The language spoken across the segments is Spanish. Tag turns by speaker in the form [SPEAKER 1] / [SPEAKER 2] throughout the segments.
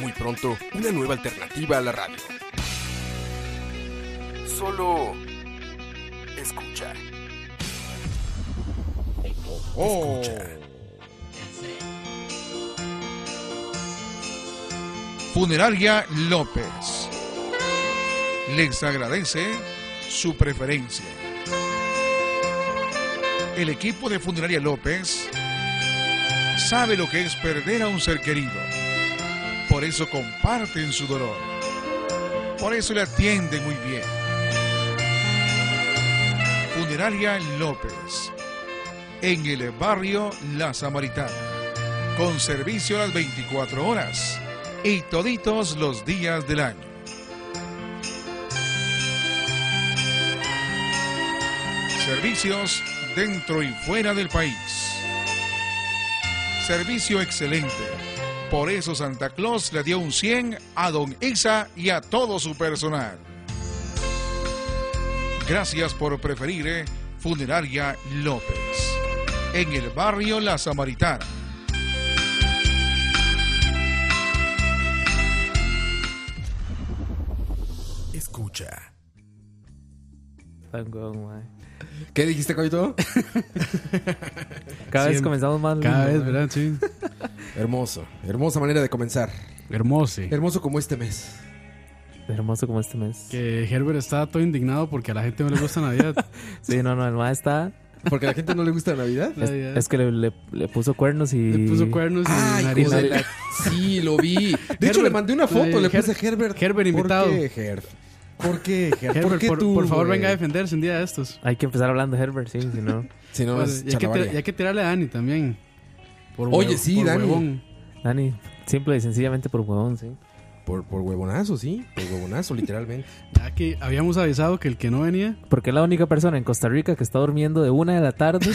[SPEAKER 1] Muy pronto, una nueva alternativa a la radio. Solo escucha.
[SPEAKER 2] Oh. Funeraria López les agradece su preferencia. El equipo de Funeraria López sabe lo que es perder a un ser querido. Por eso comparten su dolor. Por eso le atienden muy bien. Funeraria López, en el barrio La Samaritana, con servicio a las 24 horas y toditos los días del año. Servicios dentro y fuera del país. Servicio excelente. Por eso Santa Claus le dio un 100 a Don Isa y a todo su personal. Gracias por preferir eh, Funeraria López. En el barrio La Samaritana.
[SPEAKER 1] Escucha.
[SPEAKER 3] Pangón, mae.
[SPEAKER 1] ¿Qué dijiste, Coito?
[SPEAKER 3] Cada vez
[SPEAKER 4] Siempre.
[SPEAKER 3] comenzamos más
[SPEAKER 4] Cada
[SPEAKER 3] lindo,
[SPEAKER 4] vez,
[SPEAKER 3] mae.
[SPEAKER 4] ¿verdad? Sí.
[SPEAKER 1] Hermoso, hermosa manera de comenzar.
[SPEAKER 4] Hermoso.
[SPEAKER 1] Hermoso como este mes.
[SPEAKER 3] Hermoso como este mes.
[SPEAKER 4] Que Herbert está todo indignado porque a la gente no le gusta Navidad.
[SPEAKER 3] Sí, no, no, el mae está.
[SPEAKER 1] Porque a la gente no le gusta Navidad.
[SPEAKER 3] Es,
[SPEAKER 4] Navidad.
[SPEAKER 3] es que le, le- le puso cuernos y.
[SPEAKER 4] Le puso cuernos y
[SPEAKER 1] Ay, hijo
[SPEAKER 4] nariz.
[SPEAKER 1] de la- Sí, lo vi. De hecho,
[SPEAKER 4] Herbert,
[SPEAKER 1] le mandé una foto,
[SPEAKER 4] eh,
[SPEAKER 1] le
[SPEAKER 4] Her-
[SPEAKER 1] puse Herbert.
[SPEAKER 4] Herbert invitado.
[SPEAKER 1] ¿Por qué, Herb? ¿Por qué, Herb?
[SPEAKER 4] Herbert,
[SPEAKER 1] qué
[SPEAKER 4] por,
[SPEAKER 1] tú,
[SPEAKER 4] por favor,
[SPEAKER 1] güey?
[SPEAKER 4] venga a defenderse un día de estos.
[SPEAKER 3] Hay que empezar hablando de Herbert, sí, si no.
[SPEAKER 1] Si no,
[SPEAKER 4] Pues,
[SPEAKER 1] es
[SPEAKER 4] y, hay que
[SPEAKER 1] chalabaria.
[SPEAKER 4] tir- y hay que tirarle a Dani también. Por
[SPEAKER 1] Oye,
[SPEAKER 4] huevo-
[SPEAKER 1] sí,
[SPEAKER 4] por
[SPEAKER 1] Dani.
[SPEAKER 4] huevón.
[SPEAKER 3] Dani, simple y sencillamente por huevón, sí.
[SPEAKER 1] Por, por huevonazo, sí. Por huevonazo, literalmente.
[SPEAKER 4] Ya que habíamos avisado que el que no venía,
[SPEAKER 3] Porque es la única persona en Costa Rica que está durmiendo de una de la tarde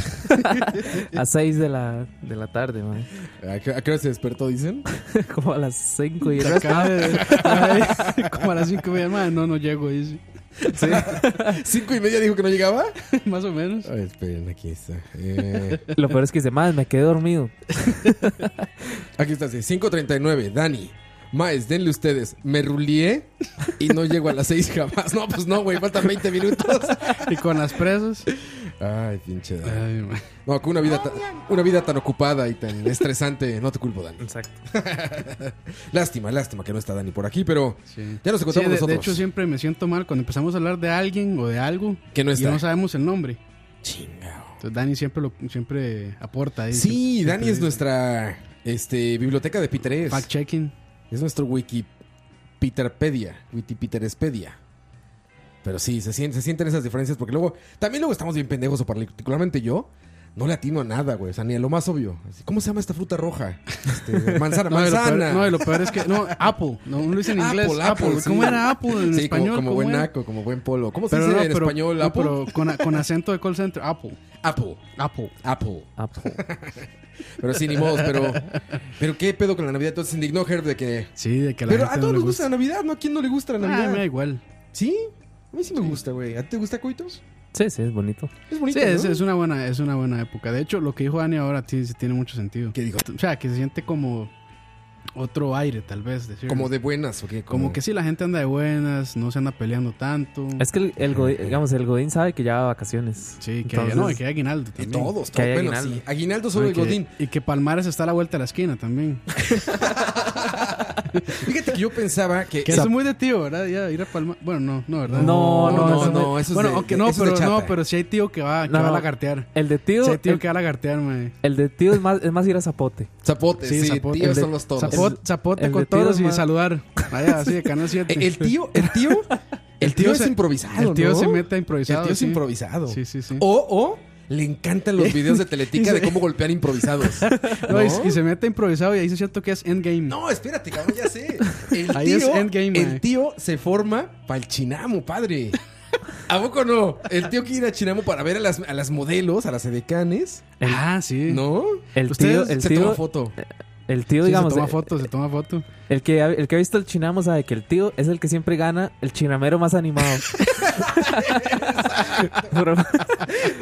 [SPEAKER 3] a 6 de la, de la tarde, mae.
[SPEAKER 1] ¿A qué, a qué hora se despertó, dicen?
[SPEAKER 3] Como a las 5 y el
[SPEAKER 4] se
[SPEAKER 3] resto-
[SPEAKER 4] acaba de- ya ve, como a las 5 de la mañana, no, no llego, dice.
[SPEAKER 1] ¿Cinco y media dijo que no llegaba?
[SPEAKER 4] Más o menos.
[SPEAKER 1] A ver, esperen, aquí está. Eh,
[SPEAKER 3] Lo peor es que dice, más me quedé dormido.
[SPEAKER 1] aquí está, sí. 5.39, Dani. Maes, denle ustedes. Me rulié y no llego a las seis jamás. No, pues no, güey. Faltan 20 minutos.
[SPEAKER 4] Y con las presas.
[SPEAKER 1] Ay, pinche Dani.
[SPEAKER 4] Ay, ma.
[SPEAKER 1] No, con una vida, tan, una vida tan ocupada y tan estresante, no te culpo, Dani.
[SPEAKER 3] Exacto.
[SPEAKER 1] Lástima, lástima que no está Dani por aquí, pero
[SPEAKER 4] Sí.
[SPEAKER 1] ya nos
[SPEAKER 4] Sí,
[SPEAKER 1] encontramos
[SPEAKER 4] de, de
[SPEAKER 1] nosotros.
[SPEAKER 4] hecho, siempre me siento mal cuando empezamos a hablar de alguien o de algo
[SPEAKER 1] Que no
[SPEAKER 4] y
[SPEAKER 1] está.
[SPEAKER 4] no sabemos el nombre.
[SPEAKER 1] Chingao.
[SPEAKER 4] Entonces, Dani siempre, lo, siempre aporta ahí.
[SPEAKER 1] Sí,
[SPEAKER 4] Siempre-
[SPEAKER 1] Dani
[SPEAKER 4] siempre
[SPEAKER 1] es nuestra este, biblioteca de Peter
[SPEAKER 4] dice, Fact-checking.
[SPEAKER 1] Es nuestro wiki Peterpedia, Wikipiterespedia. Pero sí, se sienten, se sienten esas diferencias porque luego, también luego estamos bien pendejos, o particularmente yo, no le atino a nada, güey. O sea, ni a lo más obvio. Así, ¿Cómo se llama esta fruta roja? Este, manzana,
[SPEAKER 4] No, y lo
[SPEAKER 1] manzana.
[SPEAKER 4] peor- no, y lo peor es que. No, Apple. No, uno lo dice en inglés. Apple.
[SPEAKER 1] sí.
[SPEAKER 4] ¿Cómo era Apple en
[SPEAKER 1] Sí, como-
[SPEAKER 4] español?
[SPEAKER 1] Como,
[SPEAKER 4] ¿Cómo
[SPEAKER 1] buen
[SPEAKER 4] era?
[SPEAKER 1] naco, como buen polo. ¿Cómo se
[SPEAKER 4] Pero
[SPEAKER 1] dice
[SPEAKER 4] no,
[SPEAKER 1] en
[SPEAKER 4] pero-
[SPEAKER 1] español
[SPEAKER 4] no,
[SPEAKER 1] Apple?
[SPEAKER 4] pero con, con acento de call center. Apple.
[SPEAKER 1] Apple.
[SPEAKER 4] Apple.
[SPEAKER 1] Apple.
[SPEAKER 3] Ah, pues,
[SPEAKER 1] Pero sí, ni modos, pero. Pero qué pedo con la Navidad. Entonces se indignó Herb de que.
[SPEAKER 4] Sí, de que la
[SPEAKER 1] Pero
[SPEAKER 4] gente
[SPEAKER 1] a
[SPEAKER 4] no
[SPEAKER 1] todos
[SPEAKER 4] le
[SPEAKER 1] nos gusta la Navidad, ¿no? ¿A quién no le gusta la
[SPEAKER 4] Ah,
[SPEAKER 1] Navidad?
[SPEAKER 4] me da igual.
[SPEAKER 1] Sí, a mí sí me gusta, güey. ¿A ti te gusta Coitos?
[SPEAKER 3] sí, sí, es bonito.
[SPEAKER 1] Es bonito.
[SPEAKER 4] Sí, es,
[SPEAKER 1] ¿no?
[SPEAKER 4] es una buena, es una buena época. De hecho, lo que dijo Dani ahora sí, sí tiene mucho sentido.
[SPEAKER 1] ¿Qué dijo?
[SPEAKER 4] O sea, que se siente como otro aire, tal vez. decirlo.
[SPEAKER 1] Como de buenas, ¿o qué?
[SPEAKER 4] Como que sí, la gente anda de buenas, no se anda peleando tanto.
[SPEAKER 3] Es que el, el Godín, digamos, el Godín sabe que ya va a vacaciones.
[SPEAKER 4] Sí, que
[SPEAKER 3] Entonces,
[SPEAKER 4] no, y que hay aguinaldo
[SPEAKER 1] De
[SPEAKER 4] también.
[SPEAKER 1] todos,
[SPEAKER 3] Que
[SPEAKER 1] todos.
[SPEAKER 3] hay
[SPEAKER 1] Bueno,
[SPEAKER 3] aguinaldo.
[SPEAKER 1] sí. Aguinaldo
[SPEAKER 4] No,
[SPEAKER 1] solo
[SPEAKER 4] y
[SPEAKER 1] el
[SPEAKER 4] que-
[SPEAKER 1] Godín.
[SPEAKER 4] Y que Palmares está a la vuelta de la esquina también.
[SPEAKER 1] Fíjate que yo pensaba que.
[SPEAKER 4] Que eso es muy de tío, ¿verdad? Ya ir a Palmares. Bueno, no, no, ¿verdad?
[SPEAKER 3] No, no,
[SPEAKER 4] eso
[SPEAKER 3] no,
[SPEAKER 4] es de-
[SPEAKER 1] no, eso es
[SPEAKER 4] Bueno,
[SPEAKER 1] de-
[SPEAKER 4] aunque
[SPEAKER 1] de-
[SPEAKER 4] no,
[SPEAKER 1] eso es
[SPEAKER 4] pero
[SPEAKER 1] de chata.
[SPEAKER 4] no, pero si hay tío que va, que
[SPEAKER 3] No,
[SPEAKER 4] va a
[SPEAKER 3] no.
[SPEAKER 4] lagartear.
[SPEAKER 3] El de tío,
[SPEAKER 4] Si hay tío
[SPEAKER 3] el,
[SPEAKER 4] que va a lagartear, mae.
[SPEAKER 3] el de tío es más, es más ir a zapote.
[SPEAKER 1] Zapote, sí,
[SPEAKER 4] Sí, zapote.
[SPEAKER 1] tíos
[SPEAKER 4] El de-
[SPEAKER 1] son los todos.
[SPEAKER 4] Zapot- zapote
[SPEAKER 3] el
[SPEAKER 4] con
[SPEAKER 3] de tío
[SPEAKER 4] todos
[SPEAKER 3] es
[SPEAKER 4] y
[SPEAKER 3] más-
[SPEAKER 4] saludar. Vaya, así de Canal 7.
[SPEAKER 1] El tío, el tío, el tío es
[SPEAKER 4] se-
[SPEAKER 1] improvisado.
[SPEAKER 4] El tío
[SPEAKER 1] ¿no?
[SPEAKER 4] se mete a improvisado.
[SPEAKER 1] El tío es
[SPEAKER 4] sí.
[SPEAKER 1] improvisado.
[SPEAKER 4] Sí, sí, sí.
[SPEAKER 1] O, o le encantan los videos de Teletica de cómo golpear improvisados.
[SPEAKER 4] No, y-
[SPEAKER 1] ¿No?
[SPEAKER 4] Y, se mete improvisado y ahí se siento que es endgame.
[SPEAKER 1] No, espérate, cabrón, ya sé. El tío,
[SPEAKER 4] Ahí es Endgame, eh.
[SPEAKER 1] el
[SPEAKER 4] mae.
[SPEAKER 1] tío se forma para el Chinamo, padre. ¿A poco no? El tío quiere ir a Chinamo para ver a las, a las modelos, a las edecanes,
[SPEAKER 4] Ah, sí.
[SPEAKER 1] ¿no?
[SPEAKER 3] El tío,
[SPEAKER 1] Ustedes
[SPEAKER 3] el
[SPEAKER 1] se
[SPEAKER 3] tío,
[SPEAKER 1] toma foto.
[SPEAKER 3] el tío,
[SPEAKER 4] Sí,
[SPEAKER 3] digamos,
[SPEAKER 4] se toma
[SPEAKER 3] eh,
[SPEAKER 4] foto, se toma foto.
[SPEAKER 3] el que, ha- el que ha visto el chinamo sabe que el tío es el que siempre gana el chinamero más animado. pero,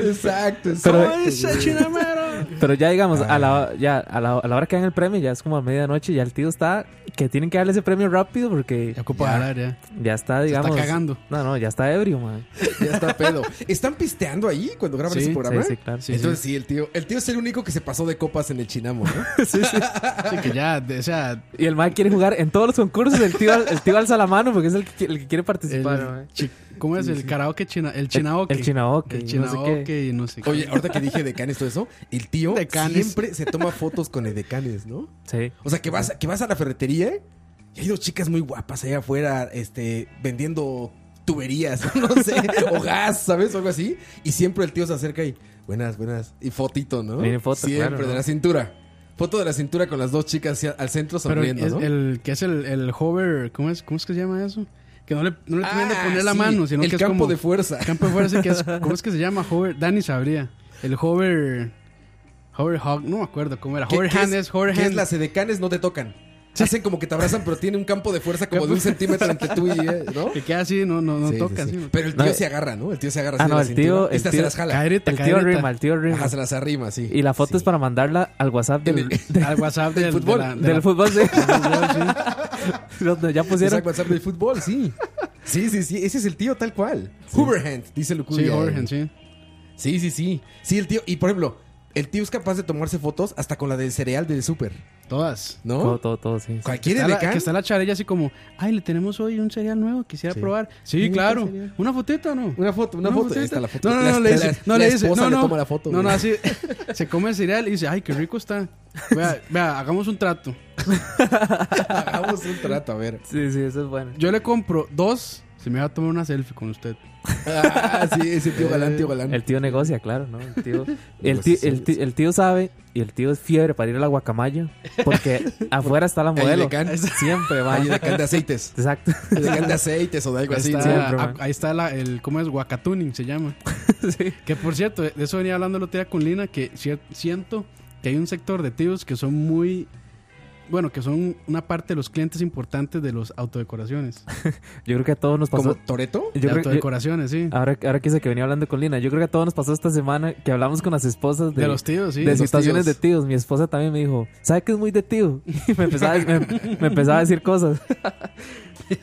[SPEAKER 1] Exacto,
[SPEAKER 3] Pero-
[SPEAKER 1] exacto.
[SPEAKER 4] Pues,
[SPEAKER 3] pero ya digamos, a
[SPEAKER 4] Ah.
[SPEAKER 3] la, ya, a, la, a la hora que dan el premio, ya es como a medianoche, ya el tío está, que tienen que darle ese premio rápido porque
[SPEAKER 4] Ya ocupa hablar, ya.
[SPEAKER 3] ya está, digamos.
[SPEAKER 4] cagando.
[SPEAKER 3] No, no, ya está ebrio, man.
[SPEAKER 1] Ya está pedo. ¿Están pisteando ahí cuando graban
[SPEAKER 4] Sí,
[SPEAKER 1] ese programa?
[SPEAKER 3] Sí, sí, claro.
[SPEAKER 4] Sí,
[SPEAKER 1] Entonces sí, el tío, el tío es el único que se pasó de copas en el Chinamo, ¿no?
[SPEAKER 4] Sí, que ya, de- o sea,
[SPEAKER 3] Y el man quiere jugar en todos los concursos, el tío, el tío alza la mano porque es el que, el que quiere
[SPEAKER 4] el
[SPEAKER 3] participar, man.
[SPEAKER 4] chi- ¿Cómo es? el karaoke china, el chinaoke.
[SPEAKER 3] eh. el chinaoke,
[SPEAKER 4] El
[SPEAKER 3] no sé qué.
[SPEAKER 4] chinaoke y no sé qué.
[SPEAKER 1] Oye, ahorita que dije decanes todo eso, el tío
[SPEAKER 4] Decanes.
[SPEAKER 1] siempre se toma fotos con edecanes, ¿no?
[SPEAKER 3] Sí.
[SPEAKER 1] O sea, que vas, que vas a la ferretería y hay dos chicas muy guapas allá afuera, este, vendiendo tuberías, no sé, o gas, ¿sabes? O algo así. Y siempre el tío se acerca y, buenas, buenas. Y fotito, ¿no?
[SPEAKER 3] Miren foto,
[SPEAKER 1] Siempre,
[SPEAKER 3] claro,
[SPEAKER 1] de
[SPEAKER 3] ¿no?
[SPEAKER 1] la cintura. Foto de la cintura con las dos chicas hacia- al centro
[SPEAKER 4] Pero
[SPEAKER 1] sonriendo,
[SPEAKER 4] es
[SPEAKER 1] ¿no?
[SPEAKER 4] el que es el, el hover, ¿cómo es? ¿Cómo es que se llama eso? Que no le, no le terminan de
[SPEAKER 1] Ah,
[SPEAKER 4] poner la
[SPEAKER 1] sí,
[SPEAKER 4] mano, sino
[SPEAKER 1] el
[SPEAKER 4] que es
[SPEAKER 1] campo
[SPEAKER 4] como
[SPEAKER 1] de fuerza.
[SPEAKER 4] campo de fuerza que es ¿cómo es que se llama? Hover, Dani sabría. El hover hover hog, no me acuerdo cómo era.
[SPEAKER 1] ¿Qué-
[SPEAKER 4] Hover
[SPEAKER 1] qué
[SPEAKER 4] hand
[SPEAKER 1] es-
[SPEAKER 4] es, hover
[SPEAKER 1] qué es
[SPEAKER 4] hand.
[SPEAKER 1] las edecanes no te tocan. Hacen como que te abrazan, pero tiene un campo de fuerza como de un centímetro entre tú y eh, ¿no?
[SPEAKER 4] Que queda así, no no no
[SPEAKER 1] Sí, sí,
[SPEAKER 4] toca
[SPEAKER 1] sí.
[SPEAKER 4] así.
[SPEAKER 1] Pero el
[SPEAKER 3] No,
[SPEAKER 1] tío
[SPEAKER 3] eh.
[SPEAKER 1] se agarra, ¿no? El tío se agarra
[SPEAKER 3] Ah,
[SPEAKER 1] así de
[SPEAKER 3] no,
[SPEAKER 1] la
[SPEAKER 3] el
[SPEAKER 1] cintura.
[SPEAKER 3] tío-
[SPEAKER 1] Y
[SPEAKER 3] el
[SPEAKER 1] esta se
[SPEAKER 3] tío-
[SPEAKER 1] las jala.
[SPEAKER 4] Caerita,
[SPEAKER 3] El tío
[SPEAKER 4] caerita.
[SPEAKER 3] Rima, el tío Rima.
[SPEAKER 1] Ajá, se las arrima, sí.
[SPEAKER 3] Y la foto
[SPEAKER 1] Sí.
[SPEAKER 3] es para mandarla al WhatsApp del,
[SPEAKER 4] al WhatsApp del,
[SPEAKER 1] fútbol,
[SPEAKER 4] de la- de
[SPEAKER 3] del
[SPEAKER 4] la-
[SPEAKER 3] fútbol, sí. Donde ya pusieron.
[SPEAKER 1] Exacto, WhatsApp del fútbol, sí. Sí, sí, sí. Ese es el tío tal cual. Hooverhand, dice Lucudia.
[SPEAKER 4] Sí, hover hand, sí.
[SPEAKER 1] Sí, sí, sí. Sí, el tío. Y por ejemplo, el tío es capaz de tomarse fotos hasta con la del cereal del súper,
[SPEAKER 4] Todas.
[SPEAKER 1] ¿no?
[SPEAKER 3] Todo, todo, todo, sí.
[SPEAKER 1] Cualquier
[SPEAKER 4] Está la-
[SPEAKER 1] edecán.
[SPEAKER 4] que está la charella así como, ay, le tenemos hoy un cereal nuevo, quisiera
[SPEAKER 1] Sí.
[SPEAKER 4] probar.
[SPEAKER 1] Sí,
[SPEAKER 4] Sí,
[SPEAKER 1] ¿qué
[SPEAKER 4] claro.
[SPEAKER 1] cereal?
[SPEAKER 4] Una fotito, ¿no?
[SPEAKER 1] Una foto, una,
[SPEAKER 4] No,
[SPEAKER 1] foto.
[SPEAKER 4] pues,
[SPEAKER 1] Ahí
[SPEAKER 4] ahí
[SPEAKER 1] está la foto.
[SPEAKER 4] No, no,
[SPEAKER 1] La-
[SPEAKER 4] no, le
[SPEAKER 1] la-
[SPEAKER 4] dice. No,
[SPEAKER 1] la
[SPEAKER 4] le dice.
[SPEAKER 1] esposa
[SPEAKER 4] No,
[SPEAKER 1] le
[SPEAKER 4] no.
[SPEAKER 1] toma la foto.
[SPEAKER 4] No, no,
[SPEAKER 1] güey.
[SPEAKER 4] así. Se come el cereal y dice, ay, qué rico está. Vea, vea, hagamos un trato.
[SPEAKER 1] Hagamos un trato, a ver.
[SPEAKER 3] Sí, sí, eso es bueno.
[SPEAKER 4] Yo le compro dos. Se me va a tomar una selfie con usted.
[SPEAKER 1] Ah, sí, ese tío galán, tío galán.
[SPEAKER 3] El tío negocia, claro, ¿no? El tío, el
[SPEAKER 1] Pues
[SPEAKER 3] tío,
[SPEAKER 1] sí,
[SPEAKER 3] el tío, el tío sabe y el tío es fiebre para ir a la guacamaya porque afuera está la modelo.
[SPEAKER 1] edecán.
[SPEAKER 3] Siempre va.
[SPEAKER 1] Hay edecán de aceites.
[SPEAKER 3] Exacto.
[SPEAKER 1] Edecán de aceites o de algo
[SPEAKER 4] Ahí
[SPEAKER 1] así.
[SPEAKER 4] está,
[SPEAKER 1] ¿no?
[SPEAKER 3] siempre,
[SPEAKER 4] ah,
[SPEAKER 3] man.
[SPEAKER 4] ahí está la- el, ¿cómo es? Wakatuning se llama.
[SPEAKER 3] Sí.
[SPEAKER 4] Que por cierto, de eso venía hablando el otro día con Lina, que cier- siento que hay un sector de tíos que son muy... Bueno, que son una parte de los clientes importantes de los autodecoraciones.
[SPEAKER 3] Yo creo que a todos nos
[SPEAKER 4] Pues,
[SPEAKER 3] pasó.
[SPEAKER 1] ¿Como
[SPEAKER 4] eh,
[SPEAKER 1] Toreto?
[SPEAKER 3] Yo
[SPEAKER 4] De
[SPEAKER 3] creo, Ah, yo-
[SPEAKER 4] autodecoraciones, sí.
[SPEAKER 3] ahora, ahora que dice que venía hablando con Lina, yo creo que a todos nos pasó esta semana que hablamos con las esposas de,
[SPEAKER 4] de los tíos, sí.
[SPEAKER 3] de
[SPEAKER 4] Los
[SPEAKER 3] situaciones
[SPEAKER 4] tíos.
[SPEAKER 3] de tíos. Mi esposa también me dijo, ¿sabe que es muy de tío? Y me empezaba, a- me, me empezaba a decir cosas.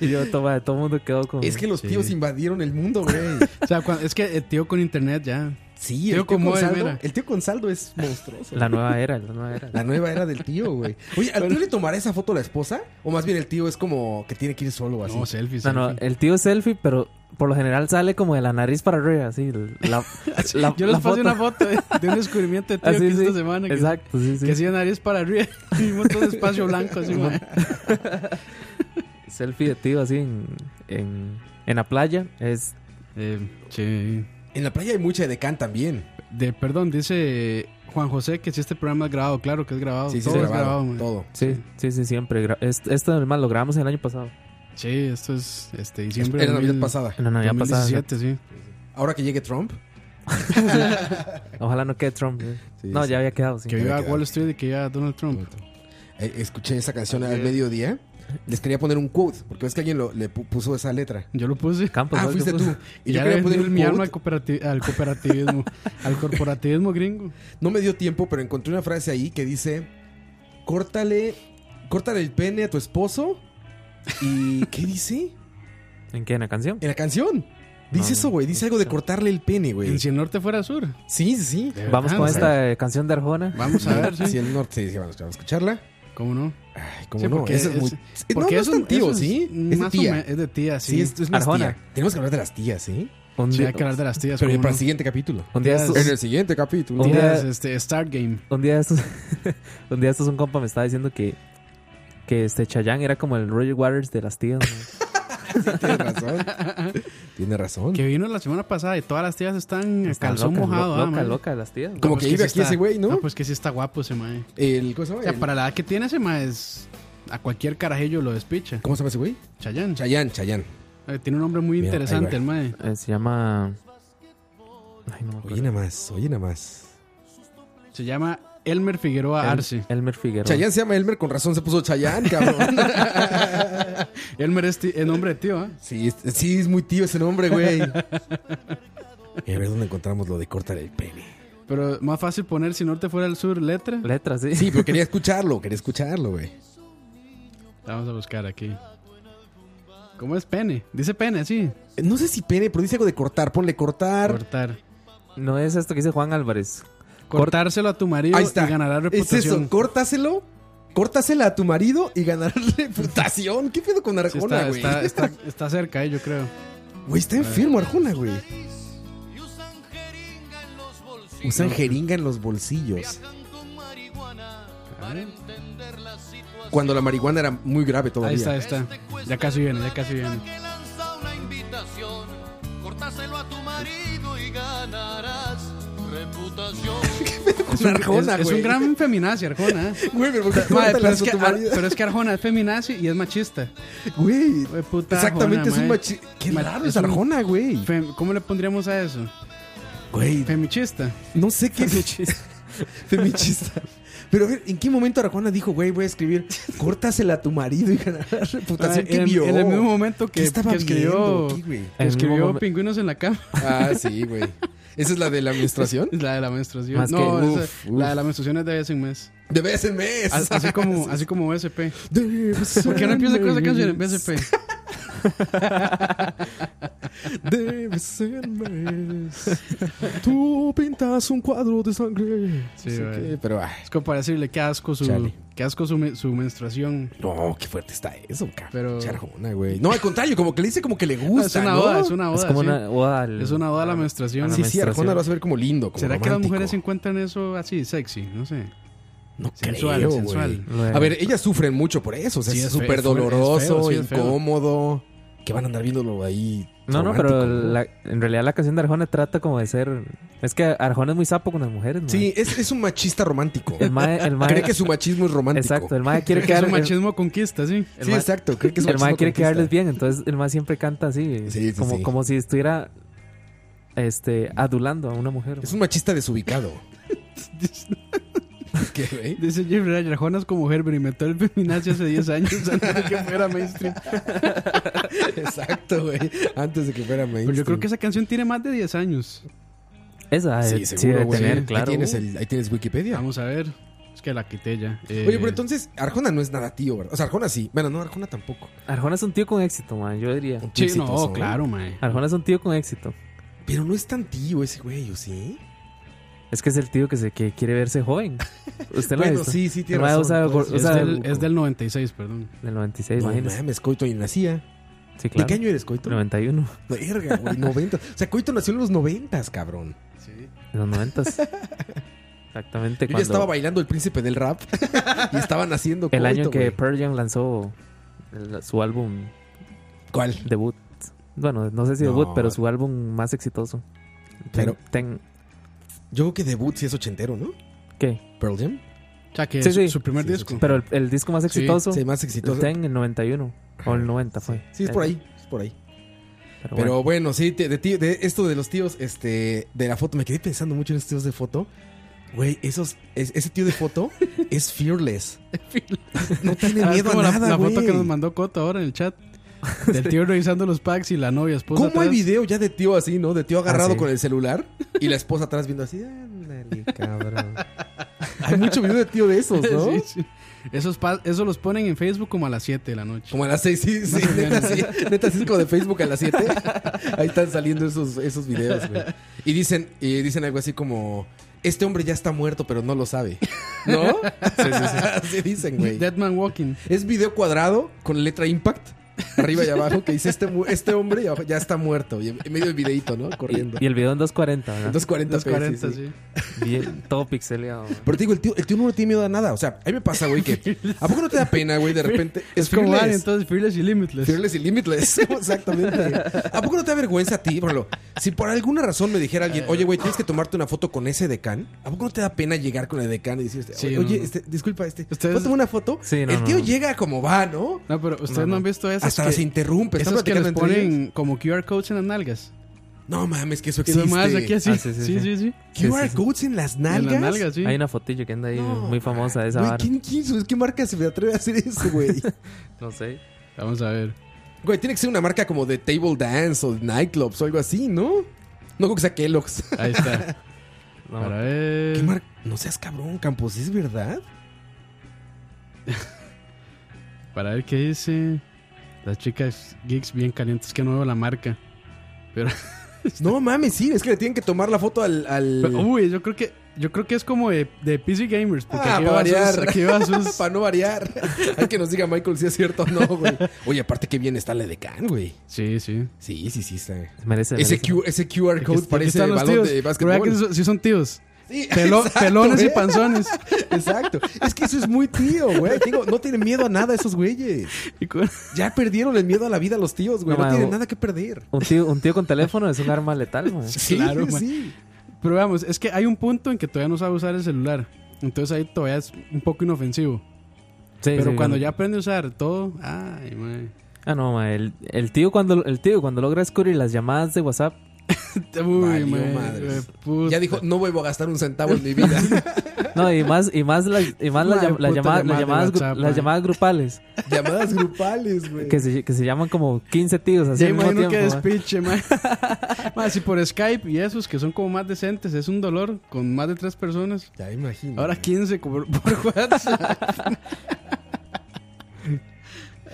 [SPEAKER 3] Y yo, toma, todo el mundo quedó con...
[SPEAKER 1] Es que los
[SPEAKER 4] Sí.
[SPEAKER 1] tíos invadieron el mundo, güey.
[SPEAKER 4] O sea, cuan- es que el tío con internet ya.
[SPEAKER 1] Sí,
[SPEAKER 4] Tío
[SPEAKER 1] el, tío
[SPEAKER 4] como
[SPEAKER 1] con
[SPEAKER 4] él,
[SPEAKER 1] saldo,
[SPEAKER 4] mira.
[SPEAKER 1] el tío con saldo es monstruoso.
[SPEAKER 3] La nueva era, la nueva era.
[SPEAKER 1] La nueva era del tío, güey. Oye, ¿al tío le tomará esa foto a la esposa? O más bien el tío es como que tiene que ir solo así.
[SPEAKER 4] No, selfies.
[SPEAKER 3] Pues No, no, el tío es selfie, pero por lo general sale como de la nariz para arriba, así. La, la-
[SPEAKER 4] Yo les
[SPEAKER 3] la
[SPEAKER 4] pasé una foto de, de un descubrimiento de tío
[SPEAKER 3] Así,
[SPEAKER 4] que hice
[SPEAKER 3] sí.
[SPEAKER 4] esta semana. Que,
[SPEAKER 3] Exacto, sí, sí.
[SPEAKER 4] Que hacía nariz para arriba y un montón de espacio blanco así, mae.
[SPEAKER 3] Selfie de tío así en, en, en la playa. Es...
[SPEAKER 4] Eh, sí.
[SPEAKER 1] En la playa hay mucha edecán también.
[SPEAKER 4] De, perdón, dice Juan José que si este programa es grabado, claro que es grabado.
[SPEAKER 1] Sí, sí,
[SPEAKER 4] todo
[SPEAKER 1] es
[SPEAKER 4] es grabado,
[SPEAKER 1] grabado.
[SPEAKER 4] mae.
[SPEAKER 1] todo.
[SPEAKER 3] Sí, sí, sí, siempre. gra- es- Esto, además, lo grabamos el año pasado.
[SPEAKER 4] Sí, esto es este, diciembre.
[SPEAKER 1] Era
[SPEAKER 4] de
[SPEAKER 1] Navidad
[SPEAKER 4] 2000,
[SPEAKER 1] pasada.
[SPEAKER 3] En la Navidad pasada.
[SPEAKER 4] 2017, sí.
[SPEAKER 1] Ahora que llegue Trump.
[SPEAKER 3] Ojalá no quede Trump. ¿eh?
[SPEAKER 1] Sí,
[SPEAKER 3] no,
[SPEAKER 1] sí.
[SPEAKER 3] ya había quedado, sí.
[SPEAKER 4] Que viva Wall Street y que viva Donald Trump.
[SPEAKER 1] Eh, Escuché esa canción al mediodía. Les quería poner un quote, porque ves que alguien lo- le pu- puso esa letra.
[SPEAKER 4] Yo lo puse.
[SPEAKER 3] Campos,
[SPEAKER 1] ah,
[SPEAKER 3] ¿no?
[SPEAKER 1] fuiste tú. Y
[SPEAKER 4] Y
[SPEAKER 1] yo
[SPEAKER 4] ya
[SPEAKER 1] quería
[SPEAKER 4] le
[SPEAKER 1] poner un
[SPEAKER 4] mi
[SPEAKER 1] quote.
[SPEAKER 4] alma al, cooperati- al cooperativismo, al corporativismo gringo.
[SPEAKER 1] No me dio tiempo, pero encontré una frase ahí que dice: Córtale, córtale el pene a tu esposo. ¿Y qué dice?
[SPEAKER 3] ¿En qué? ¿En la canción?
[SPEAKER 1] En la canción. Dice
[SPEAKER 3] No,
[SPEAKER 1] eso, güey. Dice algo de cortarle el pene, güey.
[SPEAKER 4] En si
[SPEAKER 1] Sí,
[SPEAKER 4] el norte fuera sur.
[SPEAKER 1] sí, sí.
[SPEAKER 4] De
[SPEAKER 3] Vamos
[SPEAKER 4] verdad,
[SPEAKER 3] con
[SPEAKER 4] o sea,
[SPEAKER 3] esta eh, canción de Arjona.
[SPEAKER 4] Vamos a ver, sí.
[SPEAKER 1] Si el norte dice, vamos vamos a escucharla.
[SPEAKER 4] ¿Cómo no?
[SPEAKER 1] Ay, cómo
[SPEAKER 4] Sí,
[SPEAKER 1] no.
[SPEAKER 4] porque
[SPEAKER 1] Esa es
[SPEAKER 4] es-
[SPEAKER 1] muy- no,
[SPEAKER 4] Porque
[SPEAKER 1] no
[SPEAKER 4] eso-
[SPEAKER 1] es tan tío,
[SPEAKER 4] eso es
[SPEAKER 1] ¿sí? Es de
[SPEAKER 4] más o
[SPEAKER 1] tía.
[SPEAKER 4] me- es de tía, sí.
[SPEAKER 1] Sí, es, es más
[SPEAKER 3] Arjona.
[SPEAKER 1] tía. Tenemos que hablar de las tías, ¿eh?
[SPEAKER 3] Un
[SPEAKER 4] Sí,
[SPEAKER 3] día,
[SPEAKER 4] hay que hablar de las tías.
[SPEAKER 1] Pero
[SPEAKER 4] ¿cómo
[SPEAKER 1] para el
[SPEAKER 4] no?
[SPEAKER 1] siguiente capítulo.
[SPEAKER 3] un día
[SPEAKER 4] tías.
[SPEAKER 3] estos-
[SPEAKER 1] En el siguiente capítulo.
[SPEAKER 3] Un
[SPEAKER 4] Tías,
[SPEAKER 3] día-
[SPEAKER 4] este, Star Game.
[SPEAKER 3] Un día de estos, un día de estos un compa me estaba diciendo que, que este Chayanne era como el Roger Waters de las tías. ¿no?
[SPEAKER 1] Tiene razón. Tiene razón.
[SPEAKER 4] Que vino la semana pasada y todas las tías están a
[SPEAKER 3] Está
[SPEAKER 4] calzón
[SPEAKER 3] loca, lo-
[SPEAKER 4] mojado. ah,
[SPEAKER 3] Loca,
[SPEAKER 4] mae.
[SPEAKER 3] loca, las tías.
[SPEAKER 4] No,
[SPEAKER 1] Como
[SPEAKER 4] pues
[SPEAKER 1] que vive
[SPEAKER 4] sí
[SPEAKER 1] aquí
[SPEAKER 4] está-
[SPEAKER 1] ese güey, ¿no?
[SPEAKER 4] pues que sí está guapo ese mae.
[SPEAKER 1] El, ¿Cómo se
[SPEAKER 4] O
[SPEAKER 1] llama?
[SPEAKER 4] sea,
[SPEAKER 1] El-
[SPEAKER 4] para la edad que tiene ese mae es... A cualquier carajillo lo despicha.
[SPEAKER 1] ¿Cómo se llama ese güey?
[SPEAKER 4] Chayanne.
[SPEAKER 1] Chayán, Chayán.
[SPEAKER 4] Eh, tiene un nombre muy
[SPEAKER 1] Mira, ahí
[SPEAKER 4] interesante
[SPEAKER 1] va.
[SPEAKER 4] el mae.
[SPEAKER 3] Eh, se llama. Ay, no me acuerdo.
[SPEAKER 1] Oye, nada más, oye, nada más.
[SPEAKER 4] Se llama Elmer Figueroa
[SPEAKER 3] El-
[SPEAKER 4] Arce.
[SPEAKER 3] Elmer Figueroa.
[SPEAKER 1] Chayán se llama Elmer, con razón se puso Chayán, cabrón.
[SPEAKER 4] Elmer es ti- es nombre de tío, ¿eh?
[SPEAKER 1] sí, es, sí, es muy tío ese nombre, güey. A ver dónde encontramos lo de cortar el pene.
[SPEAKER 4] Pero más fácil poner si norte fuera el sur letra.
[SPEAKER 3] Letras, sí.
[SPEAKER 1] Sí, pero quería escucharlo, quería escucharlo, güey.
[SPEAKER 4] La Vamos a buscar aquí. ¿Cómo es pene? Dice pene, sí.
[SPEAKER 1] Eh, No sé si pene, pero dice algo de cortar. Ponle cortar.
[SPEAKER 4] Cortar.
[SPEAKER 3] No es esto que dice Juan Álvarez.
[SPEAKER 4] Cortárselo a tu marido
[SPEAKER 1] Ahí está.
[SPEAKER 4] y ganará
[SPEAKER 1] Es
[SPEAKER 4] reputación.
[SPEAKER 1] eso, córtaselo. Córtasela a tu marido y ganar reputación. ¿Qué pedo con
[SPEAKER 4] Sí,
[SPEAKER 1] Arjona,
[SPEAKER 4] está,
[SPEAKER 1] güey?
[SPEAKER 4] está, está, está cerca, eh, yo creo.
[SPEAKER 1] Güey, está enfermo Arjona, güey. Usan jeringa en los bolsillos. Cuando la marihuana era muy grave todavía.
[SPEAKER 4] Ahí está, ahí está. Ya casi viene, ya casi viene.
[SPEAKER 5] que lanza una invitación. Cortáselo a tu marido y ganarás reputación.
[SPEAKER 1] Con Arjona,
[SPEAKER 4] es, es
[SPEAKER 1] güey.
[SPEAKER 4] un gran feminazi, Arjona. eh.
[SPEAKER 1] Güey, pero ¿por qué
[SPEAKER 4] Madre, pero,
[SPEAKER 1] córtalas
[SPEAKER 4] es
[SPEAKER 1] a
[SPEAKER 4] que, ah,
[SPEAKER 1] tu
[SPEAKER 4] Ar-
[SPEAKER 1] marido?
[SPEAKER 4] pero es que Arjona es feminazi y es machista.
[SPEAKER 1] Güey,
[SPEAKER 4] Güey, puta
[SPEAKER 1] exactamente,
[SPEAKER 4] Arjona,
[SPEAKER 1] es un
[SPEAKER 4] mae.
[SPEAKER 1] machi... Qué
[SPEAKER 4] Ma-
[SPEAKER 1] raro
[SPEAKER 4] es
[SPEAKER 1] es
[SPEAKER 4] un-
[SPEAKER 1] Arjona, güey.
[SPEAKER 4] Fem- ¿Cómo le pondríamos a eso?
[SPEAKER 1] Güey,
[SPEAKER 4] Femichista.
[SPEAKER 1] no sé qué... Femichista. Pero a ver, ¿en qué momento Arjona dijo, güey, voy a escribir córtasela a tu marido y ganar reputación?
[SPEAKER 4] Ah,
[SPEAKER 1] ¿Qué
[SPEAKER 4] en,
[SPEAKER 1] vio?
[SPEAKER 4] en el mismo momento
[SPEAKER 1] ¿Qué
[SPEAKER 4] que,
[SPEAKER 1] estaba
[SPEAKER 4] que escribió,
[SPEAKER 1] viendo? ¿Qué, güey?
[SPEAKER 4] que
[SPEAKER 3] En el mismo
[SPEAKER 4] escribió
[SPEAKER 3] momen-
[SPEAKER 4] Pingüinos en la cama.
[SPEAKER 1] Ah, sí, güey. ¿Esa es la de la administración?
[SPEAKER 4] La de la menstruación.
[SPEAKER 3] Más
[SPEAKER 4] no,
[SPEAKER 3] que-
[SPEAKER 4] esa-
[SPEAKER 1] uf,
[SPEAKER 4] la
[SPEAKER 1] uf.
[SPEAKER 4] de la menstruación es de vez en mes.
[SPEAKER 1] De vez en mes.
[SPEAKER 4] A- Así como, así como BSP.
[SPEAKER 1] De vez
[SPEAKER 4] ¿Por qué Ah, no
[SPEAKER 1] en
[SPEAKER 4] empieza con esa
[SPEAKER 1] mes.
[SPEAKER 4] canción? BSP.
[SPEAKER 1] De vez en mes. Tú pintas un cuadro de sangre.
[SPEAKER 4] Sí,
[SPEAKER 1] No sé
[SPEAKER 4] güey.
[SPEAKER 1] qué, Pero, ay.
[SPEAKER 4] Es como para decirle qué asco su,
[SPEAKER 1] Chale.
[SPEAKER 4] qué asco su, men- su menstruación.
[SPEAKER 1] No, qué fuerte está eso, cabrón.
[SPEAKER 4] Pero-
[SPEAKER 1] Che, Arjona, güey. No, al contrario, como que le dice como que le gusta.
[SPEAKER 4] es una
[SPEAKER 1] ¿no?
[SPEAKER 4] oda, es una oda.
[SPEAKER 3] Es como
[SPEAKER 4] sí.
[SPEAKER 3] una oda al-
[SPEAKER 4] Es una oda a la menstruación.
[SPEAKER 3] a la
[SPEAKER 1] Sí, sí, Arjona
[SPEAKER 3] menstruación.
[SPEAKER 1] lo vas a ver como lindo. Como
[SPEAKER 4] ¿Será que las
[SPEAKER 1] romántico.
[SPEAKER 4] mujeres encuentran eso así, sexy? No sé.
[SPEAKER 1] No
[SPEAKER 4] Sensual,
[SPEAKER 1] creo,
[SPEAKER 4] sensual.
[SPEAKER 1] güey.
[SPEAKER 3] Luego.
[SPEAKER 1] A ver, ellas sufren mucho por eso. O sea,
[SPEAKER 4] Sí,
[SPEAKER 1] es
[SPEAKER 4] es fe-
[SPEAKER 1] súper
[SPEAKER 4] es feo, es
[SPEAKER 1] doloroso,
[SPEAKER 4] feo, sí, es feo.
[SPEAKER 1] incómodo. Que van a andar viéndolo ahí.
[SPEAKER 3] No, no,
[SPEAKER 1] romántico,
[SPEAKER 3] pero la- en realidad la canción de Arjona trata como de ser. Es que Arjona es muy sapo con las mujeres, mae.
[SPEAKER 1] Sí, es, es un machista romántico.
[SPEAKER 3] El mae, el mae-
[SPEAKER 1] Ah, Cree que su machismo es romántico.
[SPEAKER 3] Exacto, el mae quiere
[SPEAKER 4] Creo que es
[SPEAKER 3] quedar.
[SPEAKER 4] un
[SPEAKER 3] El,
[SPEAKER 4] machismo conquista, sí.
[SPEAKER 3] el
[SPEAKER 1] sí,
[SPEAKER 3] mae-
[SPEAKER 1] exacto. Cree que su
[SPEAKER 3] el mae
[SPEAKER 1] machismo
[SPEAKER 3] quiere
[SPEAKER 1] conquista.
[SPEAKER 3] quedarles bien, entonces el mae siempre canta así.
[SPEAKER 1] Sí, sí,
[SPEAKER 3] como,
[SPEAKER 1] sí.
[SPEAKER 3] como si estuviera este, adulando a una mujer.
[SPEAKER 1] Es
[SPEAKER 3] mae.
[SPEAKER 1] un machista desubicado. ¿Qué, güey?
[SPEAKER 4] Dice Jeffrey Arjona Jonas como Herbert inventó el feminazi hace 10 años antes de que fuera mainstream.
[SPEAKER 1] Exacto, güey. Antes de que fuera mainstream.
[SPEAKER 4] Pero Pues yo creo que esa canción tiene más de 10 años.
[SPEAKER 3] Esa
[SPEAKER 1] Sí,
[SPEAKER 3] sí,
[SPEAKER 1] seguro,
[SPEAKER 3] debe
[SPEAKER 1] güey.
[SPEAKER 3] tener,
[SPEAKER 1] Ahí
[SPEAKER 3] claro.
[SPEAKER 1] tienes el- ahí tienes Wikipedia.
[SPEAKER 4] Vamos a ver. Es que la quité ya. Eh,
[SPEAKER 1] Oye, pero entonces Arjona no es nada tío, ¿verdad? O sea, Arjona sí. Bueno, no, Arjona tampoco.
[SPEAKER 3] Arjona es un tío con éxito, man, yo diría.
[SPEAKER 1] Un tío
[SPEAKER 4] Sí, no,
[SPEAKER 1] exitoso, ¿eh?
[SPEAKER 4] claro, mae.
[SPEAKER 3] Arjona es un tío con éxito.
[SPEAKER 1] Pero no es tan tío ese güey, ¿o sí?
[SPEAKER 3] Es que es el tío que se que quiere verse joven. Usted lo ha
[SPEAKER 1] Bueno,
[SPEAKER 3] visto?
[SPEAKER 1] sí, sí, tiene
[SPEAKER 3] El mae
[SPEAKER 1] razón.
[SPEAKER 3] usa
[SPEAKER 1] puede
[SPEAKER 3] gor-
[SPEAKER 1] ser.
[SPEAKER 3] O
[SPEAKER 4] Es
[SPEAKER 3] sea,
[SPEAKER 4] del, es del 96, perdón.
[SPEAKER 3] Del 96,
[SPEAKER 1] No
[SPEAKER 3] imagínese.
[SPEAKER 1] mames, Coito y nacía.
[SPEAKER 3] Sí,
[SPEAKER 1] ¿De qué
[SPEAKER 3] claro.
[SPEAKER 1] año eres, Coito?
[SPEAKER 3] 91.
[SPEAKER 1] Verga, güey, 90. O sea, Coito nació en los 90, cabrón.
[SPEAKER 3] En los 90. Exactamente.
[SPEAKER 1] Yo ya
[SPEAKER 3] cuando-
[SPEAKER 1] estaba bailando el príncipe del rap y estaban haciendo
[SPEAKER 3] El año en
[SPEAKER 1] Coito,
[SPEAKER 3] que
[SPEAKER 1] güey.
[SPEAKER 3] Pearl Jam lanzó el- su álbum
[SPEAKER 1] ¿Cuál?
[SPEAKER 3] debut. Bueno, no sé si
[SPEAKER 1] No.
[SPEAKER 3] debut, pero su álbum más exitoso.
[SPEAKER 1] Pero-
[SPEAKER 3] Ten- ten-
[SPEAKER 1] Yo creo que debut sí es ochentero, ¿no?
[SPEAKER 3] ¿Qué?
[SPEAKER 1] Pearl Jam.
[SPEAKER 4] O sea, que
[SPEAKER 3] Sí,
[SPEAKER 4] es
[SPEAKER 3] sí.
[SPEAKER 4] su primer
[SPEAKER 1] Sí, sí,
[SPEAKER 4] disco.
[SPEAKER 1] sí.
[SPEAKER 3] Pero el, el disco más
[SPEAKER 4] Sí,
[SPEAKER 3] exitoso
[SPEAKER 1] Sí, más exitoso.
[SPEAKER 3] está en el 91. O el 90 fue. Eh,
[SPEAKER 1] Sí, es por ahí. Es por ahí.
[SPEAKER 3] Pero,
[SPEAKER 1] Pero
[SPEAKER 3] bueno.
[SPEAKER 1] bueno, sí, te- de, ti- de esto de los tíos, este, de la foto, me quedé pensando mucho en esos tíos de foto. Güey, esos, es- ese tío de foto es fearless. No tiene
[SPEAKER 4] Ah, es
[SPEAKER 1] miedo a
[SPEAKER 4] como la-
[SPEAKER 1] nada,
[SPEAKER 4] la,
[SPEAKER 1] güey.
[SPEAKER 4] foto que nos mandó Coto ahora en el chat. Del tío revisando los packs y la novia esposa.
[SPEAKER 1] ¿Cómo hay
[SPEAKER 4] atrás.
[SPEAKER 1] video ya de tío así, no? De tío agarrado
[SPEAKER 3] Ah, sí.
[SPEAKER 1] con el celular y la esposa atrás viendo así. Ándale, cabrón. hay mucho video de tío de esos, ¿no?
[SPEAKER 4] Sí, sí. Esos, pa- esos los ponen en Facebook como a las 7 de la noche.
[SPEAKER 1] Como a las seis, sí, sí,
[SPEAKER 4] Más o
[SPEAKER 1] neta,
[SPEAKER 4] menos.
[SPEAKER 1] sí, neta, sí es como de Facebook a las 7. Ahí están saliendo esos, esos videos, güey. Y dicen, y dicen algo así como, este hombre ya está muerto, pero no lo sabe. ¿No? Así dicen, güey.
[SPEAKER 4] Dead Man Walking.
[SPEAKER 1] Es video cuadrado con letra impact. arriba y abajo que dice este, mu- este hombre y abajo, ya está muerto. Y en medio el videito, ¿no? Corriendo.
[SPEAKER 3] Y, y el video en 240, ¿verdad?
[SPEAKER 1] 240
[SPEAKER 4] Los 40,
[SPEAKER 1] sí.
[SPEAKER 4] sí.
[SPEAKER 3] Bien, todo pixeleado. man.
[SPEAKER 1] Pero te digo, el tío, el tío no tiene miedo a nada. O sea, a mí me pasa, güey, que. ¿A poco no te da pena, güey? De repente.
[SPEAKER 4] Es como Ari,
[SPEAKER 1] Fearless.
[SPEAKER 4] entonces Fearless y Limitless.
[SPEAKER 1] Fearless y Limitless. Exactamente. ¿A poco no te da vergüenza a ti, Pablo? Si por alguna razón me dijera alguien, oye, güey, tienes que tomarte una foto con ese decán, ¿a poco no te da pena llegar con el decán y decirte,
[SPEAKER 4] Sí,
[SPEAKER 1] oye,
[SPEAKER 4] no, no.
[SPEAKER 1] este, disculpa, este,
[SPEAKER 4] Ustedes-
[SPEAKER 1] ¿puedo tomar una foto?
[SPEAKER 3] Sí, no,
[SPEAKER 1] el tío
[SPEAKER 3] no.
[SPEAKER 1] llega como va, ¿no?
[SPEAKER 4] No, pero ustedes
[SPEAKER 3] No,
[SPEAKER 4] no,
[SPEAKER 3] no.
[SPEAKER 4] han visto esas
[SPEAKER 1] Hasta
[SPEAKER 4] que,
[SPEAKER 1] las interrumpe. Están
[SPEAKER 4] esas que les
[SPEAKER 1] platicando entre ellos.
[SPEAKER 4] ponen como QR codes en las nalgas.
[SPEAKER 1] No mames, que eso
[SPEAKER 4] Y
[SPEAKER 1] existe.
[SPEAKER 4] nomás aquí así.
[SPEAKER 3] Ah, sí,
[SPEAKER 4] sí,
[SPEAKER 3] sí, sí.
[SPEAKER 4] sí, sí.
[SPEAKER 1] QR
[SPEAKER 3] Sí, sí, sí.
[SPEAKER 1] codes en las
[SPEAKER 4] En
[SPEAKER 1] nalgas.
[SPEAKER 4] las nalgas, sí.
[SPEAKER 3] Hay una fotillo que anda ahí
[SPEAKER 1] No,
[SPEAKER 3] muy famosa de esa
[SPEAKER 1] Güey,
[SPEAKER 3] vara.
[SPEAKER 1] ¿quién quiso? ¿Qué marca se me atreve a hacer eso, güey?
[SPEAKER 3] No sé.
[SPEAKER 4] Vamos a ver.
[SPEAKER 1] Güey, tiene que ser una marca como de table dance o de nightclubs o algo así, ¿no? No creo que sea Kellogg's.
[SPEAKER 4] Ahí está.
[SPEAKER 3] No,
[SPEAKER 4] Para ver.
[SPEAKER 1] ¿Qué marca? No seas cabrón, Campos, ¿es verdad?
[SPEAKER 4] Para ver qué dice. Las chicas geeks bien calientes. Que nuevo la marca.
[SPEAKER 1] No mames, sí, es que le tienen que tomar la foto al. al...
[SPEAKER 4] Pero, uh, uy, yo creo que. Yo creo que es como de, de PC Gamers. Porque
[SPEAKER 1] Ah,
[SPEAKER 4] aquí,
[SPEAKER 1] para
[SPEAKER 4] va sus,
[SPEAKER 1] variar.
[SPEAKER 4] aquí va sus-
[SPEAKER 1] Para no variar. Hay que nos diga Michael si es cierto o no, güey. Oye, aparte que bien está la decan, güey.
[SPEAKER 4] Sí, sí.
[SPEAKER 1] Sí, sí, sí está.
[SPEAKER 3] Merece.
[SPEAKER 1] Ese,
[SPEAKER 3] merece.
[SPEAKER 1] Q- ese QR
[SPEAKER 4] Aquí-
[SPEAKER 1] code
[SPEAKER 4] aquí
[SPEAKER 1] parece
[SPEAKER 4] están los
[SPEAKER 1] balón
[SPEAKER 4] tíos.
[SPEAKER 1] de
[SPEAKER 4] Pero vea que
[SPEAKER 1] básquetbol.
[SPEAKER 4] so- sí son tíos.
[SPEAKER 1] Sí,
[SPEAKER 4] Pelo-
[SPEAKER 1] exacto,
[SPEAKER 4] pelones y
[SPEAKER 1] güey.
[SPEAKER 4] panzones.
[SPEAKER 1] Exacto. Es que eso es muy tío, güey. Digo, no tienen miedo a nada esos güeyes.
[SPEAKER 4] Y cu-
[SPEAKER 1] Ya perdieron el miedo a la vida los tíos, güey.
[SPEAKER 3] No,
[SPEAKER 1] No,
[SPEAKER 3] ma,
[SPEAKER 1] tienen
[SPEAKER 3] o-
[SPEAKER 1] nada que perder.
[SPEAKER 3] Un tío, un tío con teléfono es un arma letal, man.
[SPEAKER 1] Sí,
[SPEAKER 4] Claro,
[SPEAKER 1] sí,
[SPEAKER 4] ma.
[SPEAKER 1] sí.
[SPEAKER 4] Pero vamos, es que hay un punto en que todavía no sabe usar el celular. Entonces ahí todavía es un poco inofensivo. Pero cuando ya aprende a usar todo, ay, mae.
[SPEAKER 3] Ah, no, ma, el, el tío cuando el tío cuando logra descubrir las llamadas de WhatsApp,
[SPEAKER 4] Uy,
[SPEAKER 1] Valió
[SPEAKER 4] mae,
[SPEAKER 1] madres.
[SPEAKER 4] mae, puta.
[SPEAKER 1] Ya dijo, no vuelvo a gastar un centavo en mi vida.
[SPEAKER 3] no, y más y más las y más las,
[SPEAKER 4] Madre
[SPEAKER 3] llam- las
[SPEAKER 4] puta
[SPEAKER 3] llamadas, las
[SPEAKER 4] llamada de
[SPEAKER 3] llamadas, gru-
[SPEAKER 4] WhatsApp,
[SPEAKER 3] las
[SPEAKER 1] eh.
[SPEAKER 4] ma.
[SPEAKER 3] llamadas grupales
[SPEAKER 1] Llamadas grupales, güey.
[SPEAKER 3] que se, que se llaman como 15 tíos así
[SPEAKER 4] Ya
[SPEAKER 3] al mismo
[SPEAKER 4] imagino
[SPEAKER 3] tiempo.
[SPEAKER 4] que
[SPEAKER 3] ma.
[SPEAKER 4] despiche, mae. Mae, si por Skype y esos que son como más decentes, es un dolor con más de tres personas.
[SPEAKER 1] Ya imagino.
[SPEAKER 4] Ahora
[SPEAKER 1] güey.
[SPEAKER 4] 15 por, por WhatsApp.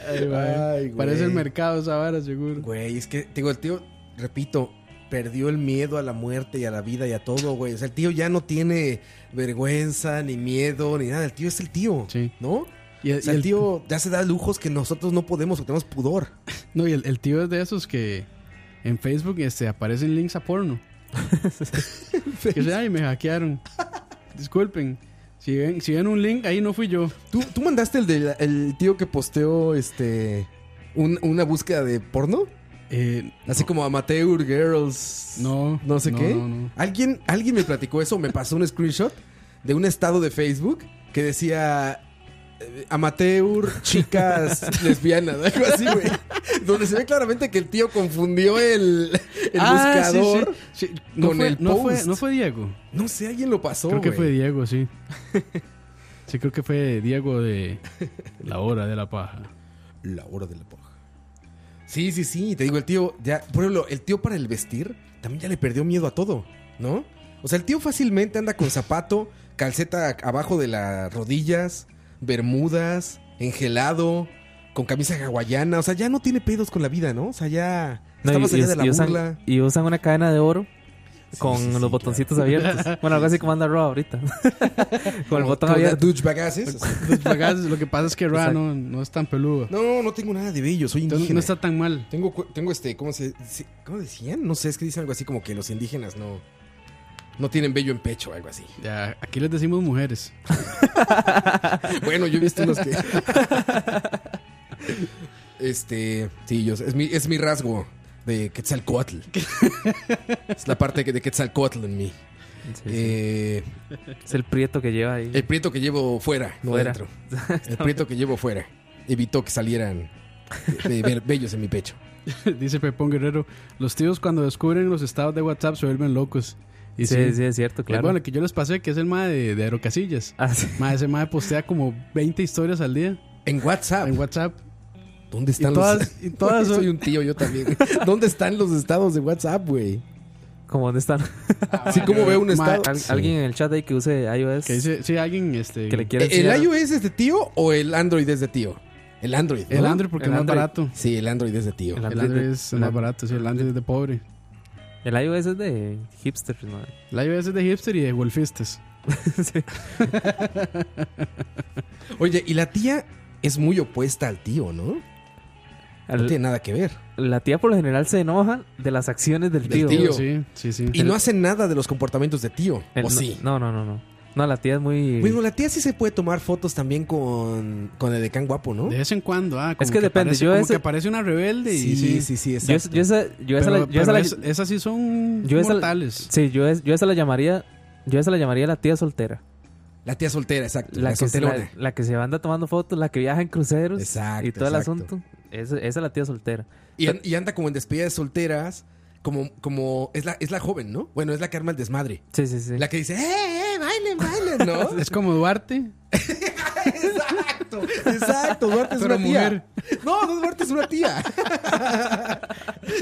[SPEAKER 4] Ay, mae.
[SPEAKER 1] Ay, güey.
[SPEAKER 4] Parece el mercado esa vara, seguro.
[SPEAKER 1] Güey, es que, digo, el tío, repito, perdió el miedo a la muerte y a la vida y a todo, güey. O sea, el tío ya no tiene vergüenza, ni miedo, ni nada. El tío es el tío.
[SPEAKER 4] Sí.
[SPEAKER 1] ¿No?
[SPEAKER 4] Y,
[SPEAKER 1] O sea,
[SPEAKER 4] y
[SPEAKER 1] el tío ya se da lujos que nosotros no podemos, porque tenemos pudor.
[SPEAKER 4] No, y el, el tío es de esos que en Facebook este, aparecen links a porno. que se, ay, me hackearon. Disculpen. Si ven, si ven un link, ahí no fui yo.
[SPEAKER 1] ¿Tú, tú mandaste el del el tío que posteó este un- una búsqueda de porno?
[SPEAKER 4] Eh,
[SPEAKER 1] Así como Amateur Girls.
[SPEAKER 4] No,
[SPEAKER 1] No sé
[SPEAKER 4] no,
[SPEAKER 1] qué.
[SPEAKER 4] no, no.
[SPEAKER 1] ¿Alguien, alguien me platicó eso, me pasó un screenshot de un estado de Facebook que decía eh, Amateur Chicas Lesbianas, algo así, güey. Donde se ve claramente que el tío confundió el, el
[SPEAKER 4] Ah, sí,
[SPEAKER 1] buscador.
[SPEAKER 4] sí, sí. No
[SPEAKER 1] con
[SPEAKER 4] fue,
[SPEAKER 1] el
[SPEAKER 4] no fue-
[SPEAKER 1] post.
[SPEAKER 4] no fue Diego.
[SPEAKER 1] No sé, alguien lo pasó.
[SPEAKER 4] creo que
[SPEAKER 1] güey.
[SPEAKER 4] fue Diego, sí. Sí, creo que fue Diego de La Hora de la Paja.
[SPEAKER 1] La hora de la paja. Sí, sí, sí. Te digo, el tío, ya, por ejemplo, el tío para el vestir también ya le perdió miedo a todo, ¿no? O sea, el tío fácilmente anda con zapato, calceta abajo de las rodillas, bermudas, engelado, con camisa hawaiana. O sea, ya no tiene pedos con la vida, ¿no? O sea, ya
[SPEAKER 3] No,
[SPEAKER 1] está más
[SPEAKER 3] y,
[SPEAKER 1] allá
[SPEAKER 3] y-
[SPEAKER 1] de la
[SPEAKER 3] y
[SPEAKER 1] burla.
[SPEAKER 3] usan, y usan una cadena de oro
[SPEAKER 1] Sí,
[SPEAKER 3] con
[SPEAKER 1] sí, sí,
[SPEAKER 3] los
[SPEAKER 1] claro.
[SPEAKER 3] botoncitos abiertos. Bueno, algo así como anda Rob ahorita. con el botón
[SPEAKER 1] Con la
[SPEAKER 3] abierto.
[SPEAKER 1] douchebag haces.
[SPEAKER 4] Los bagajes, Lo que pasa es que Ra
[SPEAKER 3] Exacto.
[SPEAKER 4] no, no es tan peludo.
[SPEAKER 1] No, no tengo nada de bello, soy
[SPEAKER 4] Entonces
[SPEAKER 1] indígena.
[SPEAKER 4] no está tan mal.
[SPEAKER 1] Tengo, cu- tengo este, ¿cómo se se- cómo decían? No sé, es que dicen algo así como que los indígenas no, no tienen vello en pecho, algo así.
[SPEAKER 4] Ya, aquí les decimos mujeres.
[SPEAKER 1] Bueno, yo he visto unos que. este, sí, yo sé, es mi, es mi rasgo de Quetzalcoatl. es la parte que- de Quetzalcoatl en mí.
[SPEAKER 3] Sí, sí.
[SPEAKER 1] Eh,
[SPEAKER 3] Es el prieto que lleva ahí.
[SPEAKER 1] el prieto que llevo fuera, no
[SPEAKER 3] Fuera.
[SPEAKER 1] dentro. El prieto que llevo fuera evitó que salieran eh, ve- vellos en mi pecho.
[SPEAKER 4] Dice Pepón Guerrero, los tíos cuando descubren los estados de WhatsApp se vuelven locos. Y eh,
[SPEAKER 3] sí, sí, es cierto, claro.
[SPEAKER 4] Bueno, el que yo les pasé, que es el mae de, de Aerocasillas.
[SPEAKER 3] Ah, sí.
[SPEAKER 4] Mae, ese mae postea como 20 historias al día
[SPEAKER 1] En WhatsApp.
[SPEAKER 4] en WhatsApp.
[SPEAKER 1] ¿Dónde están
[SPEAKER 4] Y
[SPEAKER 1] los.?
[SPEAKER 4] todas- y todas son-
[SPEAKER 1] Soy un tío, yo también. ¿Dónde están los estados de WhatsApp, güey?
[SPEAKER 3] Como dónde están. Ah,
[SPEAKER 1] Así como veo un
[SPEAKER 4] Ma,
[SPEAKER 1] estado.
[SPEAKER 3] Al-
[SPEAKER 1] Sí.
[SPEAKER 3] Alguien en el chat ahí que use iOS.
[SPEAKER 4] Que dice, sí, alguien, este...
[SPEAKER 3] Que le quiere
[SPEAKER 1] eh, ¿E-, ¿El
[SPEAKER 3] enseñar-
[SPEAKER 1] iOS es de tío o el Android es de tío? El Android. ¿no?
[SPEAKER 4] el Android porque
[SPEAKER 3] El
[SPEAKER 4] es más
[SPEAKER 3] Android.
[SPEAKER 4] barato.
[SPEAKER 1] Sí, el Android es de tío.
[SPEAKER 3] El
[SPEAKER 4] El
[SPEAKER 3] Android
[SPEAKER 4] Android
[SPEAKER 3] de-
[SPEAKER 4] es más barato, sí, el Android es de pobre.
[SPEAKER 3] El iOS es de hipster, ¿no?
[SPEAKER 4] El iOS es de hipster y de golfistas.
[SPEAKER 1] Oye, y la tía es muy opuesta al tío, ¿no? No
[SPEAKER 3] Al-
[SPEAKER 1] tiene nada que ver.
[SPEAKER 3] la tía por lo general se enoja de las acciones del tío.
[SPEAKER 1] tío.
[SPEAKER 4] Sí, sí, sí.
[SPEAKER 1] Y no hacen nada de los comportamientos de tío.
[SPEAKER 3] El-
[SPEAKER 1] ¿O
[SPEAKER 3] no-
[SPEAKER 1] sí?
[SPEAKER 3] No, no, no, no. No, la tía es muy...
[SPEAKER 1] Bueno, la tía sí se puede tomar fotos también con, con el decán guapo, ¿no?
[SPEAKER 4] De vez en cuando, ah, como
[SPEAKER 3] Es que depende,
[SPEAKER 4] aparece-
[SPEAKER 3] yo
[SPEAKER 4] como
[SPEAKER 3] ese-
[SPEAKER 4] que aparece una rebelde y
[SPEAKER 1] Sí, sí, sí,
[SPEAKER 3] yo, es-
[SPEAKER 1] exacto.
[SPEAKER 3] yo esa, yo esa
[SPEAKER 4] pero-
[SPEAKER 3] la- yo esa
[SPEAKER 4] pero
[SPEAKER 3] la-
[SPEAKER 4] es- esas sí son
[SPEAKER 3] yo esa-
[SPEAKER 4] mortales.
[SPEAKER 3] sí, yo, es- yo esa la llamaría... Yo esa la llamaría la tía soltera.
[SPEAKER 1] La tía soltera, exacto. La,
[SPEAKER 3] La, que, se-
[SPEAKER 1] solterona.
[SPEAKER 3] la, la que se anda tomando fotos, la que viaja en cruceros
[SPEAKER 1] Exacto,
[SPEAKER 3] y todo el
[SPEAKER 1] exacto.
[SPEAKER 3] asunto. Esa, esa es la tía soltera.
[SPEAKER 1] Y, an- y anda como en despedida de solteras, como, como es la, es la joven, ¿no? Bueno, es la que arma el desmadre.
[SPEAKER 3] Sí, sí, sí.
[SPEAKER 1] La que dice, ¡eh, eh, bailen, bailen! ¿No?
[SPEAKER 4] Es como Duarte.
[SPEAKER 1] exacto, exacto. Duarte es
[SPEAKER 4] Pero
[SPEAKER 1] una tía.
[SPEAKER 4] mujer.
[SPEAKER 1] No, no, Duarte es una tía.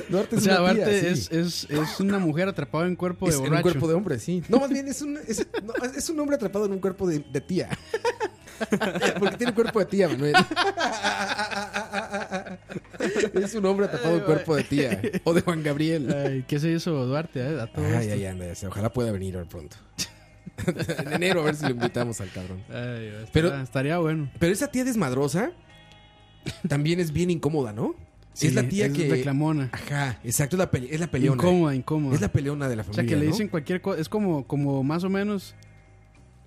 [SPEAKER 1] Duarte
[SPEAKER 4] O
[SPEAKER 1] es
[SPEAKER 4] sea,
[SPEAKER 1] una tía.
[SPEAKER 4] Duarte
[SPEAKER 1] sí.
[SPEAKER 4] es, es, es una mujer atrapada en cuerpo de
[SPEAKER 1] Es en
[SPEAKER 4] borracho.
[SPEAKER 1] un cuerpo de hombre, sí. No, más bien es un, es, no, es un hombre atrapado en un cuerpo de, de tía. Porque tiene cuerpo de tía, Manuel. Es un hombre atrapado en cuerpo de tía. O de Juan Gabriel.
[SPEAKER 4] Ay, ¿Qué se hizo Duarte? eh? A todo
[SPEAKER 1] Ay,
[SPEAKER 4] esto.
[SPEAKER 1] ay, anda. ese, Ojalá pueda venir pronto. en enero, a ver si lo invitamos al cabrón.
[SPEAKER 4] Ay, estaría-
[SPEAKER 1] Pero-
[SPEAKER 4] estaría bueno.
[SPEAKER 1] Pero esa tía desmadrosa también es bien incómoda, ¿no?
[SPEAKER 4] Sí,
[SPEAKER 1] es la tía que.
[SPEAKER 4] reclamona.
[SPEAKER 1] Ajá, exacto, es la, pele- es la peleona. eh.
[SPEAKER 4] Incómoda, incómoda.
[SPEAKER 1] Es la peleona de la
[SPEAKER 4] o
[SPEAKER 1] familia.
[SPEAKER 4] sea, que le
[SPEAKER 1] ¿no?
[SPEAKER 4] dicen cualquier cosa. Es como, como más o menos.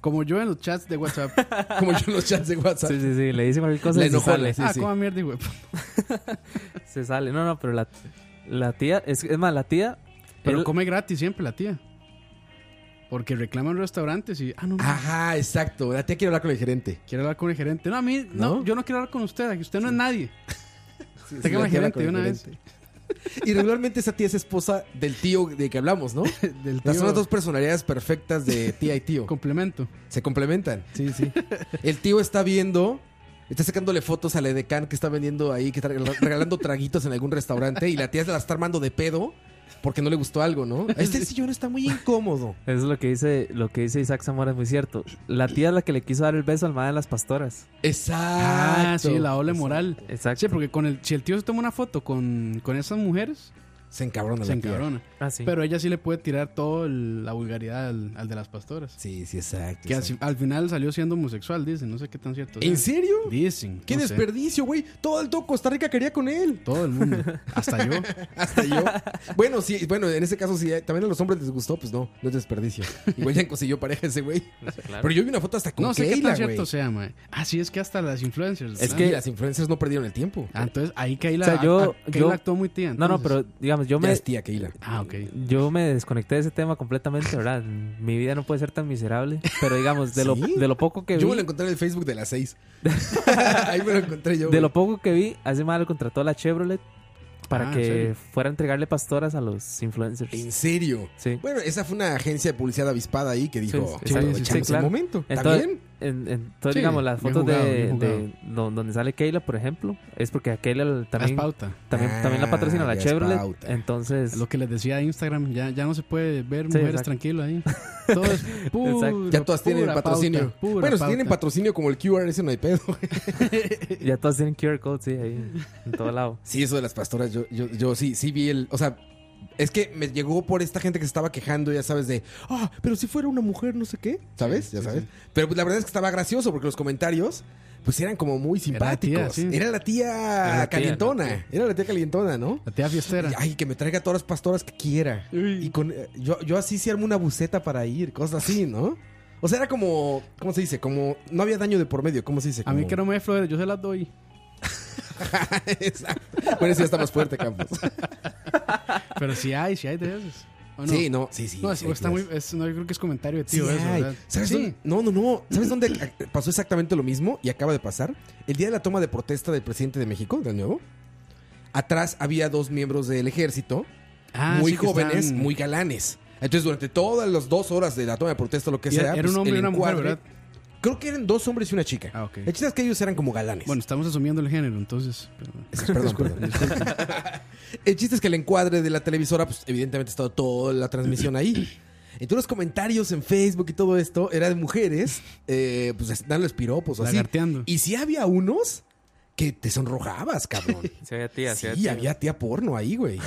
[SPEAKER 4] Como yo en los chats de WhatsApp.
[SPEAKER 1] Como yo en los chats de WhatsApp.
[SPEAKER 3] Sí, sí, sí. Le dice cualquier cosa
[SPEAKER 1] La
[SPEAKER 3] y se
[SPEAKER 1] enojona,
[SPEAKER 3] sale.
[SPEAKER 1] sí.
[SPEAKER 4] ah, coma mierda, güey.
[SPEAKER 3] Se sale. No, no, pero la, la tía... Es, es más, la tía...
[SPEAKER 4] Pero
[SPEAKER 3] él-
[SPEAKER 4] come gratis siempre la tía. Porque reclaman restaurantes y. Ah, no, no,
[SPEAKER 1] Ajá, exacto. La tía quiere hablar con el gerente.
[SPEAKER 4] Quiero hablar con el gerente. No, a mí, no,
[SPEAKER 1] ¿No?
[SPEAKER 4] yo no quiero hablar con usted, aquí usted no es nadie.
[SPEAKER 1] Sí,
[SPEAKER 4] Te
[SPEAKER 1] sí,
[SPEAKER 4] quema
[SPEAKER 1] la tía habla
[SPEAKER 4] gerente de
[SPEAKER 1] con el
[SPEAKER 4] una vez.
[SPEAKER 1] gerente. Y regularmente esa tía es esposa del tío de que hablamos, ¿no?
[SPEAKER 4] Del
[SPEAKER 1] Las
[SPEAKER 4] tío
[SPEAKER 1] otras dos personalidades perfectas de tía y tío.
[SPEAKER 4] complemento.
[SPEAKER 1] Se complementan. Sí, sí. El tío está viendo, está sacándole fotos al edecán que está vendiendo ahí, que está regal- regalando traguitos en algún restaurante y la tía se la está armando de pedo porque no le gustó algo, ¿no? Este sillón está muy incómodo.
[SPEAKER 3] Eso es lo que dice, lo que dice Isaac Zamora, es muy cierto. La tía es la que le quiso dar el beso al madre de las pastoras.
[SPEAKER 1] Exacto.
[SPEAKER 4] Ah, sí, la ola moral.
[SPEAKER 3] Exacto.
[SPEAKER 4] Sí, porque con el, si el tío se toma una foto con, con esas mujeres,
[SPEAKER 1] Se encabrona
[SPEAKER 4] se
[SPEAKER 1] la tía.
[SPEAKER 4] encabrona.
[SPEAKER 3] Ah, sí.
[SPEAKER 4] Pero ella sí le puede tirar toda la vulgaridad al, al de las pastoras.
[SPEAKER 1] Sí, sí, exacto.
[SPEAKER 4] Que al,
[SPEAKER 1] exacto.
[SPEAKER 4] al final salió siendo homosexual, dicen. No sé qué tan cierto. sea.
[SPEAKER 1] ¿En serio?
[SPEAKER 4] Dicen.
[SPEAKER 1] ¡Qué
[SPEAKER 4] no sé.
[SPEAKER 1] desperdicio, güey! Todo el todo Costa Rica quería con él.
[SPEAKER 4] Todo el mundo. Hasta yo.
[SPEAKER 1] Hasta yo. bueno, sí, bueno, en ese caso, si también a los hombres les gustó, pues no, no es desperdicio. Igual ya consiguió pareja ese güey. Pero yo vi una foto hasta con
[SPEAKER 4] No sé qué
[SPEAKER 1] Keila,
[SPEAKER 4] tan
[SPEAKER 1] güey.
[SPEAKER 4] cierto sea, mae. Ah, sí, es que hasta las influencers.
[SPEAKER 1] Es
[SPEAKER 4] ¿verdad?
[SPEAKER 1] que Ah, las influencers no perdieron el tiempo.
[SPEAKER 4] Ah, entonces ahí Keila,
[SPEAKER 3] O sea, yo-
[SPEAKER 4] ah, Keila
[SPEAKER 3] yo-
[SPEAKER 4] actuó muy tía.
[SPEAKER 3] No, no,
[SPEAKER 4] entonces.
[SPEAKER 3] pero digamos, yo
[SPEAKER 1] ya
[SPEAKER 3] me,
[SPEAKER 1] es tía Keila.
[SPEAKER 4] Ah, ok.
[SPEAKER 3] yo me desconecté de ese tema completamente, ¿verdad? Mi vida no puede ser tan miserable. Pero digamos, de, lo,
[SPEAKER 1] ¿Sí?
[SPEAKER 3] de lo poco que
[SPEAKER 1] Yo
[SPEAKER 3] vi,
[SPEAKER 1] me lo encontré en el Facebook de las 6. Ahí me lo encontré yo.
[SPEAKER 3] de
[SPEAKER 1] güey.
[SPEAKER 3] lo poco que vi, hace mal contrató a la Chevrolet para
[SPEAKER 4] Ah, ¿en
[SPEAKER 3] que
[SPEAKER 4] serio?
[SPEAKER 3] fuera a entregarle pastoras a los influencers.
[SPEAKER 1] En serio.
[SPEAKER 3] Sí.
[SPEAKER 1] Bueno, esa fue una agencia de publicidad avispada ahí que dijo,
[SPEAKER 3] Sí, sí,
[SPEAKER 1] "Chavo,
[SPEAKER 4] sí, sí,
[SPEAKER 1] echamos
[SPEAKER 3] claro.
[SPEAKER 1] el momento.
[SPEAKER 3] Entonces,
[SPEAKER 1] ¿También?
[SPEAKER 3] en- entonces
[SPEAKER 4] Sí,
[SPEAKER 3] digamos, las
[SPEAKER 4] bien
[SPEAKER 3] fotos
[SPEAKER 4] jugado,
[SPEAKER 3] de,
[SPEAKER 4] bien
[SPEAKER 3] de don- donde sale Keila, por ejemplo, es porque a Keila también,
[SPEAKER 4] Haz pauta.
[SPEAKER 3] también,
[SPEAKER 1] Ah,
[SPEAKER 3] también la patrocina la
[SPEAKER 1] ya es
[SPEAKER 3] Chevrolet.
[SPEAKER 1] pauta.
[SPEAKER 3] Entonces,
[SPEAKER 4] Lo que les decía de Instagram, ya, ya no se puede ver
[SPEAKER 3] Sí,
[SPEAKER 4] mujeres
[SPEAKER 3] exacto.
[SPEAKER 4] tranquilas ahí. Todo es puro.
[SPEAKER 3] Exacto.
[SPEAKER 1] Ya todas tienen
[SPEAKER 4] pura
[SPEAKER 1] patrocinio.
[SPEAKER 4] pauta, pura
[SPEAKER 1] bueno, si
[SPEAKER 4] pauta.
[SPEAKER 1] tienen patrocinio como el QR, ese no hay pedo.
[SPEAKER 3] ya todas tienen QR code, sí, ahí, en todo lado.
[SPEAKER 1] Sí, eso de las pastoras, yo, yo, yo sí, sí vi el. O sea, es que me llegó por esta gente que se estaba quejando, ya sabes, de. Ah, pero si fuera una mujer, no sé qué. ¿Sabes? ya
[SPEAKER 4] sí,
[SPEAKER 1] sabes.
[SPEAKER 4] sí.
[SPEAKER 1] Pero pues, la verdad es que estaba gracioso porque los comentarios, pues eran como muy simpáticos.
[SPEAKER 4] sí.
[SPEAKER 1] Era la tía,
[SPEAKER 3] Era la tía,
[SPEAKER 1] calientona.
[SPEAKER 3] la tía.
[SPEAKER 1] Era la tía calientona, ¿no?
[SPEAKER 4] La tía fiestera.
[SPEAKER 1] Y, Ay, que me traiga todas las pastoras que quiera.
[SPEAKER 4] Uy.
[SPEAKER 1] Y con eh, yo, yo así sí armo una buceta para ir, cosas así, ¿no? O sea, era como, ¿cómo se dice? Como, no había daño de por medio, ¿cómo se dice?
[SPEAKER 4] A mí
[SPEAKER 1] Como-
[SPEAKER 4] que no me dé flores, yo se las doy.
[SPEAKER 1] Exacto. Bueno, eso ya está más fuerte, Campos.
[SPEAKER 4] Pero si hay, si hay de esas. ¿O no?
[SPEAKER 1] Sí, no, sí, sí.
[SPEAKER 4] No, es-
[SPEAKER 1] sí,
[SPEAKER 4] o está
[SPEAKER 1] claro.
[SPEAKER 4] muy, es- no, yo creo que es comentario de
[SPEAKER 1] Sí,
[SPEAKER 4] tío eso,
[SPEAKER 1] ay,
[SPEAKER 4] ¿verdad?
[SPEAKER 1] ¿Sabes
[SPEAKER 4] Sí.
[SPEAKER 1] dónde? No, no, no. ¿Sabes dónde pasó exactamente lo mismo y acaba de pasar? El día de la toma de protesta del presidente de México, del nuevo. Atrás había dos miembros del ejército,
[SPEAKER 4] Ah,
[SPEAKER 1] muy
[SPEAKER 4] sí, que
[SPEAKER 1] jóvenes,
[SPEAKER 4] están-
[SPEAKER 1] muy galanes. Entonces, durante todas las dos horas de la toma de protesta, lo que
[SPEAKER 4] Era-
[SPEAKER 1] sea.
[SPEAKER 4] era
[SPEAKER 1] pues,
[SPEAKER 4] un hombre
[SPEAKER 1] el
[SPEAKER 4] y una mujer,
[SPEAKER 1] encuadre-
[SPEAKER 4] ¿verdad?
[SPEAKER 1] Creo que eran dos hombres y una chica.
[SPEAKER 4] Ah, ok.
[SPEAKER 1] El chiste es que ellos eran como galanes.
[SPEAKER 4] Bueno, estamos asumiendo el género, entonces. pero-
[SPEAKER 1] Perdón, perdón. El chiste es que el encuadre de la televisora, pues evidentemente estaba toda la transmisión ahí. Entonces los comentarios en Facebook y todo esto era de mujeres, eh, pues dan los piropos o así.
[SPEAKER 4] Lagarteando.
[SPEAKER 1] Y si había unos que te sonrojabas, cabrón.
[SPEAKER 3] Se había tía,
[SPEAKER 1] sí, había tía porno ahí, güey.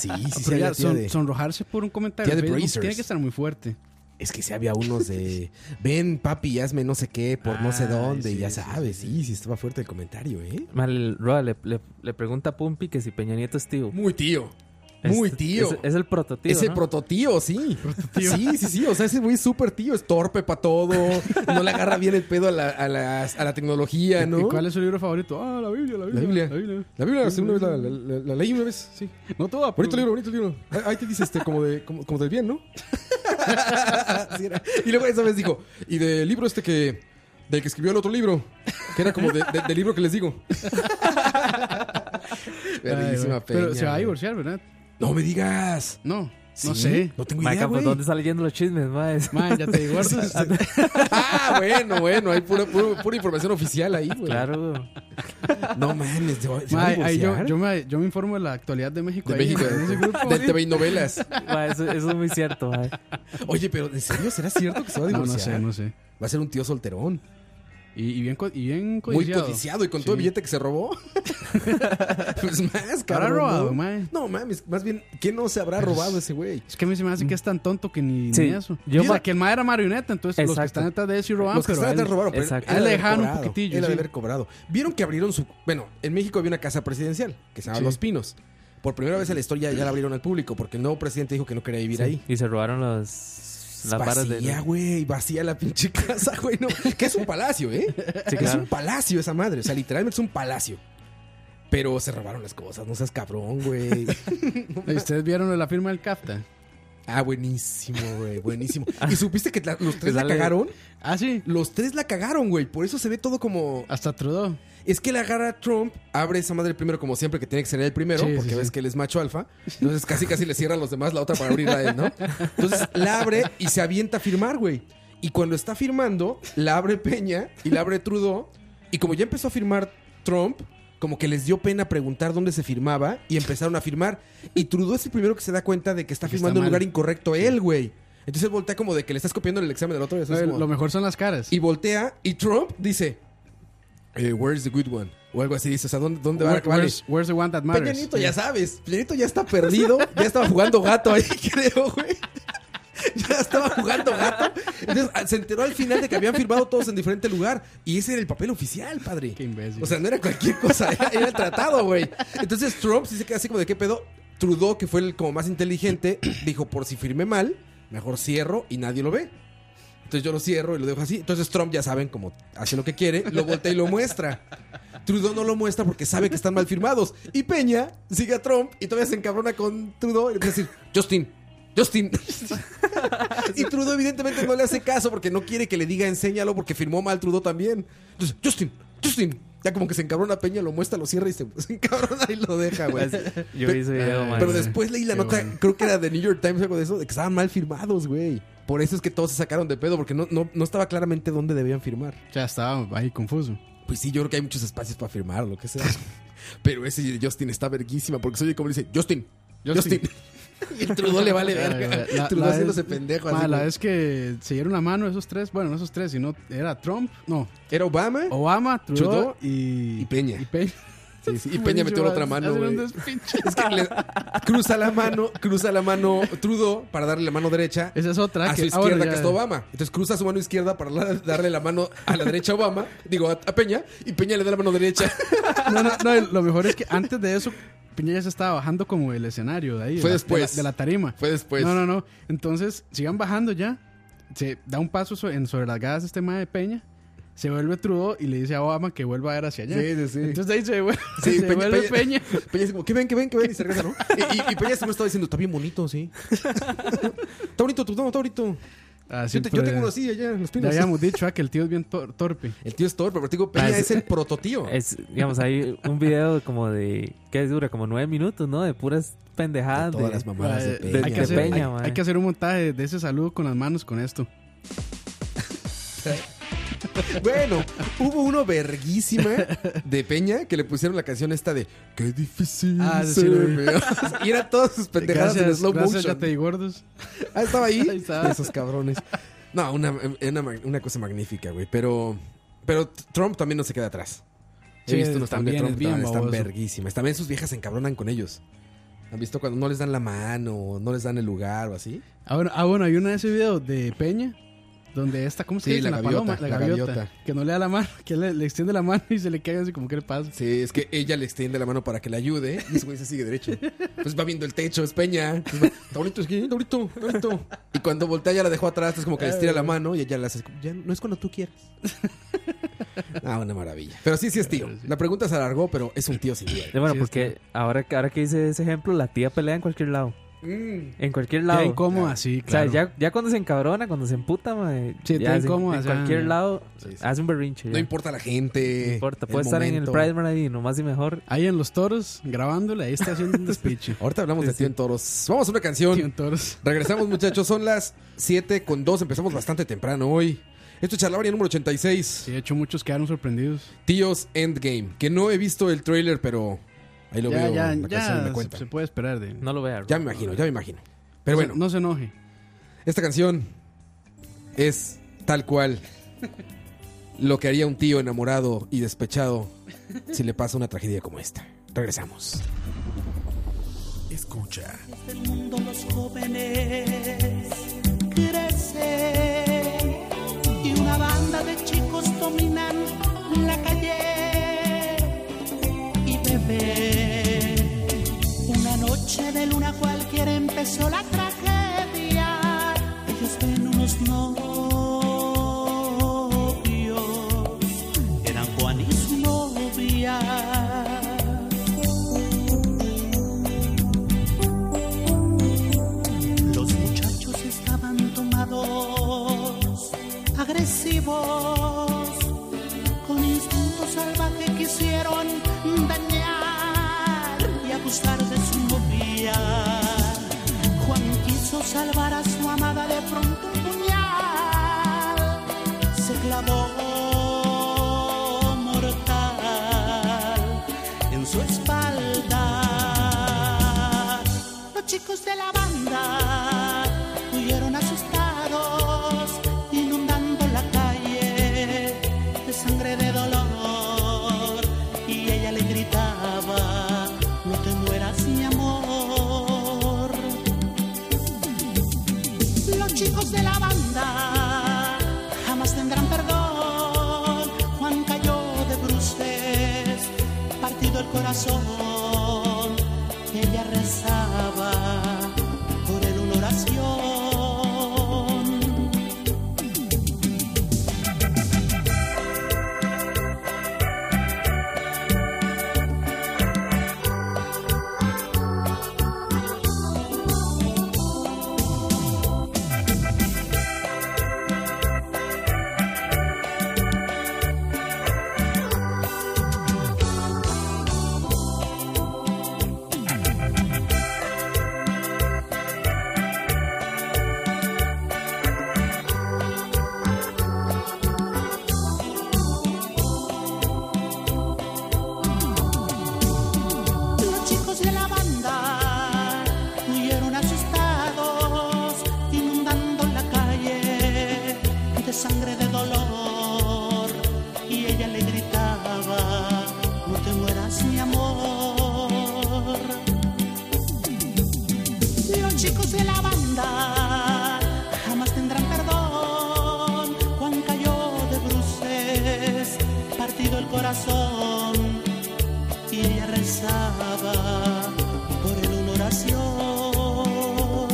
[SPEAKER 1] Sí, sí, sí,
[SPEAKER 4] Pero
[SPEAKER 1] había
[SPEAKER 4] ya
[SPEAKER 1] tía
[SPEAKER 4] son-
[SPEAKER 1] de-
[SPEAKER 4] sonrojarse por un comentario
[SPEAKER 1] tía de
[SPEAKER 4] en Facebook
[SPEAKER 1] bracers.
[SPEAKER 4] tiene que estar muy fuerte.
[SPEAKER 1] Es que si había unos de. Ven, papi, hazme no sé qué por no sé
[SPEAKER 4] Ah,
[SPEAKER 1] dónde.
[SPEAKER 4] sí,
[SPEAKER 1] ya
[SPEAKER 4] sí,
[SPEAKER 1] sabes. Sí, sí, estaba fuerte el comentario, ¿eh?
[SPEAKER 3] Mal, Roa le, le- le pregunta a Pumpi que si Peña Nieto es tío.
[SPEAKER 1] Muy tío.
[SPEAKER 3] Es-
[SPEAKER 4] Este,
[SPEAKER 1] Muy tío.
[SPEAKER 3] Es, es el prototipo.
[SPEAKER 1] Ese prototío, sí. Sí, sí, sí. O sea, ese güey es súper tío. Es torpe para todo. No le agarra bien el pedo a la, a la- a la tecnología, Ah, ¿no?
[SPEAKER 4] ¿Y cuál es su libro favorito? Ah, la Biblia, la Biblia.
[SPEAKER 1] Biblia. La Biblia, sí, una vez la, la- la- la leí una vez, sí.
[SPEAKER 4] No toda,
[SPEAKER 1] Bonito
[SPEAKER 4] pero-
[SPEAKER 1] libro, bonito libro. Ahí- Ahí te dice este, como, de, como, como del bien, ¿no? Sí era. Y luego esa vez dijo, y del libro este que. Del que escribió el otro libro. Que era como de- de- del libro que les digo.
[SPEAKER 4] Ay,
[SPEAKER 1] Verguísima
[SPEAKER 4] güey. Pero
[SPEAKER 1] peña,
[SPEAKER 4] se va a
[SPEAKER 1] güey.
[SPEAKER 4] divorciar, ¿verdad?
[SPEAKER 1] No me digas.
[SPEAKER 4] No, no
[SPEAKER 1] Sí,
[SPEAKER 4] sé.
[SPEAKER 1] No tengo idea,
[SPEAKER 3] Maica, pues,
[SPEAKER 1] güey.
[SPEAKER 3] ¿dónde está leyendo los chismes, maes?
[SPEAKER 4] Man, ya te divorcias.
[SPEAKER 1] Ah, bueno, bueno. Hay pura, pura- pura información oficial ahí, güey.
[SPEAKER 3] Claro, güey.
[SPEAKER 1] No mames, se va- se va a
[SPEAKER 4] Mae, ahí yo,
[SPEAKER 1] divorciar.
[SPEAKER 4] yo me, yo me informo de la actualidad de México.
[SPEAKER 1] De
[SPEAKER 4] ahí,
[SPEAKER 1] México,
[SPEAKER 4] en ese grupo.
[SPEAKER 1] del TV y novelas.
[SPEAKER 3] Ma, eso, eso es muy cierto, mae.
[SPEAKER 1] Oye, pero ¿en serio será cierto que se va a
[SPEAKER 4] No, no
[SPEAKER 1] divorciar?
[SPEAKER 4] sé, no sé.
[SPEAKER 1] Va a ser un tío solterón.
[SPEAKER 4] Y, y bien, co- y bien
[SPEAKER 1] Muy
[SPEAKER 4] codiciado.
[SPEAKER 1] codiciado y con todo el
[SPEAKER 4] Sí.
[SPEAKER 1] billete que se robó. pues más,
[SPEAKER 4] Habrá
[SPEAKER 1] cabrón.
[SPEAKER 4] robado, Pues
[SPEAKER 1] ¿no?
[SPEAKER 4] ah, mae.
[SPEAKER 1] No mames, más bien, ¿qué no se habrá robado ese güey?
[SPEAKER 4] Es que a mí se me hace que es tan tonto que ni,
[SPEAKER 3] Sí,
[SPEAKER 4] ni eso.
[SPEAKER 3] yo
[SPEAKER 4] Yo
[SPEAKER 3] ma-
[SPEAKER 4] que el mae era marioneta, entonces los que
[SPEAKER 3] Exacto.
[SPEAKER 4] están detrás de él sí roban,
[SPEAKER 1] Los que
[SPEAKER 4] pero
[SPEAKER 1] están
[SPEAKER 4] él-
[SPEAKER 1] atrás robaron, pero
[SPEAKER 3] Exacto.
[SPEAKER 1] él ha de haber
[SPEAKER 4] Alejaron un
[SPEAKER 1] cobrado,
[SPEAKER 4] poquitillo,
[SPEAKER 1] Él ha de
[SPEAKER 4] sí.
[SPEAKER 1] haber cobrado. Vieron que abrieron su. Bueno, en México había una casa presidencial que se llama
[SPEAKER 4] Sí.
[SPEAKER 1] Los Pinos. Por primera vez en la historia ya la abrieron al público porque el nuevo presidente dijo que no quería vivir ahí.
[SPEAKER 3] Y se robaron los, las varas de...
[SPEAKER 1] vacía, güey, vacía la pinche casa, güey, no, que es un palacio, ¿eh?
[SPEAKER 3] Sí,
[SPEAKER 1] Es
[SPEAKER 3] claro.
[SPEAKER 1] un palacio esa madre, o sea, literalmente es un palacio. Pero se robaron las cosas, no seas cabrón, güey.
[SPEAKER 4] ¿Y ¿Ustedes vieron lo de la firma del CAFTA?
[SPEAKER 1] Ah, buenísimo, güey, buenísimo. ¿Y supiste que la- los tres la
[SPEAKER 3] Dale.
[SPEAKER 1] cagaron?
[SPEAKER 4] Ah, sí.
[SPEAKER 1] Los tres la cagaron, güey. Por eso se ve todo como.
[SPEAKER 4] Hasta Trudeau.
[SPEAKER 1] Es que la agarra a Trump, abre esa madre primero, como siempre, que tiene que ser el primero,
[SPEAKER 4] Sí,
[SPEAKER 1] porque
[SPEAKER 4] sí,
[SPEAKER 1] ves
[SPEAKER 4] sí.
[SPEAKER 1] que él es macho alfa. Entonces casi casi le cierra a los demás la otra para abrirla a él, ¿no? Entonces la abre y se avienta a firmar, güey. Y cuando está firmando, la abre Peña y la abre Trudeau. Y como ya empezó a firmar Trump, como que les dio pena preguntar dónde se firmaba y empezaron a firmar. Y Trudeau es el primero que se da cuenta de que está
[SPEAKER 4] Que está
[SPEAKER 1] firmando en un lugar
[SPEAKER 4] mal.
[SPEAKER 1] incorrecto él, güey. Entonces él voltea como de que le estás copiando el examen del otro. y eso
[SPEAKER 4] No,
[SPEAKER 1] es
[SPEAKER 4] el-
[SPEAKER 1] como-
[SPEAKER 4] Lo mejor son las caras.
[SPEAKER 1] y voltea y Trump dice, eh, where's the good one? O algo así dice, o sea, ¿dónde, dónde va?
[SPEAKER 4] Where-
[SPEAKER 1] vale?
[SPEAKER 4] where's, where's the one that matters?
[SPEAKER 1] Peña Nieto, ya sabes, Peña Nieto ya está perdido, ya estaba jugando gato ahí, creo, güey. Ya estaba jugando gato. Entonces ah, se enteró al final de que habían firmado todos en diferente lugar. Y ese era el papel oficial, padre.
[SPEAKER 4] Qué imbécil.
[SPEAKER 1] O sea, no era cualquier cosa, era, era el tratado, güey. Entonces Trump sí se queda así como de qué pedo. Trudeau, que fue el como más inteligente, dijo, por si firmé mal, mejor cierro y nadie lo ve. Entonces yo lo cierro y lo dejo así. Entonces Trump, ya saben, como hace lo que quiere, lo voltea y lo muestra. Trudeau no lo muestra porque sabe que están mal firmados. Y Peña sigue a Trump y todavía se encabrona con Trudeau y le empieza a decir, Justin, Justin. y Trudeau evidentemente no le hace caso porque no quiere que le diga enséñalo porque firmó mal Trudeau también. Entonces, Justin, Justin. Ya como que se encabrona Peña, lo muestra, lo cierra y se, se encabrona y lo deja, güey.
[SPEAKER 3] Yo
[SPEAKER 1] Pe-
[SPEAKER 3] vi ese video, mae.
[SPEAKER 1] Pero después leí la
[SPEAKER 4] Qué
[SPEAKER 1] nota,
[SPEAKER 4] bueno.
[SPEAKER 1] creo que era de New York Times, algo de eso, de que estaban mal firmados, güey. Por eso es que todos se sacaron de pedo, porque no, no, no estaba claramente dónde debían firmar.
[SPEAKER 4] Ya estaba ahí confuso.
[SPEAKER 1] Pues sí, yo creo que hay muchos espacios para firmar, lo que sea. Pero ese de Justin está verguísima, porque se oye como dice, Justin, Justin.
[SPEAKER 4] Justin.
[SPEAKER 1] y el Trudeau le vale
[SPEAKER 4] Ay,
[SPEAKER 1] verga.
[SPEAKER 4] güey, la-
[SPEAKER 1] Trudeau
[SPEAKER 4] la
[SPEAKER 1] haciéndose
[SPEAKER 4] vez-
[SPEAKER 1] pendejo.
[SPEAKER 4] Ma,
[SPEAKER 1] Así,
[SPEAKER 4] la
[SPEAKER 1] como-
[SPEAKER 4] vez que se dieron la mano esos tres, bueno, no esos tres, sino era Trump, no,
[SPEAKER 1] Era Obama.
[SPEAKER 4] Obama, Trudeau,
[SPEAKER 1] Trudeau
[SPEAKER 4] y,
[SPEAKER 1] y Peña.
[SPEAKER 4] Y Peña,
[SPEAKER 1] Sí, sí, y Peña metió la otra mano,
[SPEAKER 4] Hacen un
[SPEAKER 1] güey.
[SPEAKER 4] despinche.
[SPEAKER 1] Es que le- cruza la mano, cruza la mano Trudeau para darle la mano derecha.
[SPEAKER 4] Esa es otra.
[SPEAKER 1] a su
[SPEAKER 4] que- ah,
[SPEAKER 1] izquierda
[SPEAKER 4] bueno,
[SPEAKER 1] que
[SPEAKER 4] ya-
[SPEAKER 1] está Obama. Entonces cruza su mano izquierda para la- darle la mano a la derecha a Obama, digo a, a Peña, y Peña le da la mano derecha.
[SPEAKER 4] No, no, no, lo mejor es que antes de eso, Peña ya se estaba bajando como el escenario de ahí.
[SPEAKER 1] Fue
[SPEAKER 4] de la-
[SPEAKER 1] después. Pues.
[SPEAKER 4] De la, de la tarima.
[SPEAKER 1] Fue después.
[SPEAKER 4] No, no, no. Entonces, sigan bajando ya. Se da un paso so- en sobre las gadas este mae de Peña. Se vuelve Trudeau y le dice a Obama que vuelva a ver hacia allá.
[SPEAKER 1] Sí, sí, sí.
[SPEAKER 4] Entonces ahí se vuelve,
[SPEAKER 1] Sí,
[SPEAKER 4] se vuelve Peña.
[SPEAKER 1] Peña es como, que ven, que ven, que ven, y se regresa, ¿no? Y, y- y Peña siempre estaba diciendo, está bien bonito, sí. está bonito, Trudeau, está bonito.
[SPEAKER 4] Así,
[SPEAKER 1] Yo, te- yo
[SPEAKER 4] Ah, pero
[SPEAKER 1] tengo
[SPEAKER 4] ya-
[SPEAKER 1] uno así allá en los
[SPEAKER 4] Ya
[SPEAKER 1] pinos.
[SPEAKER 4] habíamos dicho ah, que el tío es bien tor- torpe.
[SPEAKER 1] El tío es torpe, pero te digo, Peña
[SPEAKER 3] Ah, es-
[SPEAKER 1] es el prototío.
[SPEAKER 3] Es, digamos, hay un video como de... ¿Qué dura? Como nueve minutos, ¿no? De puras pendejadas. de-
[SPEAKER 1] mamadas
[SPEAKER 4] Eh, hay, que
[SPEAKER 3] de
[SPEAKER 4] hacer,
[SPEAKER 1] güey.
[SPEAKER 3] Peña,
[SPEAKER 4] hay-
[SPEAKER 3] mae.
[SPEAKER 4] hay que hacer un montaje de ese saludo con las manos con esto.
[SPEAKER 1] Bueno, hubo uno verguísima de Peña que le pusieron la canción esta de Qué difícil
[SPEAKER 4] Ah, sí,
[SPEAKER 1] ser
[SPEAKER 4] lo vi.
[SPEAKER 1] mejor". Y eran todas sus pendejadas en slow
[SPEAKER 4] gracias, ya
[SPEAKER 1] motion.
[SPEAKER 4] te di gordos.
[SPEAKER 1] Ah, estaba ahí.
[SPEAKER 4] Ahí estaba.
[SPEAKER 1] Esos cabrones. No, una, una, ma- una cosa magnífica, güey. Pero, pero t- Trump también no se queda atrás. He
[SPEAKER 4] Sí,
[SPEAKER 1] visto unos también,
[SPEAKER 4] también
[SPEAKER 1] de Trump
[SPEAKER 4] es bien
[SPEAKER 1] también están
[SPEAKER 4] baboso.
[SPEAKER 1] verguísimas. También sus viejas se encabronan con ellos. ¿Han visto cuando no les dan la mano o no les dan el lugar o así?
[SPEAKER 4] Ah bueno, ah, bueno, hay uno de ese video de Peña. Donde esta, ¿cómo se
[SPEAKER 1] Sí,
[SPEAKER 4] dice?
[SPEAKER 1] la gaviota,
[SPEAKER 4] paloma, la,
[SPEAKER 1] la
[SPEAKER 4] gaviota,
[SPEAKER 1] gaviota.
[SPEAKER 4] Que no le da la mano, que le, le extiende la mano y se le cae así como que le pasa.
[SPEAKER 1] Sí, es que ella le extiende la mano para que la ayude y ese güey se sigue derecho. Pues va viendo el techo, es Peña. Entonces va, Está bonito, es que está bonito, está bonito. Y cuando voltea ya la dejó atrás, es como que le estira la mano y ella le hace, como, ya no es cuando tú quieras. Ah, una maravilla. Pero sí, sí es tío. La pregunta se alargó, pero es un tío sin duda.
[SPEAKER 3] Y Bueno,
[SPEAKER 4] Sí,
[SPEAKER 3] porque ahora, ahora que hice ese ejemplo, la tía pelea en cualquier lado.
[SPEAKER 1] Mm.
[SPEAKER 3] En cualquier
[SPEAKER 4] Queda
[SPEAKER 3] lado.
[SPEAKER 4] incómoda, sí,
[SPEAKER 3] O sea,
[SPEAKER 4] claro.
[SPEAKER 3] ya, ya cuando se encabrona, cuando se emputa, mae,
[SPEAKER 4] Sí,
[SPEAKER 3] ya
[SPEAKER 4] está
[SPEAKER 3] se-
[SPEAKER 4] incómoda,
[SPEAKER 3] en
[SPEAKER 4] o sea,
[SPEAKER 3] cualquier lado
[SPEAKER 1] sí, sí.
[SPEAKER 3] hace un berrinche.
[SPEAKER 1] No
[SPEAKER 3] ya.
[SPEAKER 1] importa la gente.
[SPEAKER 3] No importa,
[SPEAKER 1] el
[SPEAKER 3] puede estar en el
[SPEAKER 1] momento.
[SPEAKER 3] Pride Man ahí, nomás y mejor.
[SPEAKER 4] Ahí en Los Toros, grabándole, ahí está haciendo un despiche.
[SPEAKER 1] Ahorita hablamos de
[SPEAKER 3] Sí,
[SPEAKER 1] tío
[SPEAKER 3] sí.
[SPEAKER 1] en toros. Vamos a una
[SPEAKER 4] Tío,
[SPEAKER 1] canción.
[SPEAKER 4] en Toros.
[SPEAKER 1] Regresamos, muchachos. Son las 7 con 2. Empezamos bastante temprano hoy. Esto es Charlavaria número 86.
[SPEAKER 4] Sí, de hecho, muchos quedaron sorprendidos.
[SPEAKER 1] Tíos Endgame, que no he visto el tráiler, pero ahí lo
[SPEAKER 4] ya,
[SPEAKER 1] veo
[SPEAKER 4] ya,
[SPEAKER 1] en la canción y
[SPEAKER 4] ya
[SPEAKER 1] me
[SPEAKER 4] se,
[SPEAKER 1] cuenta.
[SPEAKER 4] se puede esperar de.
[SPEAKER 3] No lo vea.
[SPEAKER 1] Ya me imagino, ya me imagino. Pero bueno,
[SPEAKER 4] No se enoje.
[SPEAKER 1] esta canción es tal cual lo que haría un tío enamorado y despechado si le pasa una tragedia como esta. Regresamos.
[SPEAKER 6] Escucha.
[SPEAKER 7] del mundo los jóvenes crecen y una banda de chicos dominan la calle y beben. Una noche de luna cualquiera empezó la tragedia. Ellos ven unos novios, eran Juan y su novia. Los muchachos estaban tomados, agresivos, con instinto salvaje quisieron dañar y abusar de su novia. Juan quiso salvar a su amada, de pronto un puñal se clavó mortal en su espalda. Los chicos de la banda huyeron asustados, inundando la calle de sangre de dolor. Y ella le gritaba, no te mueras mi amor. Los chicos de la banda jamás tendrán perdón. Juan cayó de bruces, partido el corazón. Ella rezaba por él una oración. Los chicos de la banda huyeron asustados, inundando la calle de sangre de dolor. Y ella le gritaba, no te mueras mi amor. Los chicos de la banda jamás tendrán perdón. Juan cayó de bruces, partido el corazón y ella rezaba por él una oración.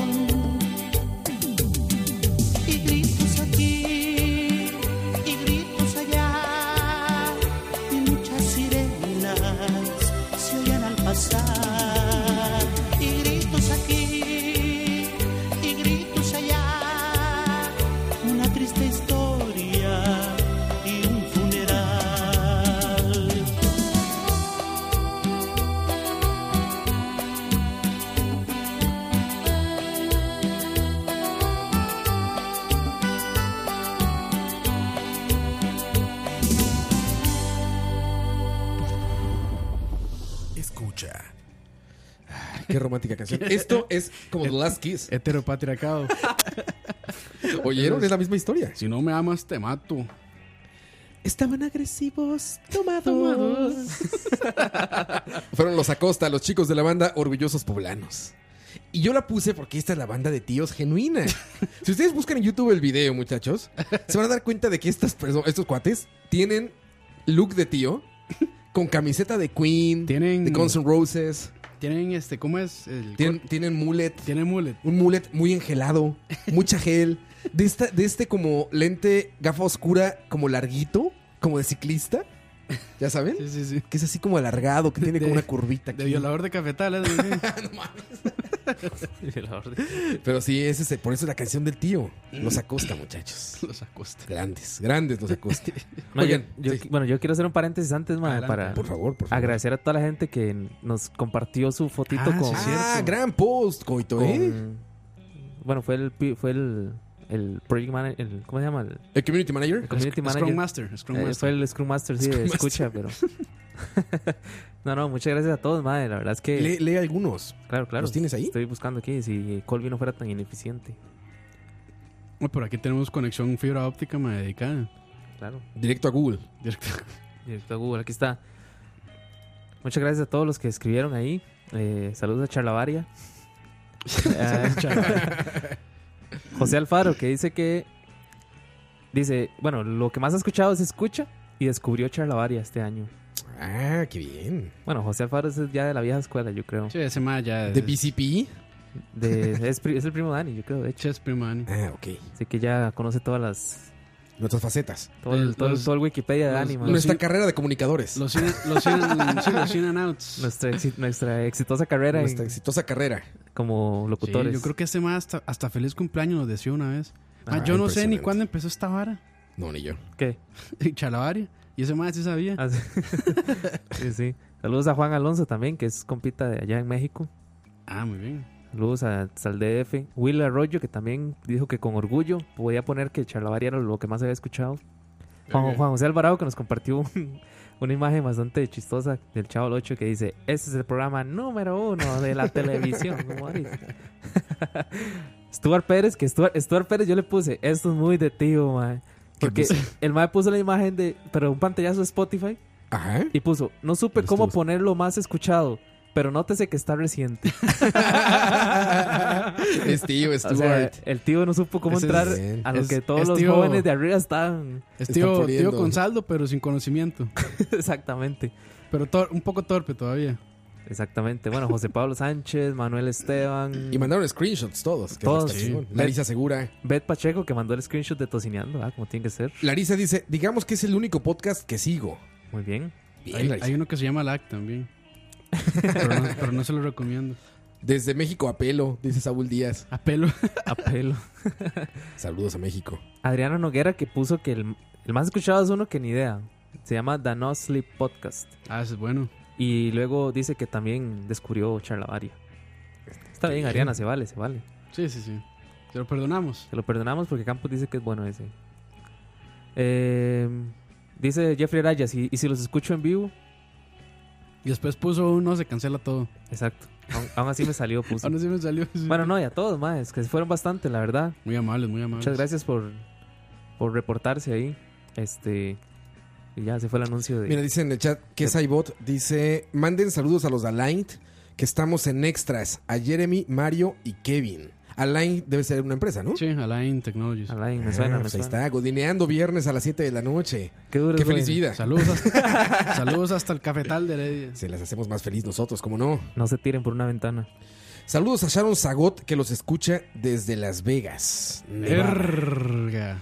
[SPEAKER 7] Y gritos aquí, y gritos allá, y muchas sirenas se oían al pasar. Y gritos aquí, y gritos allá, una triste historia y un funeral.
[SPEAKER 6] Escucha.
[SPEAKER 1] Qué romántica canción. Esto es como The Last Kiss.
[SPEAKER 4] Heteropatriarcado.
[SPEAKER 1] ¿Oyeron? Es la misma historia.
[SPEAKER 4] si no me amas, te mato.
[SPEAKER 1] Estaban agresivos, tomados. Fueron los Acosta, los chicos de la banda Orgullosos Poblanos. Y yo la puse porque esta es la banda de tíos genuina. si ustedes buscan en YouTube el video, muchachos, se van a dar cuenta de que estas personas, estos cuates tienen look de tío con camiseta de Queen,
[SPEAKER 4] Tienen-
[SPEAKER 1] de Guns N' Roses,
[SPEAKER 4] Tienen este, ¿cómo es? El
[SPEAKER 1] tienen, tienen mullet,
[SPEAKER 4] cor- tiene mullet.
[SPEAKER 1] un mullet muy engelado, mucha gel, de, esta, de este como lente gafa oscura, como larguito, como de ciclista, ¿ya saben?
[SPEAKER 4] Sí, sí, sí.
[SPEAKER 1] Que es así como alargado, que tiene como
[SPEAKER 4] De-
[SPEAKER 1] una curvita.
[SPEAKER 4] De
[SPEAKER 1] aquí.
[SPEAKER 4] violador de cafetales. ¿sí?
[SPEAKER 1] Pero sí, ese es, por eso es la canción del tío. Los acosta, muchachos.
[SPEAKER 4] Los acosta.
[SPEAKER 1] Grandes, grandes los acosta.
[SPEAKER 3] No, yo-
[SPEAKER 1] Oigan,
[SPEAKER 3] yo-
[SPEAKER 1] sí,
[SPEAKER 3] Bueno, yo quiero hacer un paréntesis antes, mae,
[SPEAKER 4] Adelante,
[SPEAKER 3] para
[SPEAKER 1] por favor, por favor.
[SPEAKER 3] agradecer a toda la gente que nos compartió su fotito
[SPEAKER 4] Ah,
[SPEAKER 3] con...
[SPEAKER 4] sí, sí.
[SPEAKER 1] Ah,
[SPEAKER 4] Cierto.
[SPEAKER 1] gran post, coito, ¿eh?
[SPEAKER 3] con- Bueno, fue el... pi- Fue el el project manager, el, ¿cómo se llama? El,
[SPEAKER 1] El community
[SPEAKER 3] el
[SPEAKER 1] manager.
[SPEAKER 3] community manager.
[SPEAKER 4] Scrum Master. Scrum
[SPEAKER 3] Eh,
[SPEAKER 4] Master.
[SPEAKER 3] fue el Scrum Master, sí, de
[SPEAKER 1] Scrum
[SPEAKER 3] escucha, pero. no, no, muchas gracias a todos, madre. La verdad es que.
[SPEAKER 1] Lee, lee algunos.
[SPEAKER 3] claro, claro.
[SPEAKER 1] ¿Los tienes ahí?
[SPEAKER 3] Estoy buscando aquí si Colby no fuera tan ineficiente.
[SPEAKER 4] Uy, por aquí tenemos conexión fibra óptica me dedicada.
[SPEAKER 3] Claro.
[SPEAKER 1] Directo a Google.
[SPEAKER 4] Directo.
[SPEAKER 3] Directo a Google, aquí está. Muchas gracias a todos los que escribieron ahí. Eh, saludos a Charlavaria. Eh, José Alfaro, que dice que. Dice, bueno, lo que más ha escuchado es escucha y descubrió Charlavaria este año.
[SPEAKER 1] Ah, qué bien.
[SPEAKER 3] Bueno, José Alfaro es ya de la vieja escuela, yo creo.
[SPEAKER 4] Sí, ese más
[SPEAKER 3] Eh,
[SPEAKER 4] ya.
[SPEAKER 1] ¿De
[SPEAKER 4] es-
[SPEAKER 1] BCP?
[SPEAKER 3] De- es, pri- es el primo Dani, yo creo, de hecho.
[SPEAKER 4] Chess Primani.
[SPEAKER 1] Ah, ok.
[SPEAKER 3] Así que ya conoce todas las.
[SPEAKER 1] Nuestras facetas.
[SPEAKER 3] Todo el, todo el-
[SPEAKER 4] Los-
[SPEAKER 3] todo el Wikipedia de
[SPEAKER 4] los-
[SPEAKER 3] Dani, man.
[SPEAKER 1] Nuestra
[SPEAKER 4] sí.
[SPEAKER 1] carrera de comunicadores.
[SPEAKER 4] Los in, los in, sí, los in and outs.
[SPEAKER 3] Nuestra, exi- nuestra exitosa carrera en-
[SPEAKER 1] Nuestra exitosa carrera.
[SPEAKER 3] como
[SPEAKER 4] Sí,
[SPEAKER 3] locutores.
[SPEAKER 4] yo creo que este más hasta, hasta feliz cumpleaños nos decía una vez. Ma,
[SPEAKER 1] Ah,
[SPEAKER 4] yo no sé ni
[SPEAKER 1] impresionante.
[SPEAKER 4] cuándo empezó esta vara.
[SPEAKER 1] No, ni yo.
[SPEAKER 3] ¿Qué?
[SPEAKER 4] Chalabaria. Y ese más sí sabía.
[SPEAKER 3] Ah, sí. sí, sí. Saludos a Juan Alonso también, que es compita de allá en México.
[SPEAKER 4] Ah, muy bien.
[SPEAKER 3] Saludos a Saldf. Will Arroyo, que también dijo que con orgullo podía poner que Charlavaria era lo que más había escuchado. Juan, Juan José Alvarado, que nos compartió un- una imagen bastante chistosa del Chavo 8 que dice: Este es el programa número uno de la televisión. ¿Cómo dice? Stuart Pérez, que Stuart, Stuart Pérez yo le puse: Esto es muy de tío, mae. Porque el mae puso la imagen de, pero un pantallazo de Spotify
[SPEAKER 1] Ajá.
[SPEAKER 3] y puso: No supe
[SPEAKER 4] Pues
[SPEAKER 1] Pero
[SPEAKER 3] cómo
[SPEAKER 1] estuvo-
[SPEAKER 3] ponerlo más escuchado, pero nótese que está reciente.
[SPEAKER 1] es Este tío,
[SPEAKER 3] O sea, eh,
[SPEAKER 1] Stuart.
[SPEAKER 3] el tío no supo cómo
[SPEAKER 4] Ese es-
[SPEAKER 3] entrar
[SPEAKER 1] Bien.
[SPEAKER 3] a lo
[SPEAKER 4] es-
[SPEAKER 3] que todos
[SPEAKER 4] es
[SPEAKER 3] los
[SPEAKER 4] tío-
[SPEAKER 3] jóvenes de arriba están.
[SPEAKER 4] Es
[SPEAKER 1] Están
[SPEAKER 4] tío,
[SPEAKER 1] puliendo.
[SPEAKER 4] tío con saldo, pero sin conocimiento.
[SPEAKER 3] Exactamente.
[SPEAKER 4] Pero tor- un poco torpe todavía.
[SPEAKER 3] Exactamente. Bueno, José Pablo Sánchez, Manuel Estaban
[SPEAKER 1] Y mandaron screenshots todos. que
[SPEAKER 3] Todos.
[SPEAKER 1] está chingón.
[SPEAKER 3] Sí.
[SPEAKER 1] Larisa Segura.
[SPEAKER 3] Beth Pacheco que mandó el screenshot de tocineando, ah, como tiene que ser.
[SPEAKER 1] Larisa dice, digamos que es el único podcast que sigo.
[SPEAKER 3] Muy bien.
[SPEAKER 1] Bien,
[SPEAKER 4] Hay,
[SPEAKER 1] Larisa.
[SPEAKER 4] hay uno que se llama LAC también. Pero no, pero no se lo recomiendo.
[SPEAKER 1] Desde México a pelo, dice Saúl Díaz.
[SPEAKER 4] A pelo.
[SPEAKER 3] Apelo.
[SPEAKER 1] Saludos a México.
[SPEAKER 3] Adriano Noguera que puso que el, el más escuchado es uno que ni idea. Se llama The No Sleep Podcast.
[SPEAKER 4] Ah, ese es bueno.
[SPEAKER 3] Y luego dice que también descubrió Charlavaria. Está bien, Adriana, se vale, se vale.
[SPEAKER 4] Sí, sí, sí. Se lo perdonamos.
[SPEAKER 3] Se lo perdonamos porque Campos dice que es bueno ese. Eh, dice Jeffrey Arayas, ¿y, y si los escucho en vivo?
[SPEAKER 4] Y después puso uno, se cancela todo.
[SPEAKER 3] Exacto. Aún, aún así me salió, puso.
[SPEAKER 4] Ahora sí me salió. sí.
[SPEAKER 3] Bueno, no, y a todos, más, que fueron bastante, la verdad.
[SPEAKER 4] Muy amables, muy amables.
[SPEAKER 3] Muchas gracias por, por reportarse ahí. Este. Y ya se fue el anuncio de.
[SPEAKER 1] Mira, dice en el chat que es iBot. Dice, manden saludos a los de Aligned, que estamos en extras. A Jeremy, Mario y Kevin. Aligned debe ser una empresa, ¿no?
[SPEAKER 4] Sí, Alain Technologies.
[SPEAKER 3] Alain, me suena,
[SPEAKER 1] Ah,
[SPEAKER 3] me
[SPEAKER 1] pues ahí Pues
[SPEAKER 3] suena.
[SPEAKER 1] está, godineando viernes a las 7 de la noche.
[SPEAKER 3] Qué duro
[SPEAKER 1] Qué
[SPEAKER 3] es, güey.
[SPEAKER 1] feliz vida.
[SPEAKER 4] Saludos hasta, saludos hasta el cafetal de Heredia.
[SPEAKER 1] Se las hacemos más feliz nosotros, ¿cómo no?
[SPEAKER 3] No se tiren por una ventana.
[SPEAKER 1] Saludos a Sharon Zagot, que los escucha desde Las Vegas. Nevada.
[SPEAKER 4] Verga.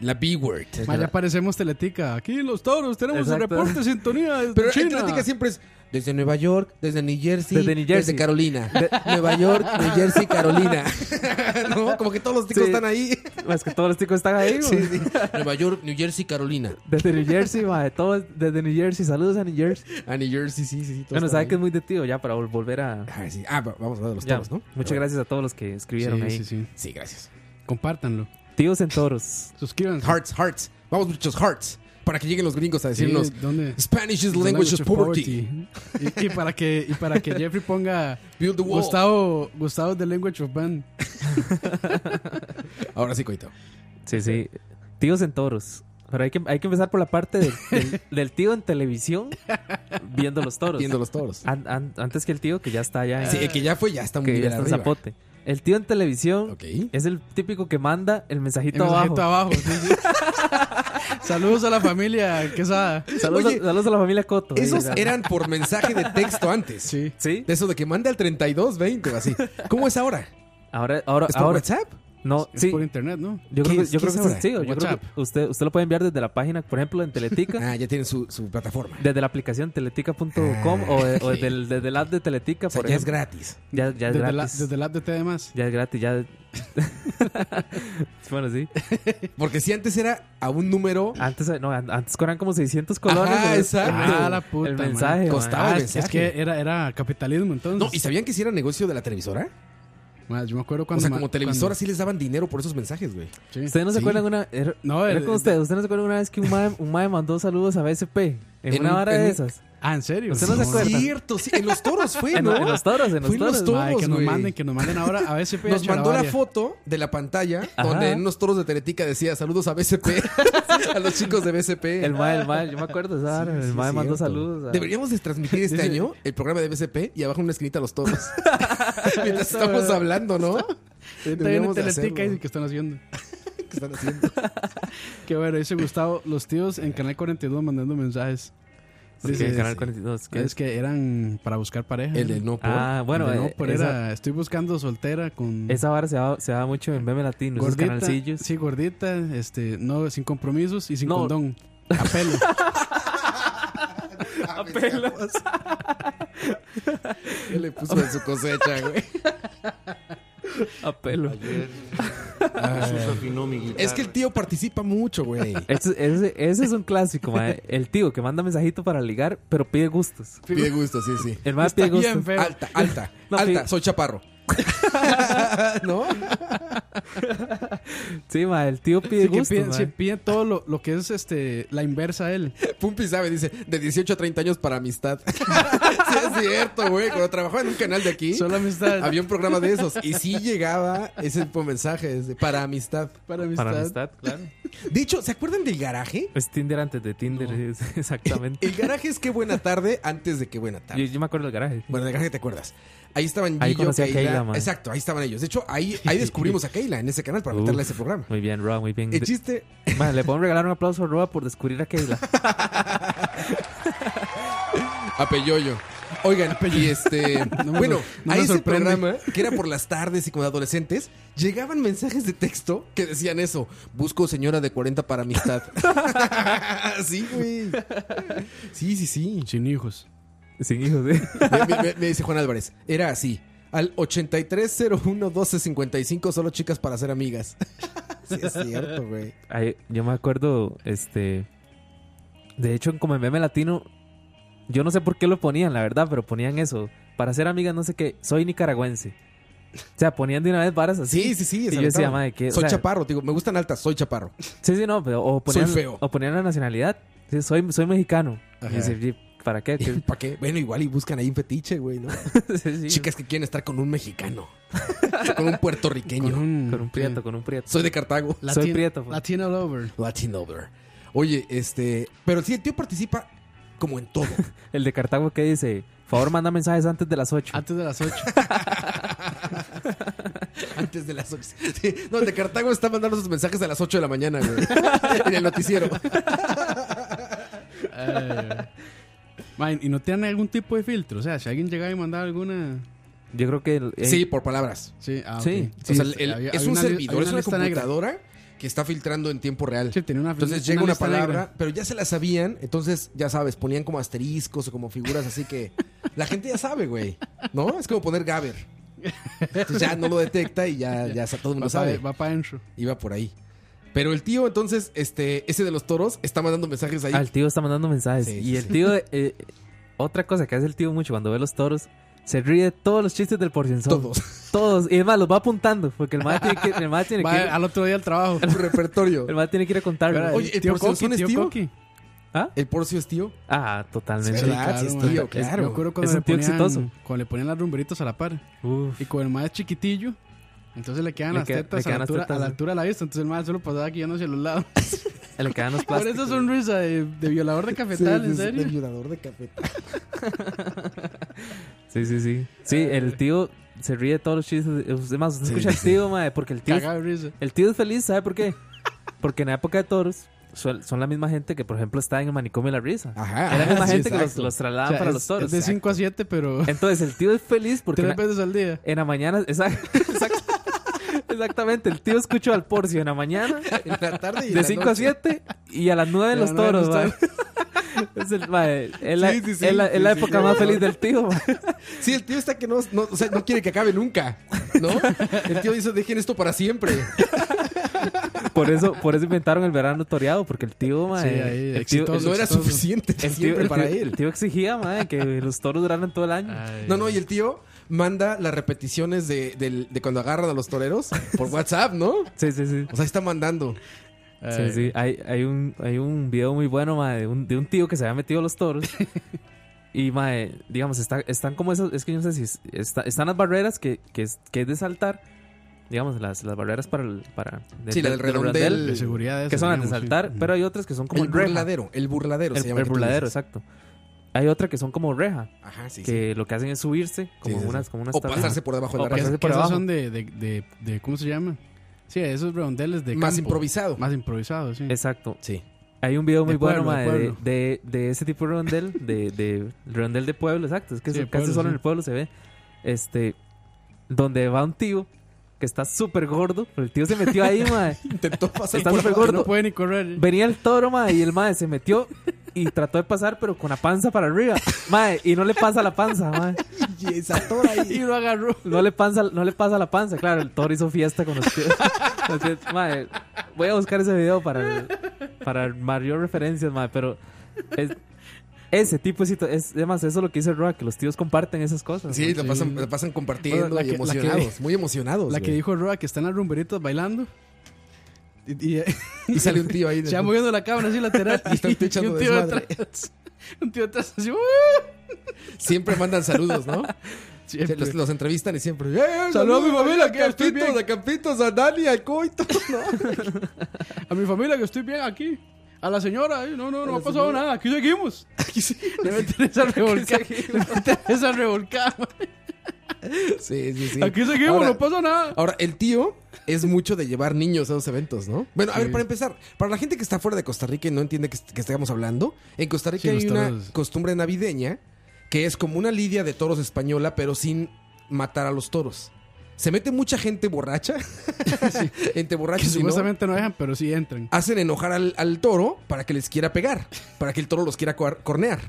[SPEAKER 1] La B-Word.
[SPEAKER 4] Ma, ya parecemos Teletica. Aquí los toros tenemos el
[SPEAKER 3] Exacto.
[SPEAKER 4] reporte de sintonía desde
[SPEAKER 1] Pero
[SPEAKER 4] China.
[SPEAKER 1] la crítica siempre es desde Nueva York, desde New Jersey,
[SPEAKER 3] Desde New Jersey.
[SPEAKER 1] Carolina. Nueva York, New Jersey, Carolina. no, como que todos los ticos
[SPEAKER 3] Sí.
[SPEAKER 1] están ahí.
[SPEAKER 3] Es que todos los chicos están ahí, güey.
[SPEAKER 1] Nueva York, New Jersey, Carolina.
[SPEAKER 3] Desde New Jersey, mae, todos desde New Jersey. Saludos a New Jersey.
[SPEAKER 1] A Ah, New Jersey, sí, sí, sí. todos
[SPEAKER 3] Bueno,
[SPEAKER 1] están
[SPEAKER 3] sabe
[SPEAKER 1] ahí.
[SPEAKER 3] que es muy de tío ya para vol- volver a.
[SPEAKER 1] Ah, sí. Ah, va- vamos a hablar de los
[SPEAKER 3] Ya,
[SPEAKER 1] toros, ¿no?
[SPEAKER 3] Muchas gracias a todos los que escribieron ahí.
[SPEAKER 4] Sí, sí, sí.
[SPEAKER 1] Sí, gracias.
[SPEAKER 4] Compártanlo.
[SPEAKER 3] Tíos en toros.
[SPEAKER 4] Suscríbanse.
[SPEAKER 1] Hearts, hearts. Vamos, muchos hearts. Para que lleguen los gringos a
[SPEAKER 4] Sí,
[SPEAKER 1] decirnos
[SPEAKER 4] ¿dónde?
[SPEAKER 1] Spanish is the language of poverty.
[SPEAKER 4] poverty. Y, y para que, y para que Jeffrey ponga
[SPEAKER 1] Build the wall.
[SPEAKER 4] Gustavo, Gustavo the language of man.
[SPEAKER 1] Ahora sí, coito.
[SPEAKER 3] Sí, sí. Tíos en toros. Pero hay que, hay que empezar por la parte del, del- del tío en televisión viendo los toros.
[SPEAKER 1] viendo los toros.
[SPEAKER 3] An- an- antes que el tío que ya está allá en,
[SPEAKER 1] Sí, el que ya fue, ya está muy
[SPEAKER 3] que ya
[SPEAKER 1] bien
[SPEAKER 3] está en
[SPEAKER 1] arriba.
[SPEAKER 3] zapote. El tío en televisión
[SPEAKER 1] Ok.
[SPEAKER 3] es el típico que manda el mensajito,
[SPEAKER 4] El mensajito
[SPEAKER 3] abajo.
[SPEAKER 4] abajo. sí, sí. Saludos a la familia Quesada.
[SPEAKER 3] Saludos,
[SPEAKER 1] Oye,
[SPEAKER 3] a, saludos a la familia Coto. Ahí,
[SPEAKER 1] Esos
[SPEAKER 3] ya.
[SPEAKER 1] eran por mensaje de texto antes.
[SPEAKER 4] Sí.
[SPEAKER 3] Sí,
[SPEAKER 1] De eso de que manda al 3220 o así. ¿Cómo es ahora?
[SPEAKER 3] ahora, ahora,
[SPEAKER 1] ¿Es por
[SPEAKER 3] ahora.
[SPEAKER 1] WhatsApp?
[SPEAKER 3] No,
[SPEAKER 4] Es
[SPEAKER 3] sí.
[SPEAKER 4] por internet, ¿no?
[SPEAKER 3] Yo creo
[SPEAKER 1] ¿Qué
[SPEAKER 3] que,
[SPEAKER 1] es-
[SPEAKER 3] yo
[SPEAKER 1] qué
[SPEAKER 3] creo
[SPEAKER 1] es
[SPEAKER 3] que sí,
[SPEAKER 1] ahora?
[SPEAKER 3] sí, yo creo
[SPEAKER 4] WhatsApp.
[SPEAKER 3] que usted, usted lo puede enviar desde la página, por ejemplo, en Teletica,
[SPEAKER 1] Ah, ya tienen su, su plataforma.
[SPEAKER 3] desde la aplicación teletica.com o, de- o
[SPEAKER 1] Ah,
[SPEAKER 3] desde, el, desde el app de Teletica,
[SPEAKER 1] O sea,
[SPEAKER 3] por
[SPEAKER 1] ya es
[SPEAKER 3] ejemplo.
[SPEAKER 1] gratis.
[SPEAKER 3] Ya, ya es
[SPEAKER 4] desde, la,
[SPEAKER 3] gratis.
[SPEAKER 4] desde el app de TDMás.
[SPEAKER 3] Ya es gratis, ya. bueno, sí.
[SPEAKER 1] Porque si antes era a un número,
[SPEAKER 3] Antes, no, an- antes eran como 600 colones.
[SPEAKER 1] Ajá,
[SPEAKER 3] el-
[SPEAKER 1] exacto.
[SPEAKER 4] Ah, la puta,
[SPEAKER 3] el
[SPEAKER 4] man.
[SPEAKER 3] mensaje. man.
[SPEAKER 1] Costaba.
[SPEAKER 4] Ah,
[SPEAKER 1] el
[SPEAKER 4] es, es
[SPEAKER 1] mensaje.
[SPEAKER 4] que era, era capitalismo entonces.
[SPEAKER 3] pues.
[SPEAKER 1] No, ¿y sabían que si era negocio de la televisora?
[SPEAKER 4] Ma, yo me acuerdo
[SPEAKER 1] O
[SPEAKER 4] cuando.
[SPEAKER 1] sea,
[SPEAKER 4] ma-
[SPEAKER 1] como televisora sí les daban dinero por esos mensajes, güey.
[SPEAKER 4] cuando- sí.
[SPEAKER 3] Ustedes no se
[SPEAKER 1] Sí.
[SPEAKER 3] acuerdan una. era-
[SPEAKER 4] No,
[SPEAKER 3] era
[SPEAKER 4] el-
[SPEAKER 3] con ustedes. ¿Ustedes no se acuerdan una vez que un mae, un mae mandó saludos a BSP? En,
[SPEAKER 1] En
[SPEAKER 3] una
[SPEAKER 1] un-
[SPEAKER 3] vara
[SPEAKER 1] en
[SPEAKER 3] de
[SPEAKER 1] un-
[SPEAKER 3] esas.
[SPEAKER 4] Ah, ¿en serio?
[SPEAKER 3] ¿Usted no se acuerda?
[SPEAKER 1] Es cierto, sí. En los toros fue,
[SPEAKER 3] En,
[SPEAKER 1] ¿no?
[SPEAKER 3] en los toros, en los
[SPEAKER 1] Fue en los
[SPEAKER 3] toros.
[SPEAKER 1] toros,
[SPEAKER 4] Ay, que nos
[SPEAKER 1] güey.
[SPEAKER 4] manden, que nos manden ahora a BCP.
[SPEAKER 1] Nos mandó la
[SPEAKER 4] Chalabaria.
[SPEAKER 1] foto de la pantalla
[SPEAKER 3] Ajá.
[SPEAKER 1] donde en unos toros de Teletica decía saludos a BCP, a los chicos de BCP.
[SPEAKER 3] El mae, el mae, yo me acuerdo de esa vara.
[SPEAKER 1] Sí,
[SPEAKER 3] el
[SPEAKER 1] sí,
[SPEAKER 3] mae mandó
[SPEAKER 1] cierto.
[SPEAKER 3] saludos. a-
[SPEAKER 1] Deberíamos de transmitir este
[SPEAKER 4] Dice-
[SPEAKER 1] año el programa de BCP y abajo una esquinita a los toros. Mientras estamos hablando, ¿no? Eh,
[SPEAKER 4] Está bien en
[SPEAKER 1] Deberíamos de
[SPEAKER 4] Teletica y
[SPEAKER 1] hacerlo.
[SPEAKER 4] que están haciendo.
[SPEAKER 1] ¿Qué están haciendo?
[SPEAKER 4] Qué bueno, dice Gustavo, los tíos en Canal 42 mandando mensajes.
[SPEAKER 3] Sí,
[SPEAKER 4] Dice,
[SPEAKER 3] en Canal 42. que
[SPEAKER 4] es que eran para buscar pareja.
[SPEAKER 1] El del no Ah, por.
[SPEAKER 3] Ah, bueno,
[SPEAKER 4] Bueno, no,
[SPEAKER 3] eh,
[SPEAKER 4] pero
[SPEAKER 3] esa,
[SPEAKER 4] era, estoy buscando soltera con
[SPEAKER 3] esa vara se daba, se daba mucho en Meme Latino. Esos
[SPEAKER 4] gordita.
[SPEAKER 3] canalcillos.
[SPEAKER 4] Sí, gordita, este, no, sin compromisos y sin
[SPEAKER 3] No.
[SPEAKER 4] condón. A pelo.
[SPEAKER 1] Ah, pensamos. Él le puso en su cosecha, güey.
[SPEAKER 3] A pelo.
[SPEAKER 1] Ah, Es que el tío participa mucho, güey.
[SPEAKER 3] Ese, ese- ese es un clásico, mae. El tío que manda mensajito para ligar, pero pide gustos.
[SPEAKER 1] Pide gusto, sí, sí.
[SPEAKER 3] El mae
[SPEAKER 4] Está
[SPEAKER 3] pide gustos.
[SPEAKER 4] bien feo.
[SPEAKER 1] Alta, alta,
[SPEAKER 3] No,
[SPEAKER 1] alta,
[SPEAKER 3] sí.
[SPEAKER 1] soy chaparro. ¿No?
[SPEAKER 3] Sí, mae, el tío pide
[SPEAKER 4] Sí, que
[SPEAKER 3] gustos.
[SPEAKER 4] piden,
[SPEAKER 3] mae.
[SPEAKER 4] sí, piden todo lo, lo que es este la inversa a él.
[SPEAKER 1] Pumpi sabe, dice, de 18 a 30 años para amistad. sí, es cierto, güey. Cuando trabajaba en un canal de aquí,
[SPEAKER 4] Solo amistad.
[SPEAKER 1] había un programa de esos. Y sí llegaba ese tipo de mensajes de para amistad.
[SPEAKER 4] para amistad.
[SPEAKER 3] Para amistad, claro.
[SPEAKER 1] De hecho, ¿se acuerdan del garaje?
[SPEAKER 3] Es Tinder antes de Tinder, es- exactamente.
[SPEAKER 1] El garaje es qué buena tarde antes de qué buena tarde.
[SPEAKER 3] yo, yo me acuerdo del garaje.
[SPEAKER 1] Bueno, de garaje te acuerdas. Ahí estaban
[SPEAKER 3] Ahí
[SPEAKER 1] Gillo,
[SPEAKER 3] conocí a
[SPEAKER 1] Keila.
[SPEAKER 3] Keila, man.
[SPEAKER 1] Exacto, ahí estaban ellos. De hecho, ahí, ahí descubrimos a Keila en ese canal para
[SPEAKER 3] Uf.
[SPEAKER 1] meterla a ese programa.
[SPEAKER 3] Muy bien, Roa, muy bien.
[SPEAKER 1] El
[SPEAKER 3] De-
[SPEAKER 1] chiste.
[SPEAKER 3] mae, le podemos regalar un aplauso a Roa por descubrir a Keila.
[SPEAKER 1] A Peyoyo. Oigan, y este.
[SPEAKER 4] me
[SPEAKER 1] bueno,
[SPEAKER 4] sor- no
[SPEAKER 1] a
[SPEAKER 4] me
[SPEAKER 1] ese
[SPEAKER 4] sorprende.
[SPEAKER 1] programa, que era por las tardes y con adolescentes, llegaban mensajes de texto que decían eso: Busco señora de 40 para amistad. sí, güey. Sí, sí, sí.
[SPEAKER 4] Sin hijos.
[SPEAKER 3] Sin hijos, ¿eh?
[SPEAKER 1] Me, me- me dice Juan Álvarez: Era así. Al 8301-1255, solo chicas para ser amigas. sí, es cierto, güey.
[SPEAKER 3] Ahí- yo me acuerdo, este. De hecho, como en meme latino, yo no sé por qué lo ponían, la verdad, pero ponían eso. Para ser amigas, no sé qué, soy nicaragüense. O sea, ponían de una vez varas así.
[SPEAKER 1] Sí, sí, sí.
[SPEAKER 3] Y
[SPEAKER 1] se
[SPEAKER 3] yo decía,
[SPEAKER 1] aventaban.
[SPEAKER 3] madre, ¿qué? O
[SPEAKER 1] Soy
[SPEAKER 3] sea-
[SPEAKER 1] chaparro, te digo, me gustan altas, soy chaparro.
[SPEAKER 3] Sí, sí, no, pero. O ponían,
[SPEAKER 1] Soy feo.
[SPEAKER 3] O ponían la nacionalidad. Sí, soy, soy mexicano.
[SPEAKER 1] Ajá.
[SPEAKER 3] Y dice, "Y, ¿para qué? ¿Qué?"
[SPEAKER 1] ¿Para qué? Bueno, igual y buscan ahí un fetiche, güey, ¿no?
[SPEAKER 3] Sí, sí.
[SPEAKER 1] Chicas que quieren estar con un mexicano. con un puertorriqueño.
[SPEAKER 4] Con un,
[SPEAKER 3] Con un prieto, con un prieto.
[SPEAKER 1] Soy de Cartago.
[SPEAKER 4] Latin-
[SPEAKER 3] Soy prieto, pues.
[SPEAKER 4] Latino all over.
[SPEAKER 1] Latin over. Oye, este... Pero sí, el tío participa como en todo.
[SPEAKER 3] El de Cartago que dice, favor manda mensajes antes de las
[SPEAKER 1] Ah.
[SPEAKER 3] 8.
[SPEAKER 4] Antes de las 8.
[SPEAKER 1] Antes de las 8. No, el de Cartago está mandando sus mensajes a las 8 de la mañana, güey. en el noticiero.
[SPEAKER 4] Man, y no tienen algún tipo de filtro. O sea, si alguien llegaba y mandaba alguna.
[SPEAKER 3] Yo creo que... el- eh,
[SPEAKER 1] Sí, por palabras.
[SPEAKER 4] Sí, ah,
[SPEAKER 3] Sí.
[SPEAKER 4] ok.
[SPEAKER 1] o sea,
[SPEAKER 4] Sí,
[SPEAKER 1] el-
[SPEAKER 4] había-
[SPEAKER 1] es
[SPEAKER 4] había
[SPEAKER 1] un
[SPEAKER 4] una li-
[SPEAKER 1] servidor,
[SPEAKER 4] había
[SPEAKER 1] es una
[SPEAKER 4] lista negra.
[SPEAKER 1] computadora que está filtrando en tiempo real.
[SPEAKER 4] Sí, tenía una-
[SPEAKER 1] Entonces
[SPEAKER 4] una
[SPEAKER 1] llega una
[SPEAKER 4] lista
[SPEAKER 1] palabra,
[SPEAKER 4] negra.
[SPEAKER 1] pero ya se la sabían, entonces ya sabes, ponían como asteriscos o como figuras, así que la gente ya sabe, güey. ¿No? Es como poner Gaber. Entonces ya no lo detecta y ya, ya sa- todo el mundo
[SPEAKER 4] Va para,
[SPEAKER 1] sabe.
[SPEAKER 4] va para adentro.
[SPEAKER 1] Iba por ahí. Pero el tío, entonces, este, ese de los toros, está mandando mensajes ahí.
[SPEAKER 3] Al tío está mandando mensajes.
[SPEAKER 1] Sí,
[SPEAKER 3] y
[SPEAKER 1] sí,
[SPEAKER 3] el
[SPEAKER 1] sí.
[SPEAKER 3] tío... eh, otra cosa que hace el tío mucho cuando ve los toros, se ríe de todos los chistes del porcienzón.
[SPEAKER 1] Todos.
[SPEAKER 3] Todos. Y es más, los va apuntando, porque el mae tiene que, el mae tiene
[SPEAKER 4] Va
[SPEAKER 3] que,
[SPEAKER 4] al otro día al trabajo.
[SPEAKER 1] Su repertorio.
[SPEAKER 3] el mae tiene que ir a contarlo.
[SPEAKER 1] Oye, ¿el Porcenzón
[SPEAKER 4] Coqui,
[SPEAKER 1] es tío?
[SPEAKER 4] Coqui.
[SPEAKER 1] El porcio es tío.
[SPEAKER 3] Ah, totalmente.
[SPEAKER 1] Sí,
[SPEAKER 4] Sí,
[SPEAKER 1] ¿Verdad?
[SPEAKER 4] claro,
[SPEAKER 1] Sí, es
[SPEAKER 4] man.
[SPEAKER 1] tío,
[SPEAKER 4] Es-
[SPEAKER 1] claro.
[SPEAKER 4] Me acuerdo cuando
[SPEAKER 3] Es un
[SPEAKER 4] le
[SPEAKER 3] tío
[SPEAKER 4] ponían-
[SPEAKER 3] exitoso.
[SPEAKER 4] Cuando le ponían las rumberitas a la par.
[SPEAKER 3] Uf.
[SPEAKER 4] Y con el más chiquitillo. Entonces le quedan
[SPEAKER 3] Le
[SPEAKER 4] las
[SPEAKER 3] queda- le
[SPEAKER 4] tetas, a,
[SPEAKER 3] quedan
[SPEAKER 4] la
[SPEAKER 3] las
[SPEAKER 4] altura,
[SPEAKER 3] tetas,
[SPEAKER 4] a la
[SPEAKER 3] ¿no?
[SPEAKER 4] altura de la vista. Entonces el más solo pasaba aquí ya no hacia los lados.
[SPEAKER 3] Le quedan los
[SPEAKER 4] Por
[SPEAKER 3] plásticos.
[SPEAKER 4] esa sonrisa de, de violador de cafetal,
[SPEAKER 1] Sí, sí,
[SPEAKER 4] ¿en
[SPEAKER 1] sí,
[SPEAKER 4] serio?
[SPEAKER 1] De violador de cafetal.
[SPEAKER 3] Sí, sí, sí. Sí,
[SPEAKER 1] Eh.
[SPEAKER 3] el tío se ríe de todos los chistes. Es más, usted escucha al tío, mae, porque el tío, es-
[SPEAKER 4] Cagado de risa.
[SPEAKER 3] el tío es feliz, ¿sabe por qué? Porque en la época de toros suel- son la misma gente que, por ejemplo, está en el manicomio de la risa.
[SPEAKER 1] Ajá.
[SPEAKER 3] Era la misma
[SPEAKER 1] sí,
[SPEAKER 3] gente que los,
[SPEAKER 1] exacto.
[SPEAKER 3] los
[SPEAKER 4] Ah, O
[SPEAKER 3] trasladaban
[SPEAKER 4] sea,
[SPEAKER 3] para
[SPEAKER 4] es-
[SPEAKER 3] los toros.
[SPEAKER 4] es de 5 a 7, pero
[SPEAKER 3] Entonces, el tío es feliz porque... en la-
[SPEAKER 4] tres veces al día.
[SPEAKER 3] En la mañana, exact- exact- exactamente. El tío escuchó al Porcio en la mañana,
[SPEAKER 1] En la tarde y en
[SPEAKER 3] de
[SPEAKER 1] la
[SPEAKER 3] 5 a
[SPEAKER 1] noche.
[SPEAKER 3] 7, y a las 9
[SPEAKER 4] Y a
[SPEAKER 3] los
[SPEAKER 4] las nueve
[SPEAKER 3] toros,
[SPEAKER 4] los
[SPEAKER 3] mae. Es, el- mae, es la,
[SPEAKER 1] Sí, sí, sí,
[SPEAKER 3] es la- es
[SPEAKER 1] sí,
[SPEAKER 3] la
[SPEAKER 1] sí.
[SPEAKER 3] época más feliz del tío, mae.
[SPEAKER 1] Sí, el tío está que no, no, o sea, no quiere que acabe nunca, ¿no? El tío dice, dejen esto para siempre.
[SPEAKER 3] Por eso, por eso inventaron el verano toreado, porque el tío, mae,
[SPEAKER 4] Sí, ahí,
[SPEAKER 3] el tío,
[SPEAKER 4] exitoso.
[SPEAKER 1] No era
[SPEAKER 4] Chistoso.
[SPEAKER 1] suficiente
[SPEAKER 3] el tío-
[SPEAKER 1] siempre
[SPEAKER 3] el
[SPEAKER 1] para
[SPEAKER 3] tío-
[SPEAKER 1] él.
[SPEAKER 3] el tío exigía, mae, que los toros duraran todo el año.
[SPEAKER 4] Ah.
[SPEAKER 1] No, no, y el tío manda las repeticiones de, del- de cuando agarran a los toreros por WhatsApp, ¿no?
[SPEAKER 3] Sí, sí, sí.
[SPEAKER 1] O sea, está mandando.
[SPEAKER 4] Ah,
[SPEAKER 3] Sí, sí. Hay, hay, un, hay un video muy bueno, mae, de, un, de un tío que se había metido a los toros. y, mae, digamos, está- están como esas. Es que yo no sé si. es- está- están las barreras que, que, es, que es de saltar. Digamos, las, las barreras para. El, para de-
[SPEAKER 1] Sí, la del redondel,
[SPEAKER 4] De seguridad.
[SPEAKER 3] que
[SPEAKER 4] eso,
[SPEAKER 3] son las de
[SPEAKER 4] digamos, sí.
[SPEAKER 3] saltar. Pero hay otras que son como
[SPEAKER 1] el
[SPEAKER 3] en reja.
[SPEAKER 1] burladero, el burladero
[SPEAKER 3] El,
[SPEAKER 1] se llama.
[SPEAKER 3] el
[SPEAKER 1] que tú
[SPEAKER 3] burladero,
[SPEAKER 1] dices.
[SPEAKER 3] exacto. Hay otra que son como reja.
[SPEAKER 1] Ajá, sí, sí.
[SPEAKER 3] que lo que hacen es subirse como
[SPEAKER 1] Sí, sí, sí.
[SPEAKER 3] unas. Como unas
[SPEAKER 1] O
[SPEAKER 3] tablas.
[SPEAKER 1] pasarse por debajo de
[SPEAKER 3] O
[SPEAKER 1] la
[SPEAKER 3] pasarse
[SPEAKER 1] reja.
[SPEAKER 4] Que-
[SPEAKER 3] por
[SPEAKER 4] que esas
[SPEAKER 3] abajo.
[SPEAKER 4] son de, de, de, de- ¿cómo se llama? Sí, esos redondeles de
[SPEAKER 1] Más
[SPEAKER 4] campo.
[SPEAKER 1] improvisado.
[SPEAKER 4] Más improvisado, sí.
[SPEAKER 3] Exacto.
[SPEAKER 1] Sí.
[SPEAKER 3] Hay un video muy
[SPEAKER 4] De
[SPEAKER 3] bueno,
[SPEAKER 4] pueblo, de
[SPEAKER 3] mae, de,
[SPEAKER 4] pueblo.
[SPEAKER 3] de, de ese tipo de rondel, de, de rondel de pueblo, exacto. Es que
[SPEAKER 4] Sí,
[SPEAKER 3] eso
[SPEAKER 4] de
[SPEAKER 3] casi
[SPEAKER 4] pueblo,
[SPEAKER 3] solo
[SPEAKER 4] sí.
[SPEAKER 3] en el pueblo se ve. Este, donde va un tío que está súper gordo, pero el tío se metió ahí, mae.
[SPEAKER 1] Intentó pasar
[SPEAKER 3] Está
[SPEAKER 1] por
[SPEAKER 3] súper
[SPEAKER 1] debajo.
[SPEAKER 4] No
[SPEAKER 3] gordo.
[SPEAKER 4] puede ni correr.
[SPEAKER 3] Venía el toro, mae, y el mae se metió y trató de pasar, pero con la panza para arriba, mae, y no le pasa la panza, mae.
[SPEAKER 1] Y se atora ahí.
[SPEAKER 4] Y lo agarró.
[SPEAKER 3] No le, pasa, no le pasa la panza, claro, el toro hizo fiesta con los tíos. Entonces, mae, voy a buscar ese video para, para mayor referencias, mae, pero es- ese tipo de situ- es Además, eso es lo que dice Roa, que los tíos comparten esas cosas.
[SPEAKER 1] Sí, la
[SPEAKER 4] Sí.
[SPEAKER 1] pasan, la pasan compartiendo
[SPEAKER 4] Bueno, la
[SPEAKER 1] y
[SPEAKER 4] que- la que-
[SPEAKER 1] emocionados. muy emocionados.
[SPEAKER 4] La que
[SPEAKER 1] güey.
[SPEAKER 4] dijo Roa que están las rumberitas bailando. Y, y-
[SPEAKER 1] Y sale un tío ahí.
[SPEAKER 4] se va moviendo la cámara así lateral.
[SPEAKER 1] Y está el tío echando
[SPEAKER 4] un tío
[SPEAKER 1] desmadre.
[SPEAKER 4] atrás. Un tío atrás así. ¡uh!
[SPEAKER 1] Siempre mandan saludos, ¿no?
[SPEAKER 4] Siempre.
[SPEAKER 1] Los, los entrevistan y siempre. ¡Eh,
[SPEAKER 4] Saludos
[SPEAKER 1] saludos
[SPEAKER 4] a
[SPEAKER 1] a
[SPEAKER 4] mi
[SPEAKER 1] mi
[SPEAKER 4] familia,
[SPEAKER 1] familia!
[SPEAKER 4] que estoy
[SPEAKER 1] Campitos,
[SPEAKER 4] bien.
[SPEAKER 1] a Campitos, a Dani, al Coito.
[SPEAKER 4] A mi familia que estoy bien aquí. A la señora, eh, no, no, no ha pasado nada. Aquí seguimos. Aquí seguimos. Le meten esa revolcada. Le meten esa revolcada.
[SPEAKER 1] Sí, sí, sí.
[SPEAKER 4] Aquí seguimos,
[SPEAKER 1] Ahora-
[SPEAKER 4] no pasa nada.
[SPEAKER 1] Ahora, el tío es mucho de llevar niños a los eventos, ¿no? Bueno, a ver, para empezar, para la gente que está fuera de Costa Rica y no entiende que, est- que estamos hablando, en Costa Rica
[SPEAKER 4] Sí, los
[SPEAKER 1] hay una
[SPEAKER 4] toros.
[SPEAKER 1] costumbre navideña que es como una lidia de toros española, pero sin matar a los toros. Se mete mucha gente borracha, entre
[SPEAKER 4] Que
[SPEAKER 1] borrachos y no.
[SPEAKER 4] supuestamente no dejan, pero sí entran.
[SPEAKER 1] Hacen enojar al, al toro para que les quiera pegar, para que el toro los quiera coar- cornear,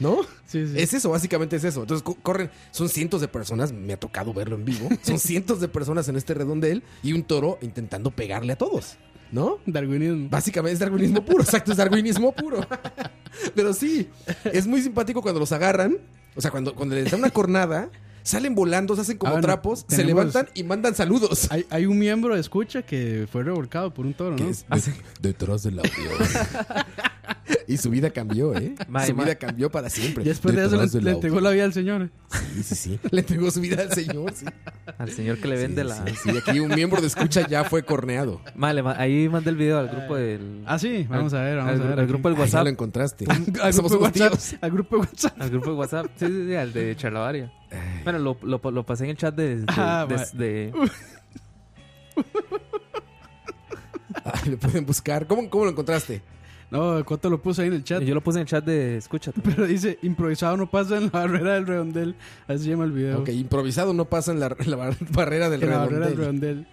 [SPEAKER 1] ¿no?
[SPEAKER 4] Sí, sí.
[SPEAKER 1] Es eso, básicamente es eso. Entonces co- corren, son cientos de personas, me ha tocado verlo en vivo, son cientos de personas en este redondel y un toro intentando pegarle a todos, ¿no?
[SPEAKER 4] Darwinismo.
[SPEAKER 1] Básicamente es darwinismo puro, exacto, es darwinismo puro. Pero sí, es muy simpático cuando los agarran, o sea, cuando, cuando les dan una cornada, salen volando, se hacen como
[SPEAKER 4] Ah, bueno,
[SPEAKER 1] trapos, se
[SPEAKER 4] tenemos-
[SPEAKER 1] levantan y mandan saludos.
[SPEAKER 4] Hay, hay un miembro de escucha que fue revolcado por un toro,
[SPEAKER 1] Que
[SPEAKER 4] ¿no?
[SPEAKER 1] es de- detrás del audio. y su vida cambió, ¿eh?
[SPEAKER 3] Mae,
[SPEAKER 1] su
[SPEAKER 3] mae.
[SPEAKER 1] vida cambió para siempre.
[SPEAKER 4] Ya después de eso
[SPEAKER 1] Detrás
[SPEAKER 4] le,
[SPEAKER 1] del
[SPEAKER 4] le
[SPEAKER 1] audio.
[SPEAKER 4] entregó la vida al señor. eh.
[SPEAKER 1] Sí, sí, sí. Le entregó su vida al señor, sí.
[SPEAKER 3] Al señor que le vende la.
[SPEAKER 1] Sí, aquí un miembro de escucha ya fue corneado.
[SPEAKER 3] Mae, le ma- ahí mandé el video al grupo del.
[SPEAKER 4] Ah, sí, vamos a ver, vamos
[SPEAKER 3] al,
[SPEAKER 4] a ver.
[SPEAKER 3] al grupo del
[SPEAKER 1] Ay, ya
[SPEAKER 3] WhatsApp.
[SPEAKER 1] lo encontraste.
[SPEAKER 4] al
[SPEAKER 1] Somos
[SPEAKER 4] grupo
[SPEAKER 1] unos
[SPEAKER 4] de
[SPEAKER 1] tíos.
[SPEAKER 4] WhatsApp. Al grupo de WhatsApp.
[SPEAKER 3] Al grupo de WhatsApp, sí, sí, sí, al de Charlavaria. Bueno, lo, lo, lo pasé en el chat de. de-
[SPEAKER 4] Ah,
[SPEAKER 3] de-
[SPEAKER 4] mae.
[SPEAKER 3] de-
[SPEAKER 1] Ah, lo pueden buscar. ¿Cómo, cómo lo encontraste?
[SPEAKER 4] No, Coto lo puso ahí en el chat.
[SPEAKER 3] yo lo puse en el chat de escucha. también.
[SPEAKER 4] Pero dice, improvisado no pasa en la barrera del redondel. Así se llama el video.
[SPEAKER 1] Ok, improvisado no pasa en la, la bar- barrera del
[SPEAKER 4] En la barrera
[SPEAKER 1] redondel.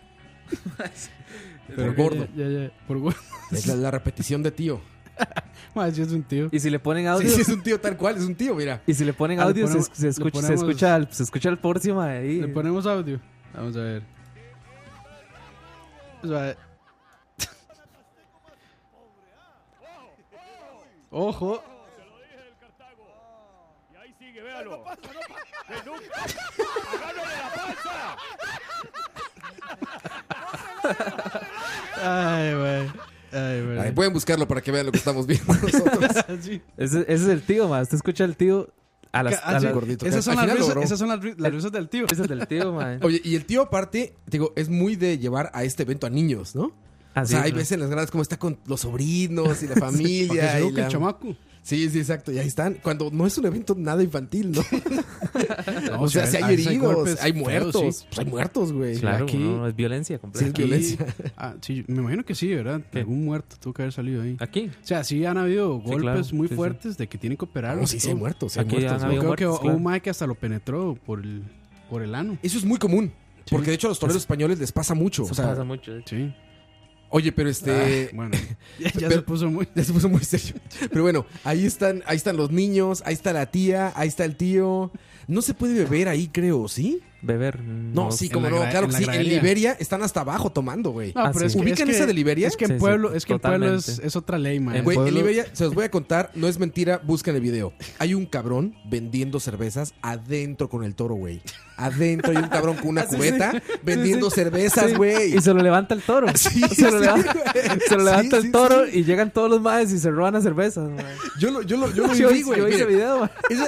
[SPEAKER 4] del redondel.
[SPEAKER 1] Por gordo.
[SPEAKER 4] Ya, ya, ya, Por gordo.
[SPEAKER 1] Es la, la repetición de tío.
[SPEAKER 4] Más si es un tío.
[SPEAKER 3] Y si le ponen audio.
[SPEAKER 1] Sí, sí, es un tío tal cual, es un tío, mira.
[SPEAKER 3] Y si le ponen
[SPEAKER 4] Ah, le
[SPEAKER 3] audio, se
[SPEAKER 4] ponemos-
[SPEAKER 3] escu- se,
[SPEAKER 4] le
[SPEAKER 3] escucha,
[SPEAKER 4] ponemos-
[SPEAKER 3] se escucha al, se escucha al porcio, mae, ahí.
[SPEAKER 4] Le ponemos audio. Vamos a ver. O sea, Ojo. Ay, güey. Ay, güey.
[SPEAKER 1] Ay, pueden buscarlo para que vean lo que estamos viendo nosotros.
[SPEAKER 4] Sí.
[SPEAKER 3] Ese, ese es el tío, mae. Usted escucha al tío a las.
[SPEAKER 4] Ah,
[SPEAKER 3] a
[SPEAKER 4] sí.
[SPEAKER 3] las-
[SPEAKER 1] gordito,
[SPEAKER 4] Esas
[SPEAKER 1] que
[SPEAKER 4] son
[SPEAKER 1] al
[SPEAKER 4] las
[SPEAKER 1] final
[SPEAKER 4] risas-
[SPEAKER 1] logró.
[SPEAKER 4] esas son las ri- las risas del tío.
[SPEAKER 3] Ese es del tío, mae.
[SPEAKER 1] Oye, y el tío aparte, digo, es muy de llevar a este evento a niños, ¿no?
[SPEAKER 3] Ah,
[SPEAKER 1] o
[SPEAKER 3] sí,
[SPEAKER 1] sea, hay
[SPEAKER 3] claro.
[SPEAKER 1] veces en las gradas como está con los sobrinos y la
[SPEAKER 4] Porque
[SPEAKER 1] familia.
[SPEAKER 4] se
[SPEAKER 1] y
[SPEAKER 4] educa el
[SPEAKER 1] la-
[SPEAKER 4] chamaco.
[SPEAKER 1] Sí, sí, exacto. Y ahí están. Cuando no es un evento nada infantil, ¿no?
[SPEAKER 4] No,
[SPEAKER 1] o sea,
[SPEAKER 4] sí,
[SPEAKER 1] si
[SPEAKER 4] a
[SPEAKER 1] hay
[SPEAKER 4] veces
[SPEAKER 1] heridos,
[SPEAKER 4] golpes
[SPEAKER 1] hay
[SPEAKER 4] feos,
[SPEAKER 1] muertos.
[SPEAKER 4] sí.
[SPEAKER 1] Pues hay muertos, güey.
[SPEAKER 3] Claro,
[SPEAKER 4] aquí-
[SPEAKER 3] no, es violencia
[SPEAKER 1] Sí, es
[SPEAKER 3] completa.
[SPEAKER 1] violencia.
[SPEAKER 4] Ah, sí, me imagino que sí, ¿verdad?
[SPEAKER 3] ¿Qué?
[SPEAKER 4] Algún muerto tuvo que haber salido ahí.
[SPEAKER 3] Aquí,
[SPEAKER 4] O sea, sí han habido golpes
[SPEAKER 3] claro,
[SPEAKER 4] muy
[SPEAKER 3] Ah. sí, sí.
[SPEAKER 4] fuertes de que tienen que operar.
[SPEAKER 1] No, sí, sí hay muertos. sí hay
[SPEAKER 3] Aquí
[SPEAKER 1] muertos,
[SPEAKER 3] han
[SPEAKER 1] ¿no?
[SPEAKER 4] Yo
[SPEAKER 3] habido-
[SPEAKER 4] creo que
[SPEAKER 3] muertos,
[SPEAKER 4] hubo
[SPEAKER 3] claro.
[SPEAKER 4] un mae que hasta lo penetró por el, por el ano.
[SPEAKER 1] Eso es muy común. Porque de hecho a los toreros españoles les pasa mucho.
[SPEAKER 3] se
[SPEAKER 1] o sea,
[SPEAKER 3] pasa mucho. de hecho.
[SPEAKER 4] Sí. Ah,
[SPEAKER 1] Oye, pero este.
[SPEAKER 4] Bueno, ya, ya se
[SPEAKER 1] pero-
[SPEAKER 4] puso muy...
[SPEAKER 1] Ya se puso muy serio. Pero bueno, ahí están, ahí están los niños, ahí está la tía, ahí está el tío. No se puede beber ahí, creo, ¿sí?
[SPEAKER 3] Beber.
[SPEAKER 1] No, sí,
[SPEAKER 4] en
[SPEAKER 1] como
[SPEAKER 4] la
[SPEAKER 1] no,
[SPEAKER 4] gra-
[SPEAKER 1] claro
[SPEAKER 4] en
[SPEAKER 1] que
[SPEAKER 4] la
[SPEAKER 1] sí. En
[SPEAKER 4] gradería.
[SPEAKER 1] Liberia están hasta abajo tomando, güey.
[SPEAKER 4] No,
[SPEAKER 3] Ah,
[SPEAKER 4] pero
[SPEAKER 3] sí.
[SPEAKER 4] es que,
[SPEAKER 1] ¿Ubican
[SPEAKER 4] es que-
[SPEAKER 1] esa de Liberia?
[SPEAKER 4] Es que en
[SPEAKER 3] Sí, sí,
[SPEAKER 4] pueblo, es que en pueblo
[SPEAKER 3] totalmente.
[SPEAKER 4] es, es otra ley, mae.
[SPEAKER 3] En
[SPEAKER 1] Güey, en
[SPEAKER 3] pueblo-
[SPEAKER 1] Liberia, se los voy a contar, no es mentira, busquen el video. Hay un cabrón vendiendo cervezas adentro con el toro, güey. Adentro hay un cabrón con una
[SPEAKER 3] Ah,
[SPEAKER 1] cubeta vendiendo cervezas, güey.
[SPEAKER 3] Y se lo levanta el toro.
[SPEAKER 1] Sí,
[SPEAKER 3] se
[SPEAKER 1] sí,
[SPEAKER 3] lo levanta,
[SPEAKER 1] güey.
[SPEAKER 3] se lo
[SPEAKER 1] Sí,
[SPEAKER 3] levanta
[SPEAKER 1] sí,
[SPEAKER 3] el toro
[SPEAKER 1] sí.
[SPEAKER 3] y llegan todos los madres y se roban las cervezas. mae.
[SPEAKER 1] Yo lo, yo lo, yo lo
[SPEAKER 3] Yo,
[SPEAKER 1] viví, güey.
[SPEAKER 3] yo hice
[SPEAKER 1] Mira,
[SPEAKER 3] video. mae.
[SPEAKER 1] Es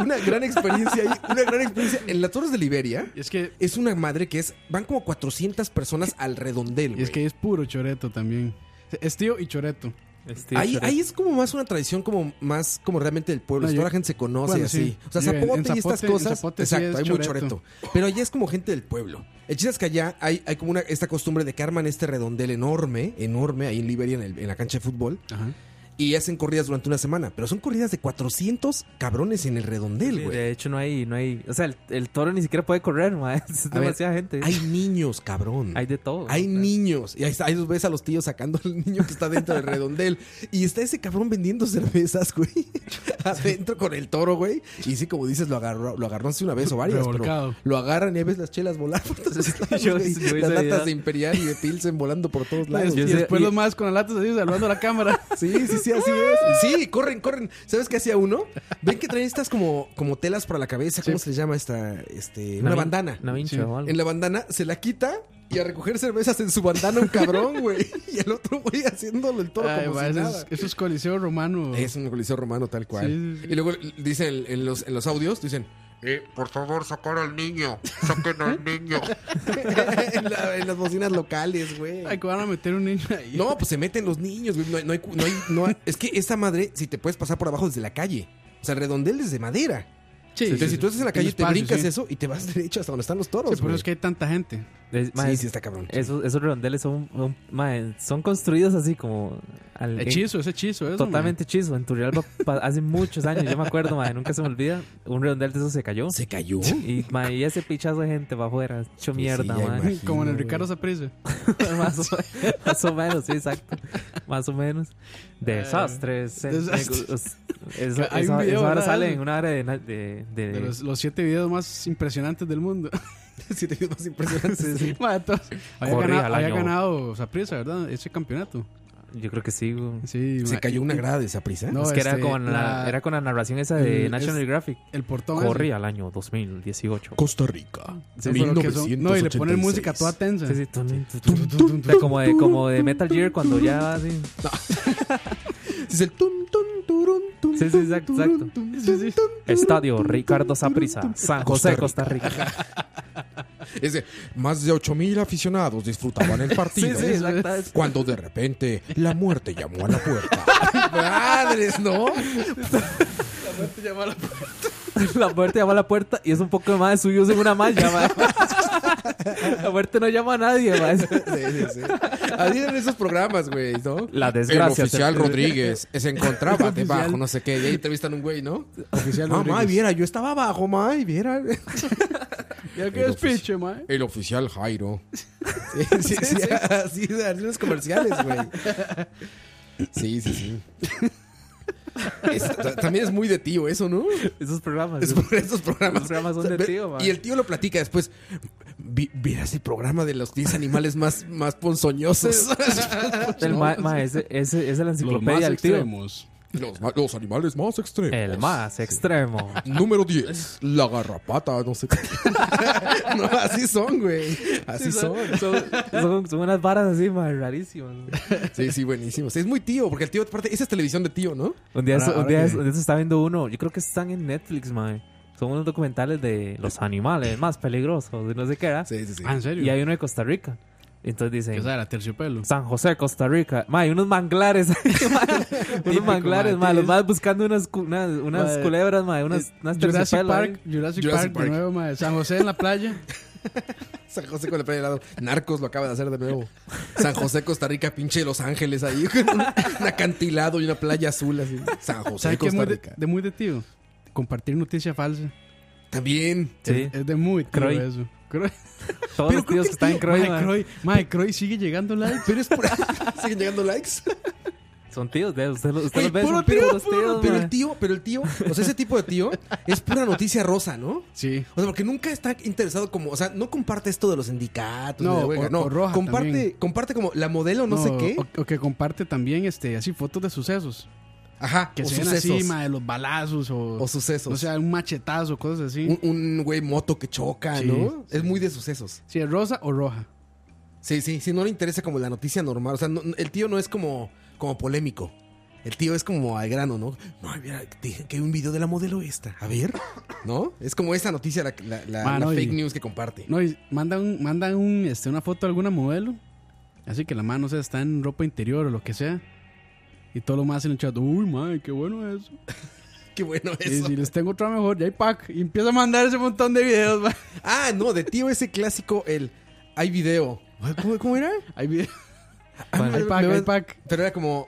[SPEAKER 1] una gran experiencia ahí, una gran experiencia. En las Torres de Liberia
[SPEAKER 4] Es que,
[SPEAKER 1] es una madre que es, van como 400 personas al redondel,
[SPEAKER 4] y es
[SPEAKER 1] güey.
[SPEAKER 4] que es puro choreto también. Es tío y choreto.
[SPEAKER 3] Este,
[SPEAKER 1] ahí,
[SPEAKER 3] pero-
[SPEAKER 1] ahí es como más una tradición como más como realmente del pueblo.
[SPEAKER 4] No,
[SPEAKER 1] Toda
[SPEAKER 4] yo-
[SPEAKER 1] la gente se conoce y
[SPEAKER 4] bueno,
[SPEAKER 1] así.
[SPEAKER 4] sí.
[SPEAKER 1] O sea,
[SPEAKER 4] Yo en- en
[SPEAKER 1] zapote, y estas
[SPEAKER 4] Zapote- en
[SPEAKER 1] cosas.
[SPEAKER 4] Zapote sí
[SPEAKER 1] exacto,
[SPEAKER 4] es
[SPEAKER 1] hay mucho
[SPEAKER 4] choreto.
[SPEAKER 1] choreto. Pero allá es como gente del pueblo. El chiste es que allá hay, hay como una, esta costumbre de que arman este redondel enorme, enorme, ahí en Liberia, en, el- en la cancha de fútbol,
[SPEAKER 4] Ajá.
[SPEAKER 1] y hacen corridas durante una semana. Pero son corridas de 400 cabrones en el redondel,
[SPEAKER 3] Sí,
[SPEAKER 1] güey.
[SPEAKER 3] de hecho, no hay, no hay. O sea, el, el toro ni siquiera puede correr, mae. Es
[SPEAKER 1] A ver,
[SPEAKER 3] demasiada gente.
[SPEAKER 1] Hay niños, cabrón.
[SPEAKER 3] Hay de todo.
[SPEAKER 1] Hay
[SPEAKER 3] mae.
[SPEAKER 1] niños. Y ahí, está, ahí los ves a los tíos sacando al niño que está dentro del redondel. Y está ese cabrón vendiendo cervezas, güey. Adentro con el toro, güey. Y sí, como dices, lo agarró, lo agarró así una vez o varias, pero
[SPEAKER 4] Revolcado.
[SPEAKER 1] lo agarran y ahí ves las chelas volar por todos lados,
[SPEAKER 3] Yo-
[SPEAKER 1] güey.
[SPEAKER 3] yo hice
[SPEAKER 1] Las latas
[SPEAKER 3] idea.
[SPEAKER 1] de Imperial y de Pilsen volando por todos lados.
[SPEAKER 4] y
[SPEAKER 3] yo sé-
[SPEAKER 4] después
[SPEAKER 3] y-
[SPEAKER 4] los más con las latas así saludando a la cámara.
[SPEAKER 1] Sí, sí, sí, así es. Sí, corren, corren. ¿Sabes qué hacía uno? Ven que traen estas como, como telas para la cabeza. ¿Cómo se les llama esta? Este, una
[SPEAKER 3] vin-
[SPEAKER 1] bandana.
[SPEAKER 3] Una vincha
[SPEAKER 4] Sí.
[SPEAKER 3] o algo.
[SPEAKER 1] En la bandana se la quita y a recoger cervezas en su bandana un cabrón, güey. Y el otro güey haciéndolo el toro
[SPEAKER 4] Ay,
[SPEAKER 1] como
[SPEAKER 4] mae,
[SPEAKER 1] si
[SPEAKER 4] eso, es,
[SPEAKER 1] nada. Eh,
[SPEAKER 4] eso es coliseo romano.
[SPEAKER 1] Es un coliseo romano tal cual.
[SPEAKER 4] Sí, sí, sí.
[SPEAKER 1] Y luego dicen en los, en los audios, dicen...
[SPEAKER 8] Eh, por favor, sacar al niño. Saquen al niño.
[SPEAKER 1] en, la- en las bocinas locales, güey.
[SPEAKER 4] Ay, que van a meter un niño ahí.
[SPEAKER 1] No, pues se meten los niños, güey. No, hay- no hay, cu- no hay- no hay- Es que esa madre, si te puedes pasar por abajo desde la calle. O sea, el redondel es de madera.
[SPEAKER 4] Sí,
[SPEAKER 1] Entonces, si tú estás en la calle,
[SPEAKER 4] Tiene
[SPEAKER 1] te
[SPEAKER 4] espacio,
[SPEAKER 1] brincas
[SPEAKER 4] sí.
[SPEAKER 1] eso y te vas derecho hasta donde están los toros,
[SPEAKER 4] Sí, por
[SPEAKER 1] güey.
[SPEAKER 4] eso es que hay tanta gente.
[SPEAKER 3] Es- mae,
[SPEAKER 1] Sí, sí, está cabrón.
[SPEAKER 3] Esos, esos redondeles son, son- mae, son construidos así como al, en-
[SPEAKER 4] Hechizo, es hechizo. Eso,
[SPEAKER 3] totalmente hechizo. En Turrialba pa- hace muchos años, yo me acuerdo, mae, nunca se me olvida. Un redondel de esos se cayó.
[SPEAKER 1] Se cayó.
[SPEAKER 3] Y, mae, y ese pichazo de gente va afuera,
[SPEAKER 1] sí,
[SPEAKER 3] hecho mierda,
[SPEAKER 1] ya
[SPEAKER 3] mae.
[SPEAKER 1] imagino.
[SPEAKER 4] mae. Como en el Ricardo Saprissa.
[SPEAKER 3] más, o, más o menos, sí, exacto. Más o menos. Desastres.
[SPEAKER 1] Eh,
[SPEAKER 3] en-
[SPEAKER 4] desastres.
[SPEAKER 3] Eso,
[SPEAKER 4] Hay un
[SPEAKER 3] eso-
[SPEAKER 4] video,
[SPEAKER 3] eso ahora
[SPEAKER 4] ¿verdad?
[SPEAKER 3] sale en una hora de, na- de- de-
[SPEAKER 4] De los, los siete videos más impresionantes del mundo.
[SPEAKER 1] Sí, te digo, más impresionante.
[SPEAKER 4] Mae, entonces, había
[SPEAKER 3] Corría
[SPEAKER 4] ganado,
[SPEAKER 3] al
[SPEAKER 4] había
[SPEAKER 3] año.
[SPEAKER 4] ganado Saprissa, ¿verdad? Ese campeonato.
[SPEAKER 3] Yo creo que sí. güey.
[SPEAKER 4] Sí,
[SPEAKER 1] Se
[SPEAKER 4] mae.
[SPEAKER 1] cayó una grada de esa prisa.
[SPEAKER 4] No,
[SPEAKER 3] es que era,
[SPEAKER 4] este,
[SPEAKER 3] con la,
[SPEAKER 4] la-
[SPEAKER 3] era con la narración esa de
[SPEAKER 4] el-
[SPEAKER 3] National
[SPEAKER 4] es-
[SPEAKER 3] Geographic.
[SPEAKER 4] El portón. ese.
[SPEAKER 3] Corría al año 2018.
[SPEAKER 1] Costa Rica.
[SPEAKER 4] Sí, pero que son- no, y le ponen
[SPEAKER 1] 1986.
[SPEAKER 4] música toda tensa.
[SPEAKER 3] Sí, sí, tum, tum, tum, tum, tum, tum, como de, como de Metal Gear cuando ya va así.
[SPEAKER 1] Es el tum, tum, turun, tum,
[SPEAKER 3] Sí, sí,
[SPEAKER 1] tum,
[SPEAKER 3] exacto,
[SPEAKER 1] turun,
[SPEAKER 3] exacto.
[SPEAKER 1] tum, tum,
[SPEAKER 4] Sí, sí.
[SPEAKER 1] tum, tum,
[SPEAKER 3] Estadio
[SPEAKER 1] tum,
[SPEAKER 3] Ricardo
[SPEAKER 1] tum,
[SPEAKER 3] Saprissa,
[SPEAKER 1] tum, tum.
[SPEAKER 3] San José, Costa Rica.
[SPEAKER 1] Es de, más de 8000 aficionados disfrutaban el
[SPEAKER 3] Sí,
[SPEAKER 1] partido.
[SPEAKER 3] sí, exacto.
[SPEAKER 1] Cuando de repente la muerte llamó a la puerta. Madres, ¿no?
[SPEAKER 3] La muerte llama a la puerta y es un poco más de subidos en una malla, mae. La muerte no llama a nadie, mae.
[SPEAKER 1] Sí, sí, sí. Así eran esos programas, güey, ¿no?
[SPEAKER 3] La desgracia.
[SPEAKER 1] El oficial
[SPEAKER 3] se-
[SPEAKER 1] Rodríguez se encontraba debajo, no sé qué. Y ahí entrevistan a un güey, ¿no?
[SPEAKER 4] Oficial
[SPEAKER 1] Mamá,
[SPEAKER 4] Rodríguez.
[SPEAKER 1] viera, yo estaba abajo, ma, y viera.
[SPEAKER 4] Ya que
[SPEAKER 1] El
[SPEAKER 4] es pinche, mae.
[SPEAKER 1] El oficial Jairo. Sí, sí, sí. Así, así los comerciales, güey. Sí, sí, sí. Es- ta- también es muy de tío eso, ¿no?
[SPEAKER 3] Esos programas.
[SPEAKER 1] Es por esos programas.
[SPEAKER 3] Los programas son de
[SPEAKER 1] Ve-
[SPEAKER 3] tío, man.
[SPEAKER 1] Y el tío lo platica después. Vi- Vieras el programa de los 10 animales más, más ponzoñosos.
[SPEAKER 3] El ma- ma, ese, ese- esa es la
[SPEAKER 4] Los más
[SPEAKER 3] enciclopedia del tío.
[SPEAKER 4] extremos.
[SPEAKER 1] los, ma- los animales más extremos.
[SPEAKER 3] El más extremo.
[SPEAKER 1] Número 10. La garrapata, no sé qué. no, así son, güey. Así son.
[SPEAKER 3] Son, son- son unas varas así, ma, rarísimas.
[SPEAKER 1] Sí, sí, buenísimos. Es muy tío, porque el tío, aparte, esa es televisión de tío, ¿no?
[SPEAKER 3] Un día,
[SPEAKER 4] Ahora-
[SPEAKER 3] eso- un
[SPEAKER 4] ahora
[SPEAKER 3] día
[SPEAKER 4] que-
[SPEAKER 3] eso- un día eso está viendo uno. Yo creo que están en Netflix, mae. Son unos documentales de los animales más peligrosos y no sé qué era.
[SPEAKER 1] Sí, sí, sí.
[SPEAKER 4] Ah, ¿en serio?
[SPEAKER 3] Y hay uno de Costa Rica. Entonces dicen,
[SPEAKER 4] Que esa era terciopelo.
[SPEAKER 3] San José, Costa Rica. Mae, unos manglares. mae, unos
[SPEAKER 4] Típico,
[SPEAKER 3] manglares,
[SPEAKER 4] mae,
[SPEAKER 3] mae. Los
[SPEAKER 4] tienes-
[SPEAKER 3] más buscando unas, cu- unas, unas
[SPEAKER 4] Mae, eh,
[SPEAKER 3] culebras, mae. Unas, unas
[SPEAKER 4] Jurassic
[SPEAKER 3] terciopelo ahí.
[SPEAKER 4] Park, Jurassic,
[SPEAKER 1] Jurassic
[SPEAKER 4] Park,
[SPEAKER 1] Park.
[SPEAKER 4] de nuevo, mae. San José en la playa.
[SPEAKER 1] San José con la playa de lado. Narcos lo acaba de hacer de nuevo. San José, Costa Rica, pinche Los Ángeles ahí. con un acantilado y una playa azul así. San José,
[SPEAKER 4] ¿Sabes qué
[SPEAKER 1] Pues
[SPEAKER 4] es
[SPEAKER 1] Costa
[SPEAKER 4] muy de,
[SPEAKER 1] Rica.
[SPEAKER 4] de muy de tío? Compartir noticia falsa.
[SPEAKER 1] También.
[SPEAKER 3] Sí,
[SPEAKER 4] Es de muy tío
[SPEAKER 3] Croy.
[SPEAKER 4] eso. Croy.
[SPEAKER 3] todos los tíos que están en Croy,
[SPEAKER 4] Mae,
[SPEAKER 3] mae,
[SPEAKER 4] Croy. Mae, Croy sigue llegando like.
[SPEAKER 1] Pero es por... Siguen llegando likes.
[SPEAKER 3] Son tíos, de, usted, los- usted
[SPEAKER 1] Ey,
[SPEAKER 3] los ve,
[SPEAKER 1] puro
[SPEAKER 3] son
[SPEAKER 1] tío,
[SPEAKER 3] puros
[SPEAKER 1] puro-
[SPEAKER 3] tíos,
[SPEAKER 1] pero
[SPEAKER 3] mae.
[SPEAKER 1] el tío, pero el tío, o sea, ese tipo de tío es pura noticia rosa, ¿no?
[SPEAKER 4] Sí.
[SPEAKER 1] O sea, porque nunca está interesado como, o sea, no comparte esto de los sindicatos,
[SPEAKER 4] No,
[SPEAKER 1] ni de huelga,
[SPEAKER 4] o-
[SPEAKER 1] no,
[SPEAKER 4] o roja
[SPEAKER 1] comparte,
[SPEAKER 4] también.
[SPEAKER 1] comparte como la modelo no, sé qué,
[SPEAKER 4] O, o que comparte también este, así fotos de sucesos.
[SPEAKER 1] ajá,
[SPEAKER 4] Que
[SPEAKER 1] o
[SPEAKER 4] se ven
[SPEAKER 1] sucesos,
[SPEAKER 4] así, mae, de los balazos o,
[SPEAKER 1] o sucesos,
[SPEAKER 4] o sea, un machetazo, cosas así.
[SPEAKER 1] un, un güey moto que choca,
[SPEAKER 4] Sí,
[SPEAKER 1] ¿no?
[SPEAKER 4] sí.
[SPEAKER 1] Es muy de sucesos.
[SPEAKER 4] Si es rosa o roja.
[SPEAKER 1] Sí, sí, sí, no le interesa como la noticia normal, o sea, no- no- el tío no es como, como polémico. El tío es como al grano, ¿no? No, mira, dije que hay un video de la modelo esta. A ver, ¿no? Es como esa noticia, la, la- la-
[SPEAKER 4] Mano,
[SPEAKER 1] la
[SPEAKER 4] y-
[SPEAKER 1] fake news que comparte.
[SPEAKER 4] No, y mandan un, mandan un, este, una foto de alguna modelo. Así que la mano, o sea, está en ropa interior o lo que sea. Y todo lo más en el chat. Uy, mae, qué bueno eso.
[SPEAKER 1] Qué bueno
[SPEAKER 4] Y
[SPEAKER 1] eso.
[SPEAKER 4] si les tengo otra mejor, ya hay pack. Y empieza a mandar ese montón de videos, mae.
[SPEAKER 1] Ah, no, de tío ese clásico, el hay video. ¿Cómo, cómo era?
[SPEAKER 4] Hay videos.
[SPEAKER 1] me-
[SPEAKER 4] hay pack,
[SPEAKER 1] me-
[SPEAKER 4] hay pack.
[SPEAKER 1] Pero era como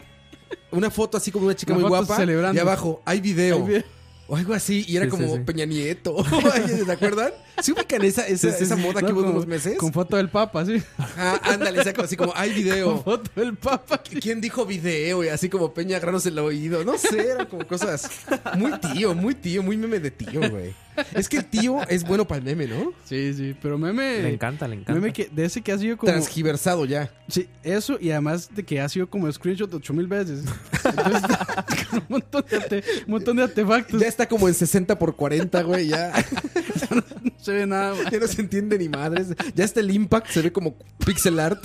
[SPEAKER 1] una foto así como una chica
[SPEAKER 4] Una
[SPEAKER 1] muy
[SPEAKER 4] foto
[SPEAKER 1] guapa.
[SPEAKER 4] celebrando.
[SPEAKER 1] Y abajo, hay
[SPEAKER 4] Hay
[SPEAKER 1] video.
[SPEAKER 4] video.
[SPEAKER 1] O algo así, y era
[SPEAKER 3] Sí, sí,
[SPEAKER 1] como
[SPEAKER 3] sí.
[SPEAKER 1] Peña Nieto. ¿Se acuerdan? ¿Se ubican esa, esa,
[SPEAKER 4] Sí, sí,
[SPEAKER 1] esa
[SPEAKER 4] sí.
[SPEAKER 1] moda
[SPEAKER 4] No,
[SPEAKER 1] que hubo de
[SPEAKER 4] con-
[SPEAKER 1] unos meses?
[SPEAKER 4] Con foto del papa, sí.
[SPEAKER 1] Ajá, ándale, esa cosa así como hay
[SPEAKER 4] Con
[SPEAKER 1] video.
[SPEAKER 4] foto del papa.
[SPEAKER 1] ¿Quién dijo video? Y así como Peña granos en el oído. No sé, eran como cosas muy tío, muy tío, muy meme de tío, güey. Es que el tío es bueno para el meme, ¿no?
[SPEAKER 4] Sí, sí, pero meme.
[SPEAKER 3] Le encanta, le encanta.
[SPEAKER 4] Meme que, de ese que ha sido como.
[SPEAKER 1] Transgiversado ya.
[SPEAKER 4] Sí, eso y además de que ha sido como screenshot 8000 veces. Entonces, con un, montón de arte- un montón de artefactos.
[SPEAKER 1] Ya está como en 60 por 40, güey. Ya,
[SPEAKER 4] No se ve nada. ma.
[SPEAKER 1] ya no se entiende ni madres. Ya está el impact, se ve como pixel art.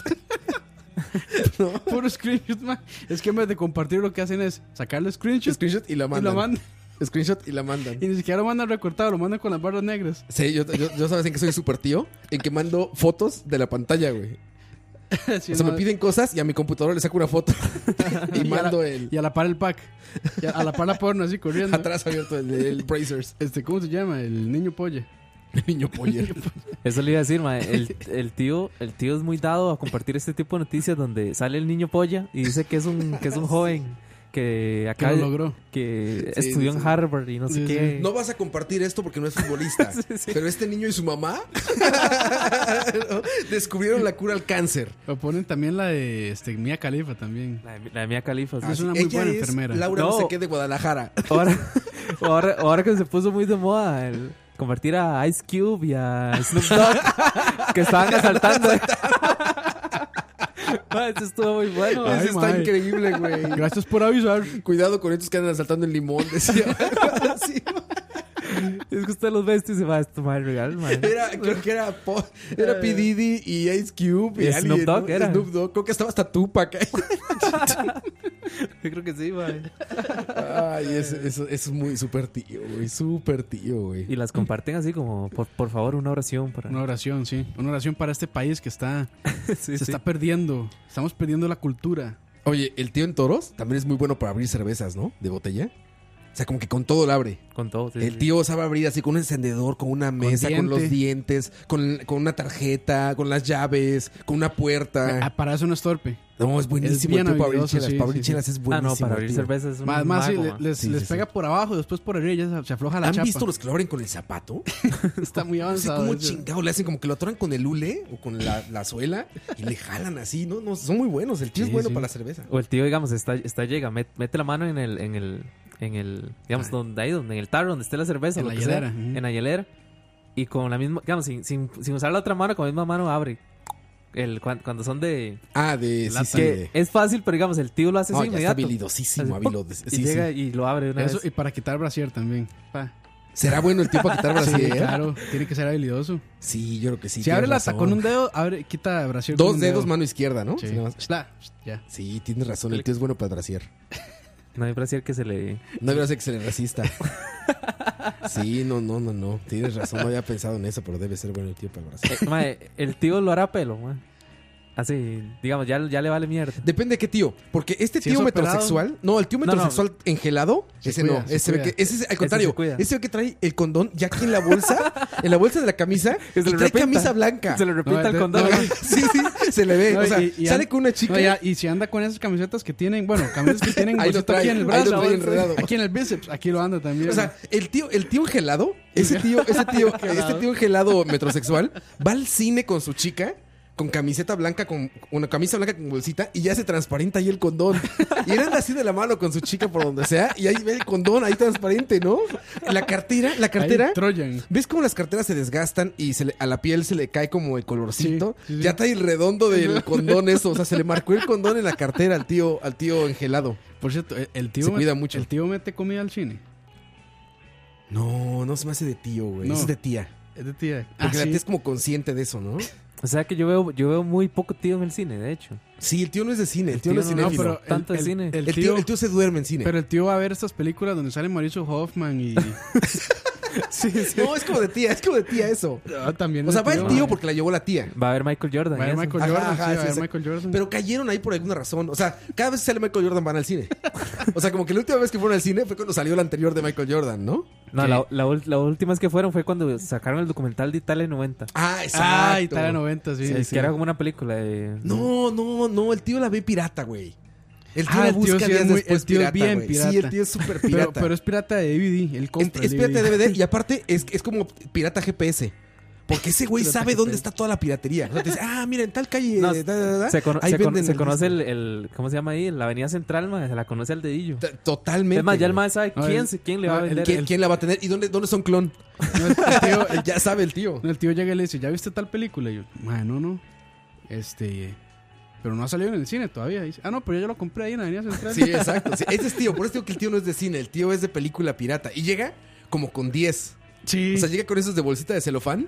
[SPEAKER 1] ¿No?
[SPEAKER 4] Puro screenshot, man. Es que en vez de compartir lo que hacen es sacarle screenshot,
[SPEAKER 1] Screenshot y la
[SPEAKER 4] y lo
[SPEAKER 1] mandan.
[SPEAKER 4] mandan.
[SPEAKER 1] Screenshot y la mandan.
[SPEAKER 4] Y ni siquiera lo mandan recortado, lo mandan con las barras negras.
[SPEAKER 1] Sí, yo, yo, yo sabes en que soy súper tío, en que mando fotos de la pantalla, güey.
[SPEAKER 4] Sí,
[SPEAKER 1] O sea,
[SPEAKER 4] no,
[SPEAKER 1] me piden cosas y a mi computadora le saco una foto y
[SPEAKER 4] a la-
[SPEAKER 1] mando el
[SPEAKER 4] Y a la par el pack. Y a, a la par la porno, así corriendo.
[SPEAKER 1] atrás abierto el, el Brazers.
[SPEAKER 4] Este, ¿Cómo se llama? El niño polla.
[SPEAKER 1] Niño poller.
[SPEAKER 3] Eso le iba a decir, mae. El, el tío, el tío es muy dado a compartir este tipo de noticias donde sale el niño polla y dice que es un, que es un joven que
[SPEAKER 4] Que
[SPEAKER 3] acá
[SPEAKER 4] lo logró.
[SPEAKER 3] que
[SPEAKER 1] Sí,
[SPEAKER 3] estudió
[SPEAKER 1] sí,
[SPEAKER 3] en
[SPEAKER 1] sí.
[SPEAKER 3] Harvard y no sé
[SPEAKER 4] Sí,
[SPEAKER 3] qué.
[SPEAKER 1] No vas a compartir esto porque no es futbolista. Pero este niño y su mamá ¿no? descubrieron la cura al cáncer.
[SPEAKER 4] Lo ponen también la de este, Mía Califa también.
[SPEAKER 3] La de, la de Mia Khalifa. sí.
[SPEAKER 4] Ah, Es una muy
[SPEAKER 1] Ella
[SPEAKER 4] buena
[SPEAKER 1] es
[SPEAKER 4] enfermera.
[SPEAKER 1] Laura no.
[SPEAKER 3] No.
[SPEAKER 1] sé qué de Guadalajara.
[SPEAKER 3] Ahora, ahora, ahora que se puso muy de moda el convertir a Ice Cube y a Snoop Dogg que estaban asaltando. Ma, Eso estuvo muy bueno. ma.
[SPEAKER 1] Eso está
[SPEAKER 4] mae.
[SPEAKER 1] increíble, güey.
[SPEAKER 4] Gracias por avisar.
[SPEAKER 1] Cuidado con estos que andan asaltando el limón, decía. Sí,
[SPEAKER 3] Es que usted los ve y se va a tomar regal, man.
[SPEAKER 1] era, creo que era, po- era P. Diddy y Ice Cube.
[SPEAKER 3] Y
[SPEAKER 1] alguien,
[SPEAKER 3] Snoop Dogg
[SPEAKER 1] ¿no?
[SPEAKER 3] era.
[SPEAKER 1] Snoop Dogg. Creo que estaba hasta Tupac. ahí.
[SPEAKER 3] Yo creo que sí, man.
[SPEAKER 1] Ay, eso, eso, eso es muy súper tío, güey. Súper tío, güey.
[SPEAKER 3] Y las comparten así como, por, por favor, una oración para...
[SPEAKER 4] Una oración, sí. Una oración para este país que está
[SPEAKER 3] Sí,
[SPEAKER 4] se
[SPEAKER 3] sí.
[SPEAKER 4] está perdiendo. Estamos perdiendo la cultura.
[SPEAKER 1] Oye, el tío en toros también es muy bueno para abrir cervezas, ¿no? De botella. O sea, como que con todo la abre.
[SPEAKER 3] Con todo. sí, sí.
[SPEAKER 1] El tío sabe abrir así con un encendedor, con una mesa, con,
[SPEAKER 4] diente.
[SPEAKER 1] los dientes, con, con una tarjeta, con las llaves, con una puerta.
[SPEAKER 4] Ah, para eso no es torpe.
[SPEAKER 1] No, es buenísimo
[SPEAKER 4] bien
[SPEAKER 1] el tío para abrir
[SPEAKER 4] habilidoso,
[SPEAKER 1] chelas.
[SPEAKER 4] sí,
[SPEAKER 1] para abrir
[SPEAKER 4] sí, sí.
[SPEAKER 1] chelas es
[SPEAKER 3] Ah,
[SPEAKER 1] buenísimo.
[SPEAKER 3] no, para abrir
[SPEAKER 1] el tío.
[SPEAKER 3] cerveza es un
[SPEAKER 4] Más, más sí,
[SPEAKER 3] mago,
[SPEAKER 4] le-
[SPEAKER 3] ma.
[SPEAKER 4] les,
[SPEAKER 1] Sí,
[SPEAKER 4] les
[SPEAKER 1] sí,
[SPEAKER 4] pega por abajo, después por arriba y ya se- se afloja la
[SPEAKER 1] ¿Han
[SPEAKER 4] chapa.
[SPEAKER 1] visto los que lo abren con el zapato?
[SPEAKER 4] Está muy
[SPEAKER 1] No sé
[SPEAKER 4] avanzado.
[SPEAKER 1] cómo
[SPEAKER 4] eso.
[SPEAKER 1] chingado le hacen, como que lo atoran con el hule o con la, la suela y le jalan así, ¿no? no son muy buenos. El tío es
[SPEAKER 4] Sí,
[SPEAKER 1] bueno
[SPEAKER 4] sí.
[SPEAKER 1] para la cerveza.
[SPEAKER 3] O el tío, digamos, está, está llega, met- mete la mano en el, en el, en el, digamos, donde ahí, donde en el tarro, donde esté la cerveza,
[SPEAKER 4] Ah. En
[SPEAKER 3] lo
[SPEAKER 4] la
[SPEAKER 3] que sea,
[SPEAKER 4] hielera, ujú.
[SPEAKER 3] en la hielera, y con la misma, digamos, sin, sin, sin usar la otra mano, con la misma mano abre. El, cuan- cuando, son de...
[SPEAKER 1] Ah, de. Sí,
[SPEAKER 4] Lata.
[SPEAKER 1] sí,
[SPEAKER 3] que
[SPEAKER 1] de-
[SPEAKER 3] es fácil, pero digamos, el tío lo hace
[SPEAKER 1] No, ya
[SPEAKER 3] así
[SPEAKER 1] está
[SPEAKER 3] inmediato.
[SPEAKER 1] habilidosísimo,
[SPEAKER 3] Así, ¡pum!
[SPEAKER 1] habilidos-
[SPEAKER 3] y
[SPEAKER 1] sí, sí.
[SPEAKER 3] llega y lo abre de una
[SPEAKER 4] Eso,
[SPEAKER 3] vez.
[SPEAKER 4] y para quitar brasier también. Pa.
[SPEAKER 1] ¿Será bueno el tío para quitar
[SPEAKER 4] Sí,
[SPEAKER 1] brasier?
[SPEAKER 4] claro, tiene que ser habilidoso.
[SPEAKER 1] eh? Sí, yo creo que sí.
[SPEAKER 4] si
[SPEAKER 1] tienes
[SPEAKER 4] abre lata
[SPEAKER 1] razón.
[SPEAKER 4] con un dedo, abre, quita brasier. con
[SPEAKER 1] Dos
[SPEAKER 4] un
[SPEAKER 1] dedos,
[SPEAKER 4] dedo.
[SPEAKER 1] mano izquierda, ¿no?
[SPEAKER 4] Sí.
[SPEAKER 1] Sí, nada más.
[SPEAKER 4] Shla, sh, ya.
[SPEAKER 1] Sí, tienes razón. El tío es bueno para brasier.
[SPEAKER 3] No hay placer que se le...
[SPEAKER 1] No debería ser que se le resista. Sí, no, no, no, no. Tienes razón. No había pensado en eso, pero debe ser bueno el tío para brasier.
[SPEAKER 3] Eh, mae, el tío lo hará pelo, mae. Así, digamos, ya, ya le vale mierda.
[SPEAKER 1] Depende de qué tío. Porque este
[SPEAKER 4] Si
[SPEAKER 1] tío
[SPEAKER 4] es operado-
[SPEAKER 1] metrosexual. no, el tío
[SPEAKER 3] no.
[SPEAKER 1] metrosexual engelado.
[SPEAKER 4] Se
[SPEAKER 1] ese
[SPEAKER 4] cuida,
[SPEAKER 1] no.
[SPEAKER 4] se
[SPEAKER 1] Ese, ve
[SPEAKER 4] cuida.
[SPEAKER 1] que, ese es- al
[SPEAKER 3] se
[SPEAKER 1] contrario.
[SPEAKER 3] cuida.
[SPEAKER 1] ese ve que trae el condón ya aquí en la bolsa. en la bolsa de la camisa.
[SPEAKER 3] Que
[SPEAKER 1] Y
[SPEAKER 3] se le
[SPEAKER 1] trae
[SPEAKER 3] repienta.
[SPEAKER 1] camisa blanca.
[SPEAKER 3] Se le repienta el
[SPEAKER 4] de-
[SPEAKER 3] condón.
[SPEAKER 4] no,
[SPEAKER 1] sí, sí. Se le ve.
[SPEAKER 4] No,
[SPEAKER 1] o sea,
[SPEAKER 4] y- y
[SPEAKER 1] sale
[SPEAKER 4] an-
[SPEAKER 1] con una chica.
[SPEAKER 4] No, ya, y si anda con esas camisetas que tienen, bueno, camisetas que tienen
[SPEAKER 1] Ahí lo
[SPEAKER 4] bolsita aquí
[SPEAKER 1] trae,
[SPEAKER 4] en el
[SPEAKER 1] ahí lo
[SPEAKER 4] brazo,
[SPEAKER 1] trae enredado.
[SPEAKER 4] aquí en el bíceps, aquí lo anda también.
[SPEAKER 1] O sea, el tío, el tío engelado, ese tío, ese tío, este tío engelado metrosexual, va al cine con su chica, con camiseta blanca, con una camisa blanca con bolsita, y ya se transparenta ahí el condón. Y él anda así de la mano con su chica por donde sea, y ahí ve el condón ahí transparente, ¿no? La cartera, la cartera.
[SPEAKER 4] Ahí, Trojan.
[SPEAKER 1] ¿Ves cómo las carteras se desgastan y se le- a la piel se le cae como el colorcito?
[SPEAKER 4] Sí, sí, sí.
[SPEAKER 1] Ya trae el redondo del condón eso. O sea, se le marcó el condón en la cartera al tío, al tío engelado.
[SPEAKER 4] Por cierto, el, el tío
[SPEAKER 1] Se
[SPEAKER 4] met-
[SPEAKER 1] cuida mucho.
[SPEAKER 4] El tío mete comida al cine.
[SPEAKER 1] No, no se me hace de tío, güey.
[SPEAKER 4] No.
[SPEAKER 1] Es de tía.
[SPEAKER 4] Es de tía.
[SPEAKER 1] Porque la
[SPEAKER 4] Ah, sí.
[SPEAKER 1] tía es como consciente de eso, ¿no?
[SPEAKER 3] O sea que yo veo, yo veo muy poco tío en el cine, de hecho.
[SPEAKER 1] Sí, el tío no es de cine, el tío, no es
[SPEAKER 4] no,
[SPEAKER 1] cinéfilo.
[SPEAKER 4] pero el-
[SPEAKER 3] Tanto de
[SPEAKER 4] el-
[SPEAKER 3] cine.
[SPEAKER 4] el
[SPEAKER 1] el, tío,
[SPEAKER 4] tío-
[SPEAKER 1] el tío se duerme en cine.
[SPEAKER 4] Pero el tío va a ver estas películas donde sale Mauricio Hoffman y
[SPEAKER 1] No, es como de tía, es como de tía eso.
[SPEAKER 4] Ah, también.
[SPEAKER 1] O sea, va el tío
[SPEAKER 4] va
[SPEAKER 1] porque la llevó la tía.
[SPEAKER 3] Va a haber Michael Jordan.
[SPEAKER 4] a ver
[SPEAKER 3] eso.
[SPEAKER 4] Michael
[SPEAKER 1] Ajá,
[SPEAKER 4] Jordan,
[SPEAKER 1] ajá,
[SPEAKER 4] sí, va a
[SPEAKER 1] sí,
[SPEAKER 4] ver
[SPEAKER 1] sí.
[SPEAKER 4] Michael Jordan.
[SPEAKER 1] Pero cayeron ahí por alguna razón. O sea, cada vez que sale Michael Jordan van al cine. O sea, como que la última vez que fueron al cine fue cuando salió la anterior de Michael Jordan, ¿no?
[SPEAKER 3] No, la, la ul- la última vez que fueron fue cuando sacaron el documental de Italia 90.
[SPEAKER 1] Ah,
[SPEAKER 4] ah,
[SPEAKER 1] exacto.
[SPEAKER 4] Italia 90, sí.
[SPEAKER 3] Sí,
[SPEAKER 4] sí,
[SPEAKER 3] Que era como una película de...
[SPEAKER 1] No, no, no, el tío la ve pirata, güey. El tío
[SPEAKER 4] Ah,
[SPEAKER 1] la
[SPEAKER 4] el tío
[SPEAKER 1] busca
[SPEAKER 4] sí es
[SPEAKER 1] días
[SPEAKER 4] muy-
[SPEAKER 1] después
[SPEAKER 4] el tío
[SPEAKER 1] pirata,
[SPEAKER 4] es bien
[SPEAKER 1] güey. Sí, el
[SPEAKER 4] pirata.
[SPEAKER 1] tío es súper
[SPEAKER 4] Pero,
[SPEAKER 1] pirata.
[SPEAKER 4] pero es pirata de DVD, él
[SPEAKER 1] Es,
[SPEAKER 4] compra.
[SPEAKER 1] es
[SPEAKER 4] el
[SPEAKER 1] pirata
[SPEAKER 4] DVD.
[SPEAKER 1] de DVD y aparte es, es como pirata GPS. Porque ese güey sabe dónde está toda la piratería. O sea, te dice, ah, mira, en tal calle.
[SPEAKER 3] No,
[SPEAKER 1] da, da, da,
[SPEAKER 3] se, cono-
[SPEAKER 1] ahí
[SPEAKER 3] se cono-
[SPEAKER 1] venden
[SPEAKER 3] se conoce
[SPEAKER 1] disco".
[SPEAKER 3] el, el- ¿Cómo se llama ahí? La Avenida Central, ma, se la conoce al dedillo.
[SPEAKER 1] T- Totalmente.
[SPEAKER 3] Es más, ya el
[SPEAKER 1] güey.
[SPEAKER 3] mae sabe
[SPEAKER 4] No,
[SPEAKER 3] quién,
[SPEAKER 4] el-
[SPEAKER 3] se- quién le va a
[SPEAKER 4] no, el
[SPEAKER 3] vender.
[SPEAKER 1] ¿Quién,
[SPEAKER 3] el-
[SPEAKER 1] quién la va a tener? ¿Y dónde, dónde son clon?
[SPEAKER 4] No, el tío-
[SPEAKER 1] ya sabe el tío.
[SPEAKER 4] No, El tío llega y le dice, ¿ya viste tal película? Y yo, "Ma, no, no. Este... Pero no ha salido en el cine todavía. Y dice, ah, no, pero yo ya lo compré ahí en la Avenida Central.
[SPEAKER 1] Sí, exacto. Sí, ese es tío. Por eso digo que el tío no es de cine. El tío es de película pirata. Y llega como con 10.
[SPEAKER 4] Sí.
[SPEAKER 1] O sea, llega con esos de bolsita de celofán.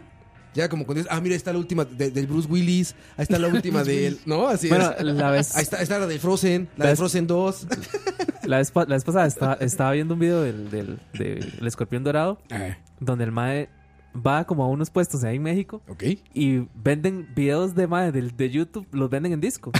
[SPEAKER 1] Ya como con 10. Ah, mira, ahí está la última de- del Bruce Willis. Ahí está la última del. ¿No? Así
[SPEAKER 3] Bueno,
[SPEAKER 1] es.
[SPEAKER 3] la vez,
[SPEAKER 1] Ahí está, ahí está la de Frozen. La
[SPEAKER 3] La
[SPEAKER 1] de
[SPEAKER 3] es-
[SPEAKER 1] Frozen 2.
[SPEAKER 3] la vez, pa- la vez pasada estaba, estaba viendo un video del, del, del escorpión dorado donde el mae va como a unos puestos ahí en México
[SPEAKER 1] Ok.
[SPEAKER 3] y venden videos de mae del- de, YouTube, los venden en disco.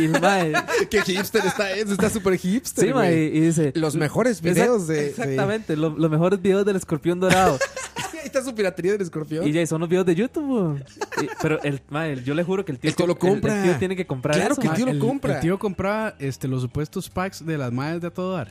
[SPEAKER 3] Y el mae,
[SPEAKER 1] Qué hipster está eso. Está súper hipster.
[SPEAKER 3] sí, mae,
[SPEAKER 1] güey.
[SPEAKER 3] y dice...
[SPEAKER 1] Los mejores
[SPEAKER 3] "Exact-
[SPEAKER 1] videos de. de-
[SPEAKER 3] Exactamente, lo- los mejores videos del escorpión dorado.
[SPEAKER 1] Ahí está su piratería del escorpión.
[SPEAKER 3] Y ya son los videos de YouTube. weón. Y- pero el, mae, yo le juro que el tío,
[SPEAKER 1] El tío lo
[SPEAKER 3] com-
[SPEAKER 1] compra.
[SPEAKER 3] tío tiene que comprar
[SPEAKER 1] Claro
[SPEAKER 3] eso,
[SPEAKER 1] que
[SPEAKER 3] mae.
[SPEAKER 4] Ma,
[SPEAKER 1] tío lo compra.
[SPEAKER 4] El tío compraba este, los supuestos packs de las madres de a todo dar.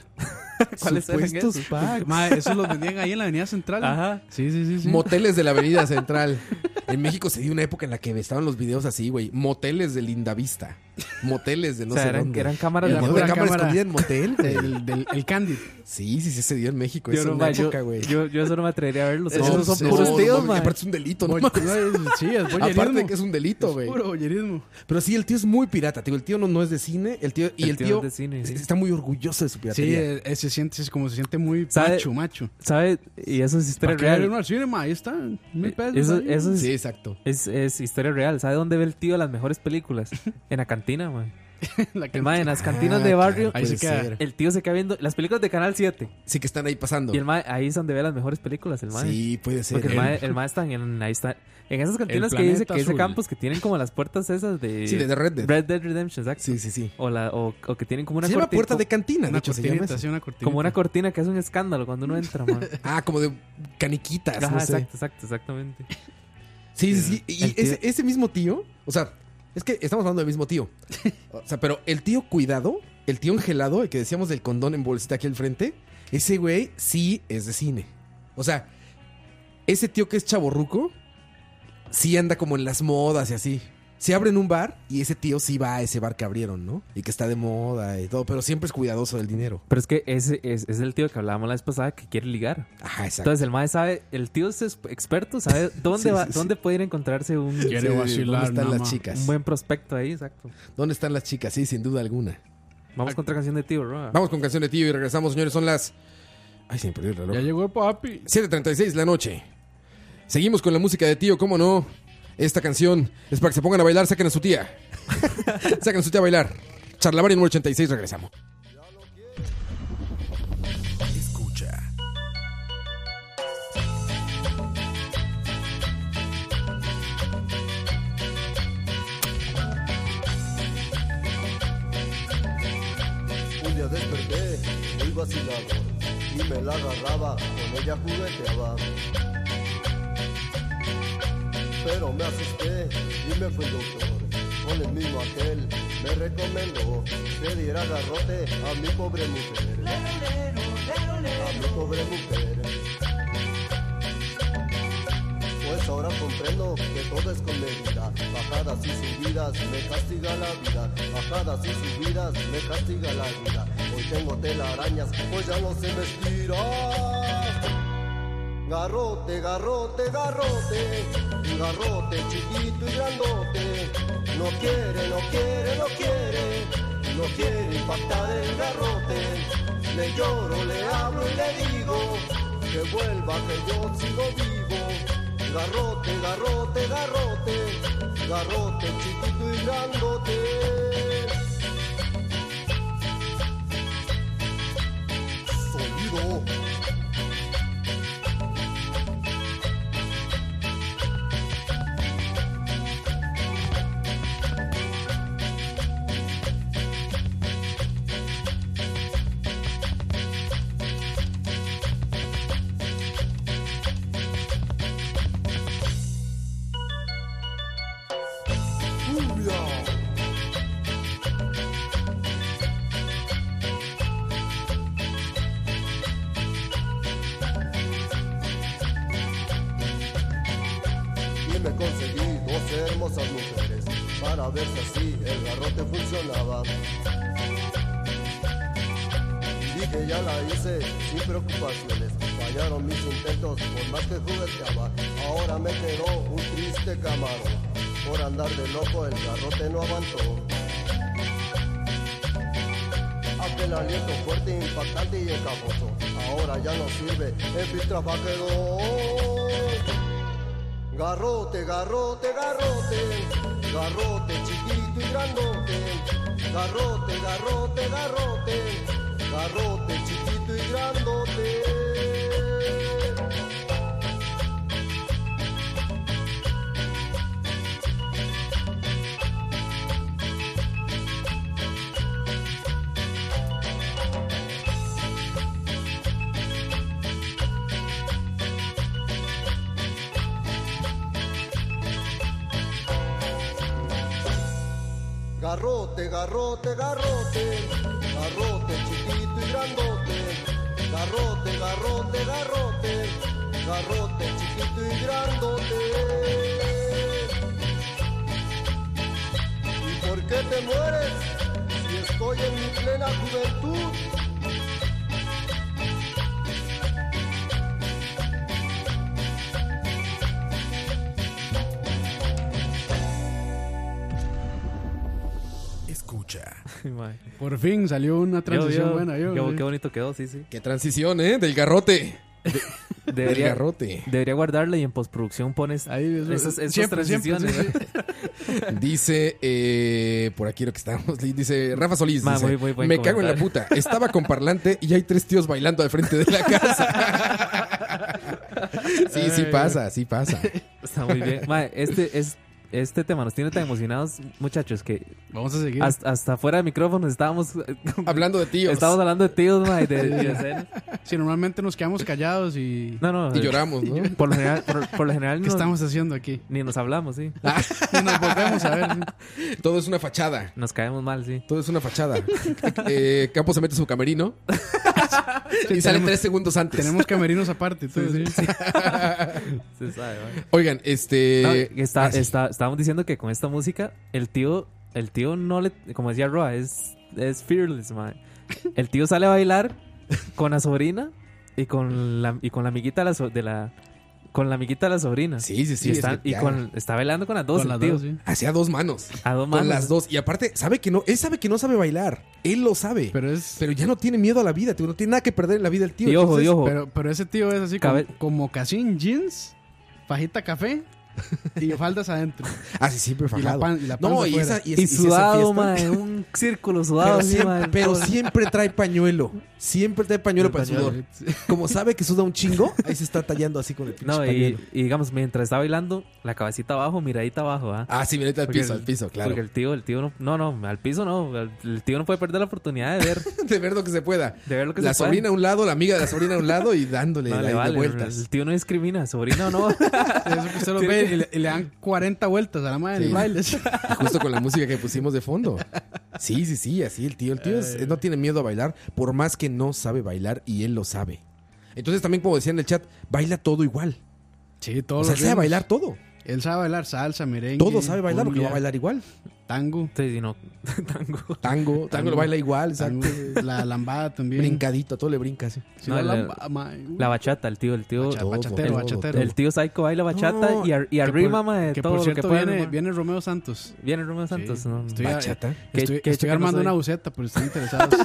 [SPEAKER 3] ¿Cuáles eran
[SPEAKER 4] Supuestos
[SPEAKER 3] esos?
[SPEAKER 1] Ah,
[SPEAKER 4] packs. Ma, esos los vendían ahí en la Avenida Central.
[SPEAKER 3] Ajá.
[SPEAKER 4] Sí, sí, sí. sí.
[SPEAKER 1] Moteles de la Avenida Central. En México se dio una época en la que estaban los videos así, güey. Moteles de Linda Vista. Moteles de no
[SPEAKER 3] o sea,
[SPEAKER 1] sé
[SPEAKER 3] eran,
[SPEAKER 1] dónde.
[SPEAKER 3] eran
[SPEAKER 1] Y
[SPEAKER 3] cámaras
[SPEAKER 4] Y
[SPEAKER 1] la
[SPEAKER 3] de
[SPEAKER 4] la
[SPEAKER 1] cámara,
[SPEAKER 4] pura cámara.
[SPEAKER 1] escondida en motel, güey.
[SPEAKER 4] Del, del- el Candy.
[SPEAKER 1] Sí, sí, sí, se dio en México.
[SPEAKER 3] Yo,
[SPEAKER 1] Es
[SPEAKER 3] no,
[SPEAKER 1] una
[SPEAKER 3] ma, yo,
[SPEAKER 1] época, güey.
[SPEAKER 3] yo, yo eso no me atrevería a verlos.
[SPEAKER 1] No,
[SPEAKER 3] Esos son
[SPEAKER 1] no,
[SPEAKER 3] puros
[SPEAKER 1] no,
[SPEAKER 3] tíos,
[SPEAKER 1] mames,
[SPEAKER 3] ma.
[SPEAKER 1] que Aparte es un delito, ¿no?
[SPEAKER 4] Boy- no, es- sí, es boyerismo.
[SPEAKER 1] Aparte de que es un delito, güey.
[SPEAKER 4] Puro boyerismo.
[SPEAKER 1] Pero sí, el tío es muy pirata. Te Digo, el tío no, no es de cine. El tío, y el,
[SPEAKER 3] El tío
[SPEAKER 1] tío,
[SPEAKER 3] es de cine, sí.
[SPEAKER 1] está muy orgulloso de su
[SPEAKER 4] Sí,
[SPEAKER 1] piratería.
[SPEAKER 4] eh, eh, se siente, es como se siente muy
[SPEAKER 3] ¿Sabe?
[SPEAKER 4] macho, macho.
[SPEAKER 3] ¿Sabe? Y eso es historia
[SPEAKER 4] ¿Para qué va a ir
[SPEAKER 3] real.
[SPEAKER 4] uno al cine, ma? Ahí está.
[SPEAKER 1] Eh,
[SPEAKER 4] mil pesos,
[SPEAKER 3] Eso,
[SPEAKER 4] ahí.
[SPEAKER 3] eso es,
[SPEAKER 1] Sí, exacto.
[SPEAKER 3] es, es historia real. ¿Sabe dónde ve el tío las mejores películas? En la cantina, man.
[SPEAKER 4] La que-
[SPEAKER 3] El mae en las cantinas
[SPEAKER 1] Ah,
[SPEAKER 3] de
[SPEAKER 1] claro,
[SPEAKER 3] barrio. pues,
[SPEAKER 1] puede
[SPEAKER 4] Ahí se queda.
[SPEAKER 1] ser.
[SPEAKER 3] El tío se queda viendo las películas de Canal 7.
[SPEAKER 1] Sí, que están ahí pasando.
[SPEAKER 3] Y el mae, ahí es donde ve las mejores películas, el mae.
[SPEAKER 1] Sí, puede ser.
[SPEAKER 3] Porque el
[SPEAKER 1] ¿eh?
[SPEAKER 3] mae, el mae está en, ahí está, en esas cantinas que
[SPEAKER 4] planeta
[SPEAKER 3] dice, que dice
[SPEAKER 4] azul.
[SPEAKER 3] Campos que tienen como las puertas esas de,
[SPEAKER 1] Sí, de Red Dead.
[SPEAKER 3] Redemption, exacto.
[SPEAKER 1] Sí, sí, sí.
[SPEAKER 3] O, la, o, o que tienen como una
[SPEAKER 1] se llama
[SPEAKER 3] corti-
[SPEAKER 1] puerta
[SPEAKER 3] co-
[SPEAKER 1] de cantina, de
[SPEAKER 4] Una
[SPEAKER 1] hecho, se llama
[SPEAKER 4] cortinita,
[SPEAKER 1] eso.
[SPEAKER 4] sí, una cortinita.
[SPEAKER 3] como una cortina que es un escándalo cuando uno entra, man.
[SPEAKER 1] Ah, como de caniquitas,
[SPEAKER 3] Ajá,
[SPEAKER 1] no sé.
[SPEAKER 3] exacto, exacto, exactamente.
[SPEAKER 1] Sí, sí, sí.
[SPEAKER 3] El
[SPEAKER 1] Y
[SPEAKER 3] tío-
[SPEAKER 1] ese, ese mismo tío, o sea, es que estamos hablando del mismo tío. O sea, pero el tío cuidado, el tío engelado, el que decíamos del condón en bolsita aquí al frente, ese güey sí es de cine. O sea, ese tío que es chaborruco, sí anda como en las modas y así. Se abren un bar y ese tío sí va a ese bar que abrieron, ¿no? Y que está de moda y todo, pero siempre es cuidadoso del dinero.
[SPEAKER 3] Pero es que ese es, es el tío que hablábamos la vez pasada que quiere ligar.
[SPEAKER 1] Ajá, exacto.
[SPEAKER 3] Entonces el mae sabe, el tío es exp- experto, sabe dónde
[SPEAKER 1] Sí,
[SPEAKER 3] va,
[SPEAKER 1] sí, sí.
[SPEAKER 3] dónde puede ir a encontrarse un,
[SPEAKER 4] Quiere
[SPEAKER 1] Sí,
[SPEAKER 4] vacilar,
[SPEAKER 1] ¿Dónde están
[SPEAKER 4] nada
[SPEAKER 1] las
[SPEAKER 4] más.
[SPEAKER 1] chicas?
[SPEAKER 3] un buen prospecto ahí, exacto.
[SPEAKER 1] ¿Dónde están las chicas? Sí, sin duda alguna.
[SPEAKER 3] Vamos con otra canción de tío, Roa.
[SPEAKER 1] Vamos con canción de tío y regresamos, señores. Son las. Ay, se me perdió el reloj.
[SPEAKER 4] Ya llegó papi.
[SPEAKER 1] 7.36 de la noche. Seguimos con la música de tío, ¿cómo no? Esta canción es para que se pongan a bailar, saquen a su tía. saquen a su tía a bailar. Charlavaria número 86, regresamos. Escucha.
[SPEAKER 9] me desperté muy vacilado y me la agarraba, con ella jugueteaba. Pero me asusté y me fui al doctor, con el mismo aquel me recomendó que diera garrote a mi pobre mujer. A mi pobre mujer. Pues ahora comprendo que todo es con medida. Bajadas y subidas me castiga la vida. Bajadas y subidas me castiga la vida. Hoy tengo telarañas, hoy ya no ¡Ah! se me estira. Garrote, garrote, garrote, garrote chiquito y grandote. No quiere, no quiere, no quiere, no quiere impactar el garrote. Le lloro, le hablo y le digo que vuelva que yo sigo vivo. Garrote, garrote, garrote, garrote chiquito y grandote. Sonido. Cumbia. y me conseguí dos hermosas mujeres para ver si así el garrote funcionaba. Y que ya la hice sin preocupaciones, fallaron mis intentos por más que jugueteaba. Ahora me quedó un triste camarón, por andar de loco el garrote no aguantó. Aquel aliento fuerte, impactante y escamoso, ahora ya no sirve, el filtrafa quedó. Garrote, garrote, garrote, garrote chiquito y grandote, garrote, garrote, garrote, garrote chiquito y grandote. Garrote, garrote, garrote, garrote chiquito y grandote, garrote, garrote, garrote, garrote chiquito y grandote. ¿Y por qué te mueres si estoy en mi plena juventud?
[SPEAKER 6] Escucha.
[SPEAKER 3] Mae.
[SPEAKER 4] Por fin salió una transición
[SPEAKER 3] Yo, yo,
[SPEAKER 4] buena. Yo,
[SPEAKER 3] qué,
[SPEAKER 4] ¿eh?
[SPEAKER 3] qué bonito quedó, sí, sí.
[SPEAKER 1] Qué transición, ¿eh? Del garrote. Del
[SPEAKER 3] Debería,
[SPEAKER 1] garrote.
[SPEAKER 3] debería guardarle y en postproducción pones
[SPEAKER 4] Ahí, eso-
[SPEAKER 3] esas, esas
[SPEAKER 4] siempre, siempre,
[SPEAKER 3] transiciones.
[SPEAKER 4] sí, sí.
[SPEAKER 1] Dice, eh, por aquí lo que estábamos, li- dice Rafa Solís.
[SPEAKER 3] Ma,
[SPEAKER 1] dice,
[SPEAKER 3] muy- muy buen
[SPEAKER 1] me cago en la
[SPEAKER 3] comentario".
[SPEAKER 1] puta. Estaba con parlante y hay tres tíos bailando al frente de la casa. sí, sí pasa, sí pasa.
[SPEAKER 3] Está muy bien. Mae, este, es, este tema nos tiene tan emocionados, muchachos, que
[SPEAKER 4] Vamos a seguir.
[SPEAKER 3] hasta, hasta fuera de micrófono estábamos, eh,
[SPEAKER 1] Hablando de tíos.
[SPEAKER 3] estábamos hablando de tíos, mae, de, de escenas.
[SPEAKER 4] Si normalmente nos quedamos callados y...
[SPEAKER 3] No, no.
[SPEAKER 1] Y lloramos, ¿no?
[SPEAKER 3] Por lo general, por, por lo general
[SPEAKER 4] ¿Qué
[SPEAKER 3] no-
[SPEAKER 4] estamos haciendo aquí?
[SPEAKER 3] ni nos hablamos, sí.
[SPEAKER 1] Ah.
[SPEAKER 4] Y nos volvemos a ver. sí.
[SPEAKER 1] Todo es una fachada.
[SPEAKER 3] Nos caemos mal, sí.
[SPEAKER 1] Todo es una fachada. Eh, Campos se mete a su camerino y sale tres segundos antes.
[SPEAKER 4] Tenemos camerinos aparte. entonces, sí.
[SPEAKER 3] Se sabe, mae.
[SPEAKER 1] Oigan, este.
[SPEAKER 3] No, está,
[SPEAKER 1] ah, sí.
[SPEAKER 3] está- estábamos diciendo que con esta música el tío, el tío no le, como decía Roa, es, es fearless, man. El tío sale a bailar con la sobrina y con la, y con la amiguita de la, so- de la- con la amiguita de la sobrina.
[SPEAKER 1] Sí, sí, sí.
[SPEAKER 3] y
[SPEAKER 1] es
[SPEAKER 3] están-
[SPEAKER 1] que
[SPEAKER 3] y
[SPEAKER 1] ya
[SPEAKER 3] con, está bailando con las dos,
[SPEAKER 4] Con
[SPEAKER 3] el
[SPEAKER 4] las
[SPEAKER 3] tío.
[SPEAKER 4] dos, sí.
[SPEAKER 1] Hacía dos manos.
[SPEAKER 3] A dos manos.
[SPEAKER 1] Con las dos. Y aparte, sabe que no. Él sabe que no sabe bailar. Él lo sabe. Pero,
[SPEAKER 4] Pero es...
[SPEAKER 1] ya no tiene miedo a la vida. tío, No tiene nada que perder en la vida el tío.
[SPEAKER 3] Y ojo,
[SPEAKER 1] Entonces,
[SPEAKER 3] y ojo.
[SPEAKER 4] Pero, pero ese tío es así como,
[SPEAKER 3] Cabe-
[SPEAKER 4] como mocasín, jeans, fajita café Y faldas adentro.
[SPEAKER 1] Ah, sí, siempre
[SPEAKER 4] Y la
[SPEAKER 1] fajado.
[SPEAKER 4] pan- y la
[SPEAKER 1] no,
[SPEAKER 4] panza
[SPEAKER 1] y
[SPEAKER 4] fuera.
[SPEAKER 1] esa, y esa- y
[SPEAKER 3] Y
[SPEAKER 1] esa
[SPEAKER 3] sudado,
[SPEAKER 1] fiesta.
[SPEAKER 3] mae, un círculo sudado.
[SPEAKER 1] Pero,
[SPEAKER 3] así, mae,
[SPEAKER 1] siempre, pero
[SPEAKER 3] todo.
[SPEAKER 1] siempre trae pañuelo. Siempre trae pañuelo para el sudor. Como sabe que suda un chingo, ahí se está tallando así con el pinche
[SPEAKER 3] No, y,
[SPEAKER 1] pañuelo.
[SPEAKER 3] y digamos, mientras está bailando, la cabecita abajo, miradita abajo, ¿ah?
[SPEAKER 1] Ah, sí, venete al
[SPEAKER 3] Porque
[SPEAKER 1] piso,
[SPEAKER 3] el-
[SPEAKER 1] al piso, claro.
[SPEAKER 3] Porque el tío, el tío no, no, no, al piso no, el, el tío no puede perder la oportunidad de ver,
[SPEAKER 1] De ver lo que se pueda.
[SPEAKER 3] de ver lo que
[SPEAKER 1] la
[SPEAKER 3] se puede.
[SPEAKER 1] sobrina a un lado, la amiga de la sobrina a un lado y dándole
[SPEAKER 3] no
[SPEAKER 1] ahí
[SPEAKER 3] le
[SPEAKER 1] de
[SPEAKER 3] vale,
[SPEAKER 1] vueltas.
[SPEAKER 3] el tío no discrimina, sobrina o no.
[SPEAKER 4] Eso que usted lo ve y le, y le dan 40 vueltas a la madre en
[SPEAKER 1] Sí.
[SPEAKER 4] el baile.
[SPEAKER 1] Y justo con la música que pusimos de fondo. Sí, sí, sí, así el tío. El tío es- no tiene miedo a bailar, por más que no sabe bailar y él lo sabe. Entonces también, como decía en el chat, baila todo igual.
[SPEAKER 4] Sí,
[SPEAKER 1] O
[SPEAKER 4] todos
[SPEAKER 1] sea,
[SPEAKER 4] los
[SPEAKER 1] sabe
[SPEAKER 4] ritmos.
[SPEAKER 1] bailar todo.
[SPEAKER 4] Él sabe bailar salsa, merengue.
[SPEAKER 1] Todo sabe bailar porque lo va a
[SPEAKER 4] cumbia,
[SPEAKER 1] bailar igual.
[SPEAKER 4] Tango.
[SPEAKER 3] Entonces, si no, tango.
[SPEAKER 1] Tango, tango,
[SPEAKER 4] Tango.
[SPEAKER 1] lo baila igual, exacto.
[SPEAKER 4] tango, la lambada también.
[SPEAKER 1] Brincadito, a todo le brinca así.
[SPEAKER 4] Sí,
[SPEAKER 3] No,
[SPEAKER 4] la,
[SPEAKER 3] la-
[SPEAKER 4] lamba- ma- uh,
[SPEAKER 3] La bachata, el tío, el tío.
[SPEAKER 4] bacha-
[SPEAKER 1] todo,
[SPEAKER 4] bachatero,
[SPEAKER 1] todo,
[SPEAKER 4] bachatero.
[SPEAKER 3] El tío Psycho baila bachata
[SPEAKER 1] No,
[SPEAKER 3] y, ar- y
[SPEAKER 4] Que
[SPEAKER 3] arrima,
[SPEAKER 4] por-
[SPEAKER 3] mae, de
[SPEAKER 4] que
[SPEAKER 3] todo
[SPEAKER 4] por
[SPEAKER 3] lo que
[SPEAKER 4] cierto
[SPEAKER 3] puede.
[SPEAKER 4] viene,
[SPEAKER 3] mae.
[SPEAKER 4] viene Romeo Santos.
[SPEAKER 3] Viene Romeo Santos.
[SPEAKER 4] Sí.
[SPEAKER 3] no,
[SPEAKER 4] Estoy,
[SPEAKER 1] Bachata.
[SPEAKER 3] Qué-
[SPEAKER 4] estoy-
[SPEAKER 3] qué checa
[SPEAKER 4] estoy
[SPEAKER 3] no
[SPEAKER 4] armando
[SPEAKER 3] soy.
[SPEAKER 4] una buceta, pero estoy interesado.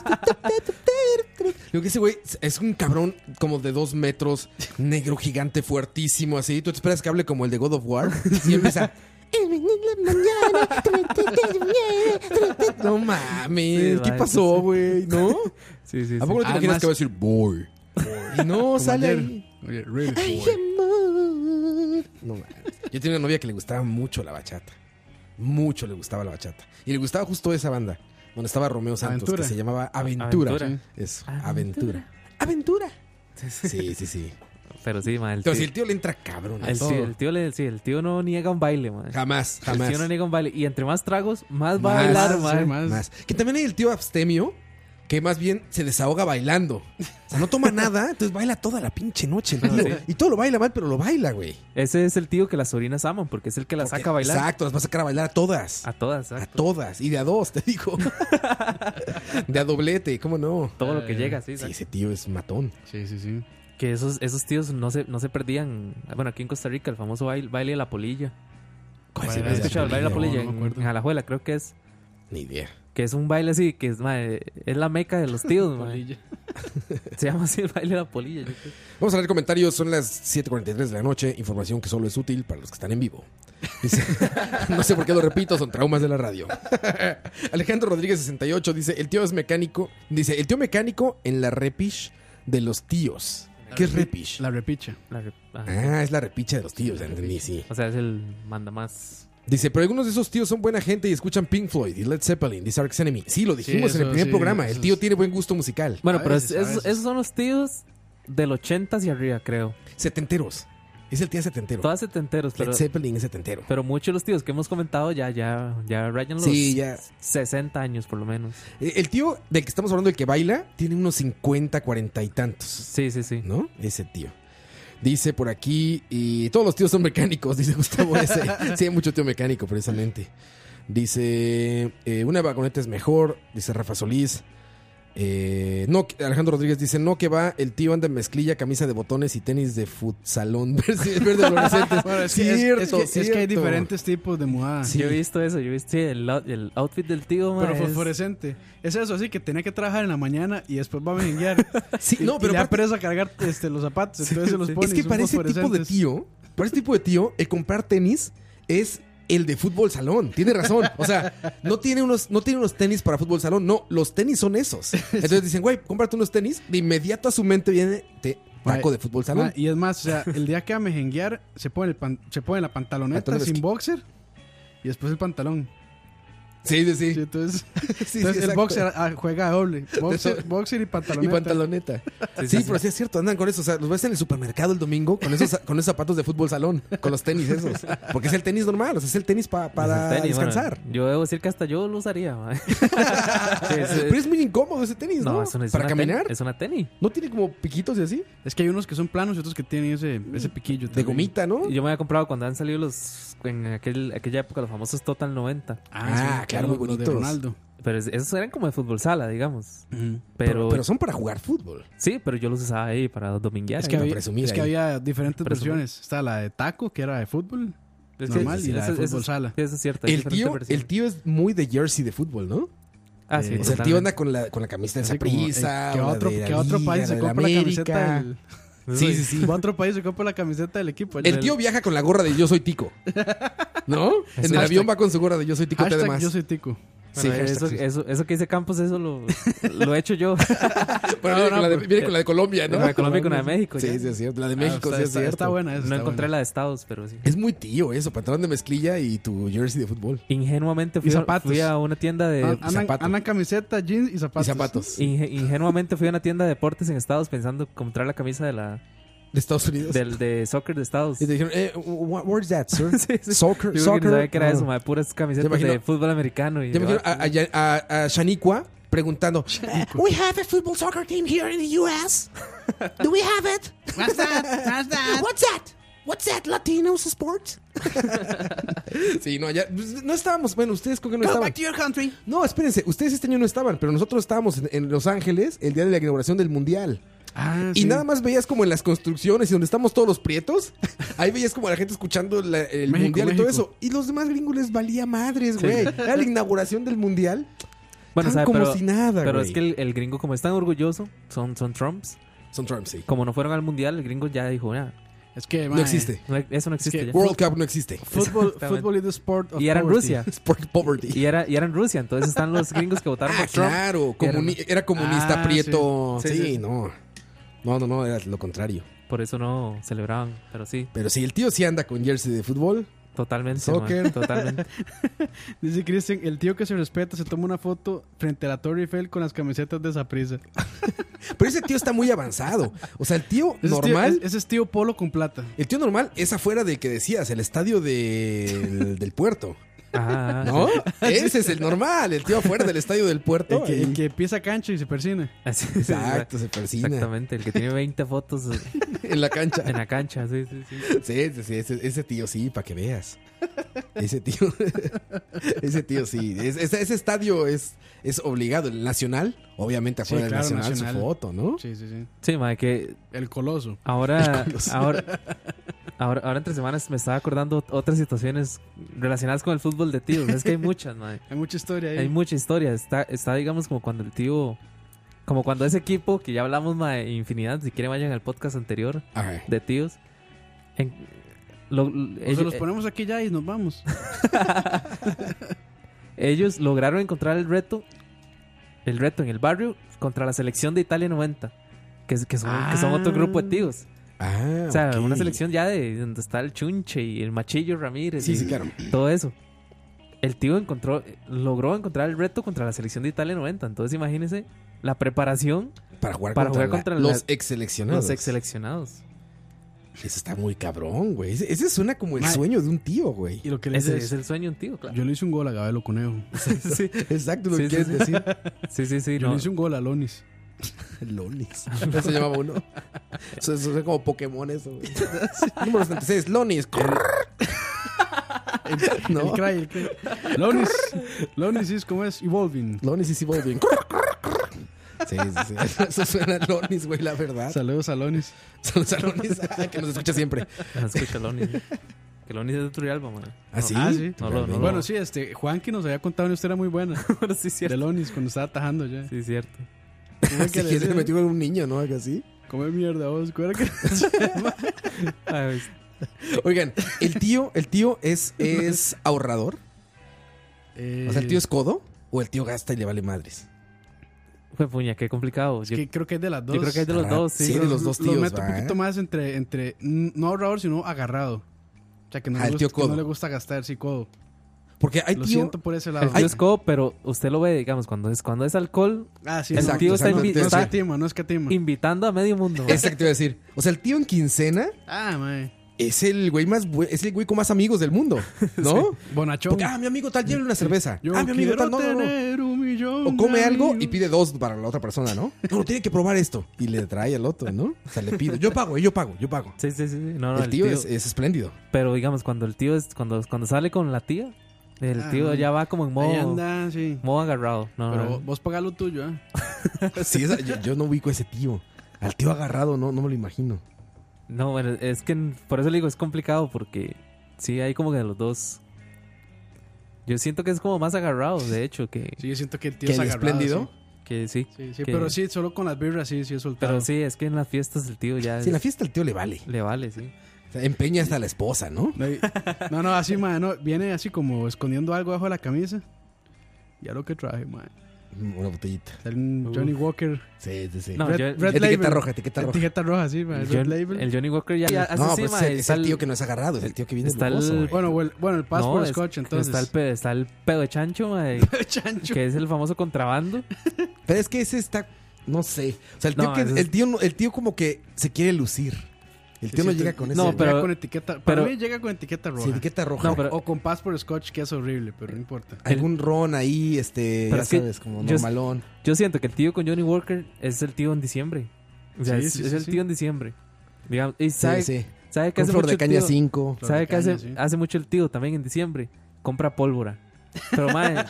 [SPEAKER 1] Lo que ese güey es un cabrón como de dos metros, negro gigante, fuertísimo, así. Tú te esperas que hable como el de God of War y empieza. No mames,
[SPEAKER 3] Sí,
[SPEAKER 1] ¿qué
[SPEAKER 3] va,
[SPEAKER 1] pasó,
[SPEAKER 3] sí.
[SPEAKER 1] güey? ¿No?
[SPEAKER 3] Sí, sí,
[SPEAKER 1] ¿A poco no te
[SPEAKER 4] Además-
[SPEAKER 1] imaginas que va a decir boy? Y no,
[SPEAKER 4] Como
[SPEAKER 1] sale
[SPEAKER 4] ayer.
[SPEAKER 1] ahí.
[SPEAKER 4] Oye, really,
[SPEAKER 1] Ay,
[SPEAKER 4] boy.
[SPEAKER 1] amor. No mames. Yo tenía una novia que le gustaba mucho la bachata. Mucho le gustaba la bachata. Y le gustaba justo esa banda. Donde estaba Romeo Santos,
[SPEAKER 4] Aventura.
[SPEAKER 1] que se llamaba Aventura.
[SPEAKER 3] Aventura.
[SPEAKER 1] Eso,
[SPEAKER 3] Aventura.
[SPEAKER 1] Aventura. Aventura. Sí, sí, sí.
[SPEAKER 3] Pero sí, mae, el tío.
[SPEAKER 1] Entonces, si el tío le entra cabrón a
[SPEAKER 3] El,
[SPEAKER 1] todo.
[SPEAKER 3] tío, el tío le, sí, el tío no niega un baile, mae.
[SPEAKER 1] Jamás,
[SPEAKER 3] El
[SPEAKER 1] jamás.
[SPEAKER 3] tío no niega un baile. Y entre más tragos, más va
[SPEAKER 1] Más,
[SPEAKER 3] a bailar,
[SPEAKER 4] sí,
[SPEAKER 3] mae.
[SPEAKER 4] más.
[SPEAKER 1] Más. Que también hay el tío abstemio que más bien se desahoga bailando. O sea, no toma nada, entonces baila toda la pinche noche el tío. Y todo lo baila mal, pero lo baila, güey.
[SPEAKER 3] Ese es el tío que las sobrinas aman porque es el que las
[SPEAKER 1] Porque-
[SPEAKER 3] saca a bailar.
[SPEAKER 1] Exacto, las va a sacar a bailar a todas.
[SPEAKER 3] A todas,
[SPEAKER 1] A
[SPEAKER 3] exacto.
[SPEAKER 1] todas. Y de a dos, te digo. de a doblete, ¿cómo no?
[SPEAKER 3] Todo lo que llega, sí,
[SPEAKER 1] Sí,
[SPEAKER 3] exacto.
[SPEAKER 1] ese tío es matón.
[SPEAKER 4] Sí, sí, sí.
[SPEAKER 3] Que esos, esos tíos no se, no se perdían. Bueno, aquí en Costa Rica, el famoso baile, baile de la polilla.
[SPEAKER 1] ¿Cuál
[SPEAKER 4] Bueno,
[SPEAKER 1] es el baile
[SPEAKER 3] ¿Has
[SPEAKER 4] no
[SPEAKER 1] de
[SPEAKER 3] escuchado el baile de la
[SPEAKER 1] polilla?
[SPEAKER 3] polilla?
[SPEAKER 4] No, no me
[SPEAKER 3] En-
[SPEAKER 4] acuerdo.
[SPEAKER 3] en, Alajuela, creo que es.
[SPEAKER 1] Ni idea.
[SPEAKER 3] Que es un baile así, que es, mae, es la meca de los tíos, mae.
[SPEAKER 4] Polilla.
[SPEAKER 3] Se llama así el baile de la polilla. yo creo.
[SPEAKER 1] Vamos a leer comentarios, son las 7.43 de la noche, información que solo es útil para los que están en vivo. Dice, no sé por qué lo repito, son traumas de la radio. Alejandro Rodríguez 68 dice, el tío es mecánico, dice, el tío mecánico en la repish de los tíos. ¿Qué es repish?
[SPEAKER 4] La repicha.
[SPEAKER 3] La re- ajá.
[SPEAKER 1] Ah, es la repicha de los tíos, ya entendí, sí.
[SPEAKER 3] O sea, es el manda más.
[SPEAKER 1] Dice, pero algunos de esos tíos son buena gente y escuchan Pink Floyd y Led Zeppelin, This Arx Enemy. Sí, lo dijimos
[SPEAKER 4] Sí,
[SPEAKER 1] en el
[SPEAKER 4] eso,
[SPEAKER 1] primer
[SPEAKER 4] sí,
[SPEAKER 1] programa, el
[SPEAKER 4] eso
[SPEAKER 1] tío
[SPEAKER 4] es-
[SPEAKER 1] tiene buen gusto musical.
[SPEAKER 3] Bueno,
[SPEAKER 4] A
[SPEAKER 3] pero es-
[SPEAKER 4] veces, a
[SPEAKER 3] esos,
[SPEAKER 4] veces.
[SPEAKER 3] esos son los tíos del 80 hacia arriba, creo.
[SPEAKER 1] Setenteros, es el tío setentero.
[SPEAKER 3] Todas setenteros, pero,
[SPEAKER 1] Led Zeppelin es setentero.
[SPEAKER 3] pero muchos de los tíos que hemos comentado ya, ya, ya rayan los
[SPEAKER 1] Sí, ya.
[SPEAKER 3] 60 años por lo menos.
[SPEAKER 1] Eh, El tío del que estamos hablando, el que baila, tiene unos 50, 40 y tantos,
[SPEAKER 3] Sí, sí, sí.
[SPEAKER 1] ¿no? Ese tío. Dice por aquí, y todos los tíos son mecánicos, dice Gustavo S. Sí, hay mucho tío mecánico, precisamente. Dice, eh, una vagoneta es mejor, dice Rafa Solís. Eh, no, que- Alejandro Rodríguez dice, no que va, el tío anda en mezclilla, camisa de botones y tenis de futsalón verde verde fluorescente.
[SPEAKER 4] Bueno, es, que, es,
[SPEAKER 1] Cierto,
[SPEAKER 4] que- es que, hay
[SPEAKER 1] cierto.
[SPEAKER 4] diferentes tipos de moda.
[SPEAKER 1] Sí.
[SPEAKER 3] Yo he visto eso, yo he visto sí, el, out- el outfit del tío, ma,
[SPEAKER 4] Pero
[SPEAKER 3] es-
[SPEAKER 1] Pues,
[SPEAKER 4] fosforescente. Es eso, así que tenía que trabajar en la mañana y después va a merenguear.
[SPEAKER 1] Sí,
[SPEAKER 4] Y-
[SPEAKER 1] no,
[SPEAKER 4] y
[SPEAKER 1] pero
[SPEAKER 4] le da
[SPEAKER 1] aparte-
[SPEAKER 4] pereza cargar este, los zapatos, entonces se los pone.
[SPEAKER 1] Es
[SPEAKER 4] y
[SPEAKER 1] que
[SPEAKER 4] son
[SPEAKER 1] para ese tipo de
[SPEAKER 4] fosforescentes.
[SPEAKER 1] tío, para ese tipo de tío, el comprar tenis es el de fútbol salón. Tiene razón. O sea, no tiene unos, no tiene unos tenis para fútbol salón. No, los tenis son esos. Entonces dicen, güey, cómprate unos tenis. De inmediato a su mente viene te, taco de fútbol salón.
[SPEAKER 4] Ma, Ah, y es más, o sea, el día que va a mejenguear, se pone, el pan- se pone la pantaloneta
[SPEAKER 1] Pantalones.
[SPEAKER 4] sin boxer y después el pantalón.
[SPEAKER 1] Sí, sí, sí.
[SPEAKER 4] Sí, entonces
[SPEAKER 1] Sí, sí,
[SPEAKER 4] entonces el
[SPEAKER 1] exacto.
[SPEAKER 4] boxer ah, juega doble. Boxer, boxer y
[SPEAKER 1] Y
[SPEAKER 4] pantaloneta.
[SPEAKER 1] pantaloneta. Sí, pero sí es cierto, andan con eso. O sea, los ves en el supermercado el domingo con esos, con esos zapatos de fútbol salón, con los tenis esos. Porque es el tenis normal, o sea, es el tenis pa- para
[SPEAKER 3] es Pues el tenis, bueno,
[SPEAKER 1] descansar.
[SPEAKER 3] yo debo decir que hasta yo lo usaría, ma. Sí, es-
[SPEAKER 1] Pero es muy incómodo ese tenis, ¿no?
[SPEAKER 3] no, es una- es
[SPEAKER 1] para
[SPEAKER 3] una
[SPEAKER 1] caminar.
[SPEAKER 3] ten- es una tenis.
[SPEAKER 1] ¿No tiene como piquitos y así?
[SPEAKER 4] Es que hay unos que son planos y otros que tienen ese, ese
[SPEAKER 1] De
[SPEAKER 4] piquillo. también.
[SPEAKER 1] gomita, ¿no?
[SPEAKER 3] Yo me había comprado cuando han salido los. En aquel, aquella época, los famosos Total 90.
[SPEAKER 1] Ah, claro, muy
[SPEAKER 4] los- los de
[SPEAKER 1] bonitos.
[SPEAKER 4] Ronaldo.
[SPEAKER 3] Pero es- esos eran como de fútbol sala, digamos.
[SPEAKER 4] Ujú.
[SPEAKER 3] Pero,
[SPEAKER 1] Pero son para jugar fútbol.
[SPEAKER 3] sí, pero yo los usaba ahí para dominguear.
[SPEAKER 4] Es que,
[SPEAKER 3] ahí.
[SPEAKER 1] la
[SPEAKER 4] había,
[SPEAKER 1] presumida
[SPEAKER 4] es que
[SPEAKER 1] ahí.
[SPEAKER 4] había diferentes
[SPEAKER 3] Presumida.
[SPEAKER 4] versiones. Está la de taco, que era de fútbol.
[SPEAKER 3] Es que-
[SPEAKER 4] normal, y la
[SPEAKER 3] eso-
[SPEAKER 4] de
[SPEAKER 3] eso-
[SPEAKER 4] fútbol sala.
[SPEAKER 3] Eso es cierto. hay
[SPEAKER 1] El
[SPEAKER 3] diferentes
[SPEAKER 1] tío,
[SPEAKER 3] versiones.
[SPEAKER 1] el tío es muy de jersey de fútbol, ¿no?
[SPEAKER 3] Ah,
[SPEAKER 1] o sea, el
[SPEAKER 3] sí,
[SPEAKER 1] tío
[SPEAKER 3] totalmente.
[SPEAKER 1] anda con la, con la camiseta de
[SPEAKER 4] Así como, eh,
[SPEAKER 1] Saprissa.
[SPEAKER 4] que a
[SPEAKER 1] o la
[SPEAKER 4] otro,
[SPEAKER 1] de la
[SPEAKER 4] que a otro
[SPEAKER 1] Liga,
[SPEAKER 4] país
[SPEAKER 1] la
[SPEAKER 4] se
[SPEAKER 1] de la
[SPEAKER 4] compra la camiseta
[SPEAKER 1] América.
[SPEAKER 4] del,
[SPEAKER 1] Sí, sí, sí.
[SPEAKER 4] Cuatro países compra la camiseta del equipo.
[SPEAKER 1] El tío viaja con la gorra de Yo soy Tico. ¿No? En el
[SPEAKER 3] hashtag.
[SPEAKER 1] avión va con su gorra de Yo soy Tico
[SPEAKER 4] Hashtag
[SPEAKER 1] además.
[SPEAKER 4] yo soy tico.
[SPEAKER 1] Sí,
[SPEAKER 3] Bueno,
[SPEAKER 1] hashtag,
[SPEAKER 3] eso,
[SPEAKER 1] sí.
[SPEAKER 3] Eso, eso que dice Campos, eso lo, lo he hecho yo.
[SPEAKER 1] Bueno, viene,
[SPEAKER 3] no,
[SPEAKER 1] con la de,
[SPEAKER 4] pues,
[SPEAKER 3] porque-
[SPEAKER 4] eh,
[SPEAKER 1] viene con la de Colombia,
[SPEAKER 3] Con
[SPEAKER 1] ¿no?
[SPEAKER 3] la de Colombia y con la de México.
[SPEAKER 1] Sí,
[SPEAKER 3] ya.
[SPEAKER 1] sí, es cierto. La de
[SPEAKER 4] Ah,
[SPEAKER 1] México,
[SPEAKER 4] está,
[SPEAKER 1] sí, es
[SPEAKER 4] está-
[SPEAKER 1] cierto.
[SPEAKER 4] está buena esa.
[SPEAKER 3] no
[SPEAKER 4] está
[SPEAKER 3] encontré
[SPEAKER 4] buena.
[SPEAKER 3] la de Estados, pero sí.
[SPEAKER 1] Es muy tío eso, pantalón de mezclilla y tu jersey de fútbol.
[SPEAKER 3] Ingenuamente fui,
[SPEAKER 4] Y
[SPEAKER 3] a-
[SPEAKER 4] zapatos.
[SPEAKER 3] fui a una tienda de...
[SPEAKER 4] Ah, andan-
[SPEAKER 1] zapato.
[SPEAKER 4] andan camiseta, jeans y zapatos.
[SPEAKER 1] Y zapatos.
[SPEAKER 3] inge- ingenuamente fui a una tienda de deportes en Estados pensando comprar la camisa de la
[SPEAKER 1] De Estados Unidos.
[SPEAKER 3] del de soccer de Estados.
[SPEAKER 1] Y te dijeron, eh, wh- where's that, sir?
[SPEAKER 3] Sí, sí.
[SPEAKER 1] Soccer,
[SPEAKER 3] Yo creo que no sabía
[SPEAKER 1] soccer.
[SPEAKER 3] que era
[SPEAKER 1] Ah.
[SPEAKER 3] eso, mae, puras camisetas
[SPEAKER 1] imagino-
[SPEAKER 3] de fútbol americano. Y
[SPEAKER 1] Ya me
[SPEAKER 3] de
[SPEAKER 1] quiero a, a, Ya- a- a Shaniqua preguntando, "Eh, We have a football soccer team here in the US. Do we have it?
[SPEAKER 7] What's that? What's that?
[SPEAKER 1] What's that? What's that? Latinos sport? sí, no, ya pues, no estábamos, bueno, ustedes creo que no estaban.
[SPEAKER 7] your country.
[SPEAKER 1] No, espérense, ustedes este año no estaban, pero nosotros estábamos en, en Los Ángeles el día de la inauguración del Mundial.
[SPEAKER 4] Ah,
[SPEAKER 1] Y
[SPEAKER 4] sí.
[SPEAKER 1] nada más veías como en las construcciones y donde estamos todos los prietos, ahí veías como a la gente escuchando la- el
[SPEAKER 4] México,
[SPEAKER 1] mundial y todo
[SPEAKER 4] México.
[SPEAKER 1] eso. Y los demás gringos les valía madres, güey. Era la inauguración del mundial.
[SPEAKER 3] Bueno,
[SPEAKER 1] Tan
[SPEAKER 3] sabe,
[SPEAKER 1] como
[SPEAKER 3] pero,
[SPEAKER 1] si nada,
[SPEAKER 3] pero
[SPEAKER 1] güey.
[SPEAKER 3] es que el, el gringo, como es tan orgulloso, son, son Trumps.
[SPEAKER 1] Son Trump, sí.
[SPEAKER 3] Como no fueron al mundial, el gringo ya dijo, "Ah,
[SPEAKER 4] Es que,
[SPEAKER 1] No
[SPEAKER 4] mae,
[SPEAKER 1] existe.
[SPEAKER 3] no hay- eso no existe.
[SPEAKER 4] que
[SPEAKER 3] ya".
[SPEAKER 1] World Cup no existe.
[SPEAKER 4] Fútbol,
[SPEAKER 3] Exactamente.
[SPEAKER 4] fútbol is the sport of
[SPEAKER 3] Y era en
[SPEAKER 4] poverty.
[SPEAKER 3] Rusia.
[SPEAKER 1] Sport poverty.
[SPEAKER 3] Y era, y era en Rusia, entonces están los gringos que votaron
[SPEAKER 1] ah,
[SPEAKER 3] por Trump.
[SPEAKER 1] claro. comuni-
[SPEAKER 3] Era-
[SPEAKER 1] era comunista,
[SPEAKER 4] Ah,
[SPEAKER 1] prieto. Sí,
[SPEAKER 4] sí. Sí, sí.
[SPEAKER 1] no. No, no, no, era lo contrario.
[SPEAKER 3] Por eso no celebraban, pero sí,
[SPEAKER 1] Pero si el tío sí anda con jersey de fútbol.
[SPEAKER 3] totalmente.
[SPEAKER 1] Soccer.
[SPEAKER 3] mae, totalmente.
[SPEAKER 4] Dice Christian, el tío que se respeta se toma una foto frente a la Torre Eiffel con las camisetas de Saprissa.
[SPEAKER 1] Pero ese tío está muy avanzado. O sea, el tío
[SPEAKER 4] Ese es tío-
[SPEAKER 1] normal.
[SPEAKER 4] es- ese es tío Polo con plata.
[SPEAKER 1] El tío normal es afuera del que decías, el estadio del, del puerto.
[SPEAKER 3] Ajá,
[SPEAKER 1] ¿No? Ese es el normal, el tío afuera del estadio del puerto.
[SPEAKER 4] El que,
[SPEAKER 1] ahí.
[SPEAKER 4] el que empieza cancha y se persina.
[SPEAKER 3] así es,
[SPEAKER 1] Exacto, se
[SPEAKER 3] mae.
[SPEAKER 1] persina
[SPEAKER 3] Exactamente, el que tiene 20 fotos
[SPEAKER 1] en la cancha.
[SPEAKER 3] en la cancha, sí, sí, sí.
[SPEAKER 1] Sí, sí, sí, ese, ese tío sí, para que veas. Ese tío, ese tío sí. Es- es- ese estadio es, es obligado. El nacional, obviamente afuera
[SPEAKER 4] Sí, claro,
[SPEAKER 1] del nacional, su
[SPEAKER 4] Nacional.
[SPEAKER 1] foto, ¿no?
[SPEAKER 4] Sí, sí, sí.
[SPEAKER 3] Sí, mae, que
[SPEAKER 4] El coloso.
[SPEAKER 3] ahora, ahora, ahora, ahora entre semanas me estaba acordando otras situaciones relacionadas con el fútbol de tíos. Es que hay muchas, mae.
[SPEAKER 4] Hay mucha historia ahí.
[SPEAKER 3] Hay mucha historia. Está, está, digamos, como cuando el tío. Como cuando ese equipo, que ya hablamos mae, infinidad, si quieren vayan al podcast anterior
[SPEAKER 1] Ajá.
[SPEAKER 3] de tíos. En, lo-
[SPEAKER 4] O sea,
[SPEAKER 3] ellos,
[SPEAKER 4] los ponemos aquí ya y nos vamos.
[SPEAKER 3] ellos lograron encontrar el reto. El reto en el barrio contra la selección de Italia 90. Que, es- que, son, que son otro grupo de tíos.
[SPEAKER 1] Ah,
[SPEAKER 3] o sea,
[SPEAKER 1] ok.
[SPEAKER 3] una selección ya de donde está el Chunche y el Machillo Ramírez.
[SPEAKER 1] Sí,
[SPEAKER 3] y
[SPEAKER 1] sí, claro.
[SPEAKER 3] todo eso. El tío encontró, logró encontrar el reto contra la selección de Italia 90. Entonces imagínense la preparación
[SPEAKER 1] Para jugar
[SPEAKER 3] Para
[SPEAKER 1] contra,
[SPEAKER 3] jugar contra
[SPEAKER 1] la-
[SPEAKER 3] la-
[SPEAKER 1] los ex
[SPEAKER 3] de
[SPEAKER 1] seleccionados.
[SPEAKER 3] los ex seleccionados.
[SPEAKER 1] Eso está muy cabrón, güey. Ese, ese suena como el
[SPEAKER 4] Ma-
[SPEAKER 1] sueño de un tío, güey.
[SPEAKER 4] Y lo que le
[SPEAKER 3] Ese es
[SPEAKER 4] dices,
[SPEAKER 3] el sueño de un tío, claro.
[SPEAKER 4] yo le hice un gol a Gabelo Conejo.
[SPEAKER 3] sí,
[SPEAKER 1] Exacto lo
[SPEAKER 3] Sí,
[SPEAKER 1] que
[SPEAKER 3] sí,
[SPEAKER 1] quieres
[SPEAKER 3] sí.
[SPEAKER 1] decir.
[SPEAKER 3] sí, sí. sí,
[SPEAKER 4] Yo
[SPEAKER 3] no.
[SPEAKER 4] le hice un gol a Lonis.
[SPEAKER 1] Lonis. Eso se llamaba uno. Eso, eso es como Pokémon eso, güey. Número 76, Lonis.
[SPEAKER 4] El
[SPEAKER 1] no,
[SPEAKER 4] cry, el cry. Lonis. Lonis es como es Evolving.
[SPEAKER 1] Lonis is evolving. Sí, sí, sí. Eso suena a Lonis, güey, la verdad.
[SPEAKER 4] Saludos a Lonis.
[SPEAKER 1] Saludos a Lonis, ah, que nos escucha siempre.
[SPEAKER 3] Ah, Escucha, Lonis. Que Lonis es de Turrialba, man.
[SPEAKER 1] ¿Ah, sí?
[SPEAKER 4] Ah, sí.
[SPEAKER 3] No, no, no.
[SPEAKER 4] Bueno, sí, este, Juan que nos había contado una historia muy buena
[SPEAKER 3] Bueno, sí,
[SPEAKER 4] de
[SPEAKER 3] cierto.
[SPEAKER 4] Lonis cuando estaba atajando ya.
[SPEAKER 3] Sí, cierto.
[SPEAKER 4] ¿Cómo es
[SPEAKER 1] Sí,
[SPEAKER 4] que
[SPEAKER 1] que
[SPEAKER 4] le
[SPEAKER 1] se
[SPEAKER 4] decía?
[SPEAKER 1] metió con un niño, ¿no? Algo así.
[SPEAKER 4] Come mierda vos, ¿cuál era que
[SPEAKER 3] Ay,
[SPEAKER 1] Oigan, el tío, el tío es, es ahorrador.
[SPEAKER 4] Eh,
[SPEAKER 1] O sea, el tío es codo o el tío gasta y le vale madres.
[SPEAKER 3] fue puña, qué complicado.
[SPEAKER 4] es
[SPEAKER 3] Yo,
[SPEAKER 4] que creo que es de las dos.
[SPEAKER 3] yo creo que es de los
[SPEAKER 1] Ajá,
[SPEAKER 3] dos, sí.
[SPEAKER 1] sí, de los dos tíos,
[SPEAKER 4] Lo meto
[SPEAKER 1] va,
[SPEAKER 4] un poquito
[SPEAKER 1] ¿eh?
[SPEAKER 4] más entre, entre mm, no ahorrador, sino agarrado. O sea, que no,
[SPEAKER 1] Ah,
[SPEAKER 4] le,
[SPEAKER 1] el
[SPEAKER 4] gusta,
[SPEAKER 1] tío
[SPEAKER 4] que
[SPEAKER 1] codo.
[SPEAKER 4] no le gusta gastar, sí, codo.
[SPEAKER 1] Porque hay
[SPEAKER 4] Lo
[SPEAKER 1] tío.
[SPEAKER 4] siento por ese lado.
[SPEAKER 3] El tío es codo, pero usted lo ve, digamos, cuando es, cuando es alcohol,
[SPEAKER 4] ah, sí,
[SPEAKER 3] el
[SPEAKER 4] no,
[SPEAKER 1] Exacto,
[SPEAKER 3] tío está,
[SPEAKER 1] exacto.
[SPEAKER 4] no,
[SPEAKER 3] invi-
[SPEAKER 4] no
[SPEAKER 3] está
[SPEAKER 4] escatima, no escatima.
[SPEAKER 3] invitando a medio mundo. mae.
[SPEAKER 1] Exacto, iba a decir. O sea, el tío en quincena
[SPEAKER 4] Ah, mae.
[SPEAKER 1] es el güey más bu- es el güey con más amigos del mundo, ¿no?
[SPEAKER 4] Bonachón.
[SPEAKER 1] Porque, ah, mi amigo tal, llévele una cerveza.
[SPEAKER 4] Yo
[SPEAKER 1] ah, mi amigo tal,
[SPEAKER 4] quiero
[SPEAKER 1] no, no, no.
[SPEAKER 4] tener un millón
[SPEAKER 1] O come
[SPEAKER 4] de
[SPEAKER 1] algo y
[SPEAKER 4] amigos.
[SPEAKER 1] pide dos para la otra persona, ¿no? No, tiene que probar esto. Y le trae al otro, ¿no? O sea, le pido. Yo pago, eh, yo pago, yo pago.
[SPEAKER 3] Sí, sí, sí. sí. No, no,
[SPEAKER 1] El tío es, es espléndido.
[SPEAKER 3] Pero digamos, cuando el tío es, cuando, cuando sale con la tía, el
[SPEAKER 4] Ah,
[SPEAKER 3] tío
[SPEAKER 4] no.
[SPEAKER 3] ya va como en
[SPEAKER 4] Ahí
[SPEAKER 3] modo,
[SPEAKER 4] anda, sí.
[SPEAKER 3] modo agarrado.
[SPEAKER 1] Ah.
[SPEAKER 3] No,
[SPEAKER 4] Pero
[SPEAKER 3] no,
[SPEAKER 4] vos- vos pagá lo tuyo, ¿eh?
[SPEAKER 1] Sí, esa- yo, yo no ubico a ese tío. Al tío agarrado, no, no me lo imagino.
[SPEAKER 3] no, bueno, es que en- por eso le digo, es complicado porque sí, hay como que de los dos. Yo siento que es como más agarrado, de hecho, que,
[SPEAKER 4] Sí, yo siento que el tío
[SPEAKER 1] Que
[SPEAKER 4] es
[SPEAKER 1] el
[SPEAKER 4] agarrado,
[SPEAKER 1] espléndido.
[SPEAKER 4] sí.
[SPEAKER 3] que que sí.
[SPEAKER 4] Sí, sí,
[SPEAKER 3] que-
[SPEAKER 4] pero sí, solo con las birras sí, sí es soltado.
[SPEAKER 3] Pero sí, es que en las fiestas el tío ya
[SPEAKER 1] Si en la fiesta al tío le vale.
[SPEAKER 3] le vale, sí.
[SPEAKER 1] O sea, empeña hasta la esposa, ¿no?
[SPEAKER 4] No, y- No, no, así, mae, no, viene así como escondiendo algo bajo la camisa. Ya lo que traje, mae.
[SPEAKER 1] Una botellita.
[SPEAKER 4] Sale un
[SPEAKER 3] Uf.
[SPEAKER 4] Johnny Walker.
[SPEAKER 1] Sí, sí, sí.
[SPEAKER 3] No, yo-
[SPEAKER 1] etiqueta roja, etiqueta roja.
[SPEAKER 4] Etiqueta roja, sí, mae,
[SPEAKER 3] El,
[SPEAKER 4] Red
[SPEAKER 3] John-
[SPEAKER 4] Label.
[SPEAKER 3] el Johnny Walker ya, ya hace
[SPEAKER 1] no,
[SPEAKER 3] sí,
[SPEAKER 1] pues
[SPEAKER 3] mae,
[SPEAKER 1] es, el- es
[SPEAKER 3] está
[SPEAKER 1] el
[SPEAKER 3] el-
[SPEAKER 1] tío que no es agarrado, es el tío que viene
[SPEAKER 3] está el-
[SPEAKER 1] lujoso, eh. güey.
[SPEAKER 4] bueno, bueno, bueno, el
[SPEAKER 3] no,
[SPEAKER 4] passport
[SPEAKER 3] es-
[SPEAKER 4] es, coche, entonces.
[SPEAKER 3] Está el, pe- está el pedo de chancho, mae,
[SPEAKER 4] chancho.
[SPEAKER 3] que es el famoso contrabando.
[SPEAKER 1] Pero es que ese está, no sé. O sea, el tío,
[SPEAKER 3] No,
[SPEAKER 1] que,
[SPEAKER 3] ese es-
[SPEAKER 1] el, tío, no- el tío como que se quiere lucir. El tío no
[SPEAKER 4] Sí,
[SPEAKER 1] llega
[SPEAKER 4] te-
[SPEAKER 1] con ese.
[SPEAKER 3] no,
[SPEAKER 4] llega
[SPEAKER 3] pero-
[SPEAKER 4] con etiqueta. Para
[SPEAKER 3] pero-
[SPEAKER 4] mí llega con etiqueta roja.
[SPEAKER 1] sí, etiqueta roja.
[SPEAKER 3] No, pero-
[SPEAKER 4] O con passport scotch, que es horrible, pero no importa.
[SPEAKER 1] Algún ron ahí, este,
[SPEAKER 3] Pero
[SPEAKER 1] ya
[SPEAKER 3] es que
[SPEAKER 1] sabes, como
[SPEAKER 3] yo-
[SPEAKER 1] normalón.
[SPEAKER 3] Yo siento que el tío con Johnny Walker es el tío en diciembre. O sea,
[SPEAKER 4] Sí,
[SPEAKER 3] es,
[SPEAKER 4] sí,
[SPEAKER 3] es
[SPEAKER 4] sí,
[SPEAKER 3] el
[SPEAKER 4] sí.
[SPEAKER 3] tío en diciembre. Digamos, y
[SPEAKER 1] Sí,
[SPEAKER 3] sabe,
[SPEAKER 1] sí.
[SPEAKER 3] sabe que
[SPEAKER 1] Con
[SPEAKER 3] hace
[SPEAKER 1] flor
[SPEAKER 3] mucho
[SPEAKER 1] de
[SPEAKER 3] el
[SPEAKER 1] caña
[SPEAKER 3] tío-
[SPEAKER 1] 5.
[SPEAKER 4] Flor de
[SPEAKER 3] ¿Sabe qué hace,
[SPEAKER 4] caña, sí.
[SPEAKER 3] hace mucho el tío también en diciembre? Compra pólvora. Pero, madre,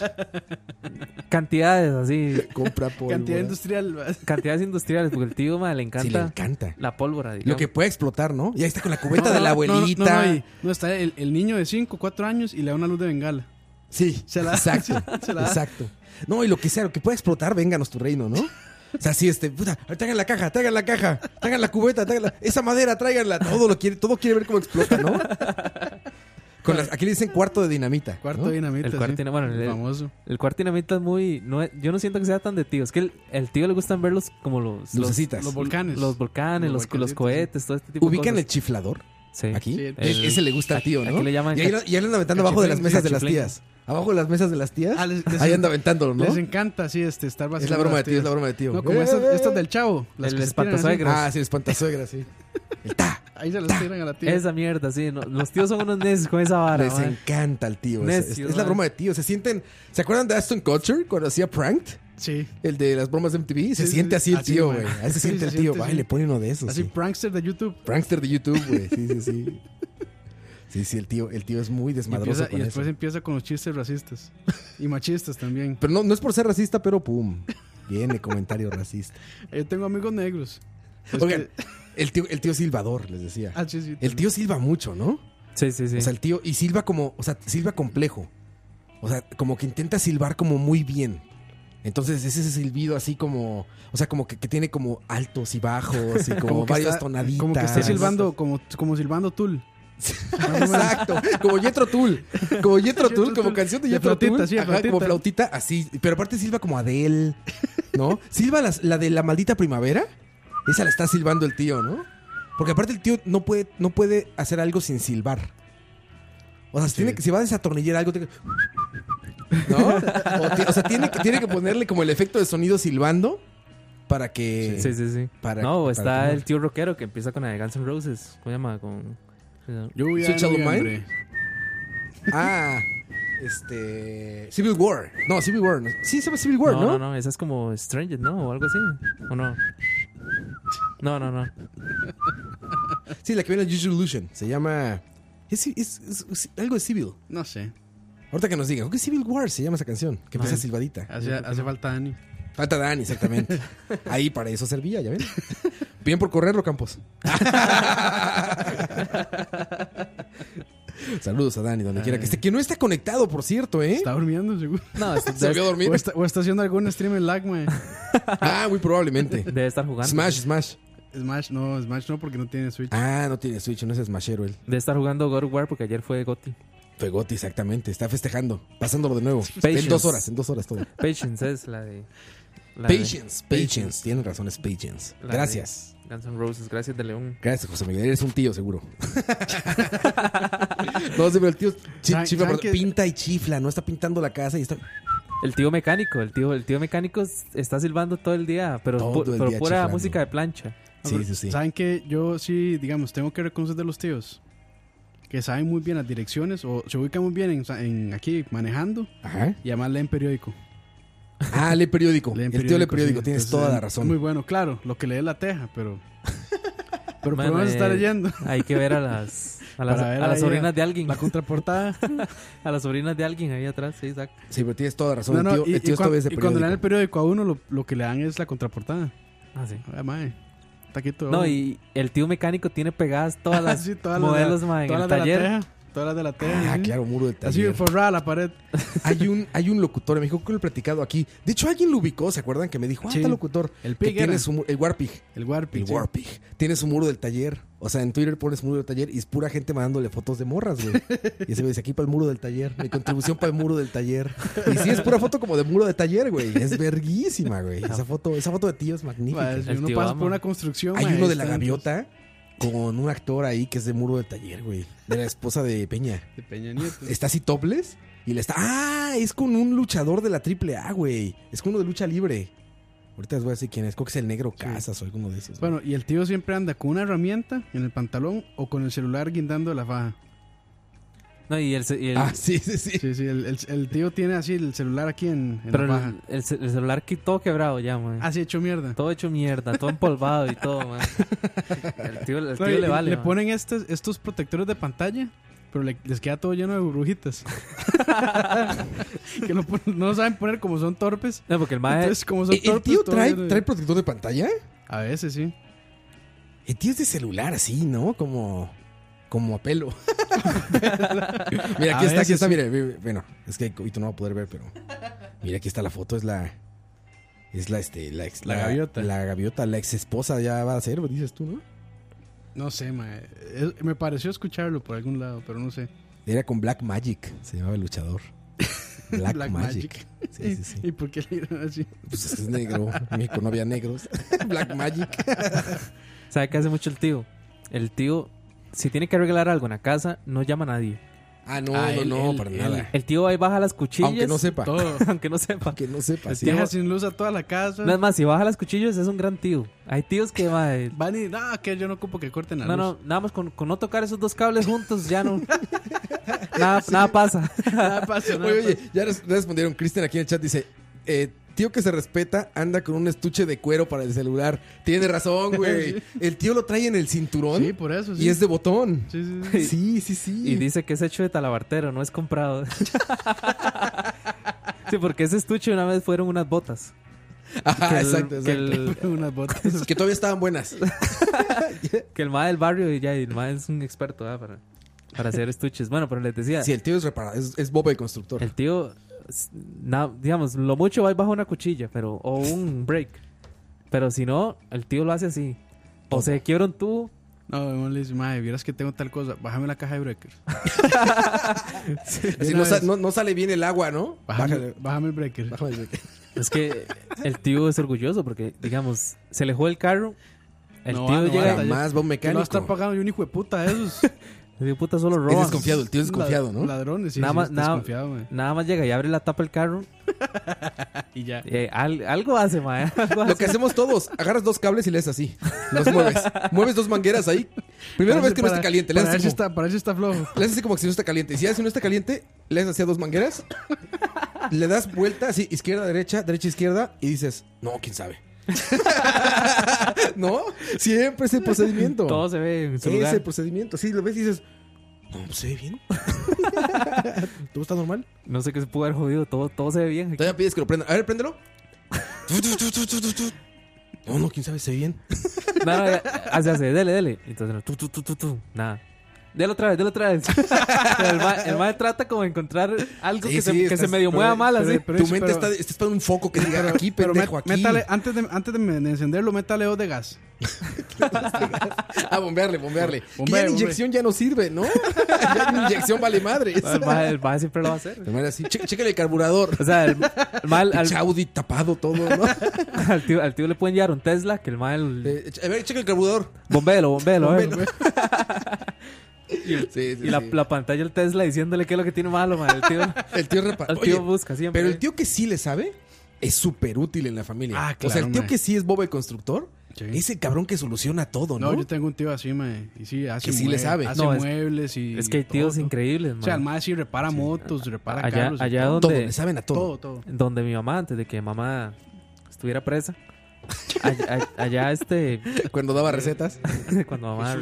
[SPEAKER 3] cantidades así,
[SPEAKER 1] Compra por.
[SPEAKER 4] Cantidad industrial. mae.
[SPEAKER 3] cantidades industriales, porque el tío, madre, le
[SPEAKER 1] Sí, le
[SPEAKER 3] encanta
[SPEAKER 1] encanta.
[SPEAKER 3] la pólvora.
[SPEAKER 1] Lo
[SPEAKER 3] digamos.
[SPEAKER 1] que puede explotar, ¿no? Y ahí está con la cubeta de la
[SPEAKER 4] No, no, no,
[SPEAKER 1] abuelita.
[SPEAKER 4] No, y- no, está el, el niño de 5, 4 años y le da una luz de bengala.
[SPEAKER 1] Sí,
[SPEAKER 4] Se la-
[SPEAKER 1] exacto,
[SPEAKER 4] se la da.
[SPEAKER 1] exacto. No, y lo que sea, lo que pueda explotar, vénganos tu reino, ¿no? O sea, sí, este, puta, ahorita hagan la caja, traigan la caja, traigan la cubeta, traigan la- esa madera, tráiganla, todo lo quiere, todo quiere ver cómo explota, ¿no? Con las, aquí le dicen cuarto de dinamita.
[SPEAKER 4] Cuarto
[SPEAKER 1] ¿no?
[SPEAKER 4] dinamita.
[SPEAKER 3] El cuarto
[SPEAKER 4] sí.
[SPEAKER 3] dina- bueno, el-
[SPEAKER 4] famoso.
[SPEAKER 3] El cuarto dinamita es muy. No, es- yo no siento que sea tan de tío. Es que el, el tío le gustan ver los, como los. los
[SPEAKER 1] Lucecitas.
[SPEAKER 4] Los volcanes.
[SPEAKER 3] Los volcanes,
[SPEAKER 4] Los
[SPEAKER 3] los, los,
[SPEAKER 4] volcancitos,
[SPEAKER 3] cohetes, todo este tipo
[SPEAKER 1] ¿Ubican
[SPEAKER 3] de
[SPEAKER 1] el
[SPEAKER 3] cosas.
[SPEAKER 1] chiflador?
[SPEAKER 3] Sí.
[SPEAKER 1] Aquí.
[SPEAKER 4] Sí,
[SPEAKER 1] E- Ese le gusta al tío, ¿no?
[SPEAKER 3] aquí le llaman
[SPEAKER 1] y ahí, lo-
[SPEAKER 3] cach-
[SPEAKER 1] y ahí lo anda aventando abajo de las
[SPEAKER 3] cachiflín,
[SPEAKER 1] mesas de las
[SPEAKER 3] cachiflín.
[SPEAKER 1] tías. Abajo de las mesas de las tías.
[SPEAKER 4] Ah, les- les-
[SPEAKER 1] ahí anda aventándolo, ¿no?
[SPEAKER 4] Les encanta, sí, este, estar
[SPEAKER 1] Es la broma de tío, es la broma de tío.
[SPEAKER 4] No, como
[SPEAKER 1] Eh,
[SPEAKER 4] estas,
[SPEAKER 1] eh, eh.
[SPEAKER 4] estas del chavo. Las
[SPEAKER 3] El
[SPEAKER 4] que se tiran así.
[SPEAKER 3] espantazuegras.
[SPEAKER 1] Ah, sí, el espantazuegra, sí. El ta.
[SPEAKER 4] Ahí se las tiran a la tía.
[SPEAKER 3] Esa mierda, sí. no- los tíos son unos necios con esa vara.
[SPEAKER 1] Les
[SPEAKER 3] madre.
[SPEAKER 1] encanta el tío. esa-
[SPEAKER 3] Necio,
[SPEAKER 1] es, es la
[SPEAKER 4] ¿eh?
[SPEAKER 3] man.
[SPEAKER 1] broma de tío. Se sienten. ¿Se acuerdan de Aston Kutcher cuando hacía Pranked?
[SPEAKER 4] Sí.
[SPEAKER 1] El de las bromas de MTV. Se
[SPEAKER 4] Sí, sí,
[SPEAKER 1] siente así el
[SPEAKER 4] así,
[SPEAKER 1] tío,
[SPEAKER 4] man.
[SPEAKER 1] güey. Ahí se
[SPEAKER 4] Sí,
[SPEAKER 1] siente
[SPEAKER 4] se
[SPEAKER 1] el tío.
[SPEAKER 4] siente,
[SPEAKER 1] Ay,
[SPEAKER 4] sí.
[SPEAKER 1] le pone uno de esos.
[SPEAKER 4] Así,
[SPEAKER 1] sí.
[SPEAKER 4] prankster de YouTube.
[SPEAKER 1] Prankster de YouTube, güey. Sí, sí, sí. Sí, sí, el tío, el tío es muy
[SPEAKER 4] Y,
[SPEAKER 1] desmadroso
[SPEAKER 4] empieza, y
[SPEAKER 1] con eso.
[SPEAKER 4] después em-, empieza con los chistes racistas. Y machistas también.
[SPEAKER 1] Pero no, no es por ser racista, pero pum. Viene comentario racista.
[SPEAKER 4] Yo tengo amigos negros. Pues
[SPEAKER 1] Oigan,
[SPEAKER 4] que-
[SPEAKER 1] el tío, el tío silbador, les decía.
[SPEAKER 4] ah, sí, sí,
[SPEAKER 1] El tío silba mucho, ¿no?
[SPEAKER 3] Sí, sí, sí.
[SPEAKER 1] O sea, el tío. Y silba como. O sea, silba complejo. O sea, como que intenta silbar como muy bien. Entonces es ese silbido así como. O sea, como que, que tiene como altos y bajos y como,
[SPEAKER 4] Como que
[SPEAKER 1] varias
[SPEAKER 4] está-
[SPEAKER 1] tonaditas.
[SPEAKER 4] Como que está silbando, como, como silbando Tool.
[SPEAKER 1] Exacto. Como Yetro Tool. Como Yetro Tool,
[SPEAKER 4] Yetro
[SPEAKER 1] como
[SPEAKER 4] Tool.
[SPEAKER 1] canción de
[SPEAKER 4] De
[SPEAKER 1] Yetro Tool.
[SPEAKER 4] flautita, sí, de
[SPEAKER 1] Ajá, como
[SPEAKER 4] flautita.
[SPEAKER 1] flautita, así. Pero aparte silba como Adele. ¿No? Silba las- la de la maldita primavera. Esa la está silbando el tío, ¿no? Porque aparte el tío no puede, no puede hacer algo sin silbar. O sea, si, tiene que, si va a desatornillar algo, tiene que- ¿no? O, ti- o sea, tiene que, tiene que ponerle como el efecto de sonido silbando para que...
[SPEAKER 3] sí, sí, sí.
[SPEAKER 1] para-
[SPEAKER 3] no,
[SPEAKER 1] para
[SPEAKER 3] está
[SPEAKER 1] tomar.
[SPEAKER 3] el tío rockero que empieza con la de Guns N' Roses. ¿Cómo se llama? Con. eh,
[SPEAKER 4] Lluvia
[SPEAKER 1] Switch
[SPEAKER 4] de
[SPEAKER 1] Out of Mine.
[SPEAKER 4] noviembre.
[SPEAKER 1] Ah, este... Civil War. No, Civil War. no. Sí, se llama Civil War, ¿no?
[SPEAKER 3] no, no, no, esa es como Stranger, ¿no? O algo así. ¿O no? No, no, no.
[SPEAKER 1] Sí, la que viene en Juju Illusion. Se llama... Es, es- es- es algo de Civil.
[SPEAKER 4] No sé.
[SPEAKER 1] Ahorita que nos digan. ¿Qué Civil War se llama esa canción? Que empieza silbadita.
[SPEAKER 4] Hace, hace falta Dani.
[SPEAKER 1] Falta Dani, exactamente. Ahí para eso servía, ya ven. Bien por correrlo, Campos. Saludos a Dani, donde quiera que esté. Que no está conectado, por cierto, ¿eh?
[SPEAKER 4] Está durmiendo, seguro.
[SPEAKER 3] No, es-
[SPEAKER 1] Se volvió a
[SPEAKER 3] debe,
[SPEAKER 1] dormir.
[SPEAKER 4] O está, o está haciendo algún stream en lag, mae.
[SPEAKER 1] Ah, muy probablemente.
[SPEAKER 3] debe estar jugando.
[SPEAKER 1] Smash, Smash.
[SPEAKER 4] Smash no, Smash no, porque no tiene Switch.
[SPEAKER 1] Ah, no tiene Switch, no es Smashero él.
[SPEAKER 3] Debe estar jugando God of War porque ayer fue Gotti.
[SPEAKER 1] Fegoti, exactamente. Está festejando, pasándolo de nuevo. En
[SPEAKER 3] Patience.
[SPEAKER 1] dos horas, en dos horas todo.
[SPEAKER 3] Patience es la de. la de
[SPEAKER 1] Patience, patience. Tienen razón, es patience.
[SPEAKER 3] La de-
[SPEAKER 1] Gracias.
[SPEAKER 3] Guns N' Roses, gracias de León.
[SPEAKER 1] Gracias, José Miguel. Eres un tío, seguro. no, sí, pero el tío chi-
[SPEAKER 4] ¿Saben-
[SPEAKER 1] chifla, pero
[SPEAKER 4] saben que-
[SPEAKER 1] pinta y chifla. No está pintando la casa y está...
[SPEAKER 3] El tío mecánico, el tío, el tío mecánico s- está silbando todo el día, pero,
[SPEAKER 1] Todo
[SPEAKER 3] pu-
[SPEAKER 1] el
[SPEAKER 3] pero
[SPEAKER 1] día
[SPEAKER 3] pura
[SPEAKER 1] chiflando.
[SPEAKER 3] música de plancha.
[SPEAKER 4] Ah,
[SPEAKER 1] Sí,
[SPEAKER 4] pero
[SPEAKER 1] sí, sí.
[SPEAKER 4] ¿Saben que yo sí, digamos, tengo que reconocer de los tíos? Que saben muy bien las direcciones o se ubican muy bien en, en- aquí manejando
[SPEAKER 1] Ajá.
[SPEAKER 4] y además leen periódico.
[SPEAKER 1] Ah, lee periódico.
[SPEAKER 4] Leen
[SPEAKER 1] el tío lee
[SPEAKER 4] sí,
[SPEAKER 1] periódico. Tienes
[SPEAKER 4] entonces,
[SPEAKER 1] toda la
[SPEAKER 4] es
[SPEAKER 1] razón.
[SPEAKER 4] Muy bueno, claro, lo que lee la teja, pero. pero por
[SPEAKER 3] Mano,
[SPEAKER 4] lo menos está
[SPEAKER 3] eh,
[SPEAKER 4] leyendo.
[SPEAKER 3] Hay que ver a las, a las,
[SPEAKER 4] Para ver
[SPEAKER 3] a las
[SPEAKER 4] ahí
[SPEAKER 3] sobrinas de alguien.
[SPEAKER 4] La contraportada.
[SPEAKER 3] A las sobrinas de alguien ahí atrás, sí, exacto.
[SPEAKER 1] Sí, pero tienes toda la razón.
[SPEAKER 4] No,
[SPEAKER 1] el
[SPEAKER 4] no,
[SPEAKER 1] tío,
[SPEAKER 4] y,
[SPEAKER 1] el tío
[SPEAKER 4] y
[SPEAKER 1] está
[SPEAKER 4] cuan-
[SPEAKER 1] desde
[SPEAKER 4] y cuando le dan el
[SPEAKER 1] periódico.
[SPEAKER 4] periódico a uno, lo, lo que le dan es la contraportada.
[SPEAKER 3] Ah, sí.
[SPEAKER 4] Ah, mae. Taquito.
[SPEAKER 3] No, y el tío mecánico tiene pegadas todas las
[SPEAKER 4] Sí, todas las-
[SPEAKER 3] modelos, ma, en
[SPEAKER 4] todas
[SPEAKER 3] el
[SPEAKER 4] las de la
[SPEAKER 3] taller.
[SPEAKER 4] teja. todas las de la tele.
[SPEAKER 1] Ah,
[SPEAKER 4] ¿sí?
[SPEAKER 1] claro, muro de
[SPEAKER 4] Así
[SPEAKER 1] taller.
[SPEAKER 4] bien forrada la pared.
[SPEAKER 1] Hay un, hay un locutor en México que lo he platicado aquí. De hecho, alguien lo ubicó, ¿se acuerdan? Que me dijo, ah,
[SPEAKER 4] Sí.
[SPEAKER 1] está locutor.
[SPEAKER 4] El
[SPEAKER 1] que
[SPEAKER 4] Pig
[SPEAKER 1] tiene
[SPEAKER 4] era.
[SPEAKER 1] su mu- El Warpig.
[SPEAKER 4] El warping.
[SPEAKER 1] El Warpig. Tiene su muro del taller. O sea, en Twitter pones muro del taller y es pura gente mandándole fotos de morras, güey. Y ese güey dice, aquí para el muro del taller. Mi contribución para el muro del taller. Y sí, es pura foto como de muro de taller, güey. Es verguísima, güey. Esa foto, esa foto de ti es magnífica.
[SPEAKER 4] Si
[SPEAKER 3] El
[SPEAKER 4] uno
[SPEAKER 3] tío
[SPEAKER 4] pasa
[SPEAKER 3] ama.
[SPEAKER 4] por una construcción.
[SPEAKER 1] Hay
[SPEAKER 4] ma,
[SPEAKER 1] uno de
[SPEAKER 4] ahí
[SPEAKER 1] la
[SPEAKER 4] están los-
[SPEAKER 1] gaviota con un actor ahí que es de muro del taller, güey. De la esposa de Peña.
[SPEAKER 4] De Peña Nieto.
[SPEAKER 1] Está así topless y le está. ¡Ah! Es con un luchador de la AAA, güey. Es con uno de lucha libre. Ahorita les voy a decir quién es. Creo que es el negro Casas o alguno de esos. güey.
[SPEAKER 4] Bueno, y el tío siempre anda con una herramienta en el pantalón o con el celular guindando la faja.
[SPEAKER 3] No, y el, ce- y el-
[SPEAKER 1] Ah, sí, sí, sí.
[SPEAKER 4] Sí, sí, el, el- el tío tiene así el celular aquí en, en
[SPEAKER 3] pero
[SPEAKER 4] la faja.
[SPEAKER 3] el, el ce- el celular que todo quebrado ya, man.
[SPEAKER 4] Así hecho mierda.
[SPEAKER 3] Todo hecho mierda, todo empolvado y todo, man. El tío, el tío
[SPEAKER 4] No, y-
[SPEAKER 3] le vale.
[SPEAKER 4] le
[SPEAKER 3] man.
[SPEAKER 4] ponen estos, estos protectores de pantalla, pero le- les queda todo lleno de burbujitas. que no, pon- no saben poner como son torpes.
[SPEAKER 3] No, porque el mae.
[SPEAKER 4] Entonces, como son
[SPEAKER 1] e-, ¿El, el
[SPEAKER 4] torpes.
[SPEAKER 1] tío
[SPEAKER 4] todo
[SPEAKER 1] trae,
[SPEAKER 4] lleno de-
[SPEAKER 1] trae protector de pantalla?
[SPEAKER 4] A veces sí.
[SPEAKER 1] El tío es de celular, así, ¿no? Como. Como a pelo. mira,
[SPEAKER 4] A
[SPEAKER 1] aquí está,
[SPEAKER 4] veces
[SPEAKER 1] aquí está,
[SPEAKER 4] sí.
[SPEAKER 1] mire. mire, Bueno, es que ahorita no va a poder ver, pero. Mira, aquí está la foto, es la. Es la, este, la, ex-
[SPEAKER 4] La gaviota.
[SPEAKER 1] La gaviota, la ex esposa ya va a ser, pues, dices tú, ¿no?
[SPEAKER 4] No sé, ma, es- me pareció escucharlo por algún lado, pero no sé.
[SPEAKER 1] Era con Black Magic, se llamaba el luchador. Black,
[SPEAKER 4] Black
[SPEAKER 1] Magic. Sí, sí, sí.
[SPEAKER 4] ¿Y por qué le dieron así?
[SPEAKER 1] Pues es que es negro. En México no había negros. Black Magic.
[SPEAKER 3] ¿Sabe qué hace mucho el tío? El tío, si tiene que arreglar algo en la casa, no llama a nadie.
[SPEAKER 1] Ah, no,
[SPEAKER 4] Ah,
[SPEAKER 1] no,
[SPEAKER 4] él,
[SPEAKER 1] no,
[SPEAKER 4] él,
[SPEAKER 1] para
[SPEAKER 4] él.
[SPEAKER 1] nada.
[SPEAKER 3] El tío ahí baja las cuchillas.
[SPEAKER 1] Aunque no sepa.
[SPEAKER 4] Todo.
[SPEAKER 3] aunque no sepa.
[SPEAKER 1] Aunque no sepa. sí.
[SPEAKER 4] Deja sin luz a toda la casa.
[SPEAKER 3] No es más, si baja las cuchillas es un gran tío. Hay tíos que va.
[SPEAKER 4] Van y, no, que yo no ocupo que corten la
[SPEAKER 3] No,
[SPEAKER 4] luz.
[SPEAKER 3] no, nada más con, con no tocar esos dos cables juntos ya no. nada, nada pasa.
[SPEAKER 4] Nada Ah, pasa, nada pues.
[SPEAKER 1] Oye,
[SPEAKER 4] pasa.
[SPEAKER 1] oye, ya res- respondieron. Cristian aquí en el chat dice: eh, Tío que se respeta anda con un estuche de cuero para el celular. Tiene razón, güey. El tío lo trae en el cinturón
[SPEAKER 4] Sí, por eso, sí.
[SPEAKER 1] y es de botón.
[SPEAKER 4] Sí, sí, sí.
[SPEAKER 1] Sí, sí, sí.
[SPEAKER 3] Y dice que es hecho de talabartero, no es comprado. sí, porque ese estuche una vez fueron unas botas.
[SPEAKER 1] Ajá,
[SPEAKER 3] que el-
[SPEAKER 1] Ah, exacto,
[SPEAKER 3] que
[SPEAKER 1] exacto.
[SPEAKER 3] el,
[SPEAKER 4] Unas botas.
[SPEAKER 1] Que todavía estaban buenas.
[SPEAKER 3] que el mae del barrio y ya, y el mae es un experto ¿verdad? para, para hacer estuches. Bueno, pero les decía,
[SPEAKER 1] Sí, el tío es reparado, es, es Bob el constructor.
[SPEAKER 3] el tío, s- na- digamos, lo mucho va y baja una cuchilla, pero, o un break. Pero si no, el tío lo hace así. O se quiebra un tubo,
[SPEAKER 4] No, uno le dice, madre, vieras que tengo tal cosa. Bájame la caja de breaker.
[SPEAKER 1] Así
[SPEAKER 4] una
[SPEAKER 1] no, sa-
[SPEAKER 4] vez.
[SPEAKER 1] no- no sale bien el agua, ¿no?
[SPEAKER 4] Bájame,
[SPEAKER 1] Bájale.
[SPEAKER 4] bájame el breaker.
[SPEAKER 1] bájale el-
[SPEAKER 3] Es que el tío es orgulloso porque, digamos, se le jugó el carro. El
[SPEAKER 4] No,
[SPEAKER 3] tío
[SPEAKER 4] no,
[SPEAKER 3] llega
[SPEAKER 4] no,
[SPEAKER 3] y
[SPEAKER 4] no.
[SPEAKER 1] Jamás va un
[SPEAKER 4] Que no va a estar
[SPEAKER 1] mecánico.
[SPEAKER 4] pagando yo un hijo de puta de esos.
[SPEAKER 3] le dice, puta solo
[SPEAKER 1] Es
[SPEAKER 3] roba.
[SPEAKER 1] desconfiado, el tío es desconfiado,
[SPEAKER 4] Lad-
[SPEAKER 1] ¿no?
[SPEAKER 4] Ladrones, sí,
[SPEAKER 3] Nada
[SPEAKER 4] sí,
[SPEAKER 3] más-
[SPEAKER 4] es
[SPEAKER 3] nada-
[SPEAKER 4] desconfiado, mae.
[SPEAKER 3] Nada más llega y abre la tapa del carro.
[SPEAKER 4] Y ya.
[SPEAKER 3] eh, al- algo hace, mae. algo
[SPEAKER 1] Lo
[SPEAKER 3] hace.
[SPEAKER 1] que hacemos todos, agarras dos cables y lees así. Los mueves. Mueves dos mangueras ahí. Primero ves que no
[SPEAKER 4] Para-
[SPEAKER 1] esté caliente, le
[SPEAKER 4] Para ver
[SPEAKER 1] haces
[SPEAKER 4] si
[SPEAKER 1] así
[SPEAKER 4] está, para ver si está flojo.
[SPEAKER 1] Le haces así como que si no está caliente. Y si ya si no está caliente, le haces así a dos mangueras. le das vuelta así, izquierda, derecha, derecha, izquierda. Y dices, no, quién sabe. ¿No? Siempre ese procedimiento.
[SPEAKER 3] Todo se ve en su
[SPEAKER 1] ese
[SPEAKER 3] lugar.
[SPEAKER 1] procedimiento. Sí, lo ves y dices, no, pues se ve bien. ¿Todo está normal?
[SPEAKER 3] No sé qué se pudo haber jodido. Todo, todo se ve bien.
[SPEAKER 1] Todavía pides que lo prenda. A ver, préndelo. No, no, quién sabe, se ve bien.
[SPEAKER 3] No, no, ya, hace, hace, dele, dele. Entonces, tú, tú, tú, tú, tú. Nada. Dele otra vez, dele otra vez. el, mae, el mae trata como de encontrar algo
[SPEAKER 1] Sí,
[SPEAKER 3] que,
[SPEAKER 1] sí,
[SPEAKER 3] se, que
[SPEAKER 1] estás-
[SPEAKER 3] se medio mueva mal así.
[SPEAKER 4] Pero
[SPEAKER 1] tu
[SPEAKER 4] es-
[SPEAKER 1] mente
[SPEAKER 4] pero-
[SPEAKER 1] está, está esperando un foco que diga aquí,
[SPEAKER 4] Pero
[SPEAKER 1] pendejo,
[SPEAKER 4] mé-
[SPEAKER 1] aquí.
[SPEAKER 4] métale- antes de, antes de de encenderlo, métale dos de gas.
[SPEAKER 1] Ah, bombearle, bombearle. Que ya
[SPEAKER 4] Bombea,
[SPEAKER 1] la inyección ya no sirve, ¿no? ya la inyección vale madres.
[SPEAKER 3] El mae, el mae siempre lo va a hacer.
[SPEAKER 1] De manera así, che- chécale el carburador.
[SPEAKER 3] O sea, el, el mae al-
[SPEAKER 1] Pinche Audi tapado todo, ¿no?
[SPEAKER 3] Al tío, al tío le pueden llevar un Tesla que el mae. El...
[SPEAKER 1] Eh, a ver, checa el carburador.
[SPEAKER 3] Bombelo, bombelo, eh.
[SPEAKER 1] Sí, sí,
[SPEAKER 3] Y la,
[SPEAKER 1] sí.
[SPEAKER 3] la pantalla del Tesla diciéndole qué es lo que tiene malo, mae. El tío,
[SPEAKER 1] El tío repa-
[SPEAKER 3] el tío
[SPEAKER 1] Oye,
[SPEAKER 3] busca siempre.
[SPEAKER 1] Pero el tío que sí le sabe es súper útil en la familia.
[SPEAKER 4] Ah,
[SPEAKER 1] o sea,
[SPEAKER 4] claro,
[SPEAKER 1] el tío
[SPEAKER 4] mae.
[SPEAKER 1] que sí es Bob el constructor
[SPEAKER 4] Sí.
[SPEAKER 1] es el cabrón que soluciona todo, ¿no?
[SPEAKER 4] No, yo tengo un tío así, mae. Y sí, hace,
[SPEAKER 1] Que sí le
[SPEAKER 4] mue-
[SPEAKER 1] sabe.
[SPEAKER 4] hace
[SPEAKER 3] No, es-
[SPEAKER 4] muebles y.
[SPEAKER 3] Es que hay tíos
[SPEAKER 4] todo, todo.
[SPEAKER 3] increíbles,
[SPEAKER 4] O sea, el
[SPEAKER 3] mae.
[SPEAKER 4] mae sí repara motos, repara
[SPEAKER 3] Allá,
[SPEAKER 4] carros. y
[SPEAKER 3] allá
[SPEAKER 4] todo.
[SPEAKER 1] Todo,
[SPEAKER 3] donde,
[SPEAKER 1] le saben a todo.
[SPEAKER 4] Todo, todo.
[SPEAKER 3] donde mi mamá, antes de que mamá estuviera presa. Allá, a- allá, este.
[SPEAKER 1] Cuando daba recetas.
[SPEAKER 3] Cuando mamá.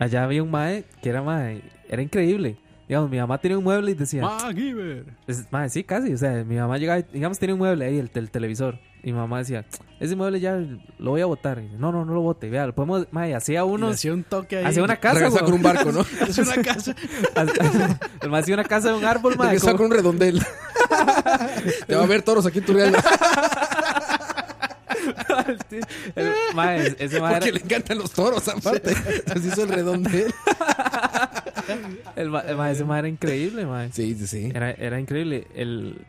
[SPEAKER 3] Allá había un mae que era mae. Era increíble. Digamos, mi mamá tenía un mueble y decía.
[SPEAKER 4] MacGyver.
[SPEAKER 3] Es, Pues, mae, sí, casi. O sea, mi mamá llegaba, y- digamos, tenía un mueble ahí, el, el televisor. Y mi mamá decía, ese mueble ya lo voy a botar. Y dice, no, no, no lo bote. Vea, lo podemos. Mae, hacía
[SPEAKER 4] Y le
[SPEAKER 3] unos.
[SPEAKER 4] hacía un toque ahí.
[SPEAKER 3] Hacía una casa.
[SPEAKER 1] Regresó con
[SPEAKER 3] weón.
[SPEAKER 1] un barco, ¿no?
[SPEAKER 4] Es una casa.
[SPEAKER 3] Hacía- el mae hacía una casa de un árbol, mae.
[SPEAKER 1] Regresó
[SPEAKER 3] como-
[SPEAKER 1] con un redondel. Te va a ver toros aquí en Turrialba.
[SPEAKER 3] el- mae, ese mae era-
[SPEAKER 1] Porque le encantan los toros, aparte. Entonces hizo el redondel.
[SPEAKER 3] el ma- el mae- ese mae era increíble, mae.
[SPEAKER 1] Sí, sí, sí.
[SPEAKER 3] Era, era increíble. El...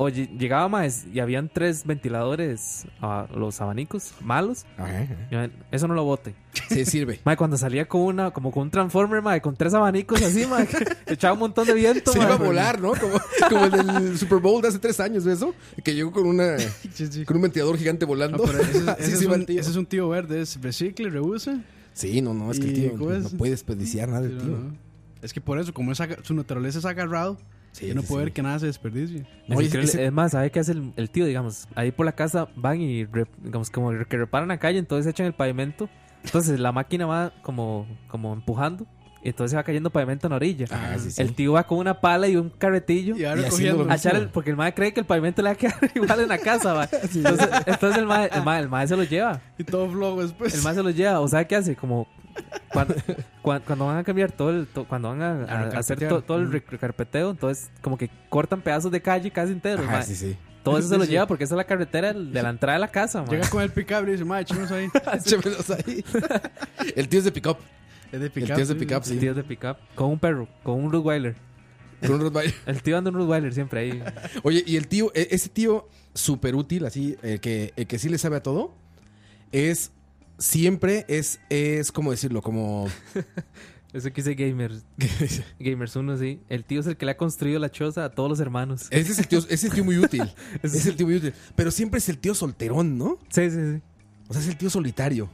[SPEAKER 3] Oye, llegaba más y habían tres ventiladores, ah, los abanicos malos.
[SPEAKER 1] Ajá, ajá.
[SPEAKER 3] Y, mae, Eso no lo bote.
[SPEAKER 1] Sí, sirve.
[SPEAKER 3] Mae, cuando salía con una, como con un transformer, mae, con tres abanicos así, mae, que echaba un montón de viento,
[SPEAKER 1] Se
[SPEAKER 3] mae,
[SPEAKER 1] iba a
[SPEAKER 3] pero-
[SPEAKER 1] volar, ¿no? Como, como el del Super Bowl de hace tres años, ¿ves eso? Que llegó con una
[SPEAKER 4] Sí, sí.
[SPEAKER 1] con un ventilador gigante volando.
[SPEAKER 4] No, pero ese, es-
[SPEAKER 1] Así
[SPEAKER 4] ese
[SPEAKER 1] se
[SPEAKER 4] es
[SPEAKER 1] iba
[SPEAKER 4] un,
[SPEAKER 1] el tío.
[SPEAKER 4] ese es un tío verde, es recicle, reusa.
[SPEAKER 1] Sí, no, no, es que el
[SPEAKER 4] ¿Y
[SPEAKER 1] tío
[SPEAKER 4] cómo
[SPEAKER 1] no
[SPEAKER 4] es?
[SPEAKER 1] puede desperdiciar nada
[SPEAKER 4] Sí,
[SPEAKER 1] del
[SPEAKER 4] no,
[SPEAKER 1] tío.
[SPEAKER 4] no. Es que por eso, como es aga- su naturaleza es agarrado,
[SPEAKER 1] Sí,
[SPEAKER 4] yo no
[SPEAKER 1] sí,
[SPEAKER 4] puede
[SPEAKER 1] sí.
[SPEAKER 4] ver que nada se desperdicie.
[SPEAKER 3] Es,
[SPEAKER 1] Oye,
[SPEAKER 3] increíble.
[SPEAKER 1] ese-
[SPEAKER 3] Es más, ¿sabe qué hace el, el tío? Digamos, ahí por la casa van y, re- digamos, como que reparan la calle, entonces echan el pavimento. Entonces la máquina va como, como empujando y entonces va cayendo pavimento en la orilla.
[SPEAKER 1] Ah, sí, sí.
[SPEAKER 3] El tío va con una pala y un carretillo.
[SPEAKER 4] Y va
[SPEAKER 1] Y haciéndolo
[SPEAKER 4] recogiendo.
[SPEAKER 3] a echar el- porque el mae cree que el pavimento le va a quedar igual en la casa, mae. Entonces, entonces el, mae, el, mae- el mae se lo lleva.
[SPEAKER 4] Y todo flojo después.
[SPEAKER 3] El mae se lo lleva. O sea, ¿qué hace? Como cuando, cuan- cuando van a cambiar todo el. to- cuando van a, a- a hacer
[SPEAKER 4] recarpetear.
[SPEAKER 3] to- todo el re- recarpeteo, entonces como que cortan pedazos de calle casi enteros,
[SPEAKER 1] Ajá,
[SPEAKER 3] mae.
[SPEAKER 1] sí, sí.
[SPEAKER 3] Todo eso se
[SPEAKER 4] Sí,
[SPEAKER 3] lo
[SPEAKER 4] sí.
[SPEAKER 3] lleva porque esa es la carretera de la entrada de la casa, mae.
[SPEAKER 4] Llega con el pick y dice, madre, echemos ahí.
[SPEAKER 3] Ah,
[SPEAKER 1] Échamelos ahí. El tío es de pick-up.
[SPEAKER 4] Es de
[SPEAKER 1] El
[SPEAKER 4] pick
[SPEAKER 1] tío es de pick-up,
[SPEAKER 3] El
[SPEAKER 1] sí.
[SPEAKER 3] tío de pickup con un perro, con un Rottweiler.
[SPEAKER 1] Con un Rottweiler.
[SPEAKER 3] El tío anda un Rottweiler siempre ahí.
[SPEAKER 1] Oye, y el tío, e- ese tío súper útil, así, el que, el que sí le sabe a todo, es siempre es, es ¿cómo decirlo? Como...
[SPEAKER 3] Eso que dice Gamers. Gamers 1, sí. El tío es el que le ha construido la choza a todos los hermanos.
[SPEAKER 1] Ese es el tío, ese es el tío muy útil. es el tío muy útil. Pero siempre es el tío solterón, ¿no?
[SPEAKER 3] Sí, sí, sí.
[SPEAKER 1] O sea, es el tío solitario.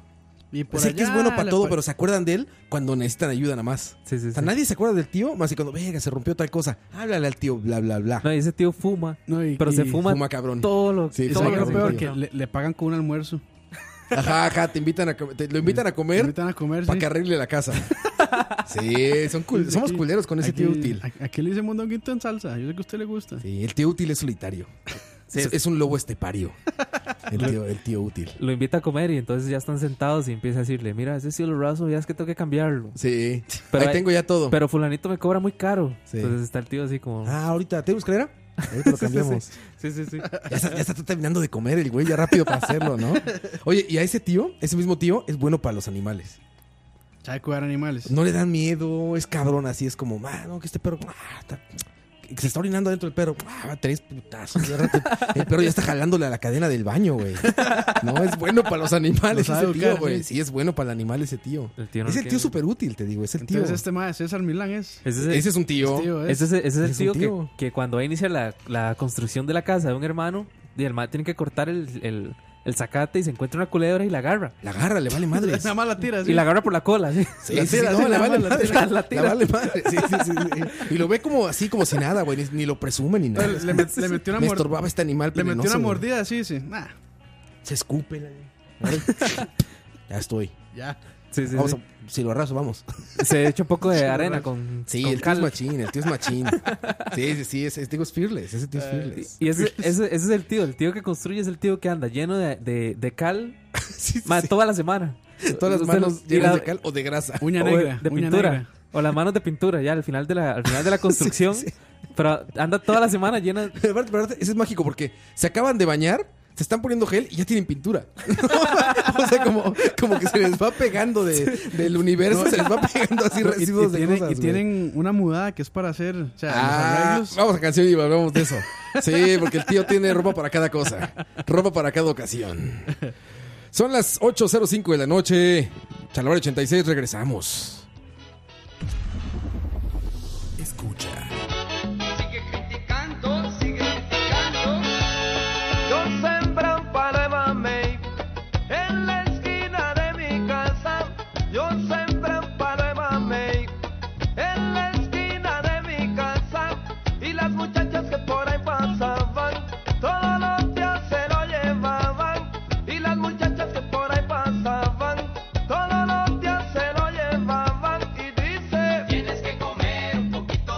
[SPEAKER 4] Y por
[SPEAKER 1] Sé que es bueno para
[SPEAKER 4] la
[SPEAKER 1] todo,
[SPEAKER 4] pa-
[SPEAKER 1] pero se acuerdan de él cuando necesitan ayuda nada más.
[SPEAKER 3] Sí, sí,
[SPEAKER 1] O sea,
[SPEAKER 3] sí.
[SPEAKER 1] nadie se acuerda del tío más que cuando, venga, se rompió tal cosa. Háblale al tío, bla, bla, bla.
[SPEAKER 3] No, y ese tío fuma.
[SPEAKER 4] No, y-
[SPEAKER 3] pero se
[SPEAKER 4] y
[SPEAKER 3] fuma,
[SPEAKER 1] Fuma cabrón.
[SPEAKER 3] todo lo
[SPEAKER 1] Sí,
[SPEAKER 3] que.
[SPEAKER 4] Y
[SPEAKER 1] fuma
[SPEAKER 3] todo
[SPEAKER 4] sabe
[SPEAKER 3] lo
[SPEAKER 4] lo
[SPEAKER 1] cabrón.
[SPEAKER 3] que
[SPEAKER 4] peor
[SPEAKER 3] se
[SPEAKER 4] que
[SPEAKER 3] encuentra.
[SPEAKER 4] le, le pagan con un almuerzo.
[SPEAKER 1] Ajá, ajá, te invitan a, com- te- lo invitan a
[SPEAKER 4] Le
[SPEAKER 1] comer
[SPEAKER 4] invitan a comer.
[SPEAKER 1] para
[SPEAKER 4] sí.
[SPEAKER 1] que arregle la casa. Sí, son cul-
[SPEAKER 4] Aquí-
[SPEAKER 1] somos culeros con ese tío
[SPEAKER 4] aquí-
[SPEAKER 1] útil.
[SPEAKER 4] a- Aquí le dice mondonguito en salsa. Yo sé que a usted le gusta.
[SPEAKER 1] Sí, el tío útil es solitario.
[SPEAKER 3] Sí,
[SPEAKER 1] es,
[SPEAKER 3] es-
[SPEAKER 1] es un lobo estepario. El tío, el tío útil.
[SPEAKER 3] Lo invita a comer y entonces ya están sentados y empieza a decirle: Mira, ese cielo raso ya es que tengo que cambiarlo.
[SPEAKER 1] Sí.
[SPEAKER 3] Pero
[SPEAKER 1] Ahí
[SPEAKER 3] hay-
[SPEAKER 1] tengo ya todo.
[SPEAKER 3] Pero Fulanito me cobra muy caro.
[SPEAKER 1] Sí.
[SPEAKER 3] Entonces está el tío así como.
[SPEAKER 1] Ah, ahorita, ¿tenemos escalera? Ahorita lo cambiamos.
[SPEAKER 3] Sí, sí, sí.
[SPEAKER 1] Ya, está, ya está terminando de comer el güey, ya rápido para hacerlo, ¿no? Oye, y a ese tío, ese mismo tío, es bueno para los animales.
[SPEAKER 4] Sabe cuidar animales.
[SPEAKER 1] No le dan miedo, es cabrón, así es como, "Ah, no, que este perro, ah, está- que se está orinando dentro del perro, ah, tres putazos. de rato, el perro ya está jalándole a la cadena del baño, güey. No, es bueno para los animales ese
[SPEAKER 4] Lo sabe
[SPEAKER 1] tío,
[SPEAKER 4] educar,
[SPEAKER 1] güey.
[SPEAKER 4] sí.
[SPEAKER 1] Sí, es bueno para el animal ese tío.
[SPEAKER 3] El tío no
[SPEAKER 1] es
[SPEAKER 3] lo
[SPEAKER 1] el tío
[SPEAKER 3] quiere.
[SPEAKER 1] súper útil, te digo, es el tío.
[SPEAKER 4] Entonces este madre, César Milán es.
[SPEAKER 3] Ese es el-
[SPEAKER 1] Ese es un tío.
[SPEAKER 4] Tío, es.
[SPEAKER 3] Ese es, ese es el
[SPEAKER 1] es
[SPEAKER 3] tío,
[SPEAKER 1] un tío.
[SPEAKER 3] Que, que cuando va a iniciar la, la construcción de la casa de un hermano, y el hermano tiene que cortar el, el, el zacate y se encuentra una culebra y la agarra.
[SPEAKER 1] La agarra, le vale madre.
[SPEAKER 4] Nada más la tira, sí.
[SPEAKER 3] Y la agarra por la cola, ¿sí?
[SPEAKER 1] Sí,
[SPEAKER 4] La
[SPEAKER 1] sí, sí,
[SPEAKER 4] tira,
[SPEAKER 1] no,
[SPEAKER 4] sí,
[SPEAKER 1] le
[SPEAKER 4] la
[SPEAKER 1] vale
[SPEAKER 4] mala, la
[SPEAKER 1] madre.
[SPEAKER 3] tira, la
[SPEAKER 1] Le
[SPEAKER 3] tira.
[SPEAKER 1] vale madre. Sí, sí, sí, sí. Y lo ve como así, como si nada, güey. Ni, ni lo presume ni nada.
[SPEAKER 4] Le, le met- le metió una,
[SPEAKER 1] Me
[SPEAKER 4] mor-
[SPEAKER 1] estorbaba este animal
[SPEAKER 4] le metió
[SPEAKER 1] venenoso,
[SPEAKER 4] una
[SPEAKER 1] güey.
[SPEAKER 4] mordida, sí, sí. Nah,
[SPEAKER 1] Se escupe. la- Ay, ya estoy.
[SPEAKER 4] ya.
[SPEAKER 3] Sí, sí,
[SPEAKER 1] Vamos
[SPEAKER 3] sí.
[SPEAKER 1] a- si lo arraso, vamos.
[SPEAKER 3] Se echa un poco de arena con,
[SPEAKER 1] Sí,
[SPEAKER 3] con
[SPEAKER 1] el tío es
[SPEAKER 3] cal.
[SPEAKER 1] machín, el tío es machín. Sí, sí, sí, ese ese tío es fearless, ese tío es
[SPEAKER 4] Pues,
[SPEAKER 1] fearless.
[SPEAKER 3] Y ese, ese, ese es el tío. El tío que construye es el tío que anda lleno de, de, de cal
[SPEAKER 1] Sí, sí,
[SPEAKER 3] ma,
[SPEAKER 1] sí.
[SPEAKER 3] toda la semana.
[SPEAKER 1] Todas las
[SPEAKER 3] Usted
[SPEAKER 1] manos
[SPEAKER 3] los- y
[SPEAKER 1] llenas
[SPEAKER 3] la-
[SPEAKER 1] de cal o de grasa.
[SPEAKER 4] Uña
[SPEAKER 3] o
[SPEAKER 4] negra.
[SPEAKER 3] de
[SPEAKER 4] uña
[SPEAKER 3] pintura.
[SPEAKER 4] negra.
[SPEAKER 3] O las manos de pintura, ya al final de la, al final de la construcción. Pero anda toda la semana llena.
[SPEAKER 1] Pero aparte, pero aparte, eso es mágico porque se acaban de bañar, se están poniendo gel y ya tienen pintura. o sea, como, como que se les va pegando de- del universo, se les va pegando así
[SPEAKER 4] No, y- y,
[SPEAKER 1] residuos de
[SPEAKER 4] tienen,
[SPEAKER 1] cosas.
[SPEAKER 4] y
[SPEAKER 1] güey.
[SPEAKER 4] tienen una mudada que es para hacer. O sea,
[SPEAKER 1] Ah,
[SPEAKER 4] los arreglos.
[SPEAKER 1] vamos a canción y hablamos de eso. Sí, porque el tío tiene ropa para cada cosa. Ropa para cada ocasión. Son las 8.05 de la noche. Chalabar 86, regresamos. Escucha.
[SPEAKER 10] Sigue criticando, sigue criticando. Yo sembro un palema May en la esquina de mi casa. Yo sembro un palema May en la esquina de mi casa. Y las muchachas que por ahí pasaban, todos los días se lo llevaban. Y las muchachas que por ahí pasaban, todos los días se lo llevaban. Y dice: Tienes que comer un poquito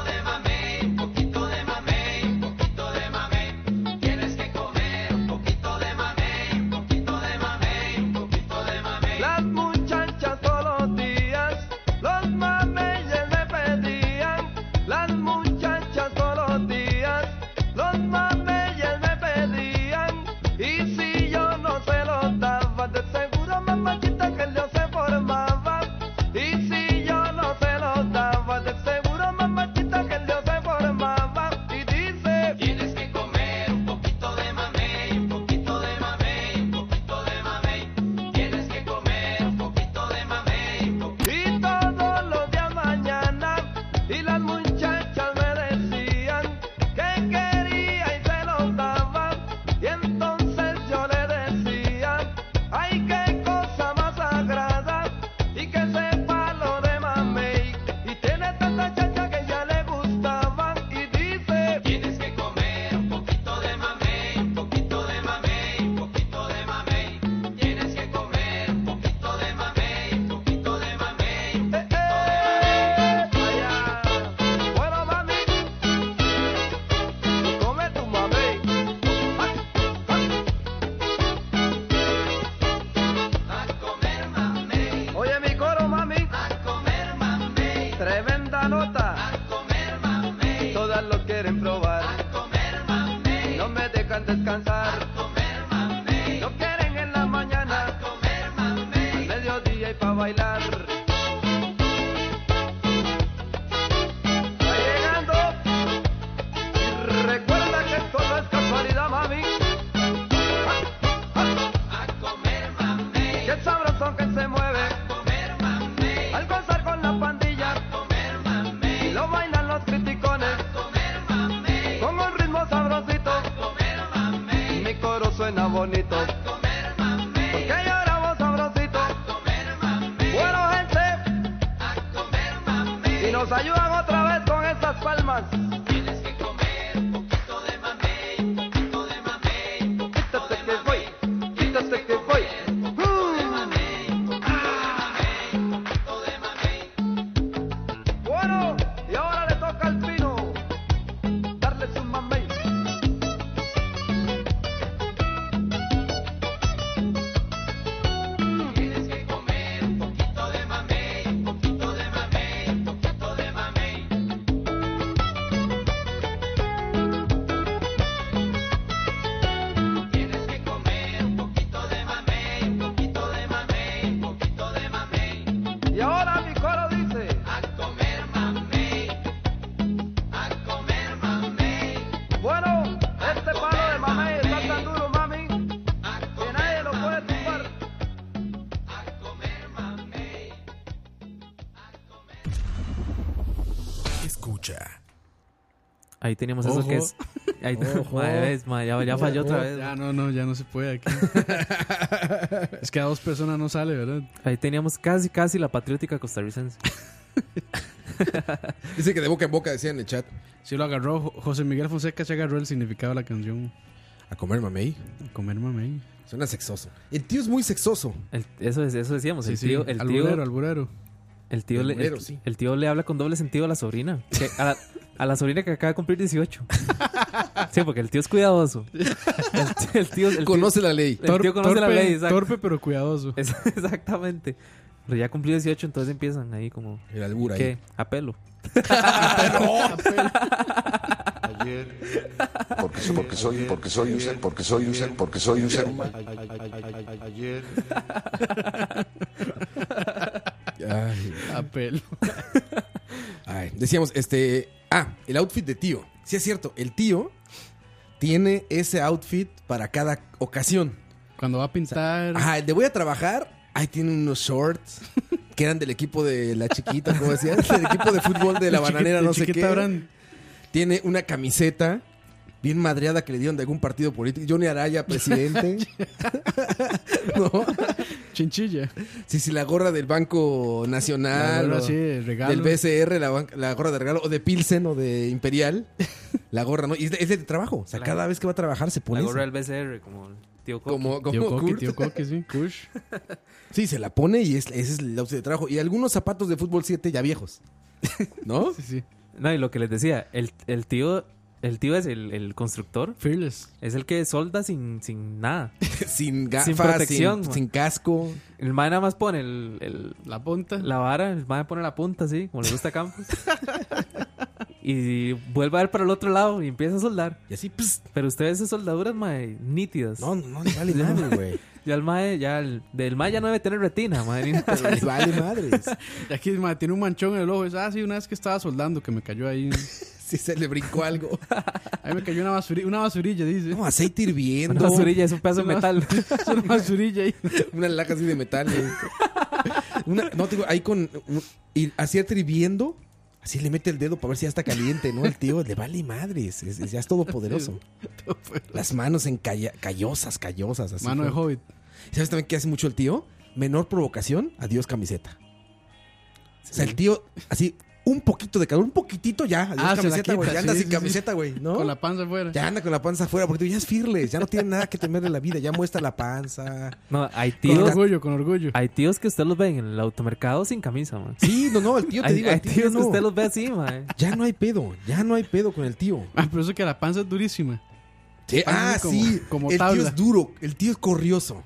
[SPEAKER 10] Eh, todas lo quieren probar. No me dejan descansar. Lo quieren en la mañana. Al mediodía y pa' bailar. Va llegando. Y recuerda que esto no es casualidad, mami. Y el sabrosón que se mueve. Al gozar con la pandilla. Y lo bailan los criticones. Con un ritmo sabrosito. Mi coro suena bonito. Porque lloramos sabrosito. Bueno, gente. Y nos ayudan otra vez con estas palmas. Tienes que comer un poquito de mamey, un poquito de mamey, un poquito de mamey. Quítate que voy, quítate que voy. Bueno, y ahora le toca al pino darle su mamey. Tienes que comer un poquito de mamey, un poquito de mamey, un poquito de mamey. Tienes que comer un poquito de mamey, un poquito de mamey, un poquito de mamey. Y ahora mi coro dice: A comer mamey, a comer mamey. Bueno, este palo de mamey está tan duro, mami, que nadie lo puede tumbar.
[SPEAKER 6] Escucha.
[SPEAKER 3] Ahí teníamos eso
[SPEAKER 6] Ojo.
[SPEAKER 3] que es. Ahí
[SPEAKER 6] Ojo.
[SPEAKER 3] Madre, ves, madre, ya, ya falló otra vez.
[SPEAKER 4] Oh, Ya, no, no, ya no se puede aquí. es que a dos personas no sale, ¿verdad?
[SPEAKER 3] Ahí teníamos casi, casi la patriótica costarricense.
[SPEAKER 6] Dice que de boca en boca decía en el chat.
[SPEAKER 4] Sí lo agarró. Jo- José Miguel Fonseca se agarró el significado de la canción.
[SPEAKER 6] A comer mamey.
[SPEAKER 4] A comer mamey.
[SPEAKER 6] Suena sexoso. El tío es muy sexoso.
[SPEAKER 3] El- eso, es- eso decíamos. Pues El
[SPEAKER 4] Sí, sí,
[SPEAKER 3] tío, el tío,
[SPEAKER 4] alburero, alburero.
[SPEAKER 3] el tío, le,
[SPEAKER 6] Alburero,
[SPEAKER 3] el-
[SPEAKER 6] sí.
[SPEAKER 3] el tío le habla con doble sentido a la sobrina. que- a, la, a la sobrina que acaba de cumplir 18. Sí, porque el tío es cuidadoso. El, t- el tío, el tío-
[SPEAKER 6] Conoce la ley.
[SPEAKER 3] el tío conoce la ley, exacto.
[SPEAKER 4] torpe pero cuidadoso.
[SPEAKER 3] Es- exactamente. Pero ya cumplió 18, entonces empiezan ahí como.
[SPEAKER 6] El albur ahí.
[SPEAKER 3] ¿Qué? A pelo.
[SPEAKER 2] Porque, so- porque soy, porque soy un ser, porque soy un ser, porque soy un ser humano.
[SPEAKER 6] Ay,
[SPEAKER 4] A pelo.
[SPEAKER 6] ay. Decíamos, este. Ah, el outfit de tío. Sí, es cierto. El tío tiene ese outfit para cada ocasión.
[SPEAKER 4] Cuando va a pintar.
[SPEAKER 6] Ajá, el de voy a trabajar. Ahí tiene unos shorts que eran del equipo de la chiquita, como decías, del equipo de fútbol de la
[SPEAKER 4] el chiqui-
[SPEAKER 6] bananera,
[SPEAKER 4] el
[SPEAKER 6] no sé
[SPEAKER 4] chiquita
[SPEAKER 6] qué.
[SPEAKER 4] Abraham.
[SPEAKER 6] Tiene una camiseta bien madreada que le dieron de algún partido político. Johnny Araya, presidente. ¿No?
[SPEAKER 4] Chinchilla.
[SPEAKER 6] Sí, sí, la gorra del Banco Nacional.
[SPEAKER 4] Ahora
[SPEAKER 6] o
[SPEAKER 4] sí, regalo.
[SPEAKER 6] Ah, Del BCR, la, ban- la gorra de regalo, o de Pilsen o de Imperial. La gorra, ¿no? Y es de, es de trabajo. O sea,
[SPEAKER 3] La-
[SPEAKER 6] cada vez que va a trabajar se pone.
[SPEAKER 3] La gorra
[SPEAKER 6] esa.
[SPEAKER 3] del BCR, como el tío Coco.
[SPEAKER 6] Como, como
[SPEAKER 4] Tío Coque,
[SPEAKER 6] Kurt.
[SPEAKER 4] tío Coque, sí. Kush.
[SPEAKER 6] Sí, se la pone y es, ese es el outfit de trabajo. Y algunos zapatos de fútbol 7 ya viejos. ¿No?
[SPEAKER 4] Sí, sí.
[SPEAKER 3] No, y lo que les decía, el, el tío. El tío es el, el constructor.
[SPEAKER 4] Fearless.
[SPEAKER 3] Es el que solda sin, sin nada.
[SPEAKER 6] sin
[SPEAKER 3] Sin
[SPEAKER 6] gafas, sin,
[SPEAKER 3] protección,
[SPEAKER 6] sin,
[SPEAKER 3] man.
[SPEAKER 6] casco.
[SPEAKER 3] El mae nada más pone el, el-
[SPEAKER 4] La punta.
[SPEAKER 3] la vara, el mae pone la punta así, como le gusta a Campos. y vuelve a ver para el otro lado y empieza a soldar.
[SPEAKER 6] Y así, pss,
[SPEAKER 3] Pero ustedes esas soldaduras, mae, nítidas.
[SPEAKER 6] no, no les vale madre, güey.
[SPEAKER 3] Ya el mae, ya el, del mae ya no debe tener retina, mae. ni nada.
[SPEAKER 6] Pero les vale madres.
[SPEAKER 4] Y aquí ma, tiene un manchón en el ojo. Es, ah, sí, una vez que estaba soldando que me cayó ahí.
[SPEAKER 6] Si se le brincó algo.
[SPEAKER 4] Ahí me cayó una basurilla, una basurilla dice.
[SPEAKER 6] No, aceite
[SPEAKER 3] Una
[SPEAKER 6] hirviendo.
[SPEAKER 3] basurilla es un pedazo de
[SPEAKER 4] Una-
[SPEAKER 3] metal.
[SPEAKER 4] Es una basurilla ahí.
[SPEAKER 6] Una laja así de metal. güey. Una- no, te digo, ahí con. un- y así hirviendo. Así le mete el dedo para ver si ya está caliente, ¿no? El tío le vale madres. es- es- ya es todopoderoso. Las manos en calla- callosas, callosas. Así
[SPEAKER 4] Mano de
[SPEAKER 6] fuerte.
[SPEAKER 4] hobbit.
[SPEAKER 6] ¿Sabes también qué hace mucho el tío? Menor provocación, adiós camiseta. O sea, el tío, así, un poquito de calor, un poquitito ya. Adiós
[SPEAKER 4] Ah, se la
[SPEAKER 6] camiseta, güey.
[SPEAKER 4] quita,
[SPEAKER 6] Ya anda
[SPEAKER 4] sí,
[SPEAKER 6] sin
[SPEAKER 4] sí, sí.
[SPEAKER 6] camiseta, güey, ¿no?
[SPEAKER 4] Con la panza afuera.
[SPEAKER 6] Ya anda con la panza afuera, porque tú ya es fearless, ya no tiene nada que temer en la vida, ya muestra la panza.
[SPEAKER 3] No, hay
[SPEAKER 4] Con
[SPEAKER 3] tíos,
[SPEAKER 4] orgullo, con orgullo.
[SPEAKER 3] hay tíos que ustedes los ven en el automercado sin camisa, mae.
[SPEAKER 6] Sí, no, no, el tío te
[SPEAKER 3] Hay,
[SPEAKER 6] digo,
[SPEAKER 3] hay
[SPEAKER 6] el tío
[SPEAKER 3] tíos
[SPEAKER 6] no.
[SPEAKER 3] que usted los ve así, mae.
[SPEAKER 6] Ya no hay pedo, ya no hay pedo con el tío.
[SPEAKER 4] Ah, pero eso que la panza es durísima.
[SPEAKER 6] ah,
[SPEAKER 4] así como-
[SPEAKER 6] sí,
[SPEAKER 4] como
[SPEAKER 6] el tío
[SPEAKER 4] tabla.
[SPEAKER 6] es duro, el tío es corrioso.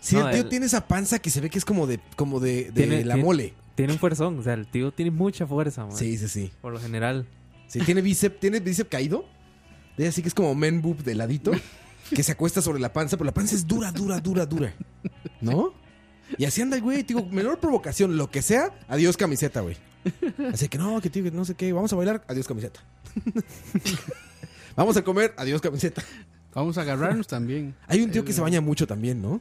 [SPEAKER 6] Sí,
[SPEAKER 3] No,
[SPEAKER 6] el tío
[SPEAKER 3] el-
[SPEAKER 6] tiene esa panza que se ve que es como de, como de, de
[SPEAKER 3] Tiene- Ah.
[SPEAKER 6] la
[SPEAKER 3] tiene-
[SPEAKER 6] mole.
[SPEAKER 3] Tiene un fuerzón, o sea, el tío tiene mucha fuerza, mae.
[SPEAKER 6] Sí, sí, sí.
[SPEAKER 3] Por lo general.
[SPEAKER 6] Sí, tiene bíceps, tiene bíceps caído. De así que es como men boob de ladito. Que se acuesta sobre la panza, pero la panza es dura, dura, dura, dura. ¿No? Y así anda el güey, te digo, menor provocación, lo que sea, adiós camiseta, güey. Así que no, que tío, que no sé qué, vamos a bailar, adiós camiseta. vamos a comer, adiós camiseta.
[SPEAKER 4] Vamos a agarrarnos también.
[SPEAKER 6] Hay un tío que se baña mucho también, ¿no?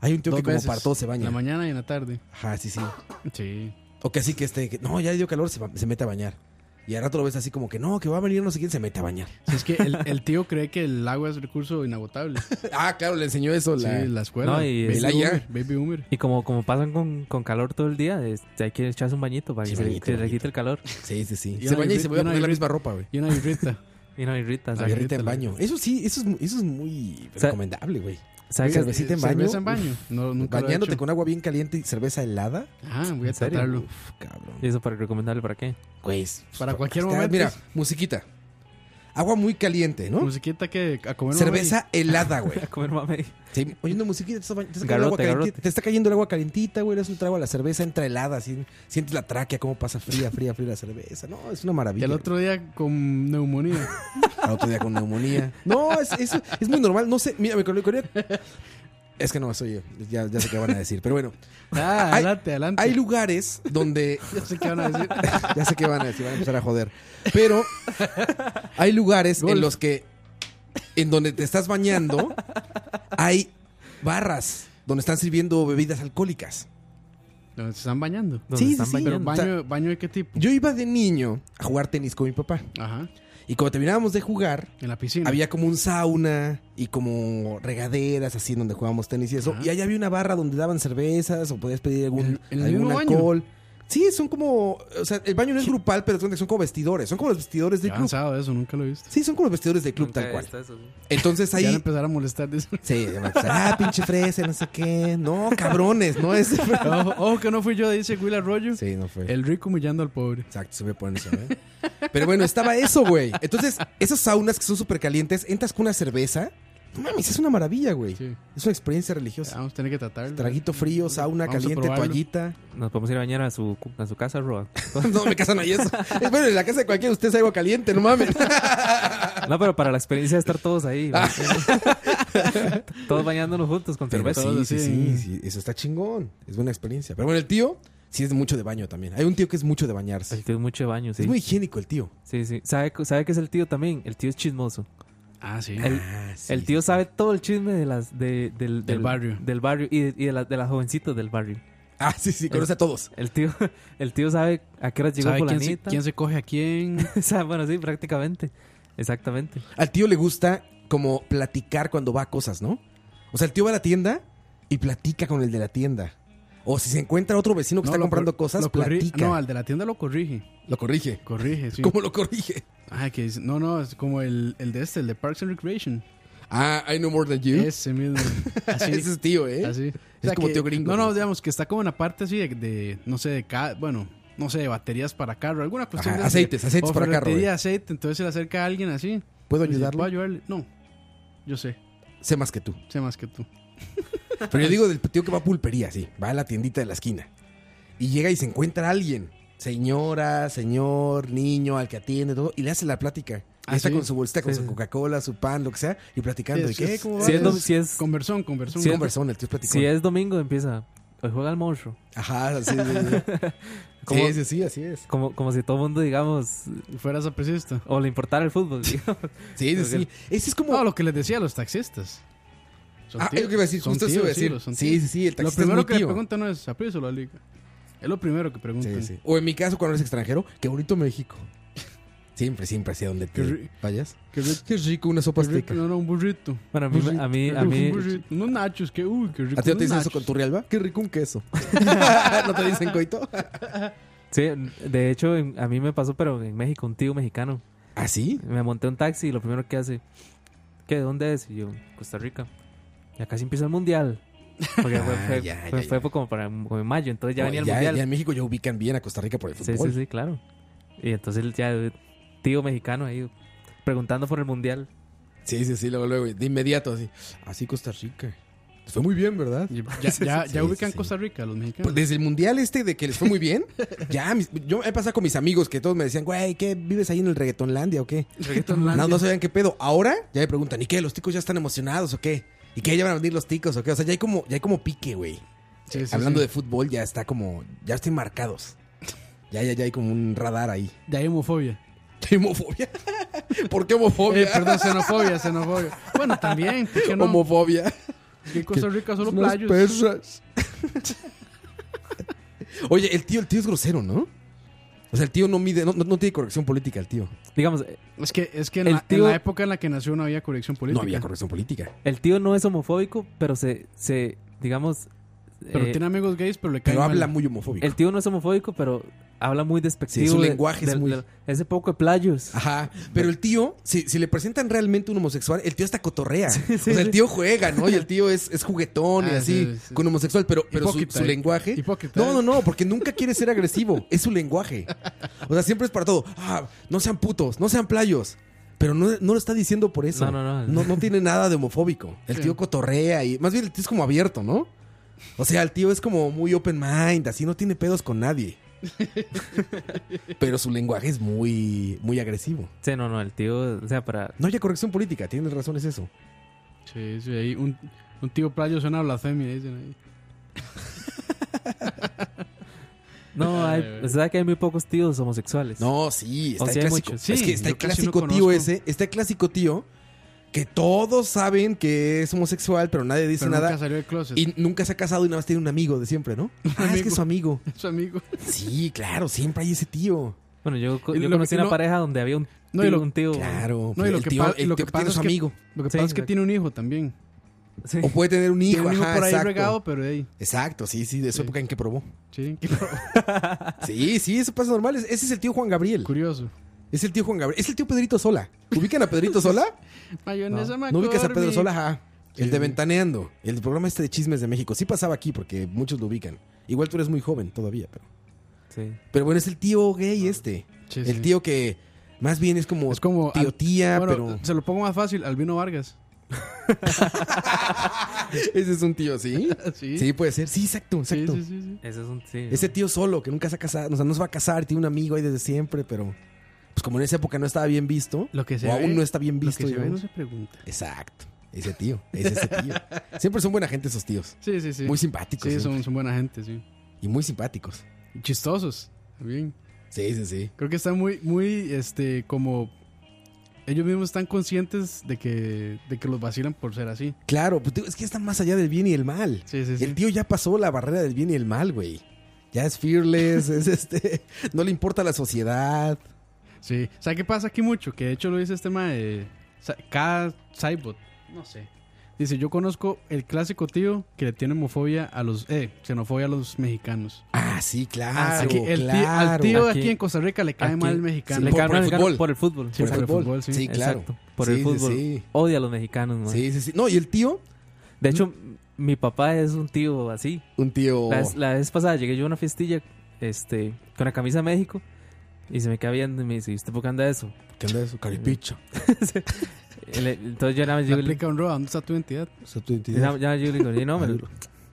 [SPEAKER 6] Hay un tío
[SPEAKER 4] Dos
[SPEAKER 6] que como
[SPEAKER 4] veces,
[SPEAKER 6] para todo se
[SPEAKER 4] En
[SPEAKER 6] baña.
[SPEAKER 4] la mañana y en la tarde.
[SPEAKER 6] Ajá, sí, sí.
[SPEAKER 4] Sí.
[SPEAKER 6] O que así que este, que, no, ya dio calor, se, va- se mete a bañar. Y al rato lo ves así como que no, que va a venir no sé quién, se mete a bañar.
[SPEAKER 4] Si es que el, el tío cree que el agua es recurso inagotable.
[SPEAKER 6] ah, claro, le enseñó eso
[SPEAKER 3] la-
[SPEAKER 4] Sí, la escuela.
[SPEAKER 3] No, y-
[SPEAKER 4] baby,
[SPEAKER 3] El ayer.
[SPEAKER 4] boomer, baby boomer.
[SPEAKER 3] Y como, como pasan con, con calor todo el día, es- hay que echarse un bañito para que se,
[SPEAKER 6] bañito,
[SPEAKER 3] se le quite el calor.
[SPEAKER 6] Sí, sí, sí.
[SPEAKER 4] Y Se una baña y se vuelve a poner la misma ropa, güey. y una birrita.
[SPEAKER 3] y una birrita.
[SPEAKER 6] La
[SPEAKER 3] exacto.
[SPEAKER 6] birrita en baño. Eso sí, eso es, mu- eso es muy
[SPEAKER 3] sea,
[SPEAKER 6] recomendable, güey.
[SPEAKER 3] ¿sabes qué?
[SPEAKER 6] Cervecita en baño.
[SPEAKER 4] Eh, Cerveza en baño.
[SPEAKER 6] uf.
[SPEAKER 4] No, nunca lo he
[SPEAKER 6] Bañándote
[SPEAKER 4] hecho.
[SPEAKER 6] con agua bien caliente y cerveza helada.
[SPEAKER 4] Ah, voy a
[SPEAKER 6] ¿En serio?
[SPEAKER 4] tratarlo.
[SPEAKER 6] Uf, cabrón. Pues,
[SPEAKER 3] ¿Y eso para recomendarle para qué?
[SPEAKER 6] Güey.
[SPEAKER 4] Para cualquier
[SPEAKER 6] Está-
[SPEAKER 4] momento.
[SPEAKER 6] Mira, musiquita. Agua muy caliente, ¿no?
[SPEAKER 4] Musiquita que a comer
[SPEAKER 6] Cerveza helada, güey.
[SPEAKER 3] A comer mame.
[SPEAKER 6] Sí, oyendo musiquita te está, ba- te está cayendo el agua
[SPEAKER 3] Garrote,
[SPEAKER 6] calentita,
[SPEAKER 3] garrote.
[SPEAKER 6] te está cayendo el agua calentita, güey. Le das un trago a la cerveza, entra helada. así, sientes la tráquea, cómo pasa fría, fría, fría la cerveza. No, es una
[SPEAKER 4] Y
[SPEAKER 6] maravilla.
[SPEAKER 4] el otro día con neumonía.
[SPEAKER 6] Al otro día con neumonía. No, es, es, es muy normal. No sé, mira, me acordé- acordé- Es que no, soy yo. Ya, ya sé qué van a decir, pero bueno.
[SPEAKER 4] Ah, adelante, adelante.
[SPEAKER 6] Hay lugares donde.
[SPEAKER 4] Ya sé qué van a decir.
[SPEAKER 6] ya sé qué van a decir, van a empezar a joder. Pero hay lugares en
[SPEAKER 4] Golf.
[SPEAKER 6] los que. En donde te estás bañando, hay barras donde están sirviendo bebidas alcohólicas.
[SPEAKER 4] Donde se están bañando.
[SPEAKER 6] Sí, sí, sí.
[SPEAKER 4] Pero
[SPEAKER 6] O sea,
[SPEAKER 4] baño, baño de qué tipo.
[SPEAKER 6] yo iba de niño a jugar tenis con mi papá.
[SPEAKER 4] Ajá.
[SPEAKER 6] Y cuando terminábamos de jugar,
[SPEAKER 4] En la piscina.
[SPEAKER 6] había como un sauna y como regaderas así en donde jugábamos tenis y eso. Y allá había una barra donde daban cervezas o podías pedir algún,
[SPEAKER 4] ¿En- en el
[SPEAKER 6] algún
[SPEAKER 4] mismo baño?
[SPEAKER 6] alcohol. Sí, son como. O sea, el baño no es grupal, pero son son como vestidores. Son como los vestidores del
[SPEAKER 4] Qué
[SPEAKER 6] club.
[SPEAKER 4] avanzado eso, nunca lo he visto.
[SPEAKER 6] Sí, son como los vestidores del club, tal cual. Entonces
[SPEAKER 4] Ya van a
[SPEAKER 6] ahí.
[SPEAKER 4] empezar a molestar de eso.
[SPEAKER 6] Sí, ya me empezaron, ah, pinche fresa, no sé qué. No, cabrones, no es.
[SPEAKER 4] Ojo, ojo que no fui yo, dice Will Arroyo.
[SPEAKER 6] Sí, pues. no fue.
[SPEAKER 4] El rico humillando al pobre.
[SPEAKER 6] Exacto, se me pone eso, ¿eh? Pero bueno, estaba eso, güey. Entonces, esas saunas que son súper calientes, entras con una cerveza. No mames, es una maravilla, güey.
[SPEAKER 4] Sí.
[SPEAKER 6] Es una experiencia religiosa.
[SPEAKER 4] Vamos a tener que tratarlo.
[SPEAKER 6] Traguito frío, sauna
[SPEAKER 4] Ah, Vamos a
[SPEAKER 6] caliente,
[SPEAKER 4] probarlo.
[SPEAKER 6] toallita.
[SPEAKER 3] Nos podemos ir a bañar a su, cu- a su casa, Roa.
[SPEAKER 6] No, me casa no hay eso. Es bueno, en la casa de cualquiera de ustedes hay agua caliente, no mames.
[SPEAKER 3] No, pero para la experiencia de estar todos ahí. ¿me entiendes? todos bañándonos juntos con
[SPEAKER 6] Pero
[SPEAKER 3] cerveza.
[SPEAKER 6] sí, sí, sí,
[SPEAKER 4] así.
[SPEAKER 6] sí, eso está chingón. Es buena experiencia. Pero bueno, el tío sí es mucho de baño también. Hay un tío que es mucho de bañarse.
[SPEAKER 3] El tío es mucho de baño, sí.
[SPEAKER 6] Es muy higiénico el tío.
[SPEAKER 3] Sí, sí. ¿Sabe, cu- ¿Sabe qué es el tío también? El tío es chismoso.
[SPEAKER 4] Ah, sí.
[SPEAKER 3] El,
[SPEAKER 6] Ah, sí,
[SPEAKER 3] el tío sabe todo el chisme de las, de, del, del-
[SPEAKER 4] barrio.
[SPEAKER 3] Del barrio y, de, y de la- de las jovencitas del barrio.
[SPEAKER 6] Ah, sí, sí, conoce a todos.
[SPEAKER 3] El tío, el tío sabe a qué hora llegó
[SPEAKER 4] ¿Sabe quién se,
[SPEAKER 3] fulanita.
[SPEAKER 4] quién se coge a quién?
[SPEAKER 3] O sea, bueno, sí, prácticamente. Exactamente.
[SPEAKER 6] Al tío le gusta como platicar cuando va a cosas, ¿no? O sea, el tío va a la tienda y platica con el de la tienda. O si se encuentra otro vecino que
[SPEAKER 4] No,
[SPEAKER 6] está
[SPEAKER 4] lo
[SPEAKER 6] comprando
[SPEAKER 4] cor-
[SPEAKER 6] cosas,
[SPEAKER 4] lo corri-
[SPEAKER 6] platica.
[SPEAKER 4] No, al de la tienda lo corrige.
[SPEAKER 6] Lo corrige.
[SPEAKER 4] Corrige, sí.
[SPEAKER 6] ¿Cómo lo corrige?
[SPEAKER 4] Ay, que dice- no, no, es como el, el de este, el de Parks and Recreation.
[SPEAKER 6] Ah, I know more than you.
[SPEAKER 4] Ese mismo. Así.
[SPEAKER 6] Ese es tío, ¿eh?
[SPEAKER 4] así.
[SPEAKER 6] Es como tío gringo,
[SPEAKER 4] No, no,
[SPEAKER 6] ¿no?
[SPEAKER 4] digamos que está como en la parte así de, de, no sé, de ca- bueno, no sé, de baterías para carro, alguna cuestión.
[SPEAKER 6] Ajá,
[SPEAKER 4] de esas de-
[SPEAKER 6] aceites, aceites
[SPEAKER 4] o
[SPEAKER 6] para carro,
[SPEAKER 4] ferretería
[SPEAKER 6] güey.
[SPEAKER 4] de aceite, entonces se le acerca a alguien así.
[SPEAKER 6] ¿Puedo
[SPEAKER 4] y dice,
[SPEAKER 6] ayudarlo?
[SPEAKER 4] ¿Puedo ayudarle? No, yo sé,
[SPEAKER 6] Sé más que tú.
[SPEAKER 4] sé más que tú.
[SPEAKER 6] Pero yo digo del tío que va a pulpería, sí. Va a la tiendita de la esquina. Y llega y se encuentra alguien. Señora, señor, niño, al que atiende, todo. Y le hace la plática. Y
[SPEAKER 4] Ah,
[SPEAKER 6] está
[SPEAKER 4] sí.
[SPEAKER 6] con su bolsita, con
[SPEAKER 3] Sí,
[SPEAKER 6] su
[SPEAKER 3] sí.
[SPEAKER 6] Coca-Cola, su pan, lo que sea. Y platicando. ¿Y
[SPEAKER 4] Es-
[SPEAKER 6] qué?
[SPEAKER 4] es-
[SPEAKER 6] ¿Cómo va?
[SPEAKER 3] Si es, dom-
[SPEAKER 4] Es-
[SPEAKER 3] si es,
[SPEAKER 4] Conversón, conversón.
[SPEAKER 3] si es-
[SPEAKER 6] Conversón, el tío es platicón.
[SPEAKER 3] si es domingo, empieza. Hoy juega el monstruo.
[SPEAKER 6] Ajá, así es.
[SPEAKER 3] ¿Cómo?
[SPEAKER 6] Sí, sí, sí, así es.
[SPEAKER 3] Como, como si todo el mundo, digamos,
[SPEAKER 4] Fueras apresista.
[SPEAKER 3] o le importara el fútbol. digamos.
[SPEAKER 6] Sí, sí, sí. Ese es como.
[SPEAKER 4] No, lo que les decía a los taxistas. Son
[SPEAKER 6] Ah, es
[SPEAKER 4] tíos,
[SPEAKER 6] lo que iba a decir,
[SPEAKER 4] son
[SPEAKER 6] justo eso
[SPEAKER 4] tíos,
[SPEAKER 6] iba a decir.
[SPEAKER 4] los son
[SPEAKER 6] Sí,
[SPEAKER 4] tíos.
[SPEAKER 6] sí, sí, el
[SPEAKER 4] Lo
[SPEAKER 6] taxista es
[SPEAKER 4] primero
[SPEAKER 6] muy
[SPEAKER 4] que le
[SPEAKER 6] tío.
[SPEAKER 4] preguntan no es, ¿aprieso la liga? Es lo primero que preguntan.
[SPEAKER 6] Sí, sí. O en mi caso, cuando eres extranjero, qué bonito México. Siempre, siempre, hacia donde
[SPEAKER 4] Qué
[SPEAKER 6] te
[SPEAKER 4] ri-
[SPEAKER 6] vayas.
[SPEAKER 4] Qué rico,
[SPEAKER 6] Qué rico, una sopa
[SPEAKER 4] qué rico,
[SPEAKER 6] azteca.
[SPEAKER 4] no, no, un burrito.
[SPEAKER 3] Bueno, a mí, me- a mí, a mí,
[SPEAKER 4] Un
[SPEAKER 6] Pues
[SPEAKER 4] burrito, unos nachos, que uy, qué rico.
[SPEAKER 6] ¿A ti no te
[SPEAKER 4] unos
[SPEAKER 6] dicen eso
[SPEAKER 4] nachos.
[SPEAKER 6] con tu realba? Qué rico un queso. ¿No te dicen coito?
[SPEAKER 3] sí, de hecho, en- a mí me pasó, pero en México, un tío mexicano.
[SPEAKER 6] ¿Ah, sí?
[SPEAKER 3] Me monté un taxi y lo primero que hace, ¿qué? ¿De dónde es? Y yo, Costa Rica. Y acá sí empieza el mundial. Porque fue,
[SPEAKER 6] Ah,
[SPEAKER 3] fue-
[SPEAKER 6] ya,
[SPEAKER 3] fue-
[SPEAKER 6] ya,
[SPEAKER 3] fue
[SPEAKER 6] ya.
[SPEAKER 3] como para como en mayo, entonces ya
[SPEAKER 6] No,
[SPEAKER 3] venía el
[SPEAKER 6] ya,
[SPEAKER 3] mundial.
[SPEAKER 6] ya en México ya ubican bien a Costa Rica por el
[SPEAKER 3] sí,
[SPEAKER 6] fútbol.
[SPEAKER 3] sí, sí, claro. Y entonces el- ya el tío mexicano ahí preguntando por el mundial.
[SPEAKER 6] Sí, sí, sí, luego, luego, de inmediato, así. Así Costa Rica. Les Pues fue muy bien, ¿verdad?
[SPEAKER 4] Ya, ya, ya
[SPEAKER 6] Sí,
[SPEAKER 4] ubican
[SPEAKER 6] sí, sí.
[SPEAKER 4] Costa Rica los mexicanos.
[SPEAKER 6] Pues desde el mundial este de que les fue muy bien, ya mis- yo he pasado con mis amigos que todos me decían, güey, ¿qué vives ahí en el reggaetonlandia o qué?
[SPEAKER 4] Reggaetonlandia.
[SPEAKER 6] Pues, No, no sabían qué pedo. Ahora ya me preguntan, ¿y qué? ¿Los ticos ya están emocionados o qué? ¿Y qué? ¿Ya van a venir los ticos o qué? O sea, ya hay como, ya hay como pique, güey.
[SPEAKER 4] Sí, sí,
[SPEAKER 6] Hablando
[SPEAKER 4] sí.
[SPEAKER 6] de fútbol, ya está como, ya están marcados. Ya, ya, ya hay como un radar ahí.
[SPEAKER 4] De ahí homofobia.
[SPEAKER 6] ¿Homofobia? ¿Por qué homofobia?
[SPEAKER 4] Eh, perdón, xenofobia, xenofobia. Bueno, también, ¿por qué no?
[SPEAKER 6] Homofobia.
[SPEAKER 4] Aquí en Costa Rica solo
[SPEAKER 6] Unas
[SPEAKER 4] playos.
[SPEAKER 6] perras. Oye, el tío, el tío es grosero, ¿no? O sea, el tío no mide, no, no- no tiene corrección política, el tío.
[SPEAKER 3] Digamos,
[SPEAKER 4] Es que, es que en,
[SPEAKER 3] El
[SPEAKER 4] la, en
[SPEAKER 3] tío-
[SPEAKER 4] la época en la que nació no había corrección política.
[SPEAKER 6] No había corrección política.
[SPEAKER 3] El tío no es homofóbico, pero se, se digamos...
[SPEAKER 4] Pero
[SPEAKER 3] eh,
[SPEAKER 4] tiene amigos gays, pero le cae mal.
[SPEAKER 6] homofóbico.
[SPEAKER 3] El tío no es homofóbico, pero habla muy despectivo.
[SPEAKER 6] Sí, su
[SPEAKER 3] de-
[SPEAKER 6] lenguaje es
[SPEAKER 3] del-
[SPEAKER 6] muy- Ah.
[SPEAKER 3] del- ese poco de playos.
[SPEAKER 6] Ajá. Pero el tío, si, si le presentan realmente un homosexual, el tío hasta cotorrea. o sea, el tío juega, ¿no? Y el tío es, es juguetón y
[SPEAKER 4] Ah,
[SPEAKER 6] así,
[SPEAKER 4] sí, sí.
[SPEAKER 6] con homosexual, pero, pero su,
[SPEAKER 4] Hipócrita,
[SPEAKER 6] su
[SPEAKER 4] hip-
[SPEAKER 6] lenguaje.
[SPEAKER 4] hipócrita. ¿eh?
[SPEAKER 6] No, no, no, porque nunca quiere ser agresivo. es su lenguaje. O sea, siempre es para todo. Ah, no sean putos, no sean playos. Pero no, no lo está diciendo por eso.
[SPEAKER 3] No, no, no.
[SPEAKER 6] No, no tiene nada de homofóbico. El
[SPEAKER 3] Sí.
[SPEAKER 6] tío cotorrea y. Más bien el tío es como abierto, ¿no? O sea, el tío es como muy open mind, así no tiene pedos con nadie. Pero su lenguaje es muy, muy agresivo.
[SPEAKER 3] Sí, no, no, el tío, o sea, para...
[SPEAKER 6] No hay corrección política, tienes razón, es eso.
[SPEAKER 4] Sí, sí, ahí un, un tío playo suena a blasfemia, dicen ahí.
[SPEAKER 3] No, hay,
[SPEAKER 4] Ay,
[SPEAKER 3] o sea, que hay muy pocos tíos homosexuales.
[SPEAKER 6] No, sí, está
[SPEAKER 3] O
[SPEAKER 6] el
[SPEAKER 3] sea, hay
[SPEAKER 6] clásico.
[SPEAKER 3] muchos.
[SPEAKER 6] es que está
[SPEAKER 4] yo
[SPEAKER 6] el
[SPEAKER 4] casi no
[SPEAKER 6] clásico tío
[SPEAKER 4] conozco.
[SPEAKER 6] ese, está el clásico tío que todos saben que es homosexual, pero nadie dice
[SPEAKER 4] Pero
[SPEAKER 6] nada.
[SPEAKER 4] nunca salió del closet.
[SPEAKER 6] Y nunca se ha casado y nada más tiene un amigo de siempre, ¿no? Ah, es que es su amigo.
[SPEAKER 4] Su amigo.
[SPEAKER 6] Sí, claro, siempre hay ese tío.
[SPEAKER 3] Bueno, yo, co-
[SPEAKER 4] Y
[SPEAKER 3] yo
[SPEAKER 4] lo
[SPEAKER 3] conocí
[SPEAKER 4] que-
[SPEAKER 3] una
[SPEAKER 4] no-
[SPEAKER 3] pareja donde había un tío,
[SPEAKER 4] No, y lo-
[SPEAKER 3] un tío...
[SPEAKER 6] Claro,
[SPEAKER 4] No, y lo
[SPEAKER 6] pues, el
[SPEAKER 4] que,
[SPEAKER 6] tío,
[SPEAKER 4] pa-
[SPEAKER 6] el
[SPEAKER 4] lo
[SPEAKER 6] tío
[SPEAKER 4] que
[SPEAKER 6] que
[SPEAKER 4] pasa
[SPEAKER 6] tiene
[SPEAKER 4] es
[SPEAKER 6] su
[SPEAKER 4] que,
[SPEAKER 6] amigo.
[SPEAKER 4] lo que
[SPEAKER 3] Sí,
[SPEAKER 4] pasa es que
[SPEAKER 3] exacto.
[SPEAKER 4] tiene un hijo también.
[SPEAKER 3] Sí.
[SPEAKER 6] O puede tener un hijo,
[SPEAKER 4] tiene un hijo
[SPEAKER 6] ajá,
[SPEAKER 4] por ahí
[SPEAKER 6] exacto.
[SPEAKER 4] regado, pero ahí.
[SPEAKER 6] Exacto, sí, sí, de su
[SPEAKER 4] Sí.
[SPEAKER 6] época en que probó.
[SPEAKER 4] Sí, qué
[SPEAKER 6] Sí, sí, eso pasa normal. Es- Ese es el tío Juan Gabriel.
[SPEAKER 4] curioso.
[SPEAKER 6] Es el tío Juan Gabriel. Es el tío Pedrito Sola. ¿Ubican a Pedrito Sola?
[SPEAKER 4] Mayonesa
[SPEAKER 6] ¿No ubicas a Pedro
[SPEAKER 4] McCormick.
[SPEAKER 6] Sola? Ajá. El
[SPEAKER 4] Sí.
[SPEAKER 6] de Ventaneando. El programa este de Chismes de México. Sí pasaba aquí porque muchos lo ubican. Igual tú eres muy joven todavía, pero...
[SPEAKER 3] Sí.
[SPEAKER 6] Pero bueno, es el tío gay este.
[SPEAKER 4] Sí, sí.
[SPEAKER 6] El tío que más bien es como,
[SPEAKER 4] Es como
[SPEAKER 6] tío
[SPEAKER 4] al-
[SPEAKER 6] tía,
[SPEAKER 4] Bueno,
[SPEAKER 6] pero...
[SPEAKER 4] se lo pongo más fácil, Albino Vargas.
[SPEAKER 6] Ese es un tío, ¿sí?
[SPEAKER 4] Sí.
[SPEAKER 6] Sí, puede ser. Sí, exacto,
[SPEAKER 4] Sí,
[SPEAKER 6] exacto.
[SPEAKER 4] sí, sí, sí.
[SPEAKER 3] Ese es un tío.
[SPEAKER 6] Ese tío solo que nunca se ha casado, o sea, no se va a casar, tiene un amigo ahí desde siempre, pero... Pues como en esa época no estaba bien visto,
[SPEAKER 4] Lo que se
[SPEAKER 6] o
[SPEAKER 4] ve-
[SPEAKER 6] aún no está bien visto.
[SPEAKER 4] Lo que se ve
[SPEAKER 6] digamos.
[SPEAKER 4] no se pregunta.
[SPEAKER 6] Exacto. Ese tío, es ese tío. siempre son buena gente esos tíos.
[SPEAKER 4] Sí, sí, sí.
[SPEAKER 6] Muy simpáticos.
[SPEAKER 4] Sí,
[SPEAKER 6] siempre.
[SPEAKER 4] son, son buena gente, sí.
[SPEAKER 6] Y muy simpáticos.
[SPEAKER 4] Y chistosos también.
[SPEAKER 6] Sí, sí, sí.
[SPEAKER 4] Creo que están muy, muy, este, como... Ellos mismos están conscientes de que, de que los vacilan por ser así.
[SPEAKER 6] Claro, pues, digo, es que están más allá del bien y el mal.
[SPEAKER 4] Sí, sí,
[SPEAKER 6] El
[SPEAKER 4] sí.
[SPEAKER 6] tío ya pasó la barrera del bien y el mal, güey. Ya es fearless, es este. No le importa la sociedad.
[SPEAKER 4] Sí. ¿Sabes qué pasa aquí mucho? Que de hecho lo dice este tema de... Cada Cybot. No sé. Dice, yo conozco el clásico tío que le tiene homofobia a los... Eh, xenofobia a los mexicanos.
[SPEAKER 6] Ah, sí, claro.
[SPEAKER 4] Aquí, el tío, al
[SPEAKER 6] claro.
[SPEAKER 4] tío
[SPEAKER 3] Aquí-
[SPEAKER 4] aquí, en Costa Rica le cae
[SPEAKER 3] Aquí-
[SPEAKER 4] mal el
[SPEAKER 3] Sí,
[SPEAKER 4] mexicano.
[SPEAKER 3] le
[SPEAKER 6] por-
[SPEAKER 3] cae
[SPEAKER 6] por
[SPEAKER 3] mal
[SPEAKER 6] el
[SPEAKER 3] el mexicano
[SPEAKER 6] fútbol.
[SPEAKER 3] por el fútbol.
[SPEAKER 4] Sí,
[SPEAKER 6] por el fútbol,
[SPEAKER 4] sí.
[SPEAKER 6] sí, claro.
[SPEAKER 3] Exacto, por
[SPEAKER 6] Sí,
[SPEAKER 3] el
[SPEAKER 6] sí,
[SPEAKER 3] fútbol.
[SPEAKER 6] Sí.
[SPEAKER 3] Odia a los mexicanos, man.
[SPEAKER 6] sí, Mm. sí, sí. No, y el tío,
[SPEAKER 3] De hecho, mi papá es un tío así.
[SPEAKER 6] un tío.
[SPEAKER 3] La, vez- la vez pasada llegué yo a una fiestilla este, con la camisa de México y se me queda viendo y me dice, ¿y usted por qué anda eso?
[SPEAKER 6] ¿Qué onda de su caripicha?
[SPEAKER 3] Y le- Entonces yo nada más
[SPEAKER 4] Le
[SPEAKER 3] llego y le-
[SPEAKER 4] aplica un robo. ¿Dónde está tu identidad?
[SPEAKER 6] O sea, tu
[SPEAKER 3] yo nada-
[SPEAKER 6] identidad.
[SPEAKER 3] nada más llego y le digo, "Y no, me,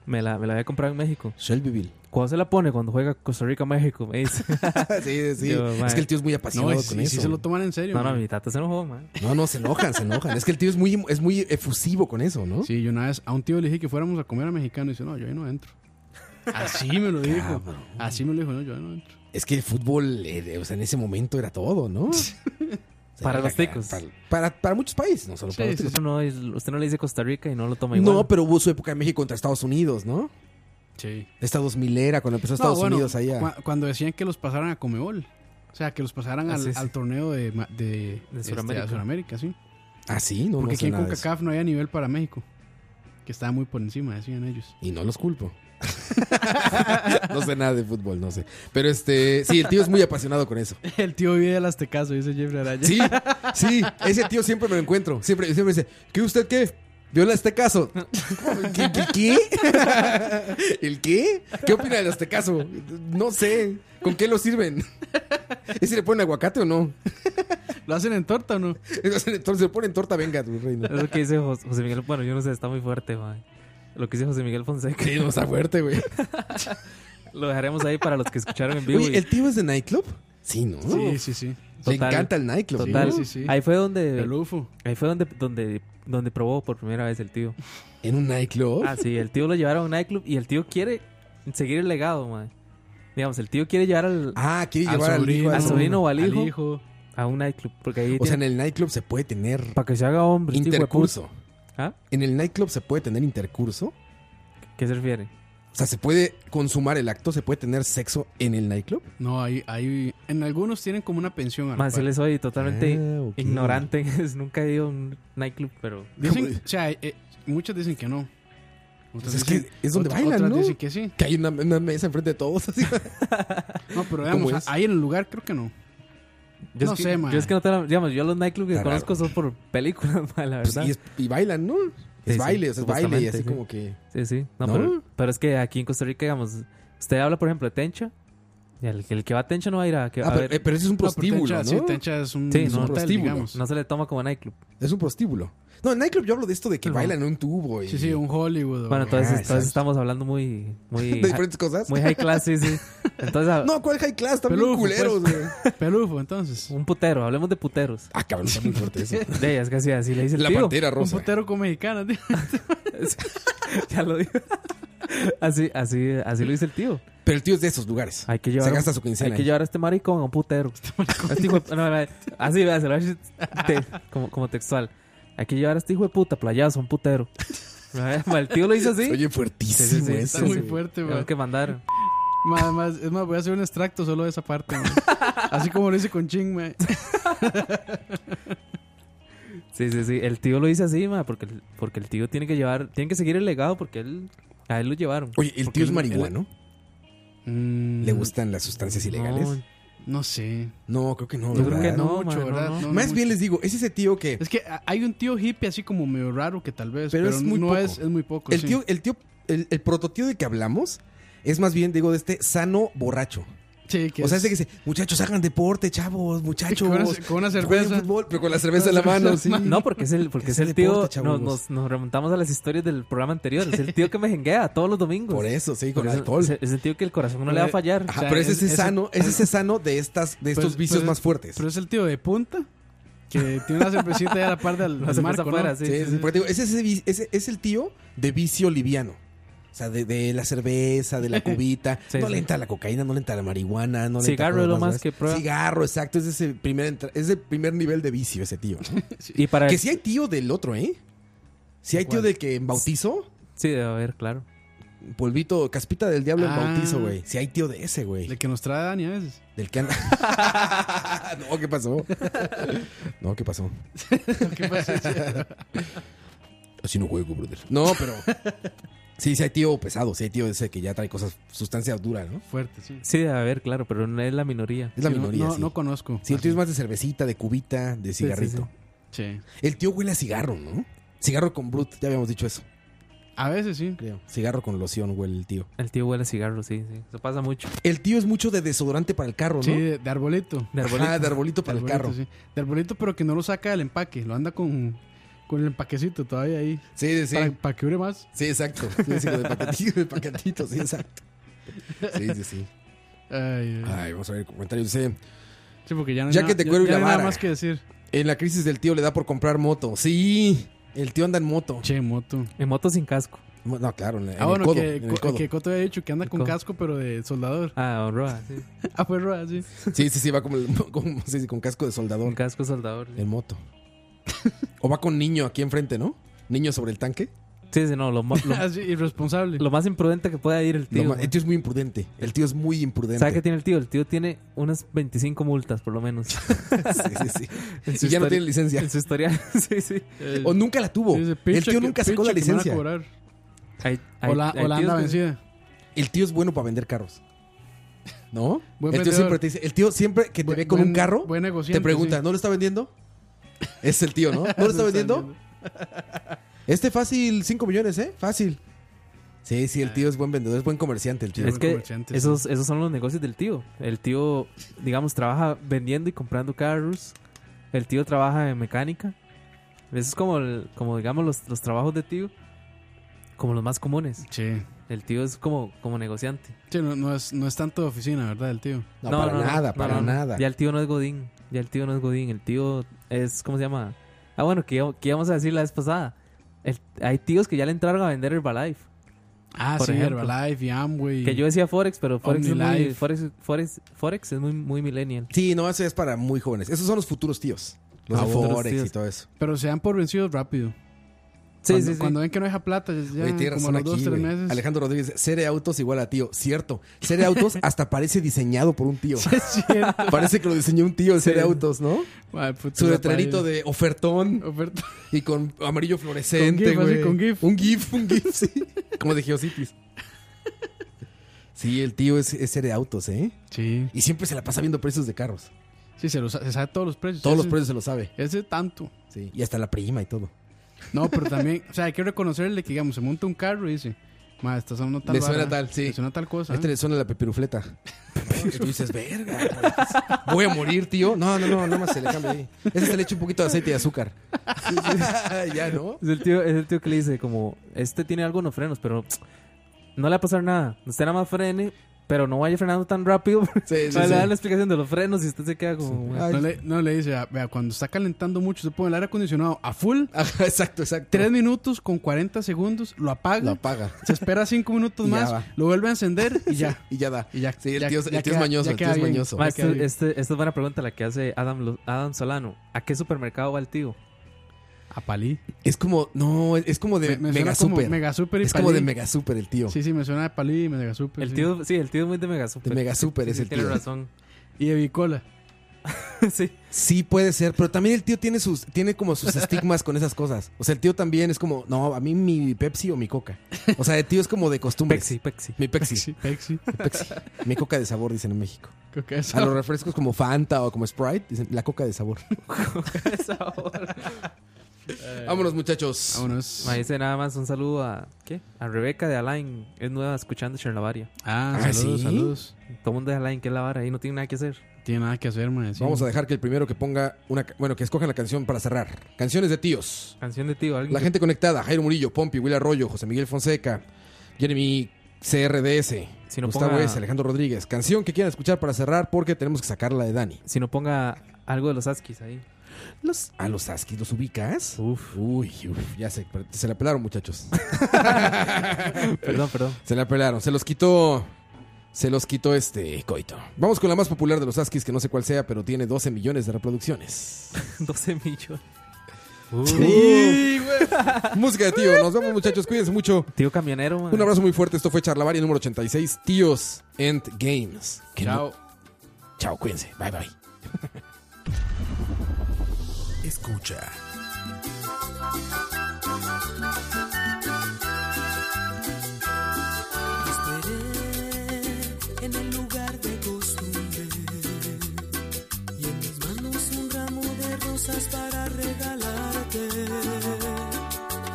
[SPEAKER 3] me la, me la había comprado en México.
[SPEAKER 6] Shelbyville.
[SPEAKER 3] ¿Cuándo se la pone? Cuando juega Costa Rica-México, me dice.
[SPEAKER 6] sí, sí.
[SPEAKER 3] Yo,
[SPEAKER 6] es
[SPEAKER 3] mae.
[SPEAKER 6] que el tío es muy
[SPEAKER 4] No,
[SPEAKER 6] apasionado
[SPEAKER 4] y
[SPEAKER 6] con
[SPEAKER 4] sí,
[SPEAKER 6] eso.
[SPEAKER 4] sí se lo toman en serio.
[SPEAKER 3] No, no,
[SPEAKER 4] man.
[SPEAKER 3] mi tata se enojó, man.
[SPEAKER 6] No, no, se enojan, se enojan. Es que el tío es muy, es muy efusivo con eso, ¿no?
[SPEAKER 4] Sí, yo una vez a un tío le dije que fuéramos a comer a mexicano y dice, no, yo ahí no entro. Así me lo dijo.
[SPEAKER 6] Cabrón.
[SPEAKER 4] Así me lo dijo, no, yo ahí no entro.
[SPEAKER 6] Es que el fútbol, eh, o sea, en ese momento era todo, ¿no? O sea,
[SPEAKER 3] Para los
[SPEAKER 6] era-
[SPEAKER 3] ticos.
[SPEAKER 6] Para, para- para muchos países, no solo para
[SPEAKER 4] Sí,
[SPEAKER 6] los ticos.
[SPEAKER 3] Usted no, es- usted no le dice Costa Rica y no lo toma igual.
[SPEAKER 6] No, pero hubo su época en México contra Estados Unidos, ¿no?
[SPEAKER 4] Sí.
[SPEAKER 6] Esta 2000 era cuando empezó Estados Unidos allá.
[SPEAKER 4] cuando decían que los pasaran a Comebol. O sea, que los pasaran
[SPEAKER 3] Ah,
[SPEAKER 4] al,
[SPEAKER 3] sí, sí.
[SPEAKER 4] al torneo de, ma- de,
[SPEAKER 3] De
[SPEAKER 4] este, a
[SPEAKER 3] Sudamérica.
[SPEAKER 4] Sudamérica, sí.
[SPEAKER 6] Ah, sí, no,
[SPEAKER 4] Porque
[SPEAKER 6] no sé
[SPEAKER 4] aquí en
[SPEAKER 6] nada de eso.
[SPEAKER 4] CONCACAF no había nivel para México. Que estaba muy por encima, decían ellos.
[SPEAKER 6] Y no los culpo. no sé nada de fútbol, no sé. Pero este, sí, el tío es muy apasionado con eso.
[SPEAKER 4] El tío vive del Aztecaso, dice Jeffrey Araya.
[SPEAKER 6] Sí, sí, ese tío siempre me lo encuentro. Siempre, siempre dice, ¿qué usted qué? ¿Viola este caso? ¿Qué? ¿Qué? qué? ¿El qué? ¿Qué opina de este caso? No sé. ¿Con qué lo sirven? ¿Ese le ponen aguacate o no?
[SPEAKER 4] ¿Lo hacen en torta o no?
[SPEAKER 6] Uh. Entonces le ponen torta, venga, tu reino.
[SPEAKER 3] Es lo que dice Jos- José Miguel. Bueno, yo no sé, está muy fuerte, man. Lo que dice José Miguel Fonseca.
[SPEAKER 6] Sí, no está fuerte, güey.
[SPEAKER 3] Lo dejaremos ahí para los que escucharon en vivo.
[SPEAKER 6] Oye,
[SPEAKER 3] y-
[SPEAKER 6] ¿el tío es de nightclub? Sí, ¿no?
[SPEAKER 4] Sí, sí, sí.
[SPEAKER 6] Le
[SPEAKER 3] Total.
[SPEAKER 6] encanta el nightclub.
[SPEAKER 3] Total.
[SPEAKER 6] ¿no?
[SPEAKER 4] Sí, sí, sí.
[SPEAKER 3] Ahí fue donde.
[SPEAKER 4] El UFO.
[SPEAKER 3] Ahí fue donde, donde, donde probó por primera vez el tío.
[SPEAKER 6] ¿En un nightclub?
[SPEAKER 3] Ah, sí, el tío lo llevaron a un nightclub y el tío quiere seguir el legado, man. Digamos, el tío quiere llevar al,
[SPEAKER 6] Ah, quiere llevar al hijo
[SPEAKER 3] al sobrino o al hijo,
[SPEAKER 4] Al hijo.
[SPEAKER 3] a un nightclub. Porque ahí.
[SPEAKER 6] O sea, en el nightclub se puede tener
[SPEAKER 3] Para que se haga hombre. este hijo de
[SPEAKER 6] intercurso.
[SPEAKER 3] puta. ¿Ah?
[SPEAKER 6] En el nightclub se puede tener intercurso.
[SPEAKER 3] ¿Qué se refiere?
[SPEAKER 6] O sea, se puede consumar el acto, se puede tener sexo en el nightclub.
[SPEAKER 4] No, hay, hay. En algunos tienen como una pensión. a la
[SPEAKER 3] Más
[SPEAKER 4] par.
[SPEAKER 3] yo le soy totalmente
[SPEAKER 6] Ah, ok.
[SPEAKER 3] ignorante. es- Nunca he ido a un nightclub, pero.
[SPEAKER 4] Dicen, o sea, eh, eh, muchas dicen que no. Otras
[SPEAKER 6] Pues es que
[SPEAKER 4] dicen-
[SPEAKER 6] es donde
[SPEAKER 4] ot-
[SPEAKER 6] bailan,
[SPEAKER 4] otras
[SPEAKER 6] ¿no?
[SPEAKER 4] dicen que sí.
[SPEAKER 6] Que hay una, una mesa enfrente de todos. así. pues,
[SPEAKER 4] No, pero
[SPEAKER 6] ¿Cómo
[SPEAKER 4] veamos,
[SPEAKER 6] es?
[SPEAKER 4] ahí en el lugar creo que no.
[SPEAKER 3] Yo
[SPEAKER 4] No
[SPEAKER 3] es que-
[SPEAKER 4] sé, man.
[SPEAKER 3] Yo es que no te la- Digamos, yo los nightclubs que
[SPEAKER 6] Está
[SPEAKER 3] conozco son por películas, man, la
[SPEAKER 6] Pues,
[SPEAKER 3] verdad.
[SPEAKER 6] y, es- y bailan, ¿no?
[SPEAKER 3] Sí,
[SPEAKER 6] Es
[SPEAKER 3] sí,
[SPEAKER 6] baile, o sea, es baile y
[SPEAKER 3] supuestamente,
[SPEAKER 6] así
[SPEAKER 3] sí.
[SPEAKER 6] como que...
[SPEAKER 3] Sí, sí. No,
[SPEAKER 6] ¿No?
[SPEAKER 3] Pero, pero es que aquí en Costa Rica, digamos, usted habla, por ejemplo, de Tencha. Y el, el que va a Tencha no va a ir a, que-
[SPEAKER 6] Ah,
[SPEAKER 3] a
[SPEAKER 6] pero,
[SPEAKER 3] ver.
[SPEAKER 6] eh, pero ese es un
[SPEAKER 4] No, pero
[SPEAKER 6] prostíbulo,
[SPEAKER 4] Tencha-
[SPEAKER 6] ¿no?
[SPEAKER 4] Sí, Tencha es un,
[SPEAKER 3] Sí,
[SPEAKER 4] es un
[SPEAKER 3] no,
[SPEAKER 4] hotel,
[SPEAKER 6] prostíbulo.
[SPEAKER 4] digamos.
[SPEAKER 3] No se le toma como nightclub.
[SPEAKER 6] Es un prostíbulo. No, en nightclub yo hablo de esto de que
[SPEAKER 3] No.
[SPEAKER 6] bailan en un tubo y...
[SPEAKER 4] Sí, sí, un Hollywood. o-
[SPEAKER 3] Bueno, entonces,
[SPEAKER 6] Ah, exacto.
[SPEAKER 3] entonces estamos hablando muy. muy
[SPEAKER 6] De diferentes cosas.
[SPEAKER 3] Muy high class, sí, sí. Entonces, a-
[SPEAKER 6] No, ¿cuál high class? Están bien
[SPEAKER 4] Pelufo,
[SPEAKER 6] culeros,
[SPEAKER 4] pues.
[SPEAKER 6] güey.
[SPEAKER 4] Pelufo, entonces.
[SPEAKER 3] un putero, hablemos de puteros.
[SPEAKER 6] Ah, cabrón, está muy fuerte eso.
[SPEAKER 3] De ellas, casi así le dice el
[SPEAKER 6] La
[SPEAKER 3] tío.
[SPEAKER 6] pantera
[SPEAKER 4] Un
[SPEAKER 6] rosa.
[SPEAKER 4] putero con mexicanas. tío.
[SPEAKER 3] ya lo dijo. Así, así, así lo dice el tío.
[SPEAKER 6] Pero el tío es de esos lugares.
[SPEAKER 3] Hay que llevar.
[SPEAKER 6] Se gasta su quincena
[SPEAKER 3] Hay que
[SPEAKER 6] ahí.
[SPEAKER 3] llevar a este maricón a un putero. Este hijo de- no, no, así, vea, se lo voy a decir te- como, como textual. Hay que llevar a este hijo de puta playazo a un putero. El tío lo hizo así.
[SPEAKER 6] Se Oye, fuertísimo
[SPEAKER 3] Sí, sí, sí,
[SPEAKER 6] eso.
[SPEAKER 4] Está muy
[SPEAKER 6] güey.
[SPEAKER 4] fuerte,
[SPEAKER 3] Tengo
[SPEAKER 4] man.
[SPEAKER 3] que mandar.
[SPEAKER 4] Más, más- es más, voy a hacer un extracto solo de esa parte, man. Así como lo hice con Ching, man.
[SPEAKER 3] Sí, sí, sí. El tío lo dice así, ma, porque, el- porque el tío tiene que llevar, tiene que seguir el legado porque él, a él lo llevaron.
[SPEAKER 6] Oye, ¿el
[SPEAKER 3] Porque
[SPEAKER 6] tío es
[SPEAKER 3] él-
[SPEAKER 6] marihuano?
[SPEAKER 4] Mm,
[SPEAKER 6] ¿Le gustan las sustancias
[SPEAKER 3] él-
[SPEAKER 6] ilegales?
[SPEAKER 4] No sé.
[SPEAKER 6] No, creo que no.
[SPEAKER 3] Yo creo
[SPEAKER 6] ¿verdad?
[SPEAKER 3] que no,
[SPEAKER 4] mucho,
[SPEAKER 3] man, no,
[SPEAKER 4] ¿verdad?
[SPEAKER 3] no.
[SPEAKER 6] Más
[SPEAKER 4] mucho.
[SPEAKER 6] bien les digo, es ese tío que...
[SPEAKER 4] Es que a- hay un tío hippie así como medio raro que tal vez.
[SPEAKER 6] Pero
[SPEAKER 4] Pero,
[SPEAKER 6] es muy
[SPEAKER 4] no
[SPEAKER 6] poco.
[SPEAKER 4] Es, es muy poco.
[SPEAKER 6] El
[SPEAKER 4] sí.
[SPEAKER 6] tío, el tío, el, el prototío de que hablamos es más bien, digo, de este sano borracho.
[SPEAKER 4] Sí, que
[SPEAKER 6] O sea,
[SPEAKER 4] es-
[SPEAKER 6] ese que dice, muchachos, hagan deporte, chavos, muchachos.
[SPEAKER 4] Con una- con una
[SPEAKER 6] Jueguen
[SPEAKER 4] cerveza.
[SPEAKER 6] fútbol, pero con la cerveza en la mano, sí.
[SPEAKER 3] No, porque es el, porque
[SPEAKER 6] Es
[SPEAKER 3] es
[SPEAKER 6] el
[SPEAKER 3] el tío.
[SPEAKER 6] deporte,
[SPEAKER 3] nos,
[SPEAKER 6] chavos.
[SPEAKER 3] nos- nos remontamos a las historias del programa anterior. Es el tío que me jenguea todos los domingos.
[SPEAKER 6] Por eso, sí,
[SPEAKER 3] Por
[SPEAKER 6] con
[SPEAKER 3] eso-
[SPEAKER 6] alcohol. Eh, ah,
[SPEAKER 3] Es, es el tío que el corazón no le va a fallar.
[SPEAKER 6] Ajá,
[SPEAKER 4] o sea,
[SPEAKER 6] pero es
[SPEAKER 4] es-
[SPEAKER 6] ese
[SPEAKER 4] es el-
[SPEAKER 6] sano, es ese sano de estas, de
[SPEAKER 4] Pero-
[SPEAKER 6] estos vicios
[SPEAKER 4] pero-
[SPEAKER 6] más fuertes.
[SPEAKER 4] Pero es el tío de punta que tiene una cervecita ahí a la par del,
[SPEAKER 3] No
[SPEAKER 4] del
[SPEAKER 3] se
[SPEAKER 4] marco,
[SPEAKER 3] pasa afuera,
[SPEAKER 4] ¿no?
[SPEAKER 3] sí.
[SPEAKER 6] Sí, sí, porque digo, ese, es ese vi- ese- es el tío de vicio liviano. O sea, de, de la cerveza, de la cubita.
[SPEAKER 3] Sí,
[SPEAKER 6] no
[SPEAKER 3] sí.
[SPEAKER 6] le entra la cocaína, no le entra la marihuana, no le entra
[SPEAKER 3] Cigarro
[SPEAKER 6] cosas
[SPEAKER 3] es lo
[SPEAKER 6] más
[SPEAKER 3] más
[SPEAKER 6] graves.
[SPEAKER 3] que prueba.
[SPEAKER 6] Cigarro, exacto. Es ese primer, entra- es el primer nivel de vicio ese tío. ¿no?
[SPEAKER 3] Y para.
[SPEAKER 6] que sí hay tío del otro, ¿eh? Si hay tío
[SPEAKER 3] ¿Cuál?
[SPEAKER 6] del que en bautizo,
[SPEAKER 3] Sí, debe haber, claro.
[SPEAKER 6] polvito, caspita del diablo en
[SPEAKER 4] Ah.
[SPEAKER 6] bautizo, güey. Si hay tío de ese, güey.
[SPEAKER 4] El que nos trae Dani a veces.
[SPEAKER 6] Del que anda. no, ¿qué pasó? no, ¿qué pasó?
[SPEAKER 4] ¿Qué pasa?
[SPEAKER 6] Así no juego, brother. No, pero. Sí, sí hay tío pesado, sí hay tío ese que ya trae cosas, sustancias duras, ¿no?
[SPEAKER 4] Fuerte, sí.
[SPEAKER 3] Sí, debe haber, claro, pero no es la minoría.
[SPEAKER 6] Es la
[SPEAKER 4] Sí, no-
[SPEAKER 6] minoría,
[SPEAKER 4] No,
[SPEAKER 6] sí.
[SPEAKER 4] no conozco.
[SPEAKER 6] Sí, el tío es más de cervecita, de cubita, de
[SPEAKER 3] Sí, sí,
[SPEAKER 6] cigarrito.
[SPEAKER 4] Sí.
[SPEAKER 6] El tío huele a cigarro, ¿no? Cigarro con brut, ya habíamos dicho eso,
[SPEAKER 4] A veces sí.
[SPEAKER 6] creo. Cigarro con loción huele el tío.
[SPEAKER 3] El tío huele a cigarro, sí, sí. Eso pasa mucho.
[SPEAKER 6] El tío es mucho de desodorante para el carro, ¿no?
[SPEAKER 4] Sí, de, de arbolito.
[SPEAKER 3] De
[SPEAKER 6] Ajá,
[SPEAKER 3] arbolito.
[SPEAKER 6] Ah, de arbolito para
[SPEAKER 4] De arbolito,
[SPEAKER 6] el carro.
[SPEAKER 4] sí. De arbolito, pero que no lo saca del empaque. Lo anda con, con el empaquecito todavía ahí.
[SPEAKER 6] Sí, sí, sí.
[SPEAKER 4] Para, para que dure más.
[SPEAKER 6] Sí, exacto. Sí, sí, de paquetito, de paquetito, sí, exacto. Sí, sí, sí.
[SPEAKER 4] Ay, ay.
[SPEAKER 6] Ay, vamos a ver comentarios. Dice,
[SPEAKER 4] Sí, porque ya no hay
[SPEAKER 6] Ah. Ya
[SPEAKER 4] nada-
[SPEAKER 6] que te cuelgo y
[SPEAKER 4] ya
[SPEAKER 6] la
[SPEAKER 4] no hay nada
[SPEAKER 6] vara.
[SPEAKER 4] más que decir.
[SPEAKER 6] en la crisis del tío le da por comprar moto. Sí, el tío anda en moto.
[SPEAKER 4] Che, moto.
[SPEAKER 3] En moto sin casco.
[SPEAKER 6] No, claro, en, en
[SPEAKER 4] ah, bueno,
[SPEAKER 6] el codo.
[SPEAKER 4] que,
[SPEAKER 6] en el
[SPEAKER 4] co-
[SPEAKER 6] codo.
[SPEAKER 4] que Coto había dicho que anda
[SPEAKER 3] El
[SPEAKER 4] con
[SPEAKER 3] codo.
[SPEAKER 4] casco, pero de soldador.
[SPEAKER 3] Ah, un roa, sí.
[SPEAKER 4] Ah, fue rueda, sí.
[SPEAKER 6] Sí, sí, sí, va como, el- como- sí, sí, con casco de
[SPEAKER 3] Un
[SPEAKER 6] soldador
[SPEAKER 3] casco soldador. sí.
[SPEAKER 6] en moto. O va con niño aquí enfrente, ¿no? Niño sobre el tanque.
[SPEAKER 3] Sí, sí, no, lo, mo- lo-
[SPEAKER 4] Así, irresponsable.
[SPEAKER 3] lo más imprudente que pueda ir el
[SPEAKER 6] Lo
[SPEAKER 3] tío.
[SPEAKER 6] ma- el tío es muy imprudente. El tío es muy imprudente.
[SPEAKER 3] ¿Sabe qué tiene el tío? El tío tiene unas 25 multas, por lo menos.
[SPEAKER 6] Sí, sí, sí.
[SPEAKER 3] En
[SPEAKER 6] Y ya no
[SPEAKER 3] histori-
[SPEAKER 6] tiene licencia.
[SPEAKER 3] En su historial, sí, sí.
[SPEAKER 4] Eh,
[SPEAKER 6] O nunca la tuvo.
[SPEAKER 4] dice,
[SPEAKER 6] El
[SPEAKER 4] "Picha
[SPEAKER 6] tío
[SPEAKER 4] que-
[SPEAKER 6] nunca sacó la
[SPEAKER 4] picha que me van a
[SPEAKER 6] licencia.
[SPEAKER 4] cobrar".
[SPEAKER 3] Hay- hay-
[SPEAKER 4] O la,
[SPEAKER 3] hay
[SPEAKER 4] o la
[SPEAKER 3] tíos
[SPEAKER 4] anda
[SPEAKER 3] que-
[SPEAKER 4] vencida.
[SPEAKER 6] El tío es bueno para vender carros. ¿No?
[SPEAKER 4] Buen
[SPEAKER 6] el tío
[SPEAKER 4] vendedor.
[SPEAKER 6] siempre te dice, el tío siempre que te
[SPEAKER 4] Buen-
[SPEAKER 6] ve con
[SPEAKER 4] buen-
[SPEAKER 6] un carro,
[SPEAKER 4] buen negociante,
[SPEAKER 6] te pregunta,
[SPEAKER 4] sí.
[SPEAKER 6] ¿no lo está vendiendo? Es el tío, ¿no? ¿No lo está vendiendo? Este fácil, 5 millones, ¿eh? Fácil. Sí, sí, el tío es buen vendedor, es buen comerciante el tío.
[SPEAKER 3] Es
[SPEAKER 4] buen
[SPEAKER 3] que
[SPEAKER 4] comerciante,
[SPEAKER 3] esos, esos son los negocios del tío. El tío, digamos, trabaja vendiendo y comprando carros. El tío trabaja en mecánica. Eso es como, el- como digamos, los, los trabajos de tío. como los más comunes.
[SPEAKER 4] Sí.
[SPEAKER 3] El tío es como, como negociante.
[SPEAKER 4] Sí, no, no es, no es tanto de oficina, ¿verdad? El tío.
[SPEAKER 6] No, para nada, para nada.
[SPEAKER 3] Ya el tío no es Godín. Ya el tío no es Godín. El tío es, ¿cómo se llama? Ah, bueno, que, íbamos- que íbamos a decir la vez pasada. El- hay tíos que ya le entraron a vender Herbalife.
[SPEAKER 4] Ah,
[SPEAKER 3] Por
[SPEAKER 4] sí,
[SPEAKER 3] ejemplo.
[SPEAKER 4] Herbalife y Amway.
[SPEAKER 3] Que yo decía Forex, pero Forex es, muy,
[SPEAKER 4] OmniLife.
[SPEAKER 3] Forex, Forex, Forex es muy, muy millennial.
[SPEAKER 6] Sí, no, eso es para muy jóvenes. Esos son los futuros tíos. Los
[SPEAKER 3] Ah,
[SPEAKER 6] de
[SPEAKER 3] futuros
[SPEAKER 6] Forex
[SPEAKER 3] tíos.
[SPEAKER 6] y todo eso.
[SPEAKER 4] Pero se dan por vencidos rápido.
[SPEAKER 3] Sí,
[SPEAKER 4] cuando,
[SPEAKER 3] sí, sí.
[SPEAKER 4] Cuando ven que no deja plata, ya
[SPEAKER 6] Güey, tienes
[SPEAKER 4] como
[SPEAKER 6] razón
[SPEAKER 4] los dos,
[SPEAKER 6] aquí,
[SPEAKER 4] tres
[SPEAKER 6] güey.
[SPEAKER 4] meses.
[SPEAKER 6] Alejandro Rodríguez, Cere Autos igual a tío. Cierto. Cere Autos hasta parece diseñado por un tío.
[SPEAKER 4] es cierto.
[SPEAKER 6] Parece que lo diseñó un tío de Cere Autos, ¿no?
[SPEAKER 4] Ay, puta,
[SPEAKER 6] Su
[SPEAKER 4] la
[SPEAKER 6] letrerito
[SPEAKER 4] paila.
[SPEAKER 6] de ofertón
[SPEAKER 4] Oferta.
[SPEAKER 6] y con amarillo fluorescente,
[SPEAKER 4] Con
[SPEAKER 6] güey.
[SPEAKER 4] GIF, así, con GIF.
[SPEAKER 6] Un GIF, un GIF, sí. Como de Geocities. Sí, el tío es, es Cere Autos, ¿eh?
[SPEAKER 4] Sí.
[SPEAKER 6] Y siempre se la pasa viendo precios de carros.
[SPEAKER 4] Sí, se, lo sa- se sabe todos los precios.
[SPEAKER 6] Todos los
[SPEAKER 4] Ese-
[SPEAKER 6] precios se lo sabe.
[SPEAKER 4] Ese tanto.
[SPEAKER 6] Sí. Y hasta la prima y todo.
[SPEAKER 4] No, pero también, o sea, hay que reconocerle que, digamos, se monta un carro y dice, ma, esta zona tal
[SPEAKER 6] Le suena
[SPEAKER 4] vara,
[SPEAKER 6] tal, sí.
[SPEAKER 4] Le suena tal cosa. ¿eh?
[SPEAKER 6] A este le suena la pepirufleta. y tú dices, verga, pues, voy a morir, tío. No, no, no, nada más se le cambia ahí. Ese se le echa un poquito de aceite y azúcar. ya, ¿no?
[SPEAKER 3] Es el, tío, es el tío que le dice como, este tiene algunos frenos, pero no le va a pasar nada. Usted nada más frene, pero no vaya frenando tan rápido.
[SPEAKER 6] Sí, sí,
[SPEAKER 3] Para
[SPEAKER 6] sí.
[SPEAKER 3] le dar la explicación de los frenos y usted se queda como... "Bueno".
[SPEAKER 4] No
[SPEAKER 6] Ay,
[SPEAKER 4] le, no le dice, "Ah, vea, cuando está calentando mucho, se pone el aire acondicionado a full,
[SPEAKER 6] ajá, exacto, exacto.
[SPEAKER 4] tres minutos con 40 segundos, lo apaga,
[SPEAKER 6] Lo apaga.
[SPEAKER 4] se espera cinco minutos
[SPEAKER 6] Y ya
[SPEAKER 4] más,
[SPEAKER 6] va.
[SPEAKER 4] lo vuelve a encender y ya.
[SPEAKER 6] Y ya da.
[SPEAKER 4] Y ya,
[SPEAKER 6] Sí, el
[SPEAKER 4] ya-
[SPEAKER 6] tío, es-
[SPEAKER 4] ya
[SPEAKER 6] el tío
[SPEAKER 4] queda-
[SPEAKER 6] es mañoso,
[SPEAKER 4] ya
[SPEAKER 6] el tío
[SPEAKER 4] queda
[SPEAKER 6] es
[SPEAKER 4] bien.
[SPEAKER 6] mañoso.
[SPEAKER 3] Ma,
[SPEAKER 4] Ok,
[SPEAKER 3] este-
[SPEAKER 4] bien.
[SPEAKER 3] este- esta es buena pregunta la que hace Adam, Lo- Adam Solano. ¿A qué supermercado va el tío?
[SPEAKER 4] A palí.
[SPEAKER 6] Es como, no, es como de
[SPEAKER 4] Me- me suena
[SPEAKER 6] mega
[SPEAKER 4] como
[SPEAKER 6] super.
[SPEAKER 4] Mega super y
[SPEAKER 6] es como de
[SPEAKER 4] Palí.
[SPEAKER 6] mega super el tío.
[SPEAKER 4] Sí, sí, me suena de palí y mega super.
[SPEAKER 3] El
[SPEAKER 4] sí.
[SPEAKER 3] tío, sí, el tío es muy de mega super.
[SPEAKER 6] Pues De mega super
[SPEAKER 3] Sí,
[SPEAKER 6] es
[SPEAKER 3] sí,
[SPEAKER 6] el
[SPEAKER 3] tiene
[SPEAKER 6] tío.
[SPEAKER 3] razón.
[SPEAKER 4] Y de bicola.
[SPEAKER 3] sí.
[SPEAKER 6] Sí, puede ser, pero también el tío tiene sus, tiene como sus estigmas con esas cosas. O sea, el tío también es como, no, a mí mi Pepsi o mi Coca. O sea, el tío es como de costumbres.
[SPEAKER 3] Pepsi, Pepsi.
[SPEAKER 6] Mi Pepsi.
[SPEAKER 4] Sí, Pepsi.
[SPEAKER 6] Pepsi. Mi coca de sabor, dicen en México.
[SPEAKER 4] Creo que eso.
[SPEAKER 6] A los refrescos como Fanta o como Sprite, dicen la coca de sabor.
[SPEAKER 3] Eh.
[SPEAKER 6] Vámonos, muchachos.
[SPEAKER 4] Vámonos.
[SPEAKER 3] Ma, dice nada más un saludo a... ¿Qué? A Rebeca de Alain. Es nueva escuchando Charlavaria.
[SPEAKER 4] Ah,
[SPEAKER 6] Ah,
[SPEAKER 4] saludos,
[SPEAKER 6] ¿sí?
[SPEAKER 4] saludos.
[SPEAKER 3] Todo el mundo de Alain, que es la vara. Ahí no tiene nada que hacer.
[SPEAKER 4] Tiene nada que hacer, man. sí.
[SPEAKER 6] Vamos a dejar que el primero que ponga una. ca- Bueno, que escoja la canción para cerrar. Canciones de tíos.
[SPEAKER 3] Canción de tío. Alguien
[SPEAKER 6] La gente conectada: Jairo Murillo, Pompi, Will Arroyo, José Miguel Fonseca, Jeremy CRDS,
[SPEAKER 3] Si no
[SPEAKER 6] Gustavo
[SPEAKER 3] ponga-
[SPEAKER 6] S., Alejandro Rodríguez. Canción que quieran escuchar para cerrar porque tenemos que sacarla de Dani.
[SPEAKER 3] Si no ponga algo de los Askis ahí.
[SPEAKER 6] Los... ¿A Ah, los Askis los ubicas?
[SPEAKER 3] Uf.
[SPEAKER 6] Uy, uf, ya se, se la pelaron, muchachos.
[SPEAKER 3] Perdón, perdón.
[SPEAKER 6] Se la pelaron, se los quitó. Se los quitó este coito. Vamos con la más popular de los Askis, que no sé cuál sea, pero tiene 12 millones de reproducciones.
[SPEAKER 3] 12 millones.
[SPEAKER 4] Uh.
[SPEAKER 6] Uf. Música de tío. Nos vemos, muchachos. Cuídense mucho.
[SPEAKER 3] Tío camionero, man.
[SPEAKER 6] Un abrazo muy fuerte. Esto fue Charlavaria número 86. Tíos and Games. Que no-
[SPEAKER 4] Chao.
[SPEAKER 6] Chao, cuídense. Bye, bye.
[SPEAKER 11] Escucha.
[SPEAKER 7] Esperé en el lugar de costumbre y en mis manos un ramo de rosas para regalarte.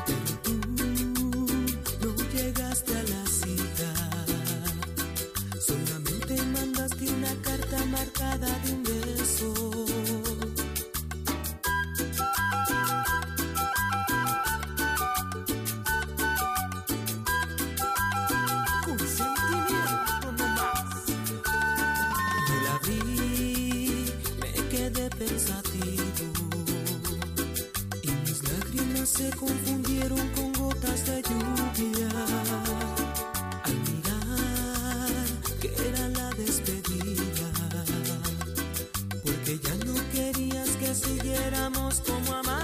[SPEAKER 7] Pero tú no llegaste a la cita, solamente mandaste una carta marcada de un beso. consentimiento no más. Yo la vi, me quedé pensativo y mis lágrimas se confundieron con gotas de lluvia. Al mirar que era la despedida, porque ya no querías que siguiéramos como amantes.